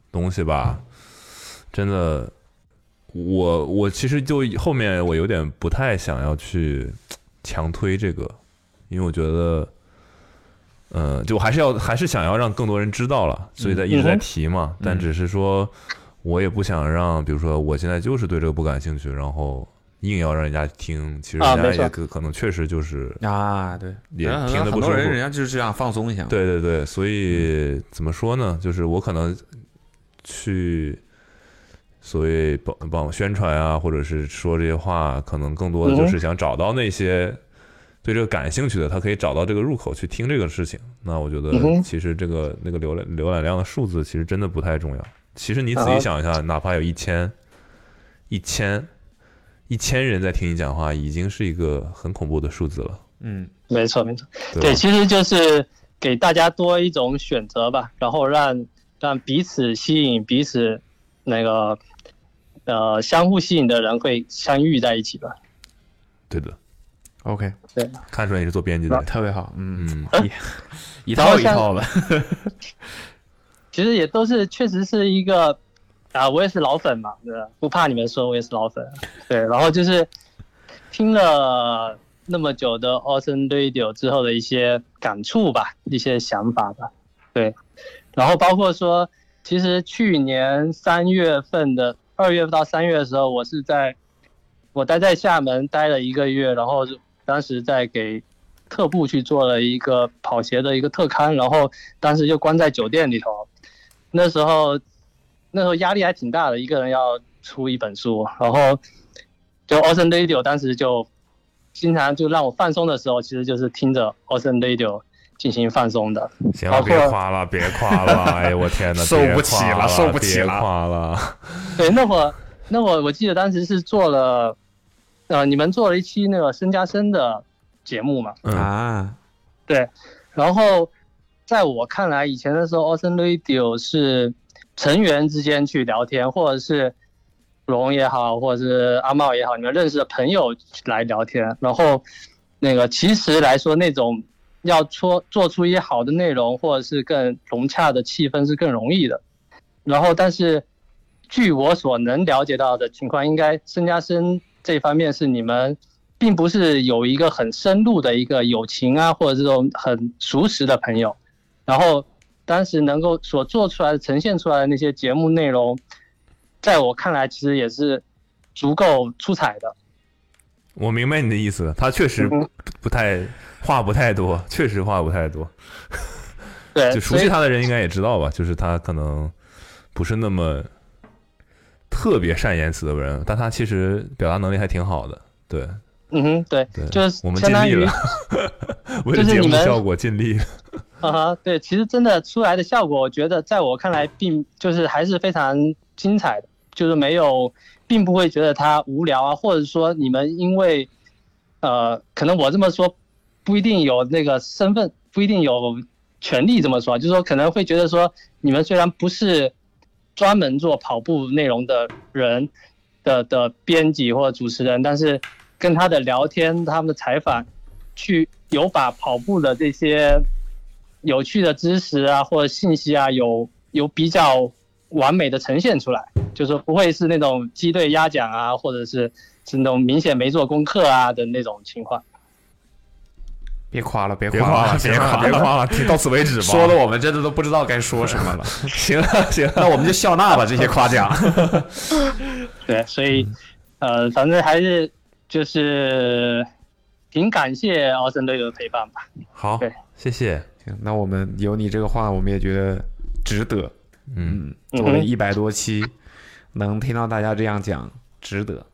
Speaker 2: 东西吧，真的，我我其实就后面我有点不太想要去强推这个，因为我觉得，呃，就我还是要还是想要让更多人知道了，所以在一直在
Speaker 4: 嗯
Speaker 2: 提嘛，
Speaker 4: 嗯
Speaker 2: 但只是说我也不想让，比如说我现在就是对这个不感兴趣，然后。硬要让人家听，其实
Speaker 4: 啊
Speaker 2: 人家
Speaker 4: 没错
Speaker 2: 也可可能确实就是
Speaker 4: 啊，对，
Speaker 2: 也
Speaker 4: 人
Speaker 2: 听得
Speaker 4: 很
Speaker 2: 不舒服。
Speaker 4: 多人人家就是这样放松一下。
Speaker 2: 对对对，所以怎么说呢？就是我可能去所谓帮帮我宣传啊，或者是说这些话，可能更多的就是
Speaker 4: 嗯
Speaker 2: 想找到那些对这个感兴趣的，他可以找到这个入口去听这个事情。那我觉
Speaker 4: 嗯
Speaker 2: 得
Speaker 4: 哼
Speaker 2: 其实这个那个浏览浏览量的数字其实真的不太重要。其实你仔
Speaker 4: 啊
Speaker 2: 细想一下，哪怕有一千、一千、一千人在听你讲话，已经是一个很恐怖的数字了。
Speaker 4: 嗯，
Speaker 12: 没错没错，
Speaker 2: 对吧
Speaker 12: 对，其实就是给大家多一种选择吧，然后让让彼此吸引彼此那个呃相互吸引的人会相遇在一起吧。
Speaker 2: 对的，
Speaker 4: OK，啊
Speaker 12: 对，
Speaker 2: 看出来你是做编辑的，
Speaker 4: 特别好，嗯
Speaker 2: 嗯，
Speaker 4: 一一套一套的
Speaker 12: 然。其实也都是确实是一个啊，我也是老粉嘛，对吧？不怕你们说我也是老粉，对。然后就是听了那么久的 Austin Radio 之后的一些感触吧，一些想法吧，对。然后包括说，其实去年三月份的二月到三月的时候，我是在我待在厦门待了一个月，然后当时在给特步去做了一个跑鞋的一个特刊，然后当时就关在酒店里头。那时候，那时候压力还挺大的，一个人要出一本书，然后就 Ocean Radio 当时就经常就让我放松的时候，其实就是听着 Ocean Radio 进行放松的。
Speaker 2: 行
Speaker 12: 包
Speaker 2: 了，别
Speaker 12: 括
Speaker 2: 夸了， 别夸了，哎呦我天哪，
Speaker 4: 受
Speaker 2: 别
Speaker 4: 不起
Speaker 2: 夸
Speaker 4: 了
Speaker 2: 了，
Speaker 4: 受不起
Speaker 2: 别
Speaker 4: 了
Speaker 2: 夸了。
Speaker 12: 对，那会儿那会儿我记得当时是做了，呃，你们做了一期那个申加深的节目嘛，
Speaker 2: 嗯
Speaker 4: 啊，
Speaker 12: 对，然后在我看来，以前的时候，Ocean Radio 是成员之间去聊天，或者是龙也好，或者是阿茂也好，你们认识的朋友来聊天。然后那个其实来说，那种要做做出一些好的内容，或者是更融洽的气氛是更容易的。然后，但是据我所能了解到的情况，应该申加深这方面是你们并不是有一个很深入的一个友情啊，或者这种很熟识的朋友。然后当时能够所做出来的、呈现出来的那些节目内容，在我看来其实也是足够出彩的。
Speaker 2: 我明白你的意思，他确
Speaker 12: 嗯
Speaker 2: 实不不太话不太多，确实话不太多。
Speaker 12: 对，
Speaker 2: 就熟
Speaker 12: 所以
Speaker 2: 悉他的人应该也知道吧，就是他可能不是那么特别善言辞的人，但他其实表达能力还挺好的。对，
Speaker 12: 嗯哼，对，
Speaker 2: 对
Speaker 12: 就是
Speaker 2: 我们
Speaker 12: 相
Speaker 2: 尽
Speaker 12: 当
Speaker 2: 力
Speaker 12: 于
Speaker 2: 了，为了
Speaker 12: 就是
Speaker 2: 节
Speaker 12: 你
Speaker 2: 目
Speaker 12: 们
Speaker 2: 效果尽力了。
Speaker 12: 啊哈，对，其实真的出来的效果，我觉得在我看来并就是还是非常精彩的，就是没有，并不会觉得它无聊啊，或者说你们因为，呃，可能我这么说不一定有那个身份，不一定有权利这么说，啊就是说可能会觉得说你们虽然不是专门做跑步内容的人的的编辑或者主持人，但是跟他的聊天、他们的采访，去有把跑步的这些有趣的知识啊或者信息啊，有有比较完美的呈现出来，就是说不会是那种鸡队压奖啊，或者是是那种明显没做功课啊的那种情况。
Speaker 4: 别夸了，别
Speaker 2: 别
Speaker 4: 夸
Speaker 2: 夸了，
Speaker 4: 别
Speaker 2: 行了
Speaker 4: 夸
Speaker 2: 别夸
Speaker 4: 了
Speaker 2: 了，，到此为止吧。
Speaker 4: 说的我们真的都不知道该说什 么了。
Speaker 2: 行了行了，
Speaker 4: 那我们就笑纳吧这些夸奖。
Speaker 12: 对，所以呃，反正还是就是挺感谢奥森队的陪伴吧。
Speaker 2: 好，谢谢。
Speaker 4: 行，那我们有你这个话，我们也觉得值得。
Speaker 2: 嗯，
Speaker 4: 做了
Speaker 12: 嗯哼
Speaker 4: 一百多期，能听到大家这样讲，值得。嗯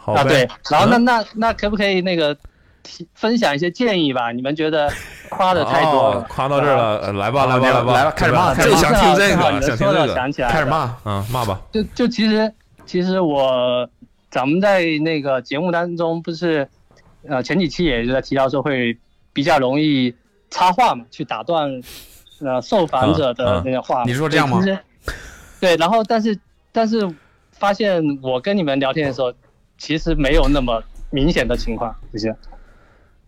Speaker 4: 好
Speaker 12: 啊，对，然后那那那可不可以那个提分享一些建议吧？你们觉得夸的太多了
Speaker 2: 哦，夸到这儿了，呃来吧
Speaker 4: 啊
Speaker 2: 来吧
Speaker 4: 你要
Speaker 2: 来吧
Speaker 4: 来吧开始
Speaker 2: 对
Speaker 4: 骂开始
Speaker 2: 就
Speaker 4: 骂
Speaker 2: 想听这
Speaker 12: 正好你
Speaker 2: 个，
Speaker 12: 们
Speaker 2: 想听
Speaker 12: 说到
Speaker 2: 这个，
Speaker 12: 想起来了开始骂，
Speaker 4: 啊
Speaker 2: 嗯，骂吧，
Speaker 12: 就就其实其实我咱们在那个节目当中不是，呃前几期也就在提到说会比较容易插话嘛，去打断呃受访者的那个话嘛、
Speaker 4: 嗯嗯你是说这样吗
Speaker 12: 对？其实对，然后但是但是发现我跟你们聊天的时候，其实没有那么明显的情况，不行。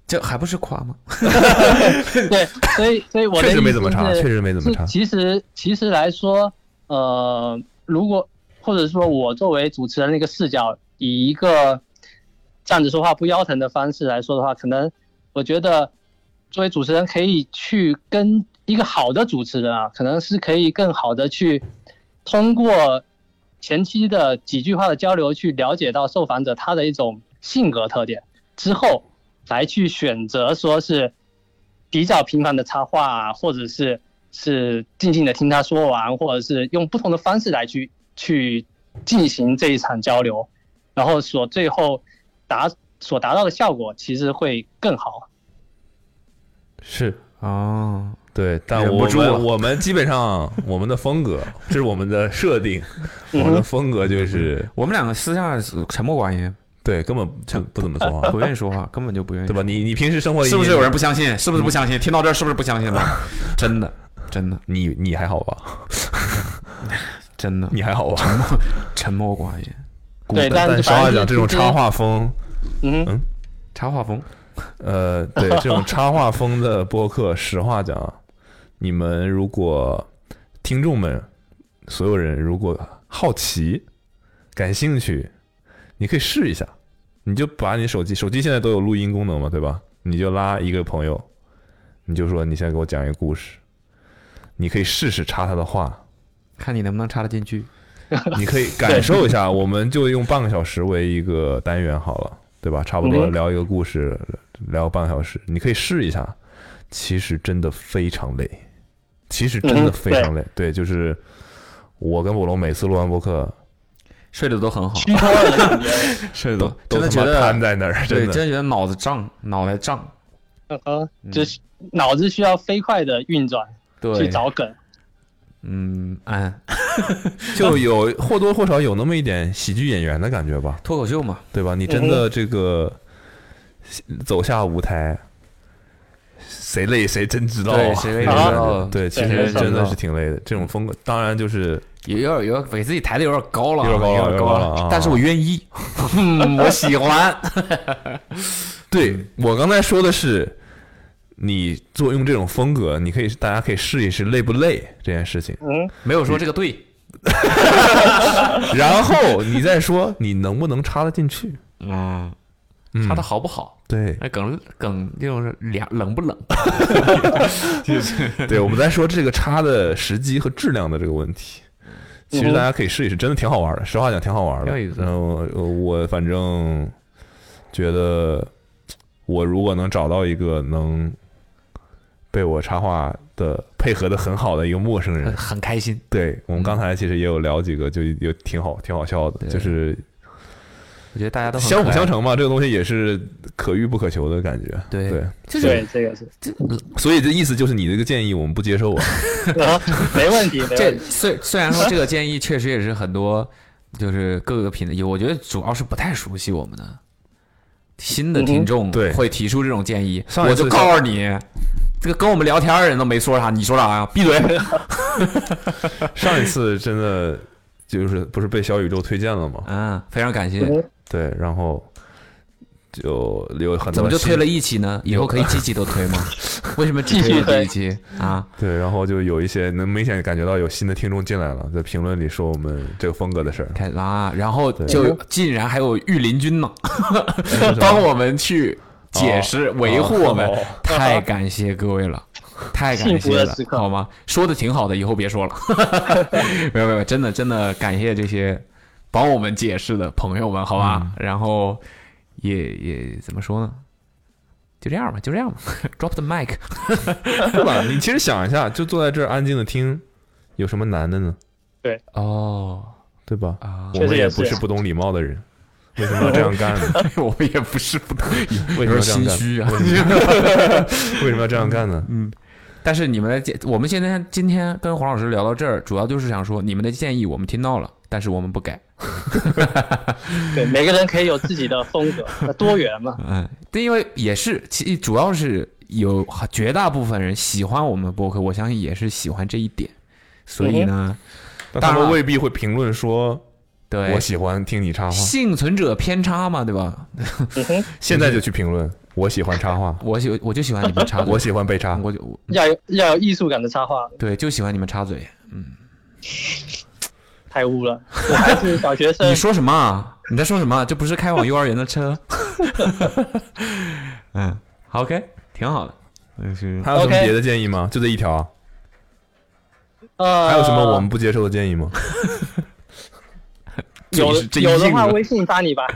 Speaker 4: 这还不是夸吗？
Speaker 12: 对，所以所以我的
Speaker 2: 确实没
Speaker 12: 意思
Speaker 2: 怎么查
Speaker 12: 是
Speaker 2: 确实没怎么
Speaker 12: 是
Speaker 2: 查
Speaker 12: 其实其实来说，呃，如果或者说我作为主持人的一个视角，以一个站着说话不腰疼的方式来说的话，可能我觉得作为主持人可以去跟一个好的主持人啊，可能是可以更好的去通过前期的几句话的交流去了解到受访者他的一种性格特点之后，来去选择说是比较频繁的插话啊，或者是是静静的听他说完，或者是用不同的方式来去去进行这一场交流，然后所最后达所达到的效果其实会更好。
Speaker 2: 是
Speaker 4: 哦，
Speaker 2: 对，但
Speaker 4: 忍不
Speaker 2: 我
Speaker 4: 住了
Speaker 2: 们我们基本上我们的风格，这是我们的设定，我们的风格就是
Speaker 4: 我们两个私下沉默寡言，
Speaker 2: 对，根本不不怎么说话，
Speaker 4: 不愿意说话，根本就不愿意，
Speaker 2: 对吧？你你平时生活里
Speaker 4: 是不是有人不相信？是不是不相信？听到这儿是不是不相信了？真的，真的，
Speaker 2: 嗯你你还好吧？
Speaker 4: 真的，
Speaker 2: 你还好吧？
Speaker 4: 沉默，沉默寡言。孤
Speaker 12: 对但
Speaker 4: 单
Speaker 2: 但
Speaker 12: 是
Speaker 2: 实话讲，这
Speaker 12: 反正就
Speaker 2: 种
Speaker 12: 是
Speaker 2: 插画风，
Speaker 12: 嗯
Speaker 2: 嗯，
Speaker 4: 插画风，
Speaker 2: 呃，对，这种插画风的播客，实话讲，你们如果听众们所有人如果好奇、感兴趣，你可以试一下，你就把你手机，手机现在都有录音功能嘛，对吧？你就拉一个朋友，你就说你现在给我讲一个故事，你可以试试插他的话，
Speaker 4: 看你能不能插得进 去。
Speaker 2: 你可以感受一下，我们就用半个小时为一个单元好了，对吧？差不多
Speaker 4: 嗯
Speaker 2: 聊一个故事，聊半个小时，你可以试一下。其实真的非常累，其实真的非常累。对，就是我跟捕龙每次录完播客，
Speaker 4: 睡得都很好，
Speaker 2: 睡得都
Speaker 4: 啊 真
Speaker 2: 都
Speaker 4: 的
Speaker 2: 他
Speaker 4: 觉
Speaker 2: 妈
Speaker 4: 得
Speaker 2: 瘫在那儿，
Speaker 4: 对，
Speaker 2: 真的
Speaker 4: 真的觉得脑子胀，脑袋胀。
Speaker 12: 嗯嗯哼，就是脑子需要飞快的运转
Speaker 4: 对
Speaker 12: 去找梗。
Speaker 4: 嗯， 安，
Speaker 2: 就有或多或少有那么一点喜剧演员的感觉吧，
Speaker 4: 脱口秀嘛，
Speaker 2: 对吧？你真的这个走下舞台，谁累谁真知道啊，
Speaker 4: 对谁累谁
Speaker 2: 那种
Speaker 4: 知道
Speaker 2: 感觉对，其
Speaker 4: 谁累
Speaker 2: 实
Speaker 4: 谁知
Speaker 2: 真的
Speaker 4: 道
Speaker 2: 是挺累的。这种风格当然就是
Speaker 4: 有有有给自己抬的有点高了啊，
Speaker 2: 有点高了
Speaker 4: 有
Speaker 2: 有
Speaker 4: 点
Speaker 2: 点
Speaker 4: 高
Speaker 2: 高了啊
Speaker 4: 但是我愿意，嗯我喜欢。
Speaker 2: 对我刚才说的是，你做用这种风格，你可以大家可以试一试累不累这件事情。
Speaker 12: 嗯，
Speaker 4: 没有说这个对，
Speaker 2: 然后你再说你能不能插得进去。
Speaker 4: 嗯，
Speaker 2: 插
Speaker 4: 插的好不好？
Speaker 2: 对，
Speaker 4: 那梗梗就是凉 冷不冷？
Speaker 2: 对，我们在说这个插的时机和质量的这个问题。其实
Speaker 4: 嗯
Speaker 2: 大家可以试一试，真的挺好玩的。实话讲，挺好玩的。
Speaker 4: 挺有意思
Speaker 2: 然后呃我反正觉得，我如果能找到一个能被我插画的配合的很好的一个陌生人，
Speaker 4: 很开心。嗯
Speaker 2: 对我们刚才其实也有聊几个，就有挺好，挺好笑的，就是
Speaker 4: 我觉得大家都很
Speaker 2: 相辅
Speaker 4: 可爱
Speaker 2: 相成嘛，这个东西也是可遇不可求的感觉。对对，
Speaker 4: 就是
Speaker 12: 对，这个是
Speaker 2: 所以这意思就是你这个建议我们不接受啊。
Speaker 12: 啊，没问题，没
Speaker 4: 这
Speaker 12: 问题。
Speaker 4: 虽虽然说这个建议确实也是很多，就是各个品类，我觉得主要是不太熟悉我们的新
Speaker 12: 嗯
Speaker 4: 的听众
Speaker 2: 对
Speaker 4: 会提出这种建议，
Speaker 2: 上一
Speaker 4: 我
Speaker 2: 次
Speaker 4: 就告诉你，这个跟我们聊天的人都没说啥，你说啥呀？闭嘴！
Speaker 2: 上一次真的就是不是被小宇宙推荐了吗？
Speaker 4: 嗯，非常感谢。
Speaker 2: 对，然后就有很多
Speaker 4: 怎么就推了一 期呢？以后可以
Speaker 2: 继
Speaker 4: 季
Speaker 2: 续
Speaker 4: 季都推 吗？为什么只推了这一期啊？
Speaker 2: 对，然后就有一些能明显感觉到有新的听众进来了，在评论里说我们这个风格的事儿。
Speaker 4: 开啊，然后
Speaker 12: 嗯
Speaker 4: 就竟然还有御林军呢，
Speaker 2: 哎
Speaker 4: 帮我们去解释、
Speaker 2: 哦
Speaker 4: 维护我们
Speaker 2: 哦，
Speaker 4: 太感谢各 位了。太感
Speaker 12: 幸福
Speaker 4: 谢
Speaker 12: 的
Speaker 4: 了
Speaker 12: 时，刻
Speaker 4: 好吗？说的挺好的，以后别说 了。没有没有，真的真的感谢这些帮我们解释的朋友们，好吧？
Speaker 12: 嗯
Speaker 4: 然后也也怎么说呢？就这样吧，就这样吧。Drop the mic，
Speaker 2: 对吧？你其实想一下，就坐在这儿安静的听，有什么难的呢？
Speaker 12: 对，
Speaker 4: 哦，啊
Speaker 2: 对吧？
Speaker 12: 确
Speaker 2: 我们
Speaker 12: 实也
Speaker 2: 也
Speaker 12: 是
Speaker 2: 不是不懂礼貌的人，为什么要这样 干呢？
Speaker 4: 哎我们也不是不 懂，
Speaker 2: 为什么
Speaker 4: 有点
Speaker 2: 要这样
Speaker 4: 心
Speaker 2: 干？
Speaker 4: 虚啊
Speaker 2: 为什 么要为什么要这样干呢？
Speaker 4: 嗯，但是你们的建，我们现在今天跟黄老师聊到这儿，主要就是想说你们的建议我们听到了，但是我们不改。
Speaker 12: 对，每个人可以有自己的 风格，那多元 嘛。
Speaker 4: 嗯，对，因为也是，其主要是有绝大部分人喜欢我们播客，我相信也是喜欢这一点，所以呢，
Speaker 2: 但他
Speaker 4: 当然
Speaker 2: 们
Speaker 4: 了
Speaker 2: 未必会评论说，
Speaker 4: 对
Speaker 2: 我喜欢听你插话。
Speaker 4: 幸存者偏差嘛，对吧？
Speaker 12: 嗯
Speaker 2: 现在就去评论，我喜欢插话，
Speaker 4: 我喜我就喜欢你们插 嘴，
Speaker 2: 我喜欢被插，
Speaker 4: 我就我
Speaker 12: 要有要有艺术感的插画，
Speaker 4: 对就喜欢你们插嘴。
Speaker 12: 太污 了。我还是小学生
Speaker 4: 你，说什么啊？你在说什么啊？这不是开往幼儿园 的车。嗯好，OK，挺好的。
Speaker 2: 还有什么
Speaker 12: OK
Speaker 2: 别的建议吗？就这一条啊，
Speaker 12: 呃，
Speaker 2: 还有什么我们不接受的 建议吗？
Speaker 12: 有
Speaker 2: 嘴是真
Speaker 12: 有的话，
Speaker 2: 硬啊
Speaker 12: 微信发你吧。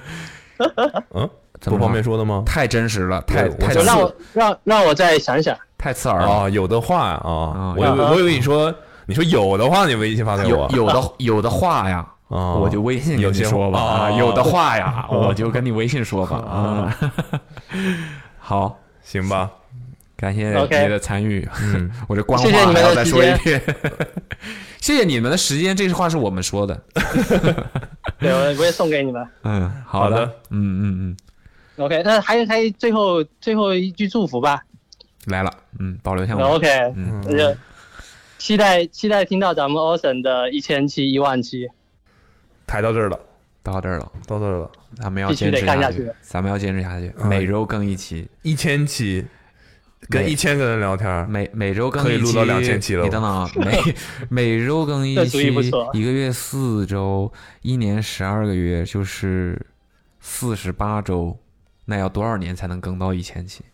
Speaker 2: 嗯，
Speaker 4: 怎
Speaker 2: 不
Speaker 4: 么了
Speaker 2: 方便说的吗？
Speaker 4: 太真实了，太
Speaker 2: 我
Speaker 4: 太
Speaker 2: 我
Speaker 4: 刺
Speaker 12: 让我让让我再想想。
Speaker 4: 太刺耳了。哦
Speaker 2: 啊，有的话啊，我以
Speaker 4: 有
Speaker 2: 为
Speaker 12: 的
Speaker 2: 我以为你说你说有的话，你微信发给我
Speaker 4: 有有的有的话呀，
Speaker 2: 啊，
Speaker 4: 我就微信跟
Speaker 2: 有
Speaker 4: 你
Speaker 2: 些
Speaker 4: 说吧。啊
Speaker 2: 啊，
Speaker 4: 有的话 呀，
Speaker 2: 哦
Speaker 4: 我就跟你微信说吧。啊， 好，
Speaker 2: 行吧，
Speaker 4: 感谢
Speaker 12: OK
Speaker 4: 你的参与，
Speaker 2: 嗯，
Speaker 4: 我这官话
Speaker 12: 谢谢你们
Speaker 4: 还
Speaker 12: 的
Speaker 4: 要再说一
Speaker 12: 时
Speaker 4: 遍。谢谢你们的时间，这句话是我们说的。
Speaker 12: 对，我我也送给你们。
Speaker 4: 嗯，好
Speaker 2: 好的
Speaker 4: 嗯嗯嗯，
Speaker 12: OK，那还还最后最后一句祝福吧。
Speaker 4: 来了，嗯，保留下
Speaker 12: 那
Speaker 4: 我。
Speaker 12: OK，
Speaker 4: 嗯
Speaker 12: 那就期待期待听到咱们 Ocean 的一千期、一万期，
Speaker 2: 抬到这儿了，
Speaker 4: 到这儿了，
Speaker 2: 到这儿了，
Speaker 4: 咱们要
Speaker 12: 必须
Speaker 4: 坚
Speaker 12: 得
Speaker 4: 持
Speaker 12: 看下
Speaker 4: 去
Speaker 12: 去，
Speaker 4: 咱们要坚持下去，
Speaker 2: 嗯
Speaker 4: 每周更一期，
Speaker 2: 一千期，跟
Speaker 4: 没
Speaker 2: 一千个人聊天儿，
Speaker 4: 每每周更
Speaker 2: 可以
Speaker 4: 一期
Speaker 2: 录到2000期了
Speaker 4: 你等 等啊，每每周更一
Speaker 12: 这主意
Speaker 4: 期
Speaker 12: 不错，
Speaker 4: 一个月四周，一年十二个月就是四十八周，那要多少年才能更到一千期？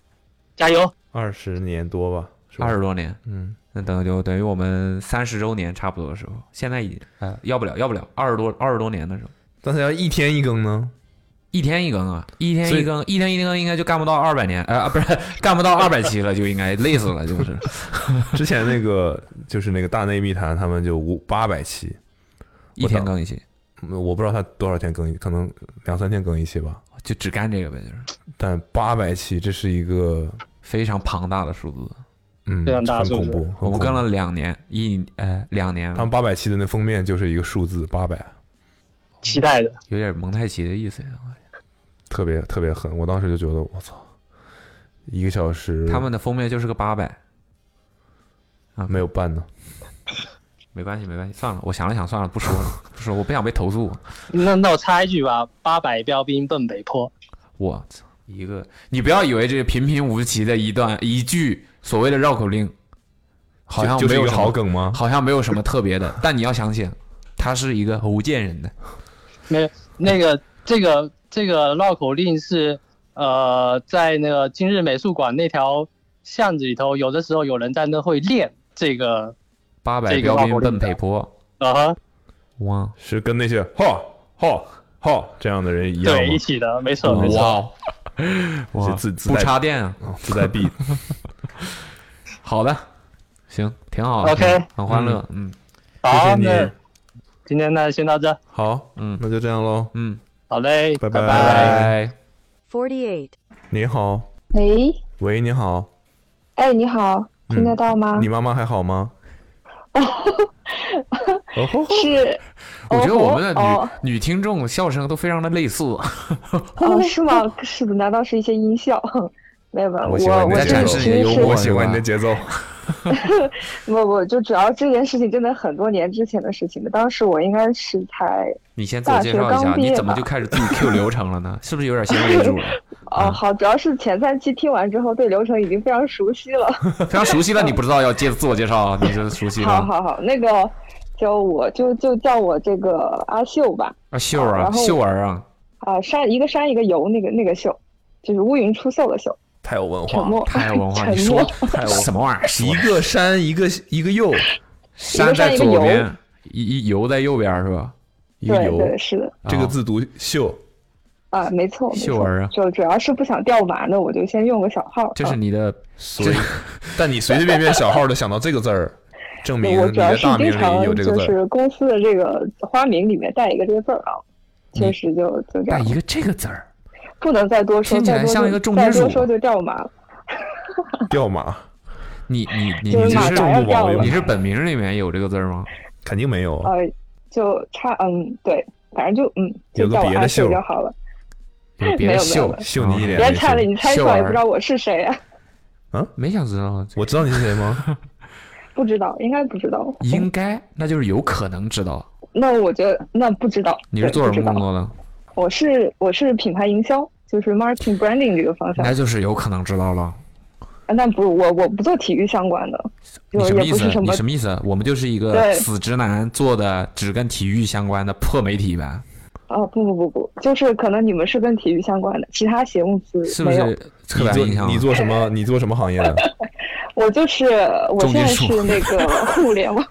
Speaker 12: 加油！
Speaker 2: 二十年多吧，是吧
Speaker 4: 二十，多年，
Speaker 2: 嗯，
Speaker 4: 那等就等于我们三十周年差不多的时候，现在已经呃要不了要不了二十多二十多年的时候，
Speaker 2: 嗯但是要一天一更呢，
Speaker 4: 一天一更啊，一天
Speaker 2: 所以
Speaker 4: 一更，一天一更应该就干不到二百年，呃，不是干不到二百期了，就应该累死了，就是。
Speaker 2: 之前那个就是那个大内密谈，他们就五八百期，
Speaker 4: 一天更一期，
Speaker 2: 嗯我不知道他多少天更一，可能两三天更一期吧。
Speaker 4: 就只干这个呗，就是
Speaker 2: 但八百期，这是一个
Speaker 4: 非常庞大的数字。
Speaker 2: 嗯，
Speaker 12: 非常大
Speaker 2: 很
Speaker 12: 数
Speaker 2: 恐
Speaker 12: 字
Speaker 2: 怖。
Speaker 4: 我们跟了两年，一呃两年。
Speaker 2: 他们八百期的那封面就是一个数字八百，
Speaker 12: 期待的，
Speaker 4: 有点蒙太奇的意思。
Speaker 2: 特别特别狠。我当时就觉得我操，一个小时
Speaker 4: 他们的啊封面就是个八百，
Speaker 2: 没有办呢。
Speaker 4: 没关系，没关系，算了，我想了想，算了，不说了，不说，我不想被投诉。
Speaker 12: 那那我插一句吧，八百标兵奔北坡，
Speaker 4: 我操，一个，你不要以为这平平无奇的一段一句所谓的绕口令，好像
Speaker 2: 就
Speaker 4: 没
Speaker 2: 就是一
Speaker 4: 有
Speaker 2: 个
Speaker 4: 什么
Speaker 2: 好梗吗
Speaker 4: 好像没有什么特别的，但你要相信，他是一个福建 人的，
Speaker 12: 没有那个这个这个绕口令是呃在那个今日美术馆那条巷子里头，有的时候有人在那会练这个
Speaker 4: 八百
Speaker 12: 这个
Speaker 4: 标
Speaker 12: 绕
Speaker 4: 兵
Speaker 12: 口
Speaker 4: 奔
Speaker 12: 令
Speaker 4: 北坡，
Speaker 12: 啊哈，
Speaker 4: 哇，
Speaker 2: 是跟那些哈哈哈这样的人一样吗？
Speaker 12: 对一起的，没错没错。
Speaker 2: 哇
Speaker 4: 嗯哇
Speaker 2: 自自
Speaker 4: 不
Speaker 2: 带
Speaker 4: 插电啊
Speaker 2: 哦，自带币。
Speaker 4: 好的，行，挺好的
Speaker 12: OK
Speaker 4: 挺很欢乐，嗯，
Speaker 12: 好，啊
Speaker 4: 谢谢
Speaker 12: 那
Speaker 4: 你
Speaker 12: 今天那先到这，
Speaker 2: 好，
Speaker 4: 嗯，
Speaker 2: 那就这样喽，
Speaker 4: 嗯，
Speaker 12: 好 嘞，
Speaker 2: 拜
Speaker 12: 拜
Speaker 2: 拜。
Speaker 1: 48.
Speaker 2: 你好，
Speaker 3: 喂，
Speaker 2: 喂，你好，
Speaker 3: 哎，你好，
Speaker 2: 嗯
Speaker 3: 听得到吗？
Speaker 2: 你妈妈还好吗？哦吼吼
Speaker 3: 是，
Speaker 4: 我觉得我们的女、
Speaker 3: 哦
Speaker 4: 女听众笑声都非常的类似，
Speaker 3: 哦，是吗？是不？难道是一些音效？ 没有没有，我
Speaker 4: 喜欢你
Speaker 3: 我
Speaker 4: 在
Speaker 3: 这
Speaker 4: 展
Speaker 3: 其
Speaker 4: 示你
Speaker 3: 实
Speaker 4: 的幽
Speaker 3: 是
Speaker 4: 默，
Speaker 2: 我喜欢你的
Speaker 4: 节
Speaker 2: 奏。
Speaker 3: 不不，就主要这件事情真的很多年之前的事情了。当时我应该是才
Speaker 4: 你先自我介绍一
Speaker 3: 大学
Speaker 4: 下，
Speaker 3: 刚毕业
Speaker 4: 你怎么
Speaker 3: 吧
Speaker 4: 就开始自己 Q 流 程了呢？是不是有点先入为主了？
Speaker 3: 哦好，主要是前三期听完之后对流程已经非常熟悉了。
Speaker 4: 非常熟悉了，你不知道要接自我 介绍，啊你 是熟悉
Speaker 3: 好
Speaker 4: 吗？
Speaker 3: 好好，那个就我就就叫我这个阿秀吧，
Speaker 4: 啊，秀儿啊
Speaker 3: 然，后
Speaker 4: 秀儿啊，
Speaker 3: 啊，山一个山一个游那个那个秀，就是乌云出岫的秀。
Speaker 2: 太有文
Speaker 3: 沉默
Speaker 4: 太有文化，
Speaker 3: 沉
Speaker 4: 你说
Speaker 3: 默太有文化
Speaker 4: 什么玩意儿？说
Speaker 2: 一个山，一个一个右，
Speaker 4: 山在
Speaker 3: 一个
Speaker 4: 左
Speaker 3: 游
Speaker 4: 边，一一游在右边是吧？
Speaker 2: 一个
Speaker 3: 对
Speaker 2: 游
Speaker 3: 对，是的，
Speaker 2: 这个字读秀，
Speaker 3: 啊，没错，没
Speaker 4: 秀
Speaker 3: 错
Speaker 4: 儿啊
Speaker 3: 就主要是不想掉娃呢，我就先用个小号。
Speaker 4: 这是你的，
Speaker 2: 所以，但你随随便便小号的想到这个字儿， 证明
Speaker 3: 我
Speaker 2: 你
Speaker 3: 主要
Speaker 2: 的
Speaker 3: 是
Speaker 2: 大名
Speaker 3: 经
Speaker 2: 里有
Speaker 3: 常
Speaker 2: 这个
Speaker 3: 就
Speaker 2: 字儿。
Speaker 3: 是公司的这个花名里面带一个这个字儿啊，
Speaker 4: 你
Speaker 3: 确实就就这
Speaker 4: 嗯带
Speaker 3: 样
Speaker 4: 一，个这个字儿，
Speaker 3: 不能再多说，
Speaker 4: 听起来
Speaker 3: 再多
Speaker 4: 像
Speaker 3: 就
Speaker 4: 一个重金
Speaker 3: 再
Speaker 4: 属
Speaker 3: 多说就掉麻了。
Speaker 2: 掉马，
Speaker 4: 你你你
Speaker 3: 就是
Speaker 4: 你
Speaker 3: 马
Speaker 4: 是
Speaker 3: 甲要掉了
Speaker 4: 你是本名里面有这个字儿吗？
Speaker 2: 肯定没有
Speaker 4: 哦
Speaker 2: 啊。
Speaker 3: 呃，就差嗯，对，反正就嗯，就
Speaker 4: 有个
Speaker 3: 叫我
Speaker 4: 别的
Speaker 3: 阿
Speaker 4: 秀
Speaker 3: 秀就好了。
Speaker 4: 有别
Speaker 3: 没有没
Speaker 4: 的
Speaker 3: 有
Speaker 4: 秀
Speaker 3: 没有
Speaker 2: 嗯秀你一脸
Speaker 3: 别猜了，你猜出
Speaker 4: 秀
Speaker 3: 来也不
Speaker 4: 儿
Speaker 3: 知道我是谁啊？
Speaker 2: 啊，
Speaker 4: 没想知道，
Speaker 2: 我知道你是谁吗？
Speaker 3: 不知道，应该不知道。 嗯
Speaker 4: 应该那就是有可能知道。
Speaker 3: 那我觉得那不知道。
Speaker 4: 你是
Speaker 3: 对
Speaker 4: 做
Speaker 3: 不知
Speaker 4: 什
Speaker 3: 道啊
Speaker 4: 么工作的？
Speaker 3: 我是我是品牌营销，就是 marketing branding 这个方向。
Speaker 4: 那就是有可能知道了。
Speaker 3: 啊那不是我我不做体育相关的，就
Speaker 4: 你什么
Speaker 3: 也
Speaker 4: 意
Speaker 3: 不是
Speaker 4: 思？啊
Speaker 3: 什
Speaker 4: 你
Speaker 3: 么
Speaker 4: 什么意思？我们就是一个
Speaker 3: 对
Speaker 4: 死直男做的只跟体育相关的破媒体呗，
Speaker 3: 哦不不不不，就是可能你们是跟体育相关的，其他形容词
Speaker 4: 是不
Speaker 3: 没有。
Speaker 4: 是？刻
Speaker 2: 你
Speaker 4: 板
Speaker 2: 做
Speaker 4: 印象啊
Speaker 2: 你做什么？你做什么行业的？
Speaker 3: 我就是我
Speaker 2: 重
Speaker 3: 现
Speaker 2: 金
Speaker 3: 在是
Speaker 2: 属
Speaker 3: 那 个互联网，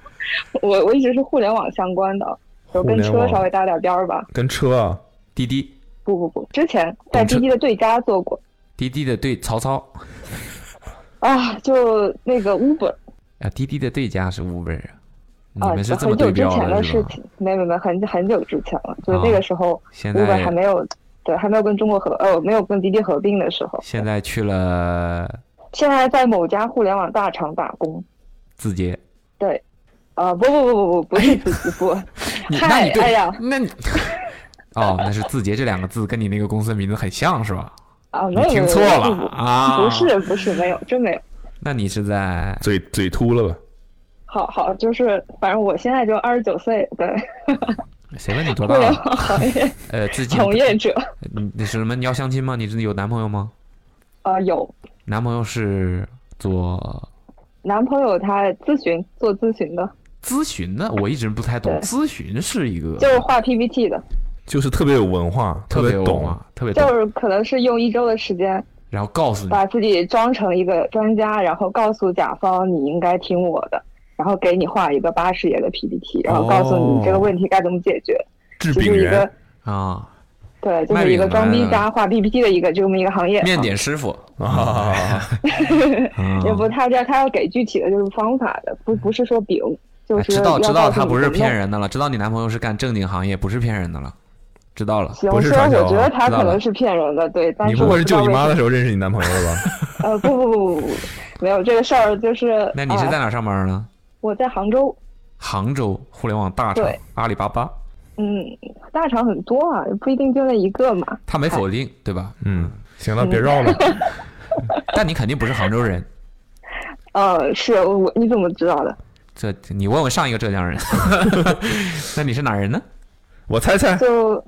Speaker 3: 我我一直是互联网相关的，就
Speaker 2: 互
Speaker 3: 跟
Speaker 2: 联
Speaker 3: 车
Speaker 2: 网
Speaker 3: 稍微搭点边儿吧。
Speaker 2: 跟车啊，
Speaker 4: 滴滴
Speaker 3: 不不不，之
Speaker 4: 哦
Speaker 3: 前在滴滴的对家做过
Speaker 4: 滴滴的对曹操
Speaker 3: 啊，就那个 Uber
Speaker 4: 啊，滴滴的对家是 Uber，啊你
Speaker 3: 啊，
Speaker 4: 们是
Speaker 3: 就
Speaker 4: 这么
Speaker 3: 很久
Speaker 4: 对
Speaker 3: 之
Speaker 4: 标
Speaker 3: 前
Speaker 4: 的是
Speaker 3: 事
Speaker 4: 吧？
Speaker 3: 情，没没没，很很久之前了，就是那
Speaker 4: 啊
Speaker 3: 个时候
Speaker 4: 现在
Speaker 3: Uber 还没有对还没有跟中国合呃没有跟滴滴合并的时候，
Speaker 4: 现在去了
Speaker 3: 现在在某家互联网大厂打工，
Speaker 4: 字节，
Speaker 3: 对，啊不不不不不不是自己不，
Speaker 4: 哎你那
Speaker 3: 嗨
Speaker 4: 你对
Speaker 3: 哎呀
Speaker 4: 那你哦，那是字节这两个字跟你那个公司名字很像是吧？
Speaker 3: 啊没
Speaker 4: 你
Speaker 3: 有没有
Speaker 4: 听错
Speaker 3: 没有
Speaker 4: 了
Speaker 3: 不
Speaker 4: 啊
Speaker 3: 不是不是没有真没有，
Speaker 4: 那你是在
Speaker 2: 嘴嘴秃了吧？
Speaker 3: 好好就是反正我现在就二十九岁， 对，
Speaker 4: 谁问你多
Speaker 3: 互
Speaker 4: 大
Speaker 3: 联
Speaker 4: 了？
Speaker 3: 网行业
Speaker 4: 呃，自己
Speaker 3: 从业者
Speaker 4: 你你是什么？你要相亲吗？你是有男朋友吗？
Speaker 3: 啊有
Speaker 4: 男朋友是做
Speaker 3: 男朋友他咨询做咨询的，
Speaker 4: 咨询的，我一直不太懂。
Speaker 3: 对
Speaker 4: 咨询是一个
Speaker 3: 就是画 PPT 的，
Speaker 2: 就是特别有文化，
Speaker 4: 特别
Speaker 2: 别
Speaker 4: 有文
Speaker 2: 懂
Speaker 4: 化，特别懂，
Speaker 3: 就是可能是用一周的时间
Speaker 4: 然后告诉你
Speaker 3: 把自己装成一个专家，然后告诉甲方你应该听我的，然后给你画一个八十页的 PPT，然后告诉你
Speaker 4: 哦
Speaker 3: 这个问题该怎么解决，
Speaker 2: 制
Speaker 3: 就
Speaker 2: 饼
Speaker 3: 是一
Speaker 2: 人
Speaker 3: 个。
Speaker 4: 啊，
Speaker 3: 对，就
Speaker 4: 卖
Speaker 3: 是一个
Speaker 4: 饼
Speaker 3: 装逼
Speaker 4: 的
Speaker 3: 渣画 PPT 的一个这么一个行业。
Speaker 4: 面点嗯师傅哎
Speaker 2: 啊，
Speaker 3: 也不，他这他要给具体的就是方法的，不不是说饼，就
Speaker 4: 嗯哎
Speaker 3: 是
Speaker 4: 知道
Speaker 3: 要
Speaker 4: 知道
Speaker 3: 告诉
Speaker 4: 他
Speaker 3: 你
Speaker 4: 不是
Speaker 3: 怎么
Speaker 4: 骗
Speaker 3: 弄。
Speaker 4: 人的了，知道你男朋友是干正经行业，不是骗人的了，知道了，
Speaker 3: 行，
Speaker 4: 不是
Speaker 3: 虽然
Speaker 4: 传销
Speaker 3: 我
Speaker 4: 啊，
Speaker 3: 觉得他
Speaker 4: 知道
Speaker 3: 可
Speaker 4: 了
Speaker 3: 能是骗人的，对，但
Speaker 2: 你
Speaker 3: 是
Speaker 2: 不
Speaker 3: 我
Speaker 2: 会是
Speaker 3: 知道
Speaker 2: 救你
Speaker 3: 为
Speaker 2: 妈
Speaker 3: 什
Speaker 2: 的
Speaker 3: 么
Speaker 2: 时候认识你男朋友了吧？
Speaker 3: 呃，不不不不不，没有这个事儿，就是
Speaker 4: 那你是在
Speaker 3: 啊
Speaker 4: 哪上班呢？
Speaker 3: 我在杭州，
Speaker 4: 杭州互联网大厂
Speaker 3: 对
Speaker 4: 阿里巴巴，
Speaker 3: 嗯，大厂很多啊，不一定就那一个嘛。哎
Speaker 4: 他没否定，对吧？
Speaker 2: 嗯，行了，
Speaker 3: 嗯
Speaker 2: 别绕了。
Speaker 4: 但你肯定不是杭州人，
Speaker 3: 呃，是我你怎么知道的？
Speaker 4: 这你问问上一个浙 江人，那你是哪人呢？
Speaker 2: 我猜猜，
Speaker 3: 就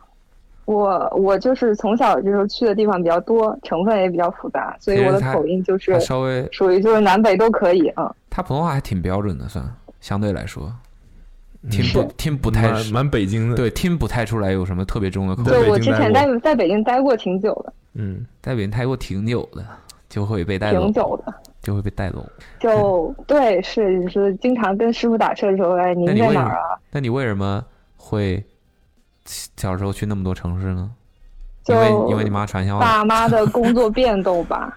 Speaker 3: 我我就是从小就是去的地方比较多，成分也比较复杂，所以我的
Speaker 4: 其实他
Speaker 3: 口音就是
Speaker 4: 他稍微
Speaker 3: 属于就是南北都可以啊。
Speaker 4: 他普通话还挺标准的，算相对来说，听不听不太
Speaker 2: 嗯蛮蛮北京的，
Speaker 4: 对，听不太出来有什么特别重的口音。
Speaker 3: 对，我之前在在北京待过挺久的，
Speaker 2: 嗯，
Speaker 4: 在北京待过挺久的，就会被带
Speaker 3: 挺
Speaker 4: 走，
Speaker 3: 久的。
Speaker 4: 就会被带走。
Speaker 3: 就对，是是，经常跟师傅打车的时候，哎，您
Speaker 4: 那你
Speaker 3: 在
Speaker 4: 为
Speaker 3: 哪
Speaker 4: 什
Speaker 3: 儿啊
Speaker 4: 么？？那你为什么会小时候去那么多城市呢？
Speaker 3: 就
Speaker 4: 因为因为你妈传销吗
Speaker 3: 爸妈的工作变动吧，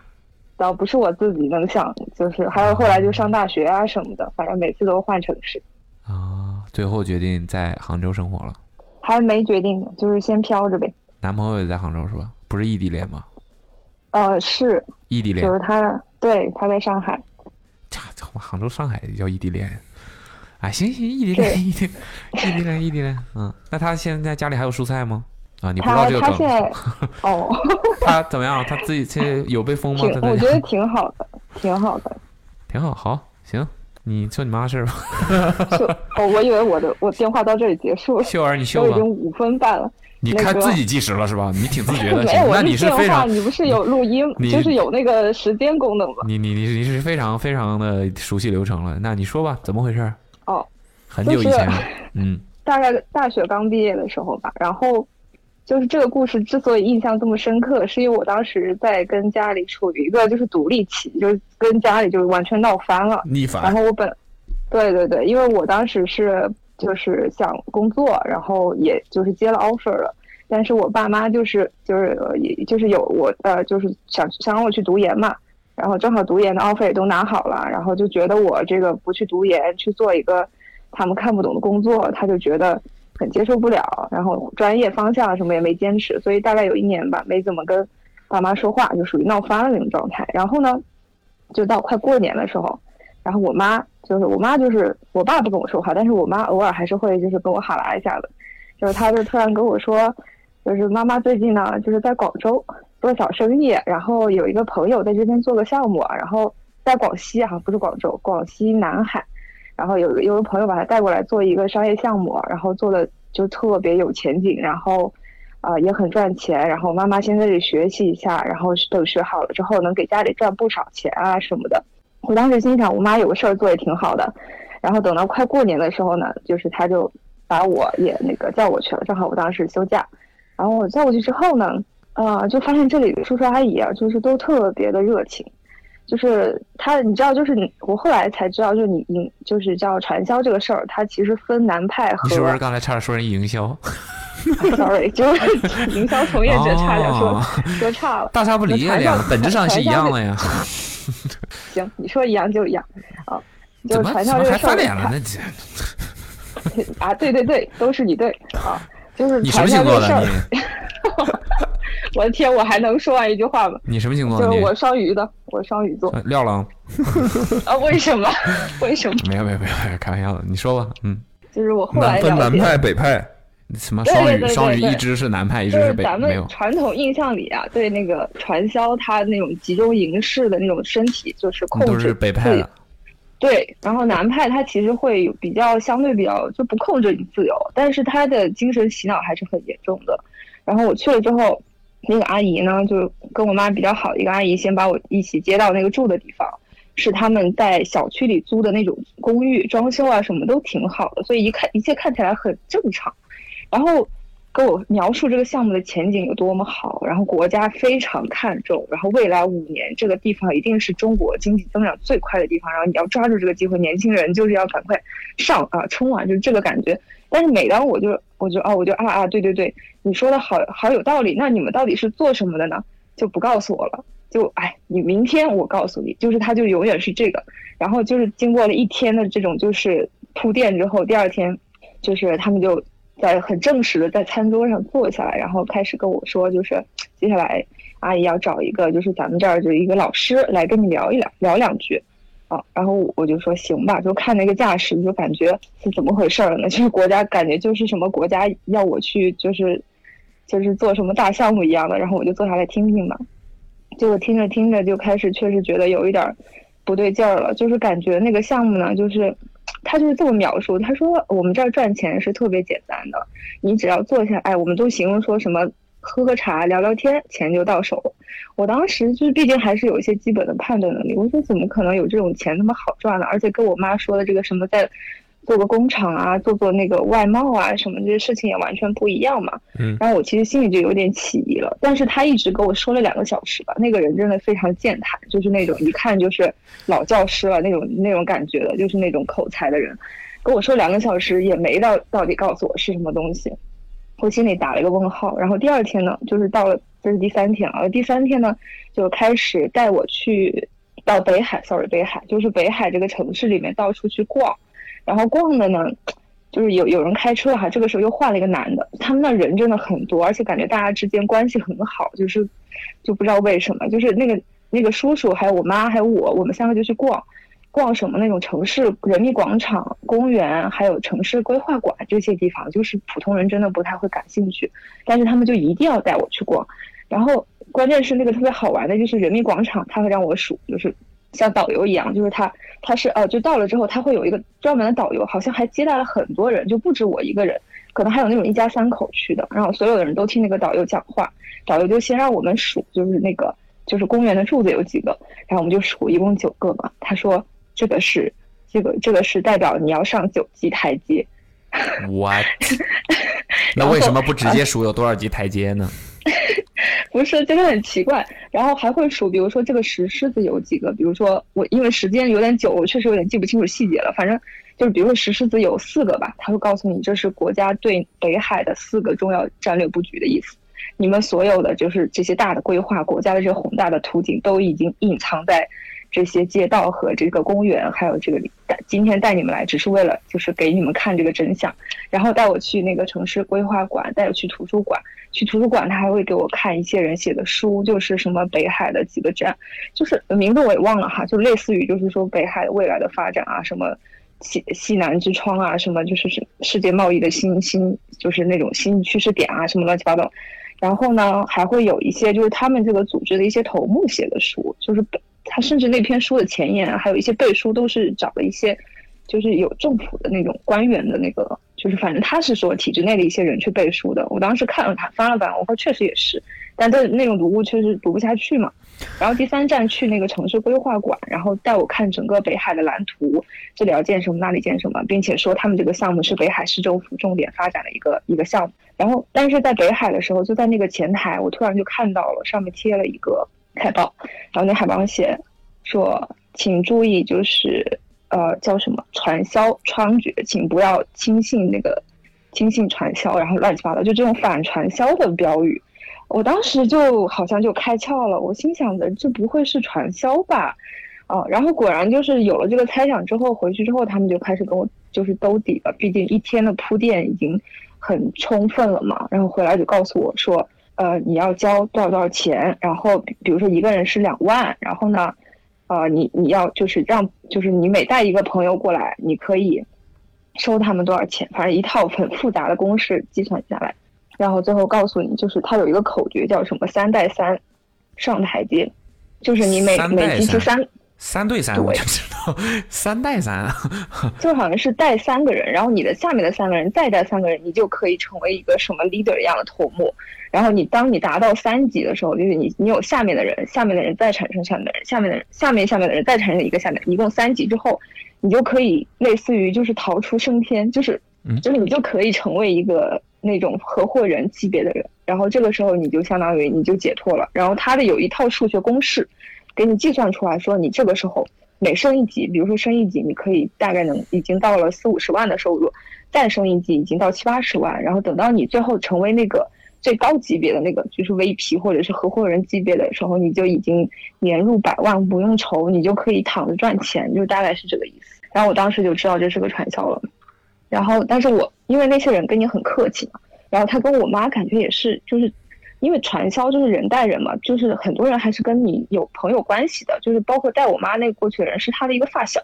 Speaker 3: 倒不是我自己能想，就是还有后来就上大学啊什么的，反正每次都换城市，
Speaker 4: 最后决定在杭州生活了。
Speaker 3: 还没决定呢，就是先飘着呗。
Speaker 4: 男朋友也在杭州是吧？不是异地恋吗？
Speaker 3: 呃，是，
Speaker 4: 异地恋
Speaker 3: 就，是他，对，他在上海，
Speaker 4: 杭州、上海也叫异地恋。哎，行行，异地恋，异地恋，异地恋，异地恋。嗯，那他现在家里还有蔬菜吗？啊，你不知道
Speaker 3: 他
Speaker 4: 这个
Speaker 3: 他现
Speaker 4: 梗？
Speaker 3: 在，哦，
Speaker 4: 他怎么样？他自己这有被封吗
Speaker 3: 挺？
Speaker 4: 他，在
Speaker 3: 我
Speaker 4: 家
Speaker 3: 觉得挺好的，挺好的。
Speaker 4: 挺好，好，行，你说你妈事儿吧。
Speaker 3: 就哦，我以为我的我电话到这里结束了，
Speaker 4: 秀儿你秀吧
Speaker 3: 都已经五分半了。
Speaker 4: 你
Speaker 3: 那
Speaker 4: 看
Speaker 3: 个
Speaker 4: 自己计时了是吧？你挺自觉 的，
Speaker 3: 没有，我
Speaker 4: 那你是
Speaker 3: 电
Speaker 4: 非
Speaker 3: 话，
Speaker 4: 常，
Speaker 3: 你不是有录音，
Speaker 4: 你
Speaker 3: 就是有那个时间功能吗？
Speaker 4: 你你你你是非常非常的熟悉流程了。那你说吧，怎么回事儿？
Speaker 3: 哦，
Speaker 4: 很久以
Speaker 3: 就是
Speaker 4: 前了，嗯，
Speaker 3: 大概大学刚毕业的时候吧。然后就是这个故事之所以印象这么深刻，是因为我当时在跟家里处于一个就是独立期，就是跟家里就是完全闹翻了，
Speaker 2: 逆反
Speaker 3: 然后我本，对对对，因为我当时是就是想工作，然后也就是接了 offer 了。但是我爸妈就是就是呃也就是有我呃就是想想让我去读研嘛，然后正好读研的 offer 也都拿好了，然后就觉得我这个不去读研，去做一个他们看不懂的工作，他就觉得很接受不了。然后专业方向什么也没坚持，所以大概有一年吧，没怎么跟爸妈说话，就属于闹翻了那种状态。然后呢，就到快过年的时候，然后我妈就是我妈就是我爸不跟我说话，但是我妈偶尔还是会就是跟我哈拉一下子，就是她就突然跟我说，就是妈妈最近呢就是在广州做小生意，然后有一个朋友在这边做个项目，啊然后在广西啊哈、不是广州，广西南海，然后有一个有个朋友把他带过来做一个商业项目，啊然后做的就特别有前景，然后。啊、也很赚钱。然后妈妈先在这里学习一下，然后等学好了之后，能给家里赚不少钱啊什么的。我当时心想，我妈有个事儿做也挺好的。然后等到快过年的时候呢，就是她就把我也那个叫我去了，正好我当时休假。然后我叫过去之后呢，呃，就发现这里的叔叔阿姨啊，就是都特别的热情。就是他，你知道，就是你，我后来才知道，就是你，你就是叫传销这个事儿，它其实分南派和
Speaker 4: 你是不是刚才差点说人营销？
Speaker 3: sorry，就是 营销从业者差点说、
Speaker 4: 哦
Speaker 3: 说差了，
Speaker 4: 大差不离了呀，本质上是一样的
Speaker 3: 呀。
Speaker 4: 呀。
Speaker 3: 行，你说一样就一样啊，就
Speaker 4: 怎
Speaker 3: 是
Speaker 4: 么
Speaker 3: 传
Speaker 4: 怎
Speaker 3: 销
Speaker 4: 么
Speaker 3: 这个
Speaker 4: 还
Speaker 3: 事
Speaker 4: 翻
Speaker 3: 儿
Speaker 4: 脸了？那这
Speaker 3: 啊，对对对，都是你对啊，就是
Speaker 4: 你什
Speaker 3: 传
Speaker 4: 么
Speaker 3: 销
Speaker 4: 星
Speaker 3: 这
Speaker 4: 座
Speaker 3: 个事
Speaker 4: 的
Speaker 3: 儿，
Speaker 4: 你？
Speaker 3: 我的天，我还能说完一句话吗？
Speaker 4: 你什么星座
Speaker 3: 就
Speaker 4: 的
Speaker 3: 是
Speaker 4: 你？
Speaker 3: 我双鱼的，我双鱼座
Speaker 4: 呃廖郎？
Speaker 3: 啊，为什么？ 为什么？
Speaker 4: 没有没有没有，开玩笑的。你说吧，嗯。
Speaker 3: 就是我后来了解。
Speaker 2: 北派，
Speaker 4: 什么
Speaker 3: 对
Speaker 4: 双
Speaker 3: 对
Speaker 4: 语？
Speaker 3: 对
Speaker 4: 双
Speaker 3: 对
Speaker 4: 语
Speaker 3: 对
Speaker 4: 一只是南派，一
Speaker 3: 就
Speaker 4: 只
Speaker 3: 是
Speaker 4: 北
Speaker 3: 咱
Speaker 4: 没
Speaker 3: 们
Speaker 4: 有。
Speaker 3: 传统印象里啊，对那个传销，它那种集中营式的那种身体，就是控
Speaker 4: 都
Speaker 3: 制
Speaker 4: 是北派的，
Speaker 3: 对，然后南派他其实会有比较相对比较就不控制你自由，但是他的精神洗脑还是很严重的。然后我去了之后，那个阿姨呢就跟我妈比较好的一个阿姨，先把我一起接到那个住的地方，是他们在小区里租的那种公寓，装修啊什么都挺好的，所以一看一切看起来很正常。然后跟我描述这个项目的前景有多么好，然后国家非常看重，然后未来五年这个地方一定是中国经济增长最快的地方，然后你要抓住这个机会，年轻人就是要赶快上啊冲啊，就是这个感觉。但是每当我就我就啊我就啊啊对对对，你说的好好有道理，那你们到底是做什么的呢？就不告诉我了。就哎，你明天我告诉你，就是他就永远是这个，然后就是经过了一天的这种就是铺垫之后，第二天就是他们就在很正式的在餐桌上坐下来，然后开始跟我说，就是接下来阿姨要找一个就是咱们这儿就一个老师来跟你聊一聊聊两句。啊，然后我就说行吧，就看那个架势，就感觉是怎么回事儿呢？ 就是国家感觉就是什么国家要我去，就是就是做什么大项目一样的，然后我就坐下来听听吧。结果听着听着就开始确实觉得有一点儿不对劲儿了，就是感觉那个项目呢，就是他就是这么描述，他说我们这儿赚钱是特别简单的，你只要坐下，哎，我们都形容说什么。喝个茶，聊聊天，钱就到手了。我当时就是，毕竟还是有一些基本的判断能力。我说怎么可能有这种钱那么好赚呢？而且跟我妈说的这个什么在做个工厂啊，做做那个外贸啊什么这些事情也完全不一样嘛。
Speaker 2: 嗯
Speaker 3: 然后我其实心里就有点起疑了。但是他一直跟我说了两个小时吧，那个人真的非常健谈，就是那种一看就是老教师了那种那种感觉的，就是那种口才的人，跟我说两个小时也没到到底告诉我是什么东西。我心里打了一个问号。然后第二天呢，就是到了，这是第三天了。第三天呢，就开始带我去到北海，sorry，北海就是北海这个城市里面到处去逛。然后逛的呢，就是有有人开车哈，这个时候又换了一个男的，他们那人真的很多，而且感觉大家之间关系很好，就是就不知道为什么，就是那个那个叔叔还有我妈还有我，我们三个就去逛。逛什么那种城市人民广场、公园，还有城市规划馆这些地方，就是普通人真的不太会感兴趣，但是他们就一定要带我去逛。然后关键是那个特别好玩的，就是人民广场，他会让我数，就是像导游一样，就是他他是哦，就到了之后他会有一个专门的导游，好像还接待了很多人，就不止我一个人，可能还有那种一家三口去的，然后所有的人都听那个导游讲话，导游就先让我们数，就是那个就是公园的柱子有几个，然后我们就数，一共九个嘛，他说。这个是，这个这个是代表你要上九级台阶。
Speaker 4: What？那为什么不直
Speaker 3: 啊
Speaker 4: 接数有多少级台阶呢？
Speaker 3: 不是，真的很奇怪。然后还会数，比如说这个石狮子有几个，比如说我因为时间有点久，我确实有点记不清楚细节了。反正就是，比如说石狮子有四个吧，他会告诉你这是国家对北海的四个重要战略布局的意思。你们所有的就是这些大的规划，国家的这个宏大的图景都已经隐藏在。这些街道和这个公园，还有这个带今天带你们来，只是为了就是给你们看这个真相，然后带我去那个城市规划馆，带我去图书馆，去图书馆他还会给我看一些人写的书，就是什么北海的几个站，就是名字我也忘了哈，就类似于就是说北海未来的发展啊，什么西西南之窗啊，什么就是世世界贸易的新新就是那种新趋势点啊，什么乱七八糟，然后呢还会有一些就是他们这个组织的一些头目写的书，就是北。他甚至那篇书的前言，啊还有一些背书，都是找了一些，就是有政府的那种官员的那个，就是反正他是说体制内的一些人去背书的。我当时看了看，翻了翻，我说确实也是，但这内容读物确实读不下去嘛。然后第三站去那个城市规划馆，然后带我看整个北海的蓝图，这里要建什么，那里建什么，并且说他们这个项目是北海市政府重点发展的一个一个项目。然后，但是在北海的时候，就在那个前台，我突然就看到了上面贴了一个。海报，然后那海报上写说，请注意，就是呃叫什么传销猖獗，请不要轻信那个轻信传销，然后乱七八糟，就这种反传销的标语，我当时就好像就开窍了，我心想着这不会是传销吧？啊，然后果然就是有了这个猜想之后，回去之后他们就开始跟我就是兜底了，毕竟一天的铺垫已经很充分了嘛，然后回来就告诉我说。呃，你要交多少多少钱？然后比如说一个人是两万，然后呢，呃，你你要就是让就是你每带一个朋友过来，你可以收他们多少钱，反正一套很复杂的公式计算下来，然后最后告诉你，就是它有一个口诀叫什么“三带三上台阶”，就是你每
Speaker 4: 三
Speaker 3: 每
Speaker 4: 带
Speaker 3: 提出三
Speaker 4: 三，三对三，我就知道 三带三。
Speaker 3: 就好像是带三个人，然后你的下面的三个人再带三个人，你就可以成为一个什么 leader 一样的头目。然后你当你达到三级的时候，就是你你有下面的人，下面的人再产生下面的人，下面的人下面下面的人再产生一个下面，一共三级之后，你就可以类似于就是逃出升天，就是
Speaker 4: 嗯
Speaker 3: 就是你就可以成为一个那种合伙人级别的人。然后这个时候你就相当于你就解脱了。然后他的有一套数学公式，给你计算出来说你这个时候。每升一级，比如说升一级，你可以大概能已经到了四五十万的收入，再升一级已经到七八十万，然后等到你最后成为那个最高级别的那个，就是 VP 或者是合伙人级别的时候，你就已经年入百万不用愁，你就可以躺着赚钱，就是大概是这个意思。然后我当时就知道这是个传销了，然后但是我因为那些人跟你很客气嘛，然后他跟我妈感觉也是就是因为传销就是人带人嘛，就是很多人还是跟你有朋友关系的，就是包括带我妈那过去的人是她的一个发小，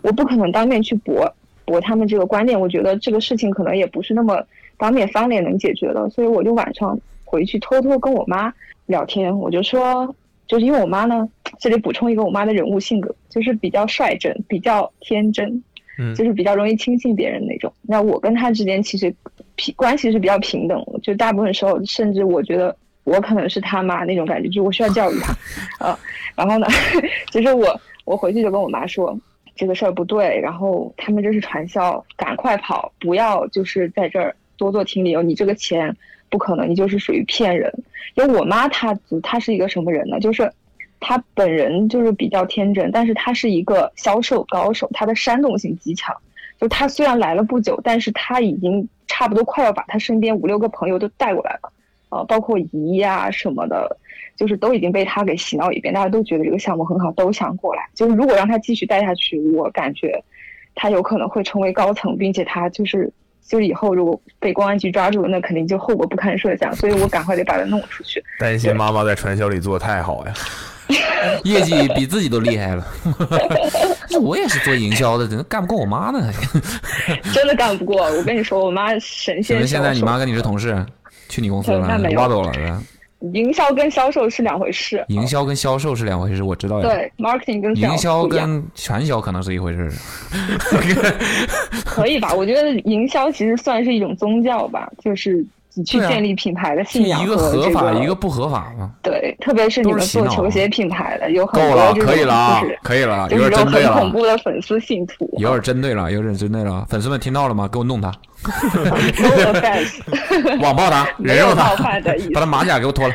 Speaker 3: 我不可能当面去驳驳他们这个观念，我觉得这个事情可能也不是那么当面翻脸能解决的，所以我就晚上回去偷偷跟我妈聊天，我就说，就是因为我妈呢，这里补充一个我妈的人物性格，就是比较率真，比较天真，
Speaker 13: 嗯
Speaker 3: 就是比较容易轻信别人那种。那我跟他之间其实平关系是比较平等的，就大部分时候，甚至我觉得我可能是他妈那种感觉，就是我需要教育他，啊，然后呢， 就是我我回去就跟我妈说这个事儿不对，然后他们这是传销，赶快跑，不要就是在这儿多做停留，你这个钱不可能，你就是属于骗人。因为我妈她她是一个什么人呢？就是他本人就是比较天真，但是他是一个销售高手，他的煽动性极强。就他虽然来了不久，但是他已经差不多快要把他身边五六个朋友都带过来了，呃，包括姨呀、什么的，就是都已经被他给洗脑一遍，大家都觉得这个项目很好，都想过来。就是如果让他继续带下去，我感觉他有可能会成为高层，并且他就是就是以后如果被公安局抓住，那肯定就后果不堪设想。所以我赶快得把他弄出去。
Speaker 2: 担心妈妈在传销里做得太好呀，
Speaker 4: 业绩比自己都 厉害了。那我也是做营销的，怎么干不过我妈 呢？
Speaker 3: 真的干不过。我跟你说，我妈神
Speaker 4: 怎
Speaker 3: 仙销
Speaker 4: 么现
Speaker 3: 售。
Speaker 4: 在你妈跟你是同事，去你公司了
Speaker 3: 那没，有
Speaker 4: 挖走了是吧？
Speaker 3: 营销跟销售是两回事，
Speaker 4: 营销跟销售是两回事，我知道呀。
Speaker 3: 对，marketing 跟
Speaker 4: 营销
Speaker 3: 销售不一样
Speaker 4: 跟传销可能是一回事儿。
Speaker 3: 可以吧？我觉得营销其实算是一种宗教吧，就是你去
Speaker 4: 对啊
Speaker 3: 建立品牌的
Speaker 4: 是
Speaker 3: 信仰
Speaker 4: 一个
Speaker 3: 和
Speaker 4: 合
Speaker 3: 这
Speaker 4: 法，
Speaker 3: 个
Speaker 4: 一个不合法嘛。
Speaker 3: 对，特别是你
Speaker 4: 都
Speaker 3: 们
Speaker 4: 是洗
Speaker 3: 做
Speaker 4: 脑啊
Speaker 3: 球鞋品牌的，有很多
Speaker 4: 够了，
Speaker 3: 这
Speaker 4: 可以
Speaker 3: 种
Speaker 4: 了啊
Speaker 3: 就是，
Speaker 4: 可以了，
Speaker 3: 就
Speaker 4: 有
Speaker 3: 是
Speaker 4: 点
Speaker 3: 有
Speaker 4: 针对
Speaker 3: 很
Speaker 4: 了啊
Speaker 3: 恐，怖的粉丝信徒
Speaker 4: 有点针对了，啊有点针对了。粉丝们听到了吗？给我弄他，
Speaker 3: ，no offense，
Speaker 4: 网暴他，
Speaker 3: 没
Speaker 4: 人
Speaker 3: 有
Speaker 4: 肉他
Speaker 3: 冒犯的意思，
Speaker 4: 把他马甲给我脱了。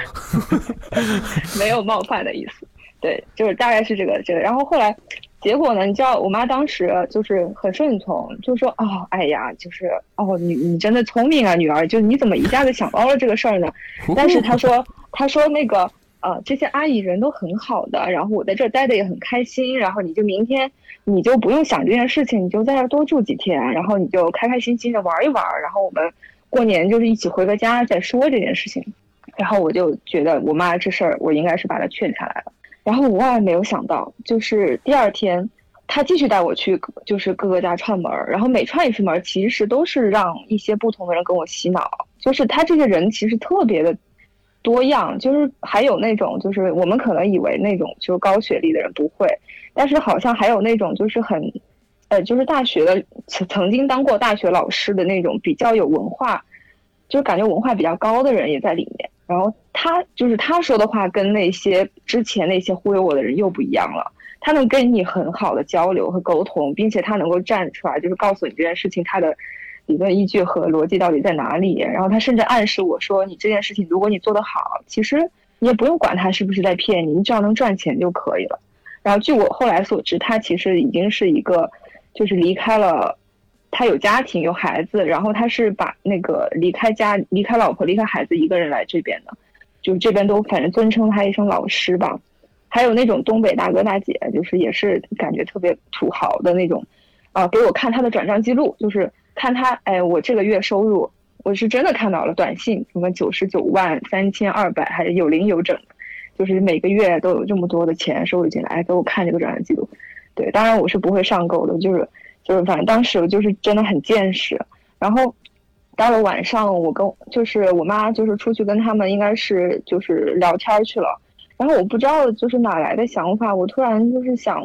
Speaker 3: 没有冒犯的意思。对，就是大概是这个这个。然后后来结果呢，你知道我妈当时就是很顺从，就说啊、哦，哎呀，就是哦，你你真的聪明啊，女儿，就你怎么一下子想到了这个事儿呢？但是她说她说那个呃，这些阿姨人都很好的，然后我在这儿待的也很开心，然后你就明天你就不用想这件事情，你就在这儿多住几天，然后你就开开心心的玩一玩，然后我们过年就是一起回个家再说这件事情。然后我就觉得我妈这事儿，我应该是把她劝下来了。然后我万万没有想到，就是第二天，她继续带我去，就是各个家串门儿。然后每串一次门儿，其实都是让一些不同的人跟我洗脑。就是她这个人其实特别的多样，就是还有那种，就是我们可能以为那种就是高学历的人不会，但是好像还有那种就是很，呃，就是大学的曾曾经当过大学老师的那种比较有文化，就是感觉文化比较高的人也在里面。然后他就是他说的话跟那些之前那些忽悠我的人又不一样了，他能跟你很好的交流和沟通，并且他能够站出来，就是告诉你这件事情他的理论依据和逻辑到底在哪里。然后他甚至暗示我说，你这件事情如果你做得好，其实你也不用管他是不是在骗你，你只要能赚钱就可以了。然后据我后来所知，他其实已经是一个，就是离开了他有家庭有孩子，然后他是把那个离开家、离开老婆、离开孩子一个人来这边的，就是这边都反正尊称他一声老师吧。还有那种东北大哥大姐，就是也是感觉特别土豪的那种，啊、给我看他的转账记录，就是看他，哎，我这个月收入，我是真的看到了短信什么九十九万三千二百，还有零有整，就是每个月都有这么多的钱收入进来，哎给我看这个转账记录。对，当然我是不会上钩的，就是就是反正当时我就是真的很见识。然后到了晚上，我跟就是我妈就是出去跟他们应该是就是聊天儿去了，然后我不知道就是哪来的想法，我突然就是想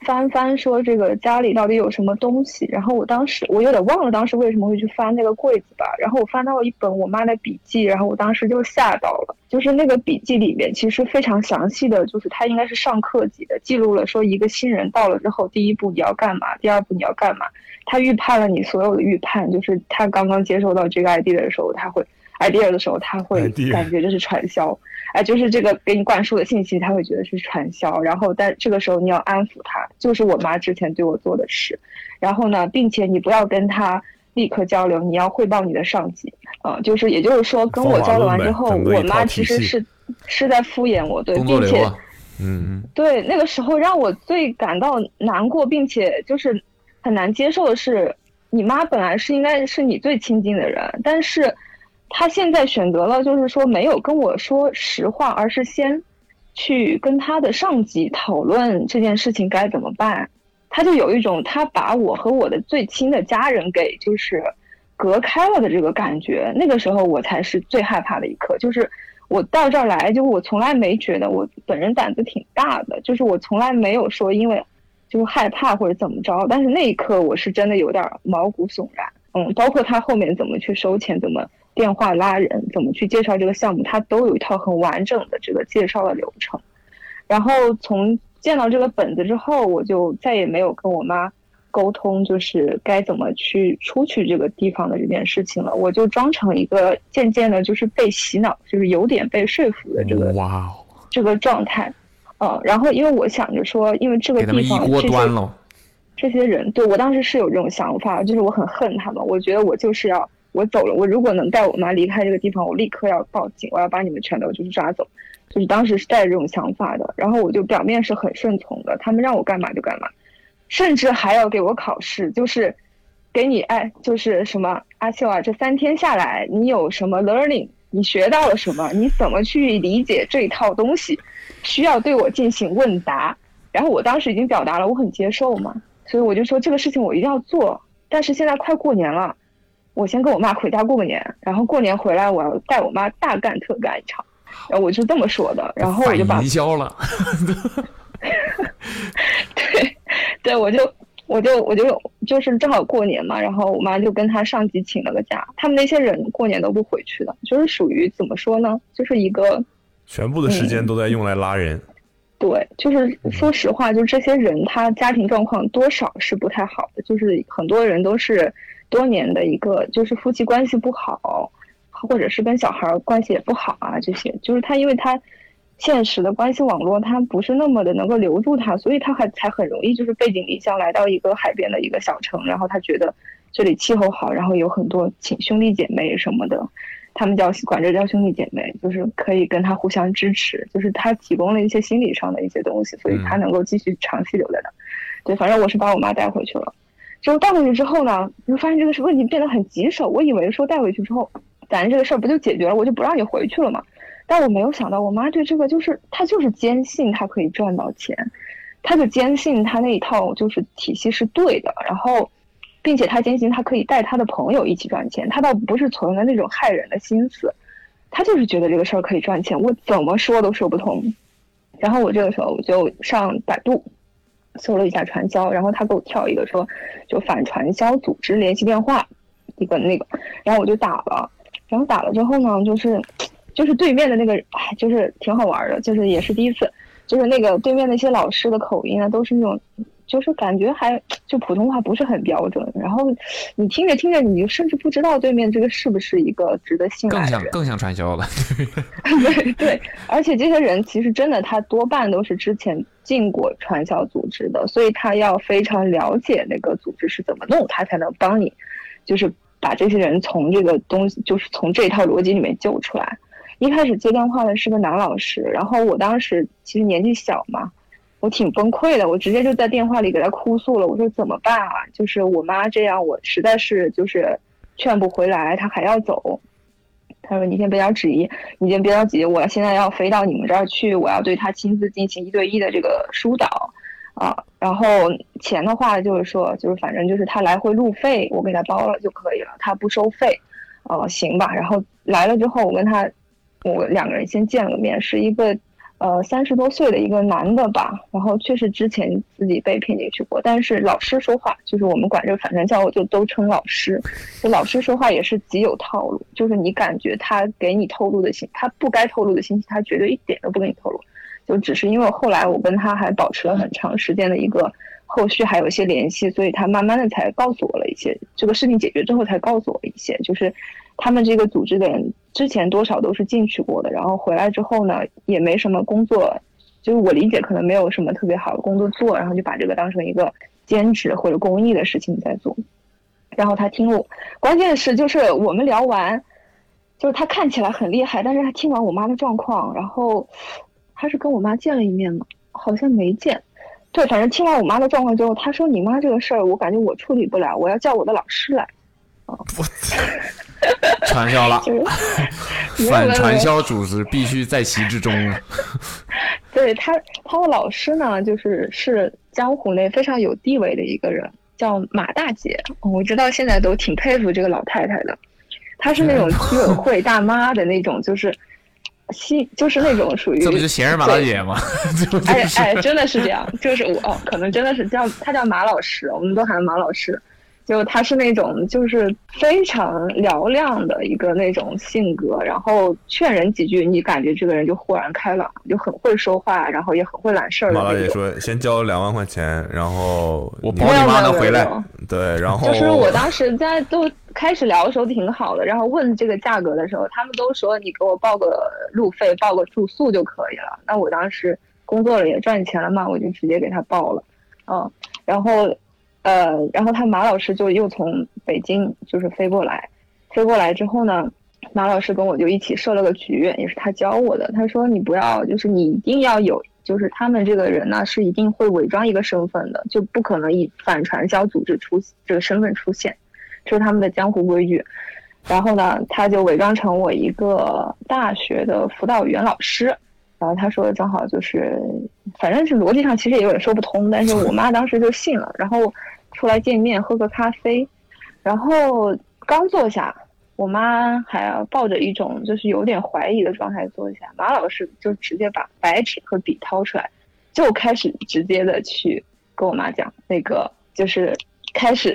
Speaker 3: 翻翻说这个家里到底有什么东西，然后我当时我有点忘了当时为什么会去翻那个柜子吧，然后我翻到一本我妈的笔记，然后我当时就吓到了，就是那个笔记里面其实非常详细的，就是它应该是上课级的，记录了说一个新人到了之后，第一步你要干嘛，第二步你要干嘛，他预判了你所有的预判，就是他刚刚接收到这个 idea 的时候，他会 idea 的时候，他会
Speaker 13: idea
Speaker 3: 感觉这是传销，哎，就是这个给你灌输的信息，他会觉得是传销。然后，但这个时候你要安抚他，就是我妈之前对我做的事。然后呢，并且你不要跟他立刻交流，你要汇报你的上级。呃，就是也就是说，跟我
Speaker 2: 方法
Speaker 3: 交流完
Speaker 2: 论呗
Speaker 3: 之后，
Speaker 2: 整个一
Speaker 3: 我妈
Speaker 2: 套
Speaker 3: 其
Speaker 2: 体
Speaker 3: 实
Speaker 2: 系
Speaker 3: 是是在敷衍我，对，
Speaker 4: 工作
Speaker 3: 并
Speaker 4: 流
Speaker 3: 且
Speaker 4: 啊，
Speaker 2: 嗯，
Speaker 3: 对，那个时候让我最感到难过，并且就是很难接受的是，你妈本来是应该是你最亲近的人，但是他现在选择了，就是说没有跟我说实话，而是先去跟他的上级讨论这件事情该怎么办。他就有一种他把我和我的最亲的家人给就是隔开了的这个感觉。那个时候我才是最害怕的一刻，就是我到这儿来，就我从来没觉得我本人胆子挺大的，就是我从来没有说因为就是害怕或者怎么着。但是那一刻我是真的有点毛骨悚然。嗯，包括他后面怎么去收钱，怎么电话拉人，怎么去介绍这个项目，他都有一套很完整的这个介绍的流程。然后从见到这个本子之后，我就再也没有跟我妈沟通，就是该怎么去出去这个地方的这件事情了。我就装成一个渐渐的，就是被洗脑，就是有点被说服的这个
Speaker 4: 哇哦，
Speaker 3: 这个状态。嗯，然后因为我想着说，因为这个
Speaker 4: 给他们
Speaker 3: 地
Speaker 4: 一
Speaker 3: 方
Speaker 4: 锅
Speaker 3: 这些
Speaker 4: 端了。
Speaker 3: 这些人，对我当时是有这种想法，就是我很恨他们，我觉得我就是要我走了，我如果能带我妈离开这个地方，我立刻要报警，我要把你们全都就是抓走，就是当时是带着这种想法的。然后我就表面是很顺从的，他们让我干嘛就干嘛，甚至还要给我考试，就是给你哎，就是什么阿秀啊，这三天下来你有什么 learning？你学到了什么？你怎么去理解这套东西？需要对我进行问答。然后我当时已经表达了我很接受嘛，所以我就说这个事情我一定要做。但是现在快过年了，我先跟我妈回家过个年，然后过年回来我要带我妈大干特干一场。然后我就这么说的，然后我就把
Speaker 4: 反营销了，
Speaker 3: 对，我就我就我就就是正好过年嘛，然后我妈就跟她上级请了个假，他们那些人过年都不回去的，就是属于怎么说呢，就是一个
Speaker 2: 全部的时间都在用来拉人。
Speaker 3: 嗯对，就是说实话，就是这些人他家庭状况多少是不太好的，就是很多人都是多年的一个，就是夫妻关系不好，或者是跟小孩儿关系也不好啊，这些就是他因为他现实的关系网络他不是那么的能够留住他，所以他还才很容易就是背井离乡来到一个海边的一个小城，然后他觉得这里气候好，然后有很多亲兄弟姐妹什么的，他们叫管这叫兄弟姐妹，就是可以跟他互相支持，就是他提供了一些心理上的一些东西，所以他能够继续长期留在那。对，反正我是把我妈带回去了。就带回去之后呢，就发现这个问题变得很棘手。我以为说带回去之后，咱这个事儿不就解决了，我就不让你回去了嘛。但我没有想到，我妈对这个就是她就是坚信她可以赚到钱，她就坚信她那一套就是体系是对的，然后，并且她坚信她可以带她的朋友一起赚钱，她倒不是存了那种害人的心思，她就是觉得这个事儿可以赚钱，我怎么说都说不通。然后我这个时候我就上百度搜了一下传销，然后他给我跳一个说就反传销组织联系电话，一个那个，然后我就打了，然后打了之后呢，就是就是对面的那个，哎，就是挺好玩的，就是也是第一次，就是那个对面那些老师的口音啊，都是那种。就是感觉还就普通话不是很标准，然后你听着听着，你就甚至不知道对面这个是不是一个值得信赖
Speaker 4: 更
Speaker 3: 的
Speaker 4: 想
Speaker 3: 人。
Speaker 4: 更想传销 了。
Speaker 3: 对对，而且这些人其实真的，他多半都是之前进过传销组织的，所以他要非常了解那个组织是怎么弄，他才能帮你，就是把这些人从这个东西，就是从这套逻辑里面救出来。一开始接电话的是个男老师，然后我当时其实年纪小嘛，我挺崩溃的，我直接就在电话里给他哭诉了，我说怎么办啊？就是我妈这样，我实在是就是劝不回来，她还要走。他说：“你先别着急，你先别着急，我现在要飞到你们这儿去，我要对他亲自进行一对一的这个疏导，啊，然后钱的话就是说，就是反正就是他来回路费我给他包了就可以了，他不收费，啊，行吧。然后来了之后，我跟他，我两个人先见了个面，是一个呃三十多岁的一个男的吧，然后确实之前自己被骗进去过，但是老师说话，就是我们管这个反传销，我就都称老师，就老师说话也是极有套路，就是你感觉他给你透露的信，他不该透露的信息，他绝对一点都不给你透露，就只是因为后来我跟他还保持了很长时间的一个后续还有一些联系，所以他慢慢的才告诉我了一些这个事情解决之后才告诉我一些，就是他们这个组织的人之前多少都是进去过的，然后回来之后呢也没什么工作，就是我理解可能没有什么特别好的工作做，然后就把这个当成一个兼职或者公益的事情在做。然后他听我，关键是就是我们聊完，就是他看起来很厉害，但是他听完我妈的状况，然后他是跟我妈见了一面吗？好像没见。对，反正听完我妈的状况之后，他说你妈这个事儿，我感觉我处理不了，我要叫我的老师来。
Speaker 4: 传销了，
Speaker 3: 没有
Speaker 4: 反
Speaker 3: 没有
Speaker 4: 传销组织必须在其之中 啊了。
Speaker 3: 对他，他的老师呢，就是是江湖内非常有地位的一个人，叫马大姐。我直到现在都挺佩服这个老太太的。她是那种居委会大妈的那种，就是西，就是那种属于
Speaker 4: 这不就闲人马大姐吗？
Speaker 3: 对哎哎，真的是这样，就是我哦，可能真的是叫她叫马老师，我们都喊马老师。就她是那种就是非常嘹亮的一个那种性格，然后劝人几句，你感觉这个人就豁然开朗，就很会说话，然后也很会揽事儿的
Speaker 2: 马大
Speaker 3: 那
Speaker 2: 姐
Speaker 3: 种。
Speaker 2: 说：“先交两万块钱，然后我
Speaker 3: 保你妈能回来没有没有没。”
Speaker 2: 对，然后
Speaker 3: 就是我当时在都开始聊的时候挺好的，然后问这个价格的时候，他们都说你给我报个路费、报个住宿就可以了。那我当时工作了也赚钱了嘛，我就直接给他报了，嗯，然后呃，然后他马老师就又从北京就是飞过来，飞过来之后呢，马老师跟我就一起设了个局，也是他教我的。他说你不要，就是你一定要有，就是他们这个人呢是一定会伪装一个身份的，就不可能以反传销组织出这个身份出现，这是他们的江湖规矩。然后呢，他就伪装成我一个大学的辅导员老师，然后他说正好就是，反正是逻辑上其实也有点说不通，但是我妈当时就信了，然后出来见面喝个咖啡，然后刚坐下，我妈还抱着一种就是有点怀疑的状态坐下，马老师就直接把白纸和笔掏出来，就开始直接的去跟我妈讲那个就是开始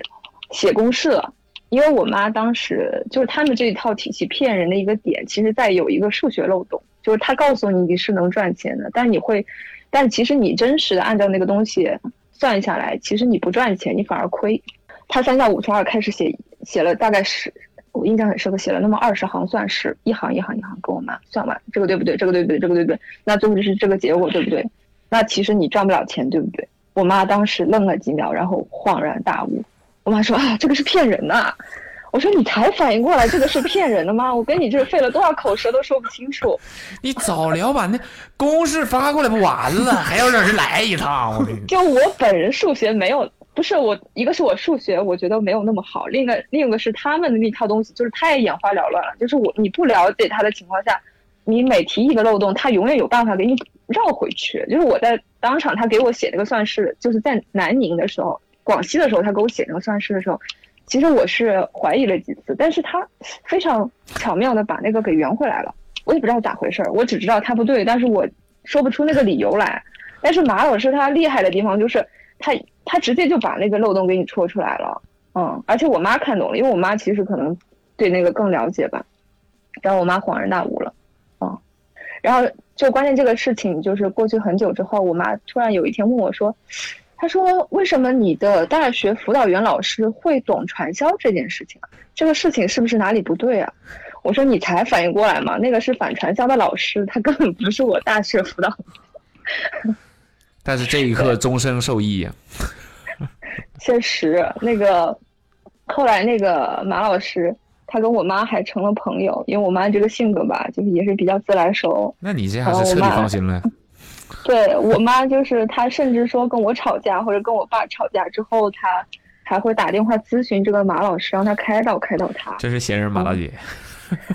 Speaker 3: 写公式了。因为我妈当时就是他们这一套体系骗人的一个点，其实在有一个数学漏洞，就是他告诉你你是能赚钱的，但你会，但其实你真实的按照那个东西算下来，其实你不赚钱，你反而亏。他三下五除二开始写，写了大概十，我印象很深刻，写了那么二十行算式，一行一行一行跟我妈算完，这个对不对？这个对不对？这个对不对？那最后就是这个结果对不对？那其实你赚不了钱，对不对？我妈当时愣了几秒，然后恍然大悟。我妈说啊，这个是骗人的、我说你才反应过来，这个是骗人的吗？我跟你这费了多少口舌都说不清楚。
Speaker 4: 你早聊把那公式发过来不完了，还要让人来一趟，我跟你。
Speaker 3: 就我本人数学没有，不是我，一个是我数学我觉得没有那么好，另一个另一个是他们的那套东西就是太眼花缭乱了，就是我你不了解它的情况下，你每提一个漏洞，他永远有办法给你绕回去。就是我在当场他给我写那个算式，就是在南宁的时候，广西的时候，他给我写那个算式的时候。其实我是怀疑了几次，但是他非常巧妙的把那个给圆回来了。我也不知道咋回事儿，我只知道他不对，但是我说不出那个理由来。但是马老师他厉害的地方就是他他直接就把那个漏洞给你戳出来了，嗯，而且我妈看懂了，因为我妈其实可能对那个更了解吧，然后我妈恍然大悟了，嗯，然后就关键这个事情就是过去很久之后，我妈突然有一天问我说，她说为什么你的大学辅导员老师会懂传销这件事情啊？这个事情是不是哪里不对啊？我说你才反应过来嘛，那个是反传销的老师，他根本不是我大学辅导
Speaker 4: 但是这一刻终身受益啊呀、
Speaker 3: 确实，那个后来那个马老师，他跟我妈还成了朋友，因为我妈这个性格吧，就是也是比较自来熟。
Speaker 4: 那你这
Speaker 3: 哦
Speaker 4: 下是彻底放心了呀。
Speaker 3: 对我妈就是她，甚至说跟我吵架或者跟我爸吵架之后，她还会打电话咨询这个马老师，让他开导开导他。
Speaker 4: 这是闲人马大姐，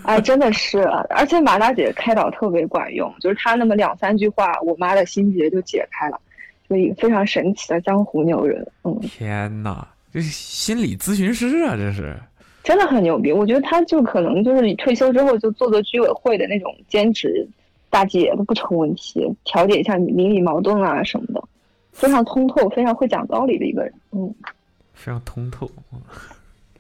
Speaker 3: 哎，真的是，而且马大姐开导特别管用，就是她那么两三句话，我妈的心结就解开了，所以非常神奇的江湖牛人，嗯。
Speaker 4: 天哪，这是心理咨询师啊，这是。
Speaker 3: 真的很牛逼。我觉得他就可能就是你退休之后就做做居委会的那种兼职大姐都不成问题，调解一下邻里矛盾啊什么的，非常通透，非常会讲道理的一个人。嗯，
Speaker 4: 非常通透。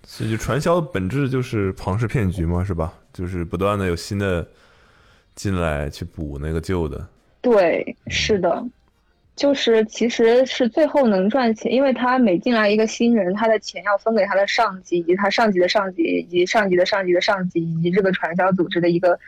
Speaker 2: 所以就传销的本质就是庞氏骗局嘛，是吧？就是不断的有新的进来去补那个旧的。
Speaker 3: 对，是的，就是其实是最后能赚钱，因为他每进来一个新人，他的钱要分给他的上级，以及他上级的上级，以及上级的上级的上级，以及这个传销组织的一个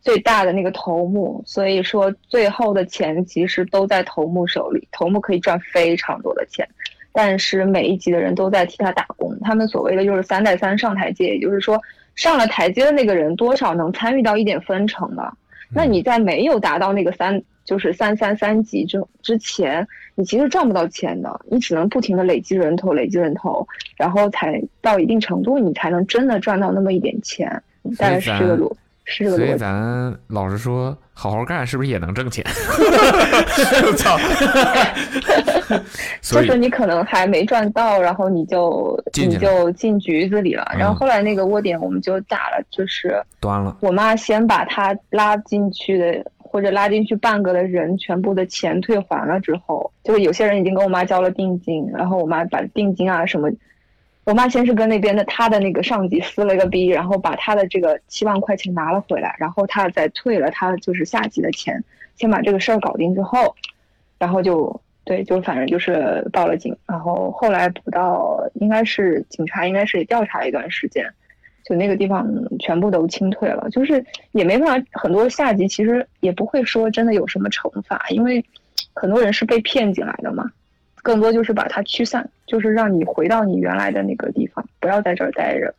Speaker 3: 最大的那个头目，所以说最后的钱其实都在头目手里，头目可以赚非常多的钱，但是每一级的人都在替他打工，他们所谓的就是三代三上台阶，也就是说上了台阶的那个人多少能参与到一点分成吧。那你在没有达到那个三就是三三三级之之前，你其实赚不到钱的，你只能不停的累积人头，累积人头，然后才到一定程度，你才能真的赚到那么一点钱。大概是这个逻，是这个
Speaker 4: 所以
Speaker 3: 逻辑。
Speaker 4: 咱老实说，好好干是不是也能 挣钱？
Speaker 2: 操！
Speaker 3: 就
Speaker 4: 所以
Speaker 3: 是你可能还没赚到，然后你就
Speaker 4: 进
Speaker 3: 你
Speaker 4: 去了
Speaker 3: 就进局子里了。
Speaker 4: 嗯
Speaker 3: 然后后来那个窝点我们就打了，就是
Speaker 4: 端了。
Speaker 3: 我妈先把她拉进去的或者拉进去半个的人全部的钱退还了之后，就是有些人已经跟我妈交了定金，然后我妈把定金啊什么，我妈先是跟那边的她的那个上级撕了一个逼，然后把她的这个七万块钱拿了回来，然后她再退了她就是下级的钱，先把这个事儿搞定之后，然后就对，就反正就是报了警，然后后来不到，应该是警察应该是也调查了一段时间，就那个地方全部都清退了，就是也没办法，很多下级其实也不会说真的有什么惩罚，因为很多人是被骗进来的嘛，更多就是把它驱散，就是让你回到你原来的那个地方，不要在这儿待着。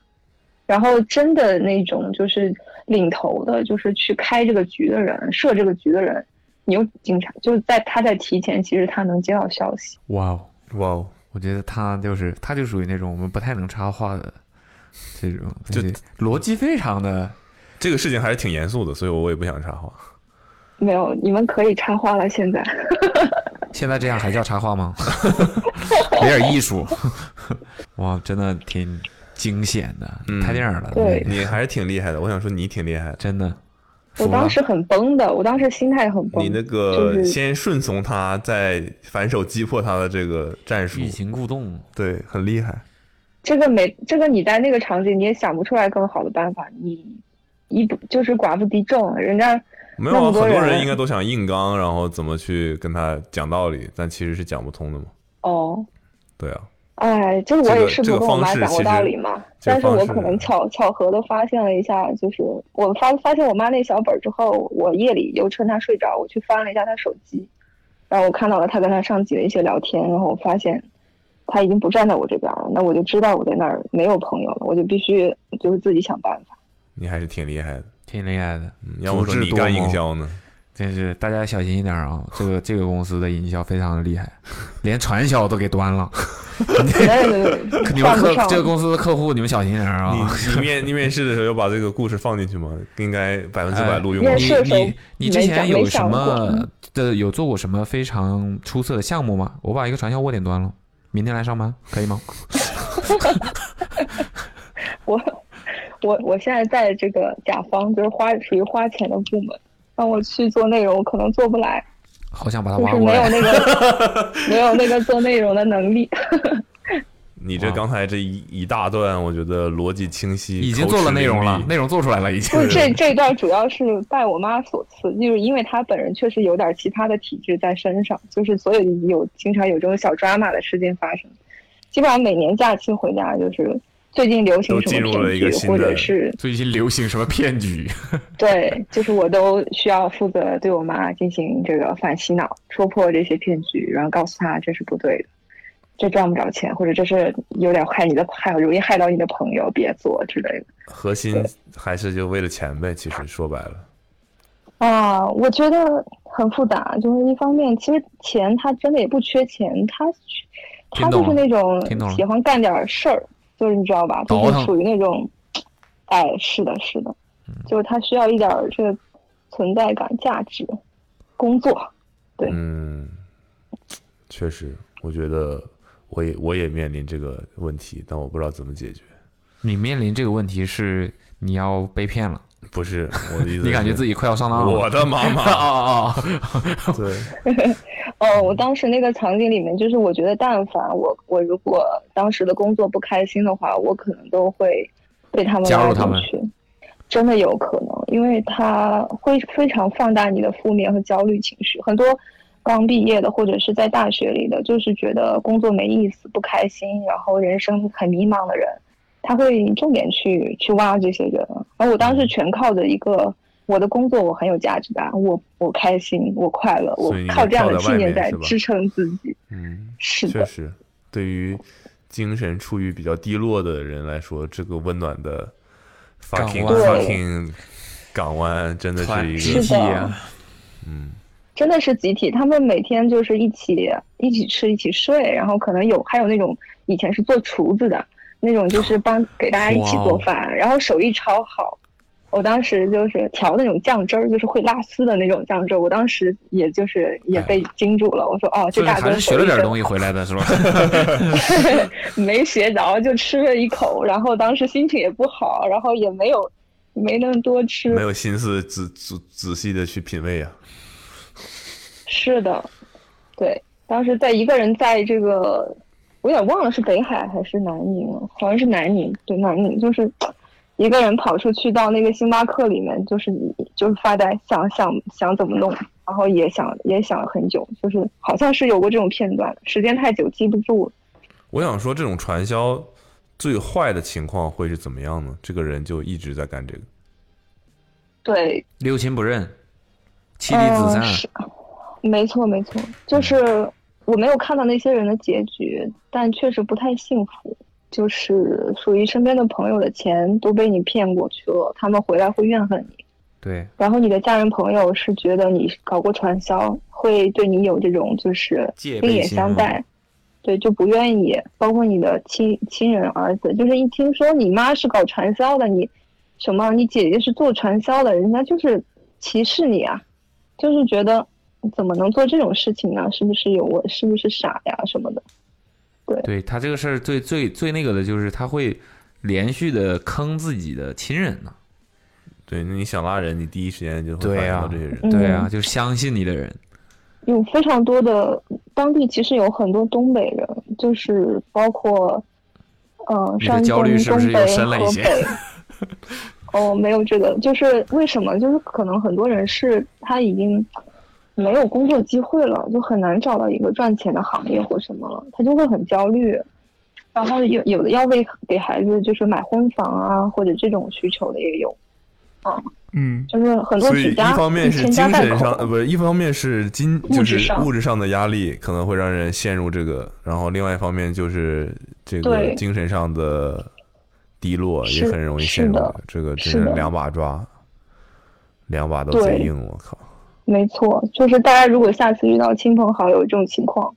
Speaker 3: 然后真的那种就是领头的，就是去开这个局的人、设这个局的人，你有警察，就是在他在提前，其实他能接到消息。
Speaker 4: 哇哦，
Speaker 2: 哇哦！
Speaker 4: 我觉得他就是他就属于那种我们不太能插话的这种，就逻辑 非常的。
Speaker 2: 这个事情还是挺严肃的，所以我也不想插话。
Speaker 3: 没有，你们可以插话了。现在
Speaker 4: 现在这样还叫插 话吗？有点艺术。 哇，真的挺惊险的，拍电影了。
Speaker 3: 对
Speaker 2: 嗯你还是挺厉害的。我想说你挺厉害的，
Speaker 4: 真的。
Speaker 3: 我当时很崩的，我当时心态很崩。
Speaker 2: 你那
Speaker 3: 哦就
Speaker 2: 个
Speaker 3: 是
Speaker 2: 先顺从他，再反手击破他的这个战术，欲
Speaker 4: 擒故纵，
Speaker 2: 对，很厉害。
Speaker 3: 这个没这个你在那个场景你也想不出来更好的办法，你一不就是寡不敌众，人家
Speaker 2: 没
Speaker 3: 那
Speaker 2: 有啊，
Speaker 3: 么
Speaker 2: 很多
Speaker 3: 人
Speaker 2: 人应该都想硬刚，然后怎么去跟他讲道理，但其实是讲不通的嘛。
Speaker 3: 哦，
Speaker 2: 对啊，
Speaker 3: 哎，就是我也试
Speaker 2: 这
Speaker 3: 图跟
Speaker 2: 个
Speaker 3: 我妈
Speaker 2: 这个方式
Speaker 3: 讲过道理嘛，
Speaker 2: 其实
Speaker 3: 但
Speaker 2: 这
Speaker 3: 是
Speaker 2: 个方式
Speaker 3: 我可能巧巧合的发现了一下，就是我发发现我妈那小本儿之后，我夜里又趁她睡着，我去翻了一下她手机，然后我看到了她跟她上级的一些聊天，然后我发现她已经不站在我这边了，那我就知道我在那儿没有朋友了，我就必须就是自己想办法。
Speaker 2: 你还是挺厉害的，嗯
Speaker 4: 挺厉害的。
Speaker 2: 要不说你干营销
Speaker 4: 呢？真是大家小心一点啊！这个这个公司的营销非常的厉害，连传销都给端了。 你们
Speaker 3: 犯不
Speaker 4: 客
Speaker 3: 上
Speaker 4: 这个公司的客户，你们小心点啊！
Speaker 2: 你你面你面试的时候要把这个故事放进去吗？应该百分之百录用
Speaker 4: 哎
Speaker 2: 吧。
Speaker 4: 你你你之前有什
Speaker 3: 嗯
Speaker 4: 么的有做过什么非常出色的项目吗？我把一个传销窝点端了，明天来上班可以吗？
Speaker 3: 我我我现在在这个甲方，就是花属于花钱的部门，让我去做内容，我可能做不来，
Speaker 4: 好想把它
Speaker 3: 就
Speaker 4: 挖
Speaker 3: 是
Speaker 4: 过
Speaker 3: 没有
Speaker 4: 来。
Speaker 3: 那个没有那个做内容的能 力。
Speaker 2: 你这刚才这一一大段，我觉得逻辑清晰，
Speaker 4: 已经做了内容了内容做出来了，已经
Speaker 3: 不是这这段主要是拜我妈所赐，就是因为她本人确实有点其他的体质在身上，就是所以有经常有这种小 drama 的事件发生。基本上每年假期回家，就是最近流行
Speaker 4: 都
Speaker 3: 什
Speaker 4: 进
Speaker 3: 么
Speaker 4: 入了
Speaker 3: 骗
Speaker 4: 一个
Speaker 3: 局，
Speaker 4: 新
Speaker 3: 或
Speaker 4: 的
Speaker 3: 者是，
Speaker 4: 最近流行什么骗局？
Speaker 3: 对，就是我都需要负责对我妈进行这个反洗脑，戳破这些骗局，然后告诉她这是不对的，这赚不着钱，或者这是有点害你的害，容易害到你的朋友，别做之类的。
Speaker 2: 核心还是就为了钱呗。其实说白了，
Speaker 3: 啊，我觉得很复杂，就是一方面，其实钱他真的也不缺钱，他他
Speaker 2: 听
Speaker 3: 就
Speaker 2: 懂
Speaker 3: 是
Speaker 2: 了
Speaker 3: 那种
Speaker 2: 听懂了
Speaker 3: 喜欢干点事儿，就是你知道吧，就
Speaker 2: 倒
Speaker 3: 是
Speaker 2: 腾嗯
Speaker 3: 属于那种，哎，是的，是的，就是他需要一点儿这个存在感、价值，工作，对，
Speaker 2: 嗯，确实，我觉得我也我也面临这个问题，但我不知道怎么解决。
Speaker 4: 你面临这个问题是你要被骗了？
Speaker 2: 不是我的意思
Speaker 4: 你感觉
Speaker 2: 是
Speaker 4: 自己快要上当了？
Speaker 2: 我的妈 妈
Speaker 4: 哦哦哦，
Speaker 2: 对，
Speaker 3: 啊 哦，我当时那个场景里面，就是我觉得，但凡我我如果当时的工作不开心的话，我可能都会被他们
Speaker 4: 加
Speaker 3: 拉
Speaker 4: 入他
Speaker 3: 进
Speaker 4: 们
Speaker 3: 去，真的有可能，因为他会非常放大你的负面和焦虑情绪。很多刚毕业的或者是在大学里的，就是觉得工作没意思、不开心，然后人生很迷茫的人，他会重点去去挖这些人。而我当时全靠着一个我的工作，我很有价值感，我我开心，我快乐，我
Speaker 2: 所以你
Speaker 3: 靠这样的
Speaker 2: 靠在外
Speaker 3: 信念
Speaker 2: 面
Speaker 3: 在
Speaker 2: 是吧
Speaker 3: 支撑自己。
Speaker 2: 嗯，
Speaker 3: 是
Speaker 2: 确实，对于精神处于比较低落的人来说，这个温暖的 fucking
Speaker 4: 港湾
Speaker 2: fucking 港湾真的
Speaker 4: 团
Speaker 2: 是一
Speaker 4: 集
Speaker 2: 个
Speaker 4: 体啊
Speaker 2: 嗯，
Speaker 3: 真的是集体，他们每天就是一起一起吃一起睡，然后可能有还有那种以前是做厨子的那种，就是
Speaker 4: 哦
Speaker 3: 帮给大家一起做饭，然后手艺超好。我当时就是调那种酱汁儿，就是会拉丝的那种酱汁儿。我当时也就是也被惊住了，我说哦，
Speaker 4: 哎就
Speaker 3: 这
Speaker 4: 是
Speaker 3: 大
Speaker 4: 还
Speaker 3: 哥
Speaker 4: 是学
Speaker 3: 手
Speaker 4: 了
Speaker 3: 艺
Speaker 4: 点
Speaker 3: 真
Speaker 4: 东西回来的是吧？
Speaker 3: 没学着，就吃了一口，然后当时心情也不好，然后也没有没能多吃。
Speaker 2: 没有心思仔仔仔细的去品味啊。
Speaker 3: 是的，对，当时在一个人在这个，我有点忘了是北海还是南宁了，好像是南宁，对，南宁就是一个人跑出去到那个星巴克里面，就是就是发呆，想想想怎么弄，然后也想也想了很久，就是好像是有过这种片段，时间太久记不住了。
Speaker 2: 我想说，这种传销最坏的情况会是怎么样呢？这个人就一直在干这个，
Speaker 3: 对，
Speaker 4: 六亲不认，妻离子散
Speaker 3: 嗯，是没错，没错，就是我没有看到那些人的结局，但确实不太幸福。就是属于身边的朋友的钱都被你骗过去了，他们回来会怨恨你。
Speaker 4: 对，
Speaker 3: 然后你的家人朋友是觉得你搞过传销，会对你有这种就是
Speaker 4: 戒备
Speaker 3: 另眼
Speaker 4: 心
Speaker 3: 相
Speaker 4: 是吗
Speaker 3: 待，对，就不愿意。包括你的亲亲人儿子，就是一听说你妈是搞传销的，你什么你姐姐是做传销的，人家就是歧视你啊，就是觉得你怎么能做这种事情呢？是不是有我？是不是傻呀什么的？
Speaker 4: 对他这个事儿最最最那个的就是他会连续的坑自己的亲人呢、
Speaker 2: 对，那你想拉人，你第一时间就
Speaker 4: 对
Speaker 2: 反映
Speaker 4: 呀、
Speaker 2: 到这些人
Speaker 4: 对呀、
Speaker 3: 嗯
Speaker 4: 就相信你的人，
Speaker 3: 有非常多的当地，其实有很多东北人，就是包括，呃，
Speaker 4: 你的
Speaker 3: 山
Speaker 4: 焦
Speaker 3: 东、
Speaker 4: 虑是不是
Speaker 3: 东
Speaker 4: 又
Speaker 3: 北、
Speaker 4: 深了一
Speaker 3: 河
Speaker 4: 些
Speaker 3: 北。哦，没有这个，就是为什么？就是可能很多人是他已经没有工作机会了，就很难找到一个赚钱的行业或什么了，他就会很焦虑。然后有有的要为给孩子就是买婚房啊，或者这种需求的也有，啊，
Speaker 2: 嗯，
Speaker 3: 就是很多
Speaker 2: 所以
Speaker 3: 举
Speaker 2: 一
Speaker 3: 家
Speaker 2: 方面是
Speaker 3: 全家
Speaker 2: 精
Speaker 3: 带
Speaker 2: 神
Speaker 3: 口
Speaker 2: 上，呃，不是一方面是金，就
Speaker 3: 物质
Speaker 2: 是
Speaker 3: 上
Speaker 2: 物质上的压力可能会让人陷入这个，然后另外一方面就是这个
Speaker 3: 对
Speaker 2: 精神上的低落
Speaker 3: 是
Speaker 2: 也很容易陷入
Speaker 3: 是的
Speaker 2: 这个，真
Speaker 3: 是的
Speaker 2: 两把抓，两把都
Speaker 3: 对
Speaker 2: 贼硬，我靠！
Speaker 3: 没错，就是大家如果下次遇到亲朋好友这种情况，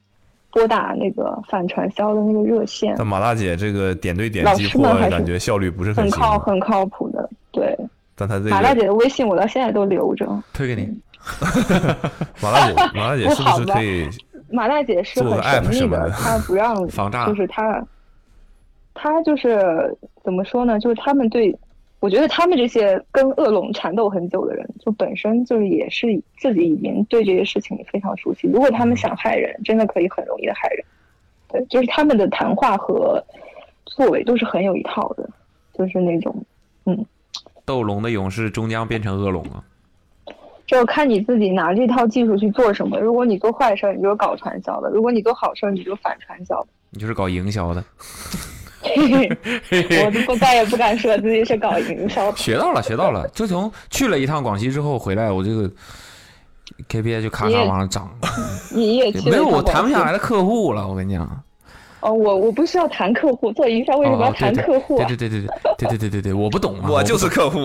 Speaker 3: 拨打那个反传销的那个热线，
Speaker 2: 但马大姐这个点对点
Speaker 3: 老
Speaker 2: 击
Speaker 3: 师
Speaker 2: 破
Speaker 3: 们，还是
Speaker 2: 感觉效率不是
Speaker 3: 很
Speaker 2: 行啊
Speaker 3: 靠。很靠谱的。对，
Speaker 2: 但她这
Speaker 3: 马大
Speaker 2: 个
Speaker 3: 姐的微信我到现在都留着。
Speaker 4: 推给
Speaker 3: 嗯
Speaker 4: 你，
Speaker 2: 马大姐，马大姐是不是可以？
Speaker 3: 马大姐是
Speaker 2: 做
Speaker 3: 很
Speaker 2: 个 app
Speaker 3: 神
Speaker 2: 什
Speaker 3: 秘
Speaker 2: 么的
Speaker 3: 她不让，
Speaker 4: 防诈
Speaker 3: 就是她，她就是怎么说呢？就是他们对，我觉得他们这些跟恶龙缠斗很久的人，就本身就是也是自己已经对这些事情非常熟悉。如果他
Speaker 2: 嗯
Speaker 3: 们想害人，真的可以很容易的害人。对，就是他们的谈话和作为都是很有一套的，就是那种
Speaker 4: 斗龙的勇士终将变成恶龙啊！
Speaker 3: 就看你自己拿这套技术去做什么。如果你做坏事儿，你就是搞传销的；如果你做好事儿，你就反传销的。
Speaker 4: 你就是搞营销的，
Speaker 3: 我都不再也不敢说自己是搞营销的。
Speaker 4: 学到了，学到了。就从去了一趟广西之后回来，我这个 KPI 就咔
Speaker 3: 你
Speaker 4: 咔
Speaker 3: 也
Speaker 4: 往上涨，
Speaker 3: 你也去
Speaker 4: 没
Speaker 3: 了
Speaker 4: 有
Speaker 3: 一趟
Speaker 4: 我谈不下
Speaker 3: 广
Speaker 4: 来
Speaker 3: 西
Speaker 4: 的客户了。我跟你讲，
Speaker 3: 哦，我我不需要谈客户，做营销为什么要
Speaker 4: 哦，对
Speaker 3: 谈
Speaker 4: 对
Speaker 3: 客户啊？
Speaker 4: 对对对对对对对对对对，我不懂啊，
Speaker 2: 我就是客户，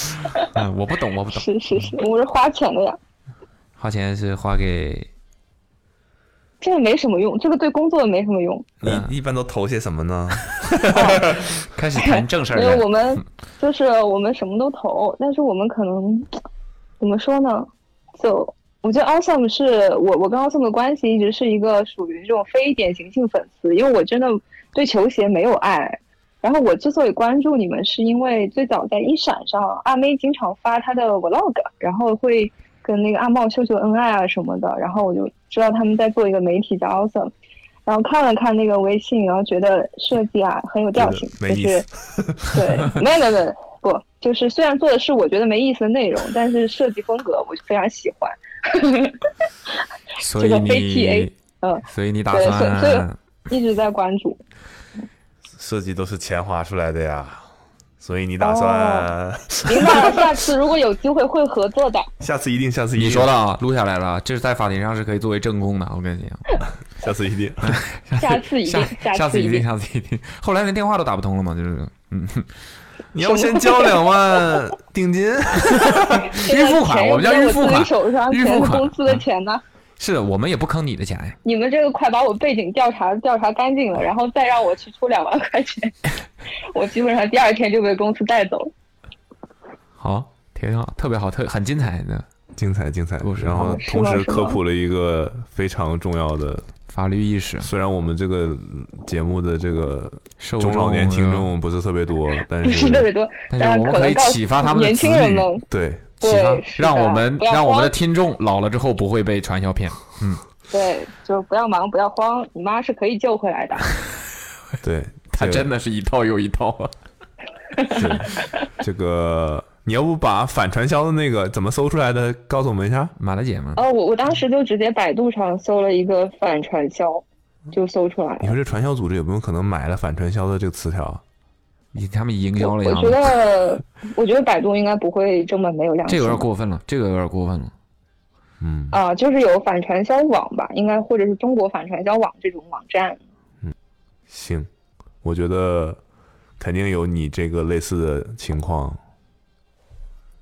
Speaker 4: 嗯，我不懂，我不懂，
Speaker 3: 是是是，我是花钱的呀，
Speaker 4: 花钱是花给
Speaker 3: 这个没什么用，这个对工作没什么用。
Speaker 2: 你一般都投些什么呢？
Speaker 4: 嗯
Speaker 3: 哦
Speaker 4: 开始谈正事儿
Speaker 3: 因为我
Speaker 4: 了。
Speaker 3: 们就是我们什么都投，但是我们可能怎么说呢？就我觉得 Awesome 是我我跟 Awesome 的关系一直是一个属于这种非典型性粉丝，因为我真的对球鞋没有爱。然后我之所以关注你们，是因为最早在一闪上，阿妹经常发她的 vlog，然后会跟那个阿茂秀秀恩爱啊什么的，然后我就知道他们在做一个媒体叫 Awesome，然后看了看那个微信，然后觉得设计啊很有调性，
Speaker 2: 没
Speaker 3: 就
Speaker 2: 意
Speaker 3: 是
Speaker 2: 思。
Speaker 3: 对，没有没有没有，不，就是虽然做的是我觉得没意思的内容，但是设计风格我就非常喜欢。
Speaker 4: 所
Speaker 3: 这
Speaker 4: 以
Speaker 3: 个非 TA，
Speaker 4: 你，
Speaker 3: 嗯，
Speaker 4: 所以你打
Speaker 3: 对，所以所
Speaker 4: 算
Speaker 3: 以一直在关注。
Speaker 2: 设计都是钱花出来的呀，所以你打算、
Speaker 3: 哦明白了，下次如果有机会会合作的。
Speaker 2: 下次一定，下次一定
Speaker 4: 你说的啊，录下来了，这是在法庭上是可以作为证供的。我跟你讲，
Speaker 2: 下次一定，
Speaker 3: 下次一定
Speaker 4: 下
Speaker 3: 下次
Speaker 4: 次一
Speaker 3: 一
Speaker 4: 定，
Speaker 3: 定
Speaker 4: 下次一定。后来连电话都打不通了嘛，就是嗯，
Speaker 2: 你要先交两万定金，
Speaker 4: 预付款，我们叫预付款，
Speaker 3: 手上
Speaker 4: 预
Speaker 3: 全
Speaker 4: 付
Speaker 3: 是
Speaker 4: 款嗯
Speaker 3: 公司的钱呢。
Speaker 4: 是我们也不坑你的钱呀。
Speaker 3: 你们这个快把我背景调查调查干净了，然后再让我去出两万块 钱，我基本上第二天就被公司带走了。
Speaker 4: 好，挺好，特别好，特很精彩的，
Speaker 2: 精彩精彩。 然
Speaker 4: 哦
Speaker 2: 后
Speaker 4: 是
Speaker 2: 同
Speaker 4: 吗
Speaker 2: 时
Speaker 4: 是
Speaker 2: 科
Speaker 4: 吗
Speaker 2: 普了一个非常重要的
Speaker 4: 法律意识。
Speaker 2: 虽然我们这个节目的这个
Speaker 4: 受
Speaker 2: 中老
Speaker 4: 众
Speaker 2: 年听
Speaker 4: 啊
Speaker 2: 众不是特别多，但
Speaker 3: 不 是特别多，但
Speaker 4: 我们
Speaker 3: 可
Speaker 4: 可
Speaker 3: 能
Speaker 4: 以
Speaker 3: 告诉
Speaker 4: 启发他们的
Speaker 3: 年
Speaker 4: 子
Speaker 3: 轻人
Speaker 4: 女
Speaker 3: 们，，
Speaker 2: 对，
Speaker 4: 启发
Speaker 3: 对是的
Speaker 4: 让我们
Speaker 3: 不要
Speaker 4: 让我们的
Speaker 3: 慌
Speaker 4: 听众老了之后不会被传销骗。嗯，
Speaker 3: 对，就不要忙，不要慌，你妈是可以救回来 的。
Speaker 2: 对，
Speaker 4: 他真的是一套又一套 啊。
Speaker 2: 这个你要不把反传销的那个怎么搜出来的告诉我们一下？
Speaker 4: 马大姐吗？
Speaker 3: 哦，我我当时就直接百度上搜了一个反传销，就搜出来了。
Speaker 2: 你说这传销组织有没有可能买了反传销的这个词条？
Speaker 4: 你他们营销了
Speaker 3: 我觉得，我觉得百度应该不会这么没有良
Speaker 4: 这
Speaker 3: 心
Speaker 4: 有点过分了，这个有点过分了。
Speaker 3: 啊，就是有反传销网吧，应该或者是中国反传销网这种网站。
Speaker 2: 行，我觉得肯定有你这个类似的情况，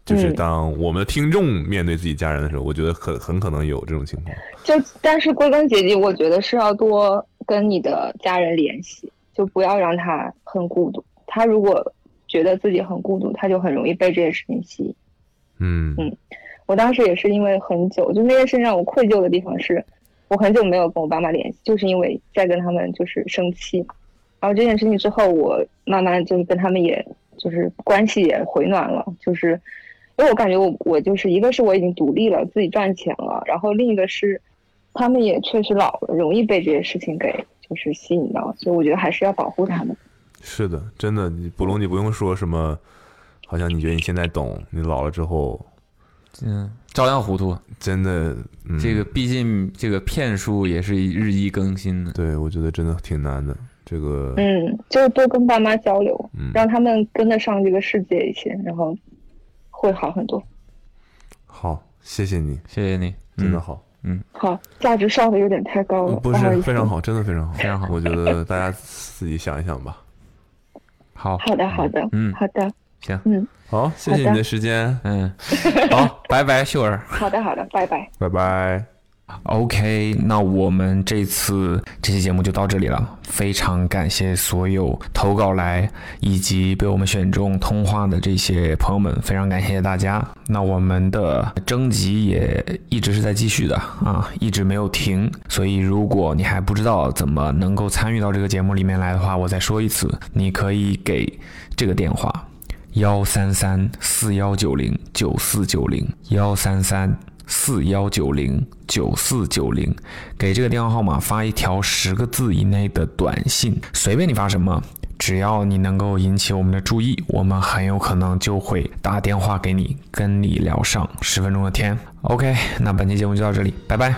Speaker 2: 就是
Speaker 3: 嗯
Speaker 2: 当我们的听众面对自己家人的时候，我觉得很很可能有这种情况。
Speaker 3: 就但是归根结底，我觉得是要多跟你的家人联系，就不要让他很孤独。他如果觉得自己很孤独，他就很容易被这些事情吸引。
Speaker 2: 嗯
Speaker 3: 嗯，我当时也是因为很久，就那件事让我愧疚的地方是，我很久没有跟我爸妈联系，就是因为在跟他们就是生气。然后这件事情之后，我慢慢就是跟他们也就是关系也回暖了，就是因为我感觉我我就是一个是我已经独立了，自己赚钱了，然后另一个是他们也确实老了，容易被这些事情给就是吸引到，所以我觉得还是要保护他们。
Speaker 2: 是的，真的，你不龙，你不用说什么，好像你觉得你现在懂，你老了之后，
Speaker 4: 嗯，照样糊涂。
Speaker 2: 真的，嗯、
Speaker 4: 这个毕竟这个骗术也是日益更新的。
Speaker 2: 对，我觉得真的挺难的。这个，
Speaker 3: 嗯，就是多跟爸妈交流，
Speaker 2: 嗯
Speaker 3: 让他们跟得上这个世界一些，然后会好很多。
Speaker 2: 好，谢谢你，
Speaker 4: 谢谢你，
Speaker 2: 真的好，
Speaker 4: 嗯，
Speaker 3: 好，价值上的有点太高了，
Speaker 2: 嗯不
Speaker 3: 哦好意
Speaker 2: 是
Speaker 3: 思
Speaker 2: 非常好，真的非常好，非
Speaker 4: 常好，
Speaker 2: 我觉得大家自己想一想吧。
Speaker 4: 好，
Speaker 3: 好的，好的，
Speaker 4: 嗯
Speaker 3: 好的，
Speaker 4: 行，
Speaker 3: 嗯，
Speaker 2: 好，谢谢
Speaker 3: 好的
Speaker 2: 你的时间，
Speaker 4: 嗯，好，拜拜，秀儿。
Speaker 3: 好的，好的，拜拜。
Speaker 2: 拜拜。
Speaker 4: OK，那我们这次这期节目就到这里了。非常感谢所有投稿来以及被我们选中通话的这些朋友们，非常感谢大家。那我们的征集也一直是在继续的啊，一直没有停。所以如果你还不知道怎么能够参与到这个节目里面来的话，我再说一次，你可以给这个电话幺三三四幺九零九四九零幺三三四幺九零九四九零，给这个电话号码发一条十个字以内的短信，随便你发什么，只要你能够引起我们的注意，我们很有可能就会打电话给你，跟你聊上十分钟的天。OK，那本期节目就到这里，拜拜。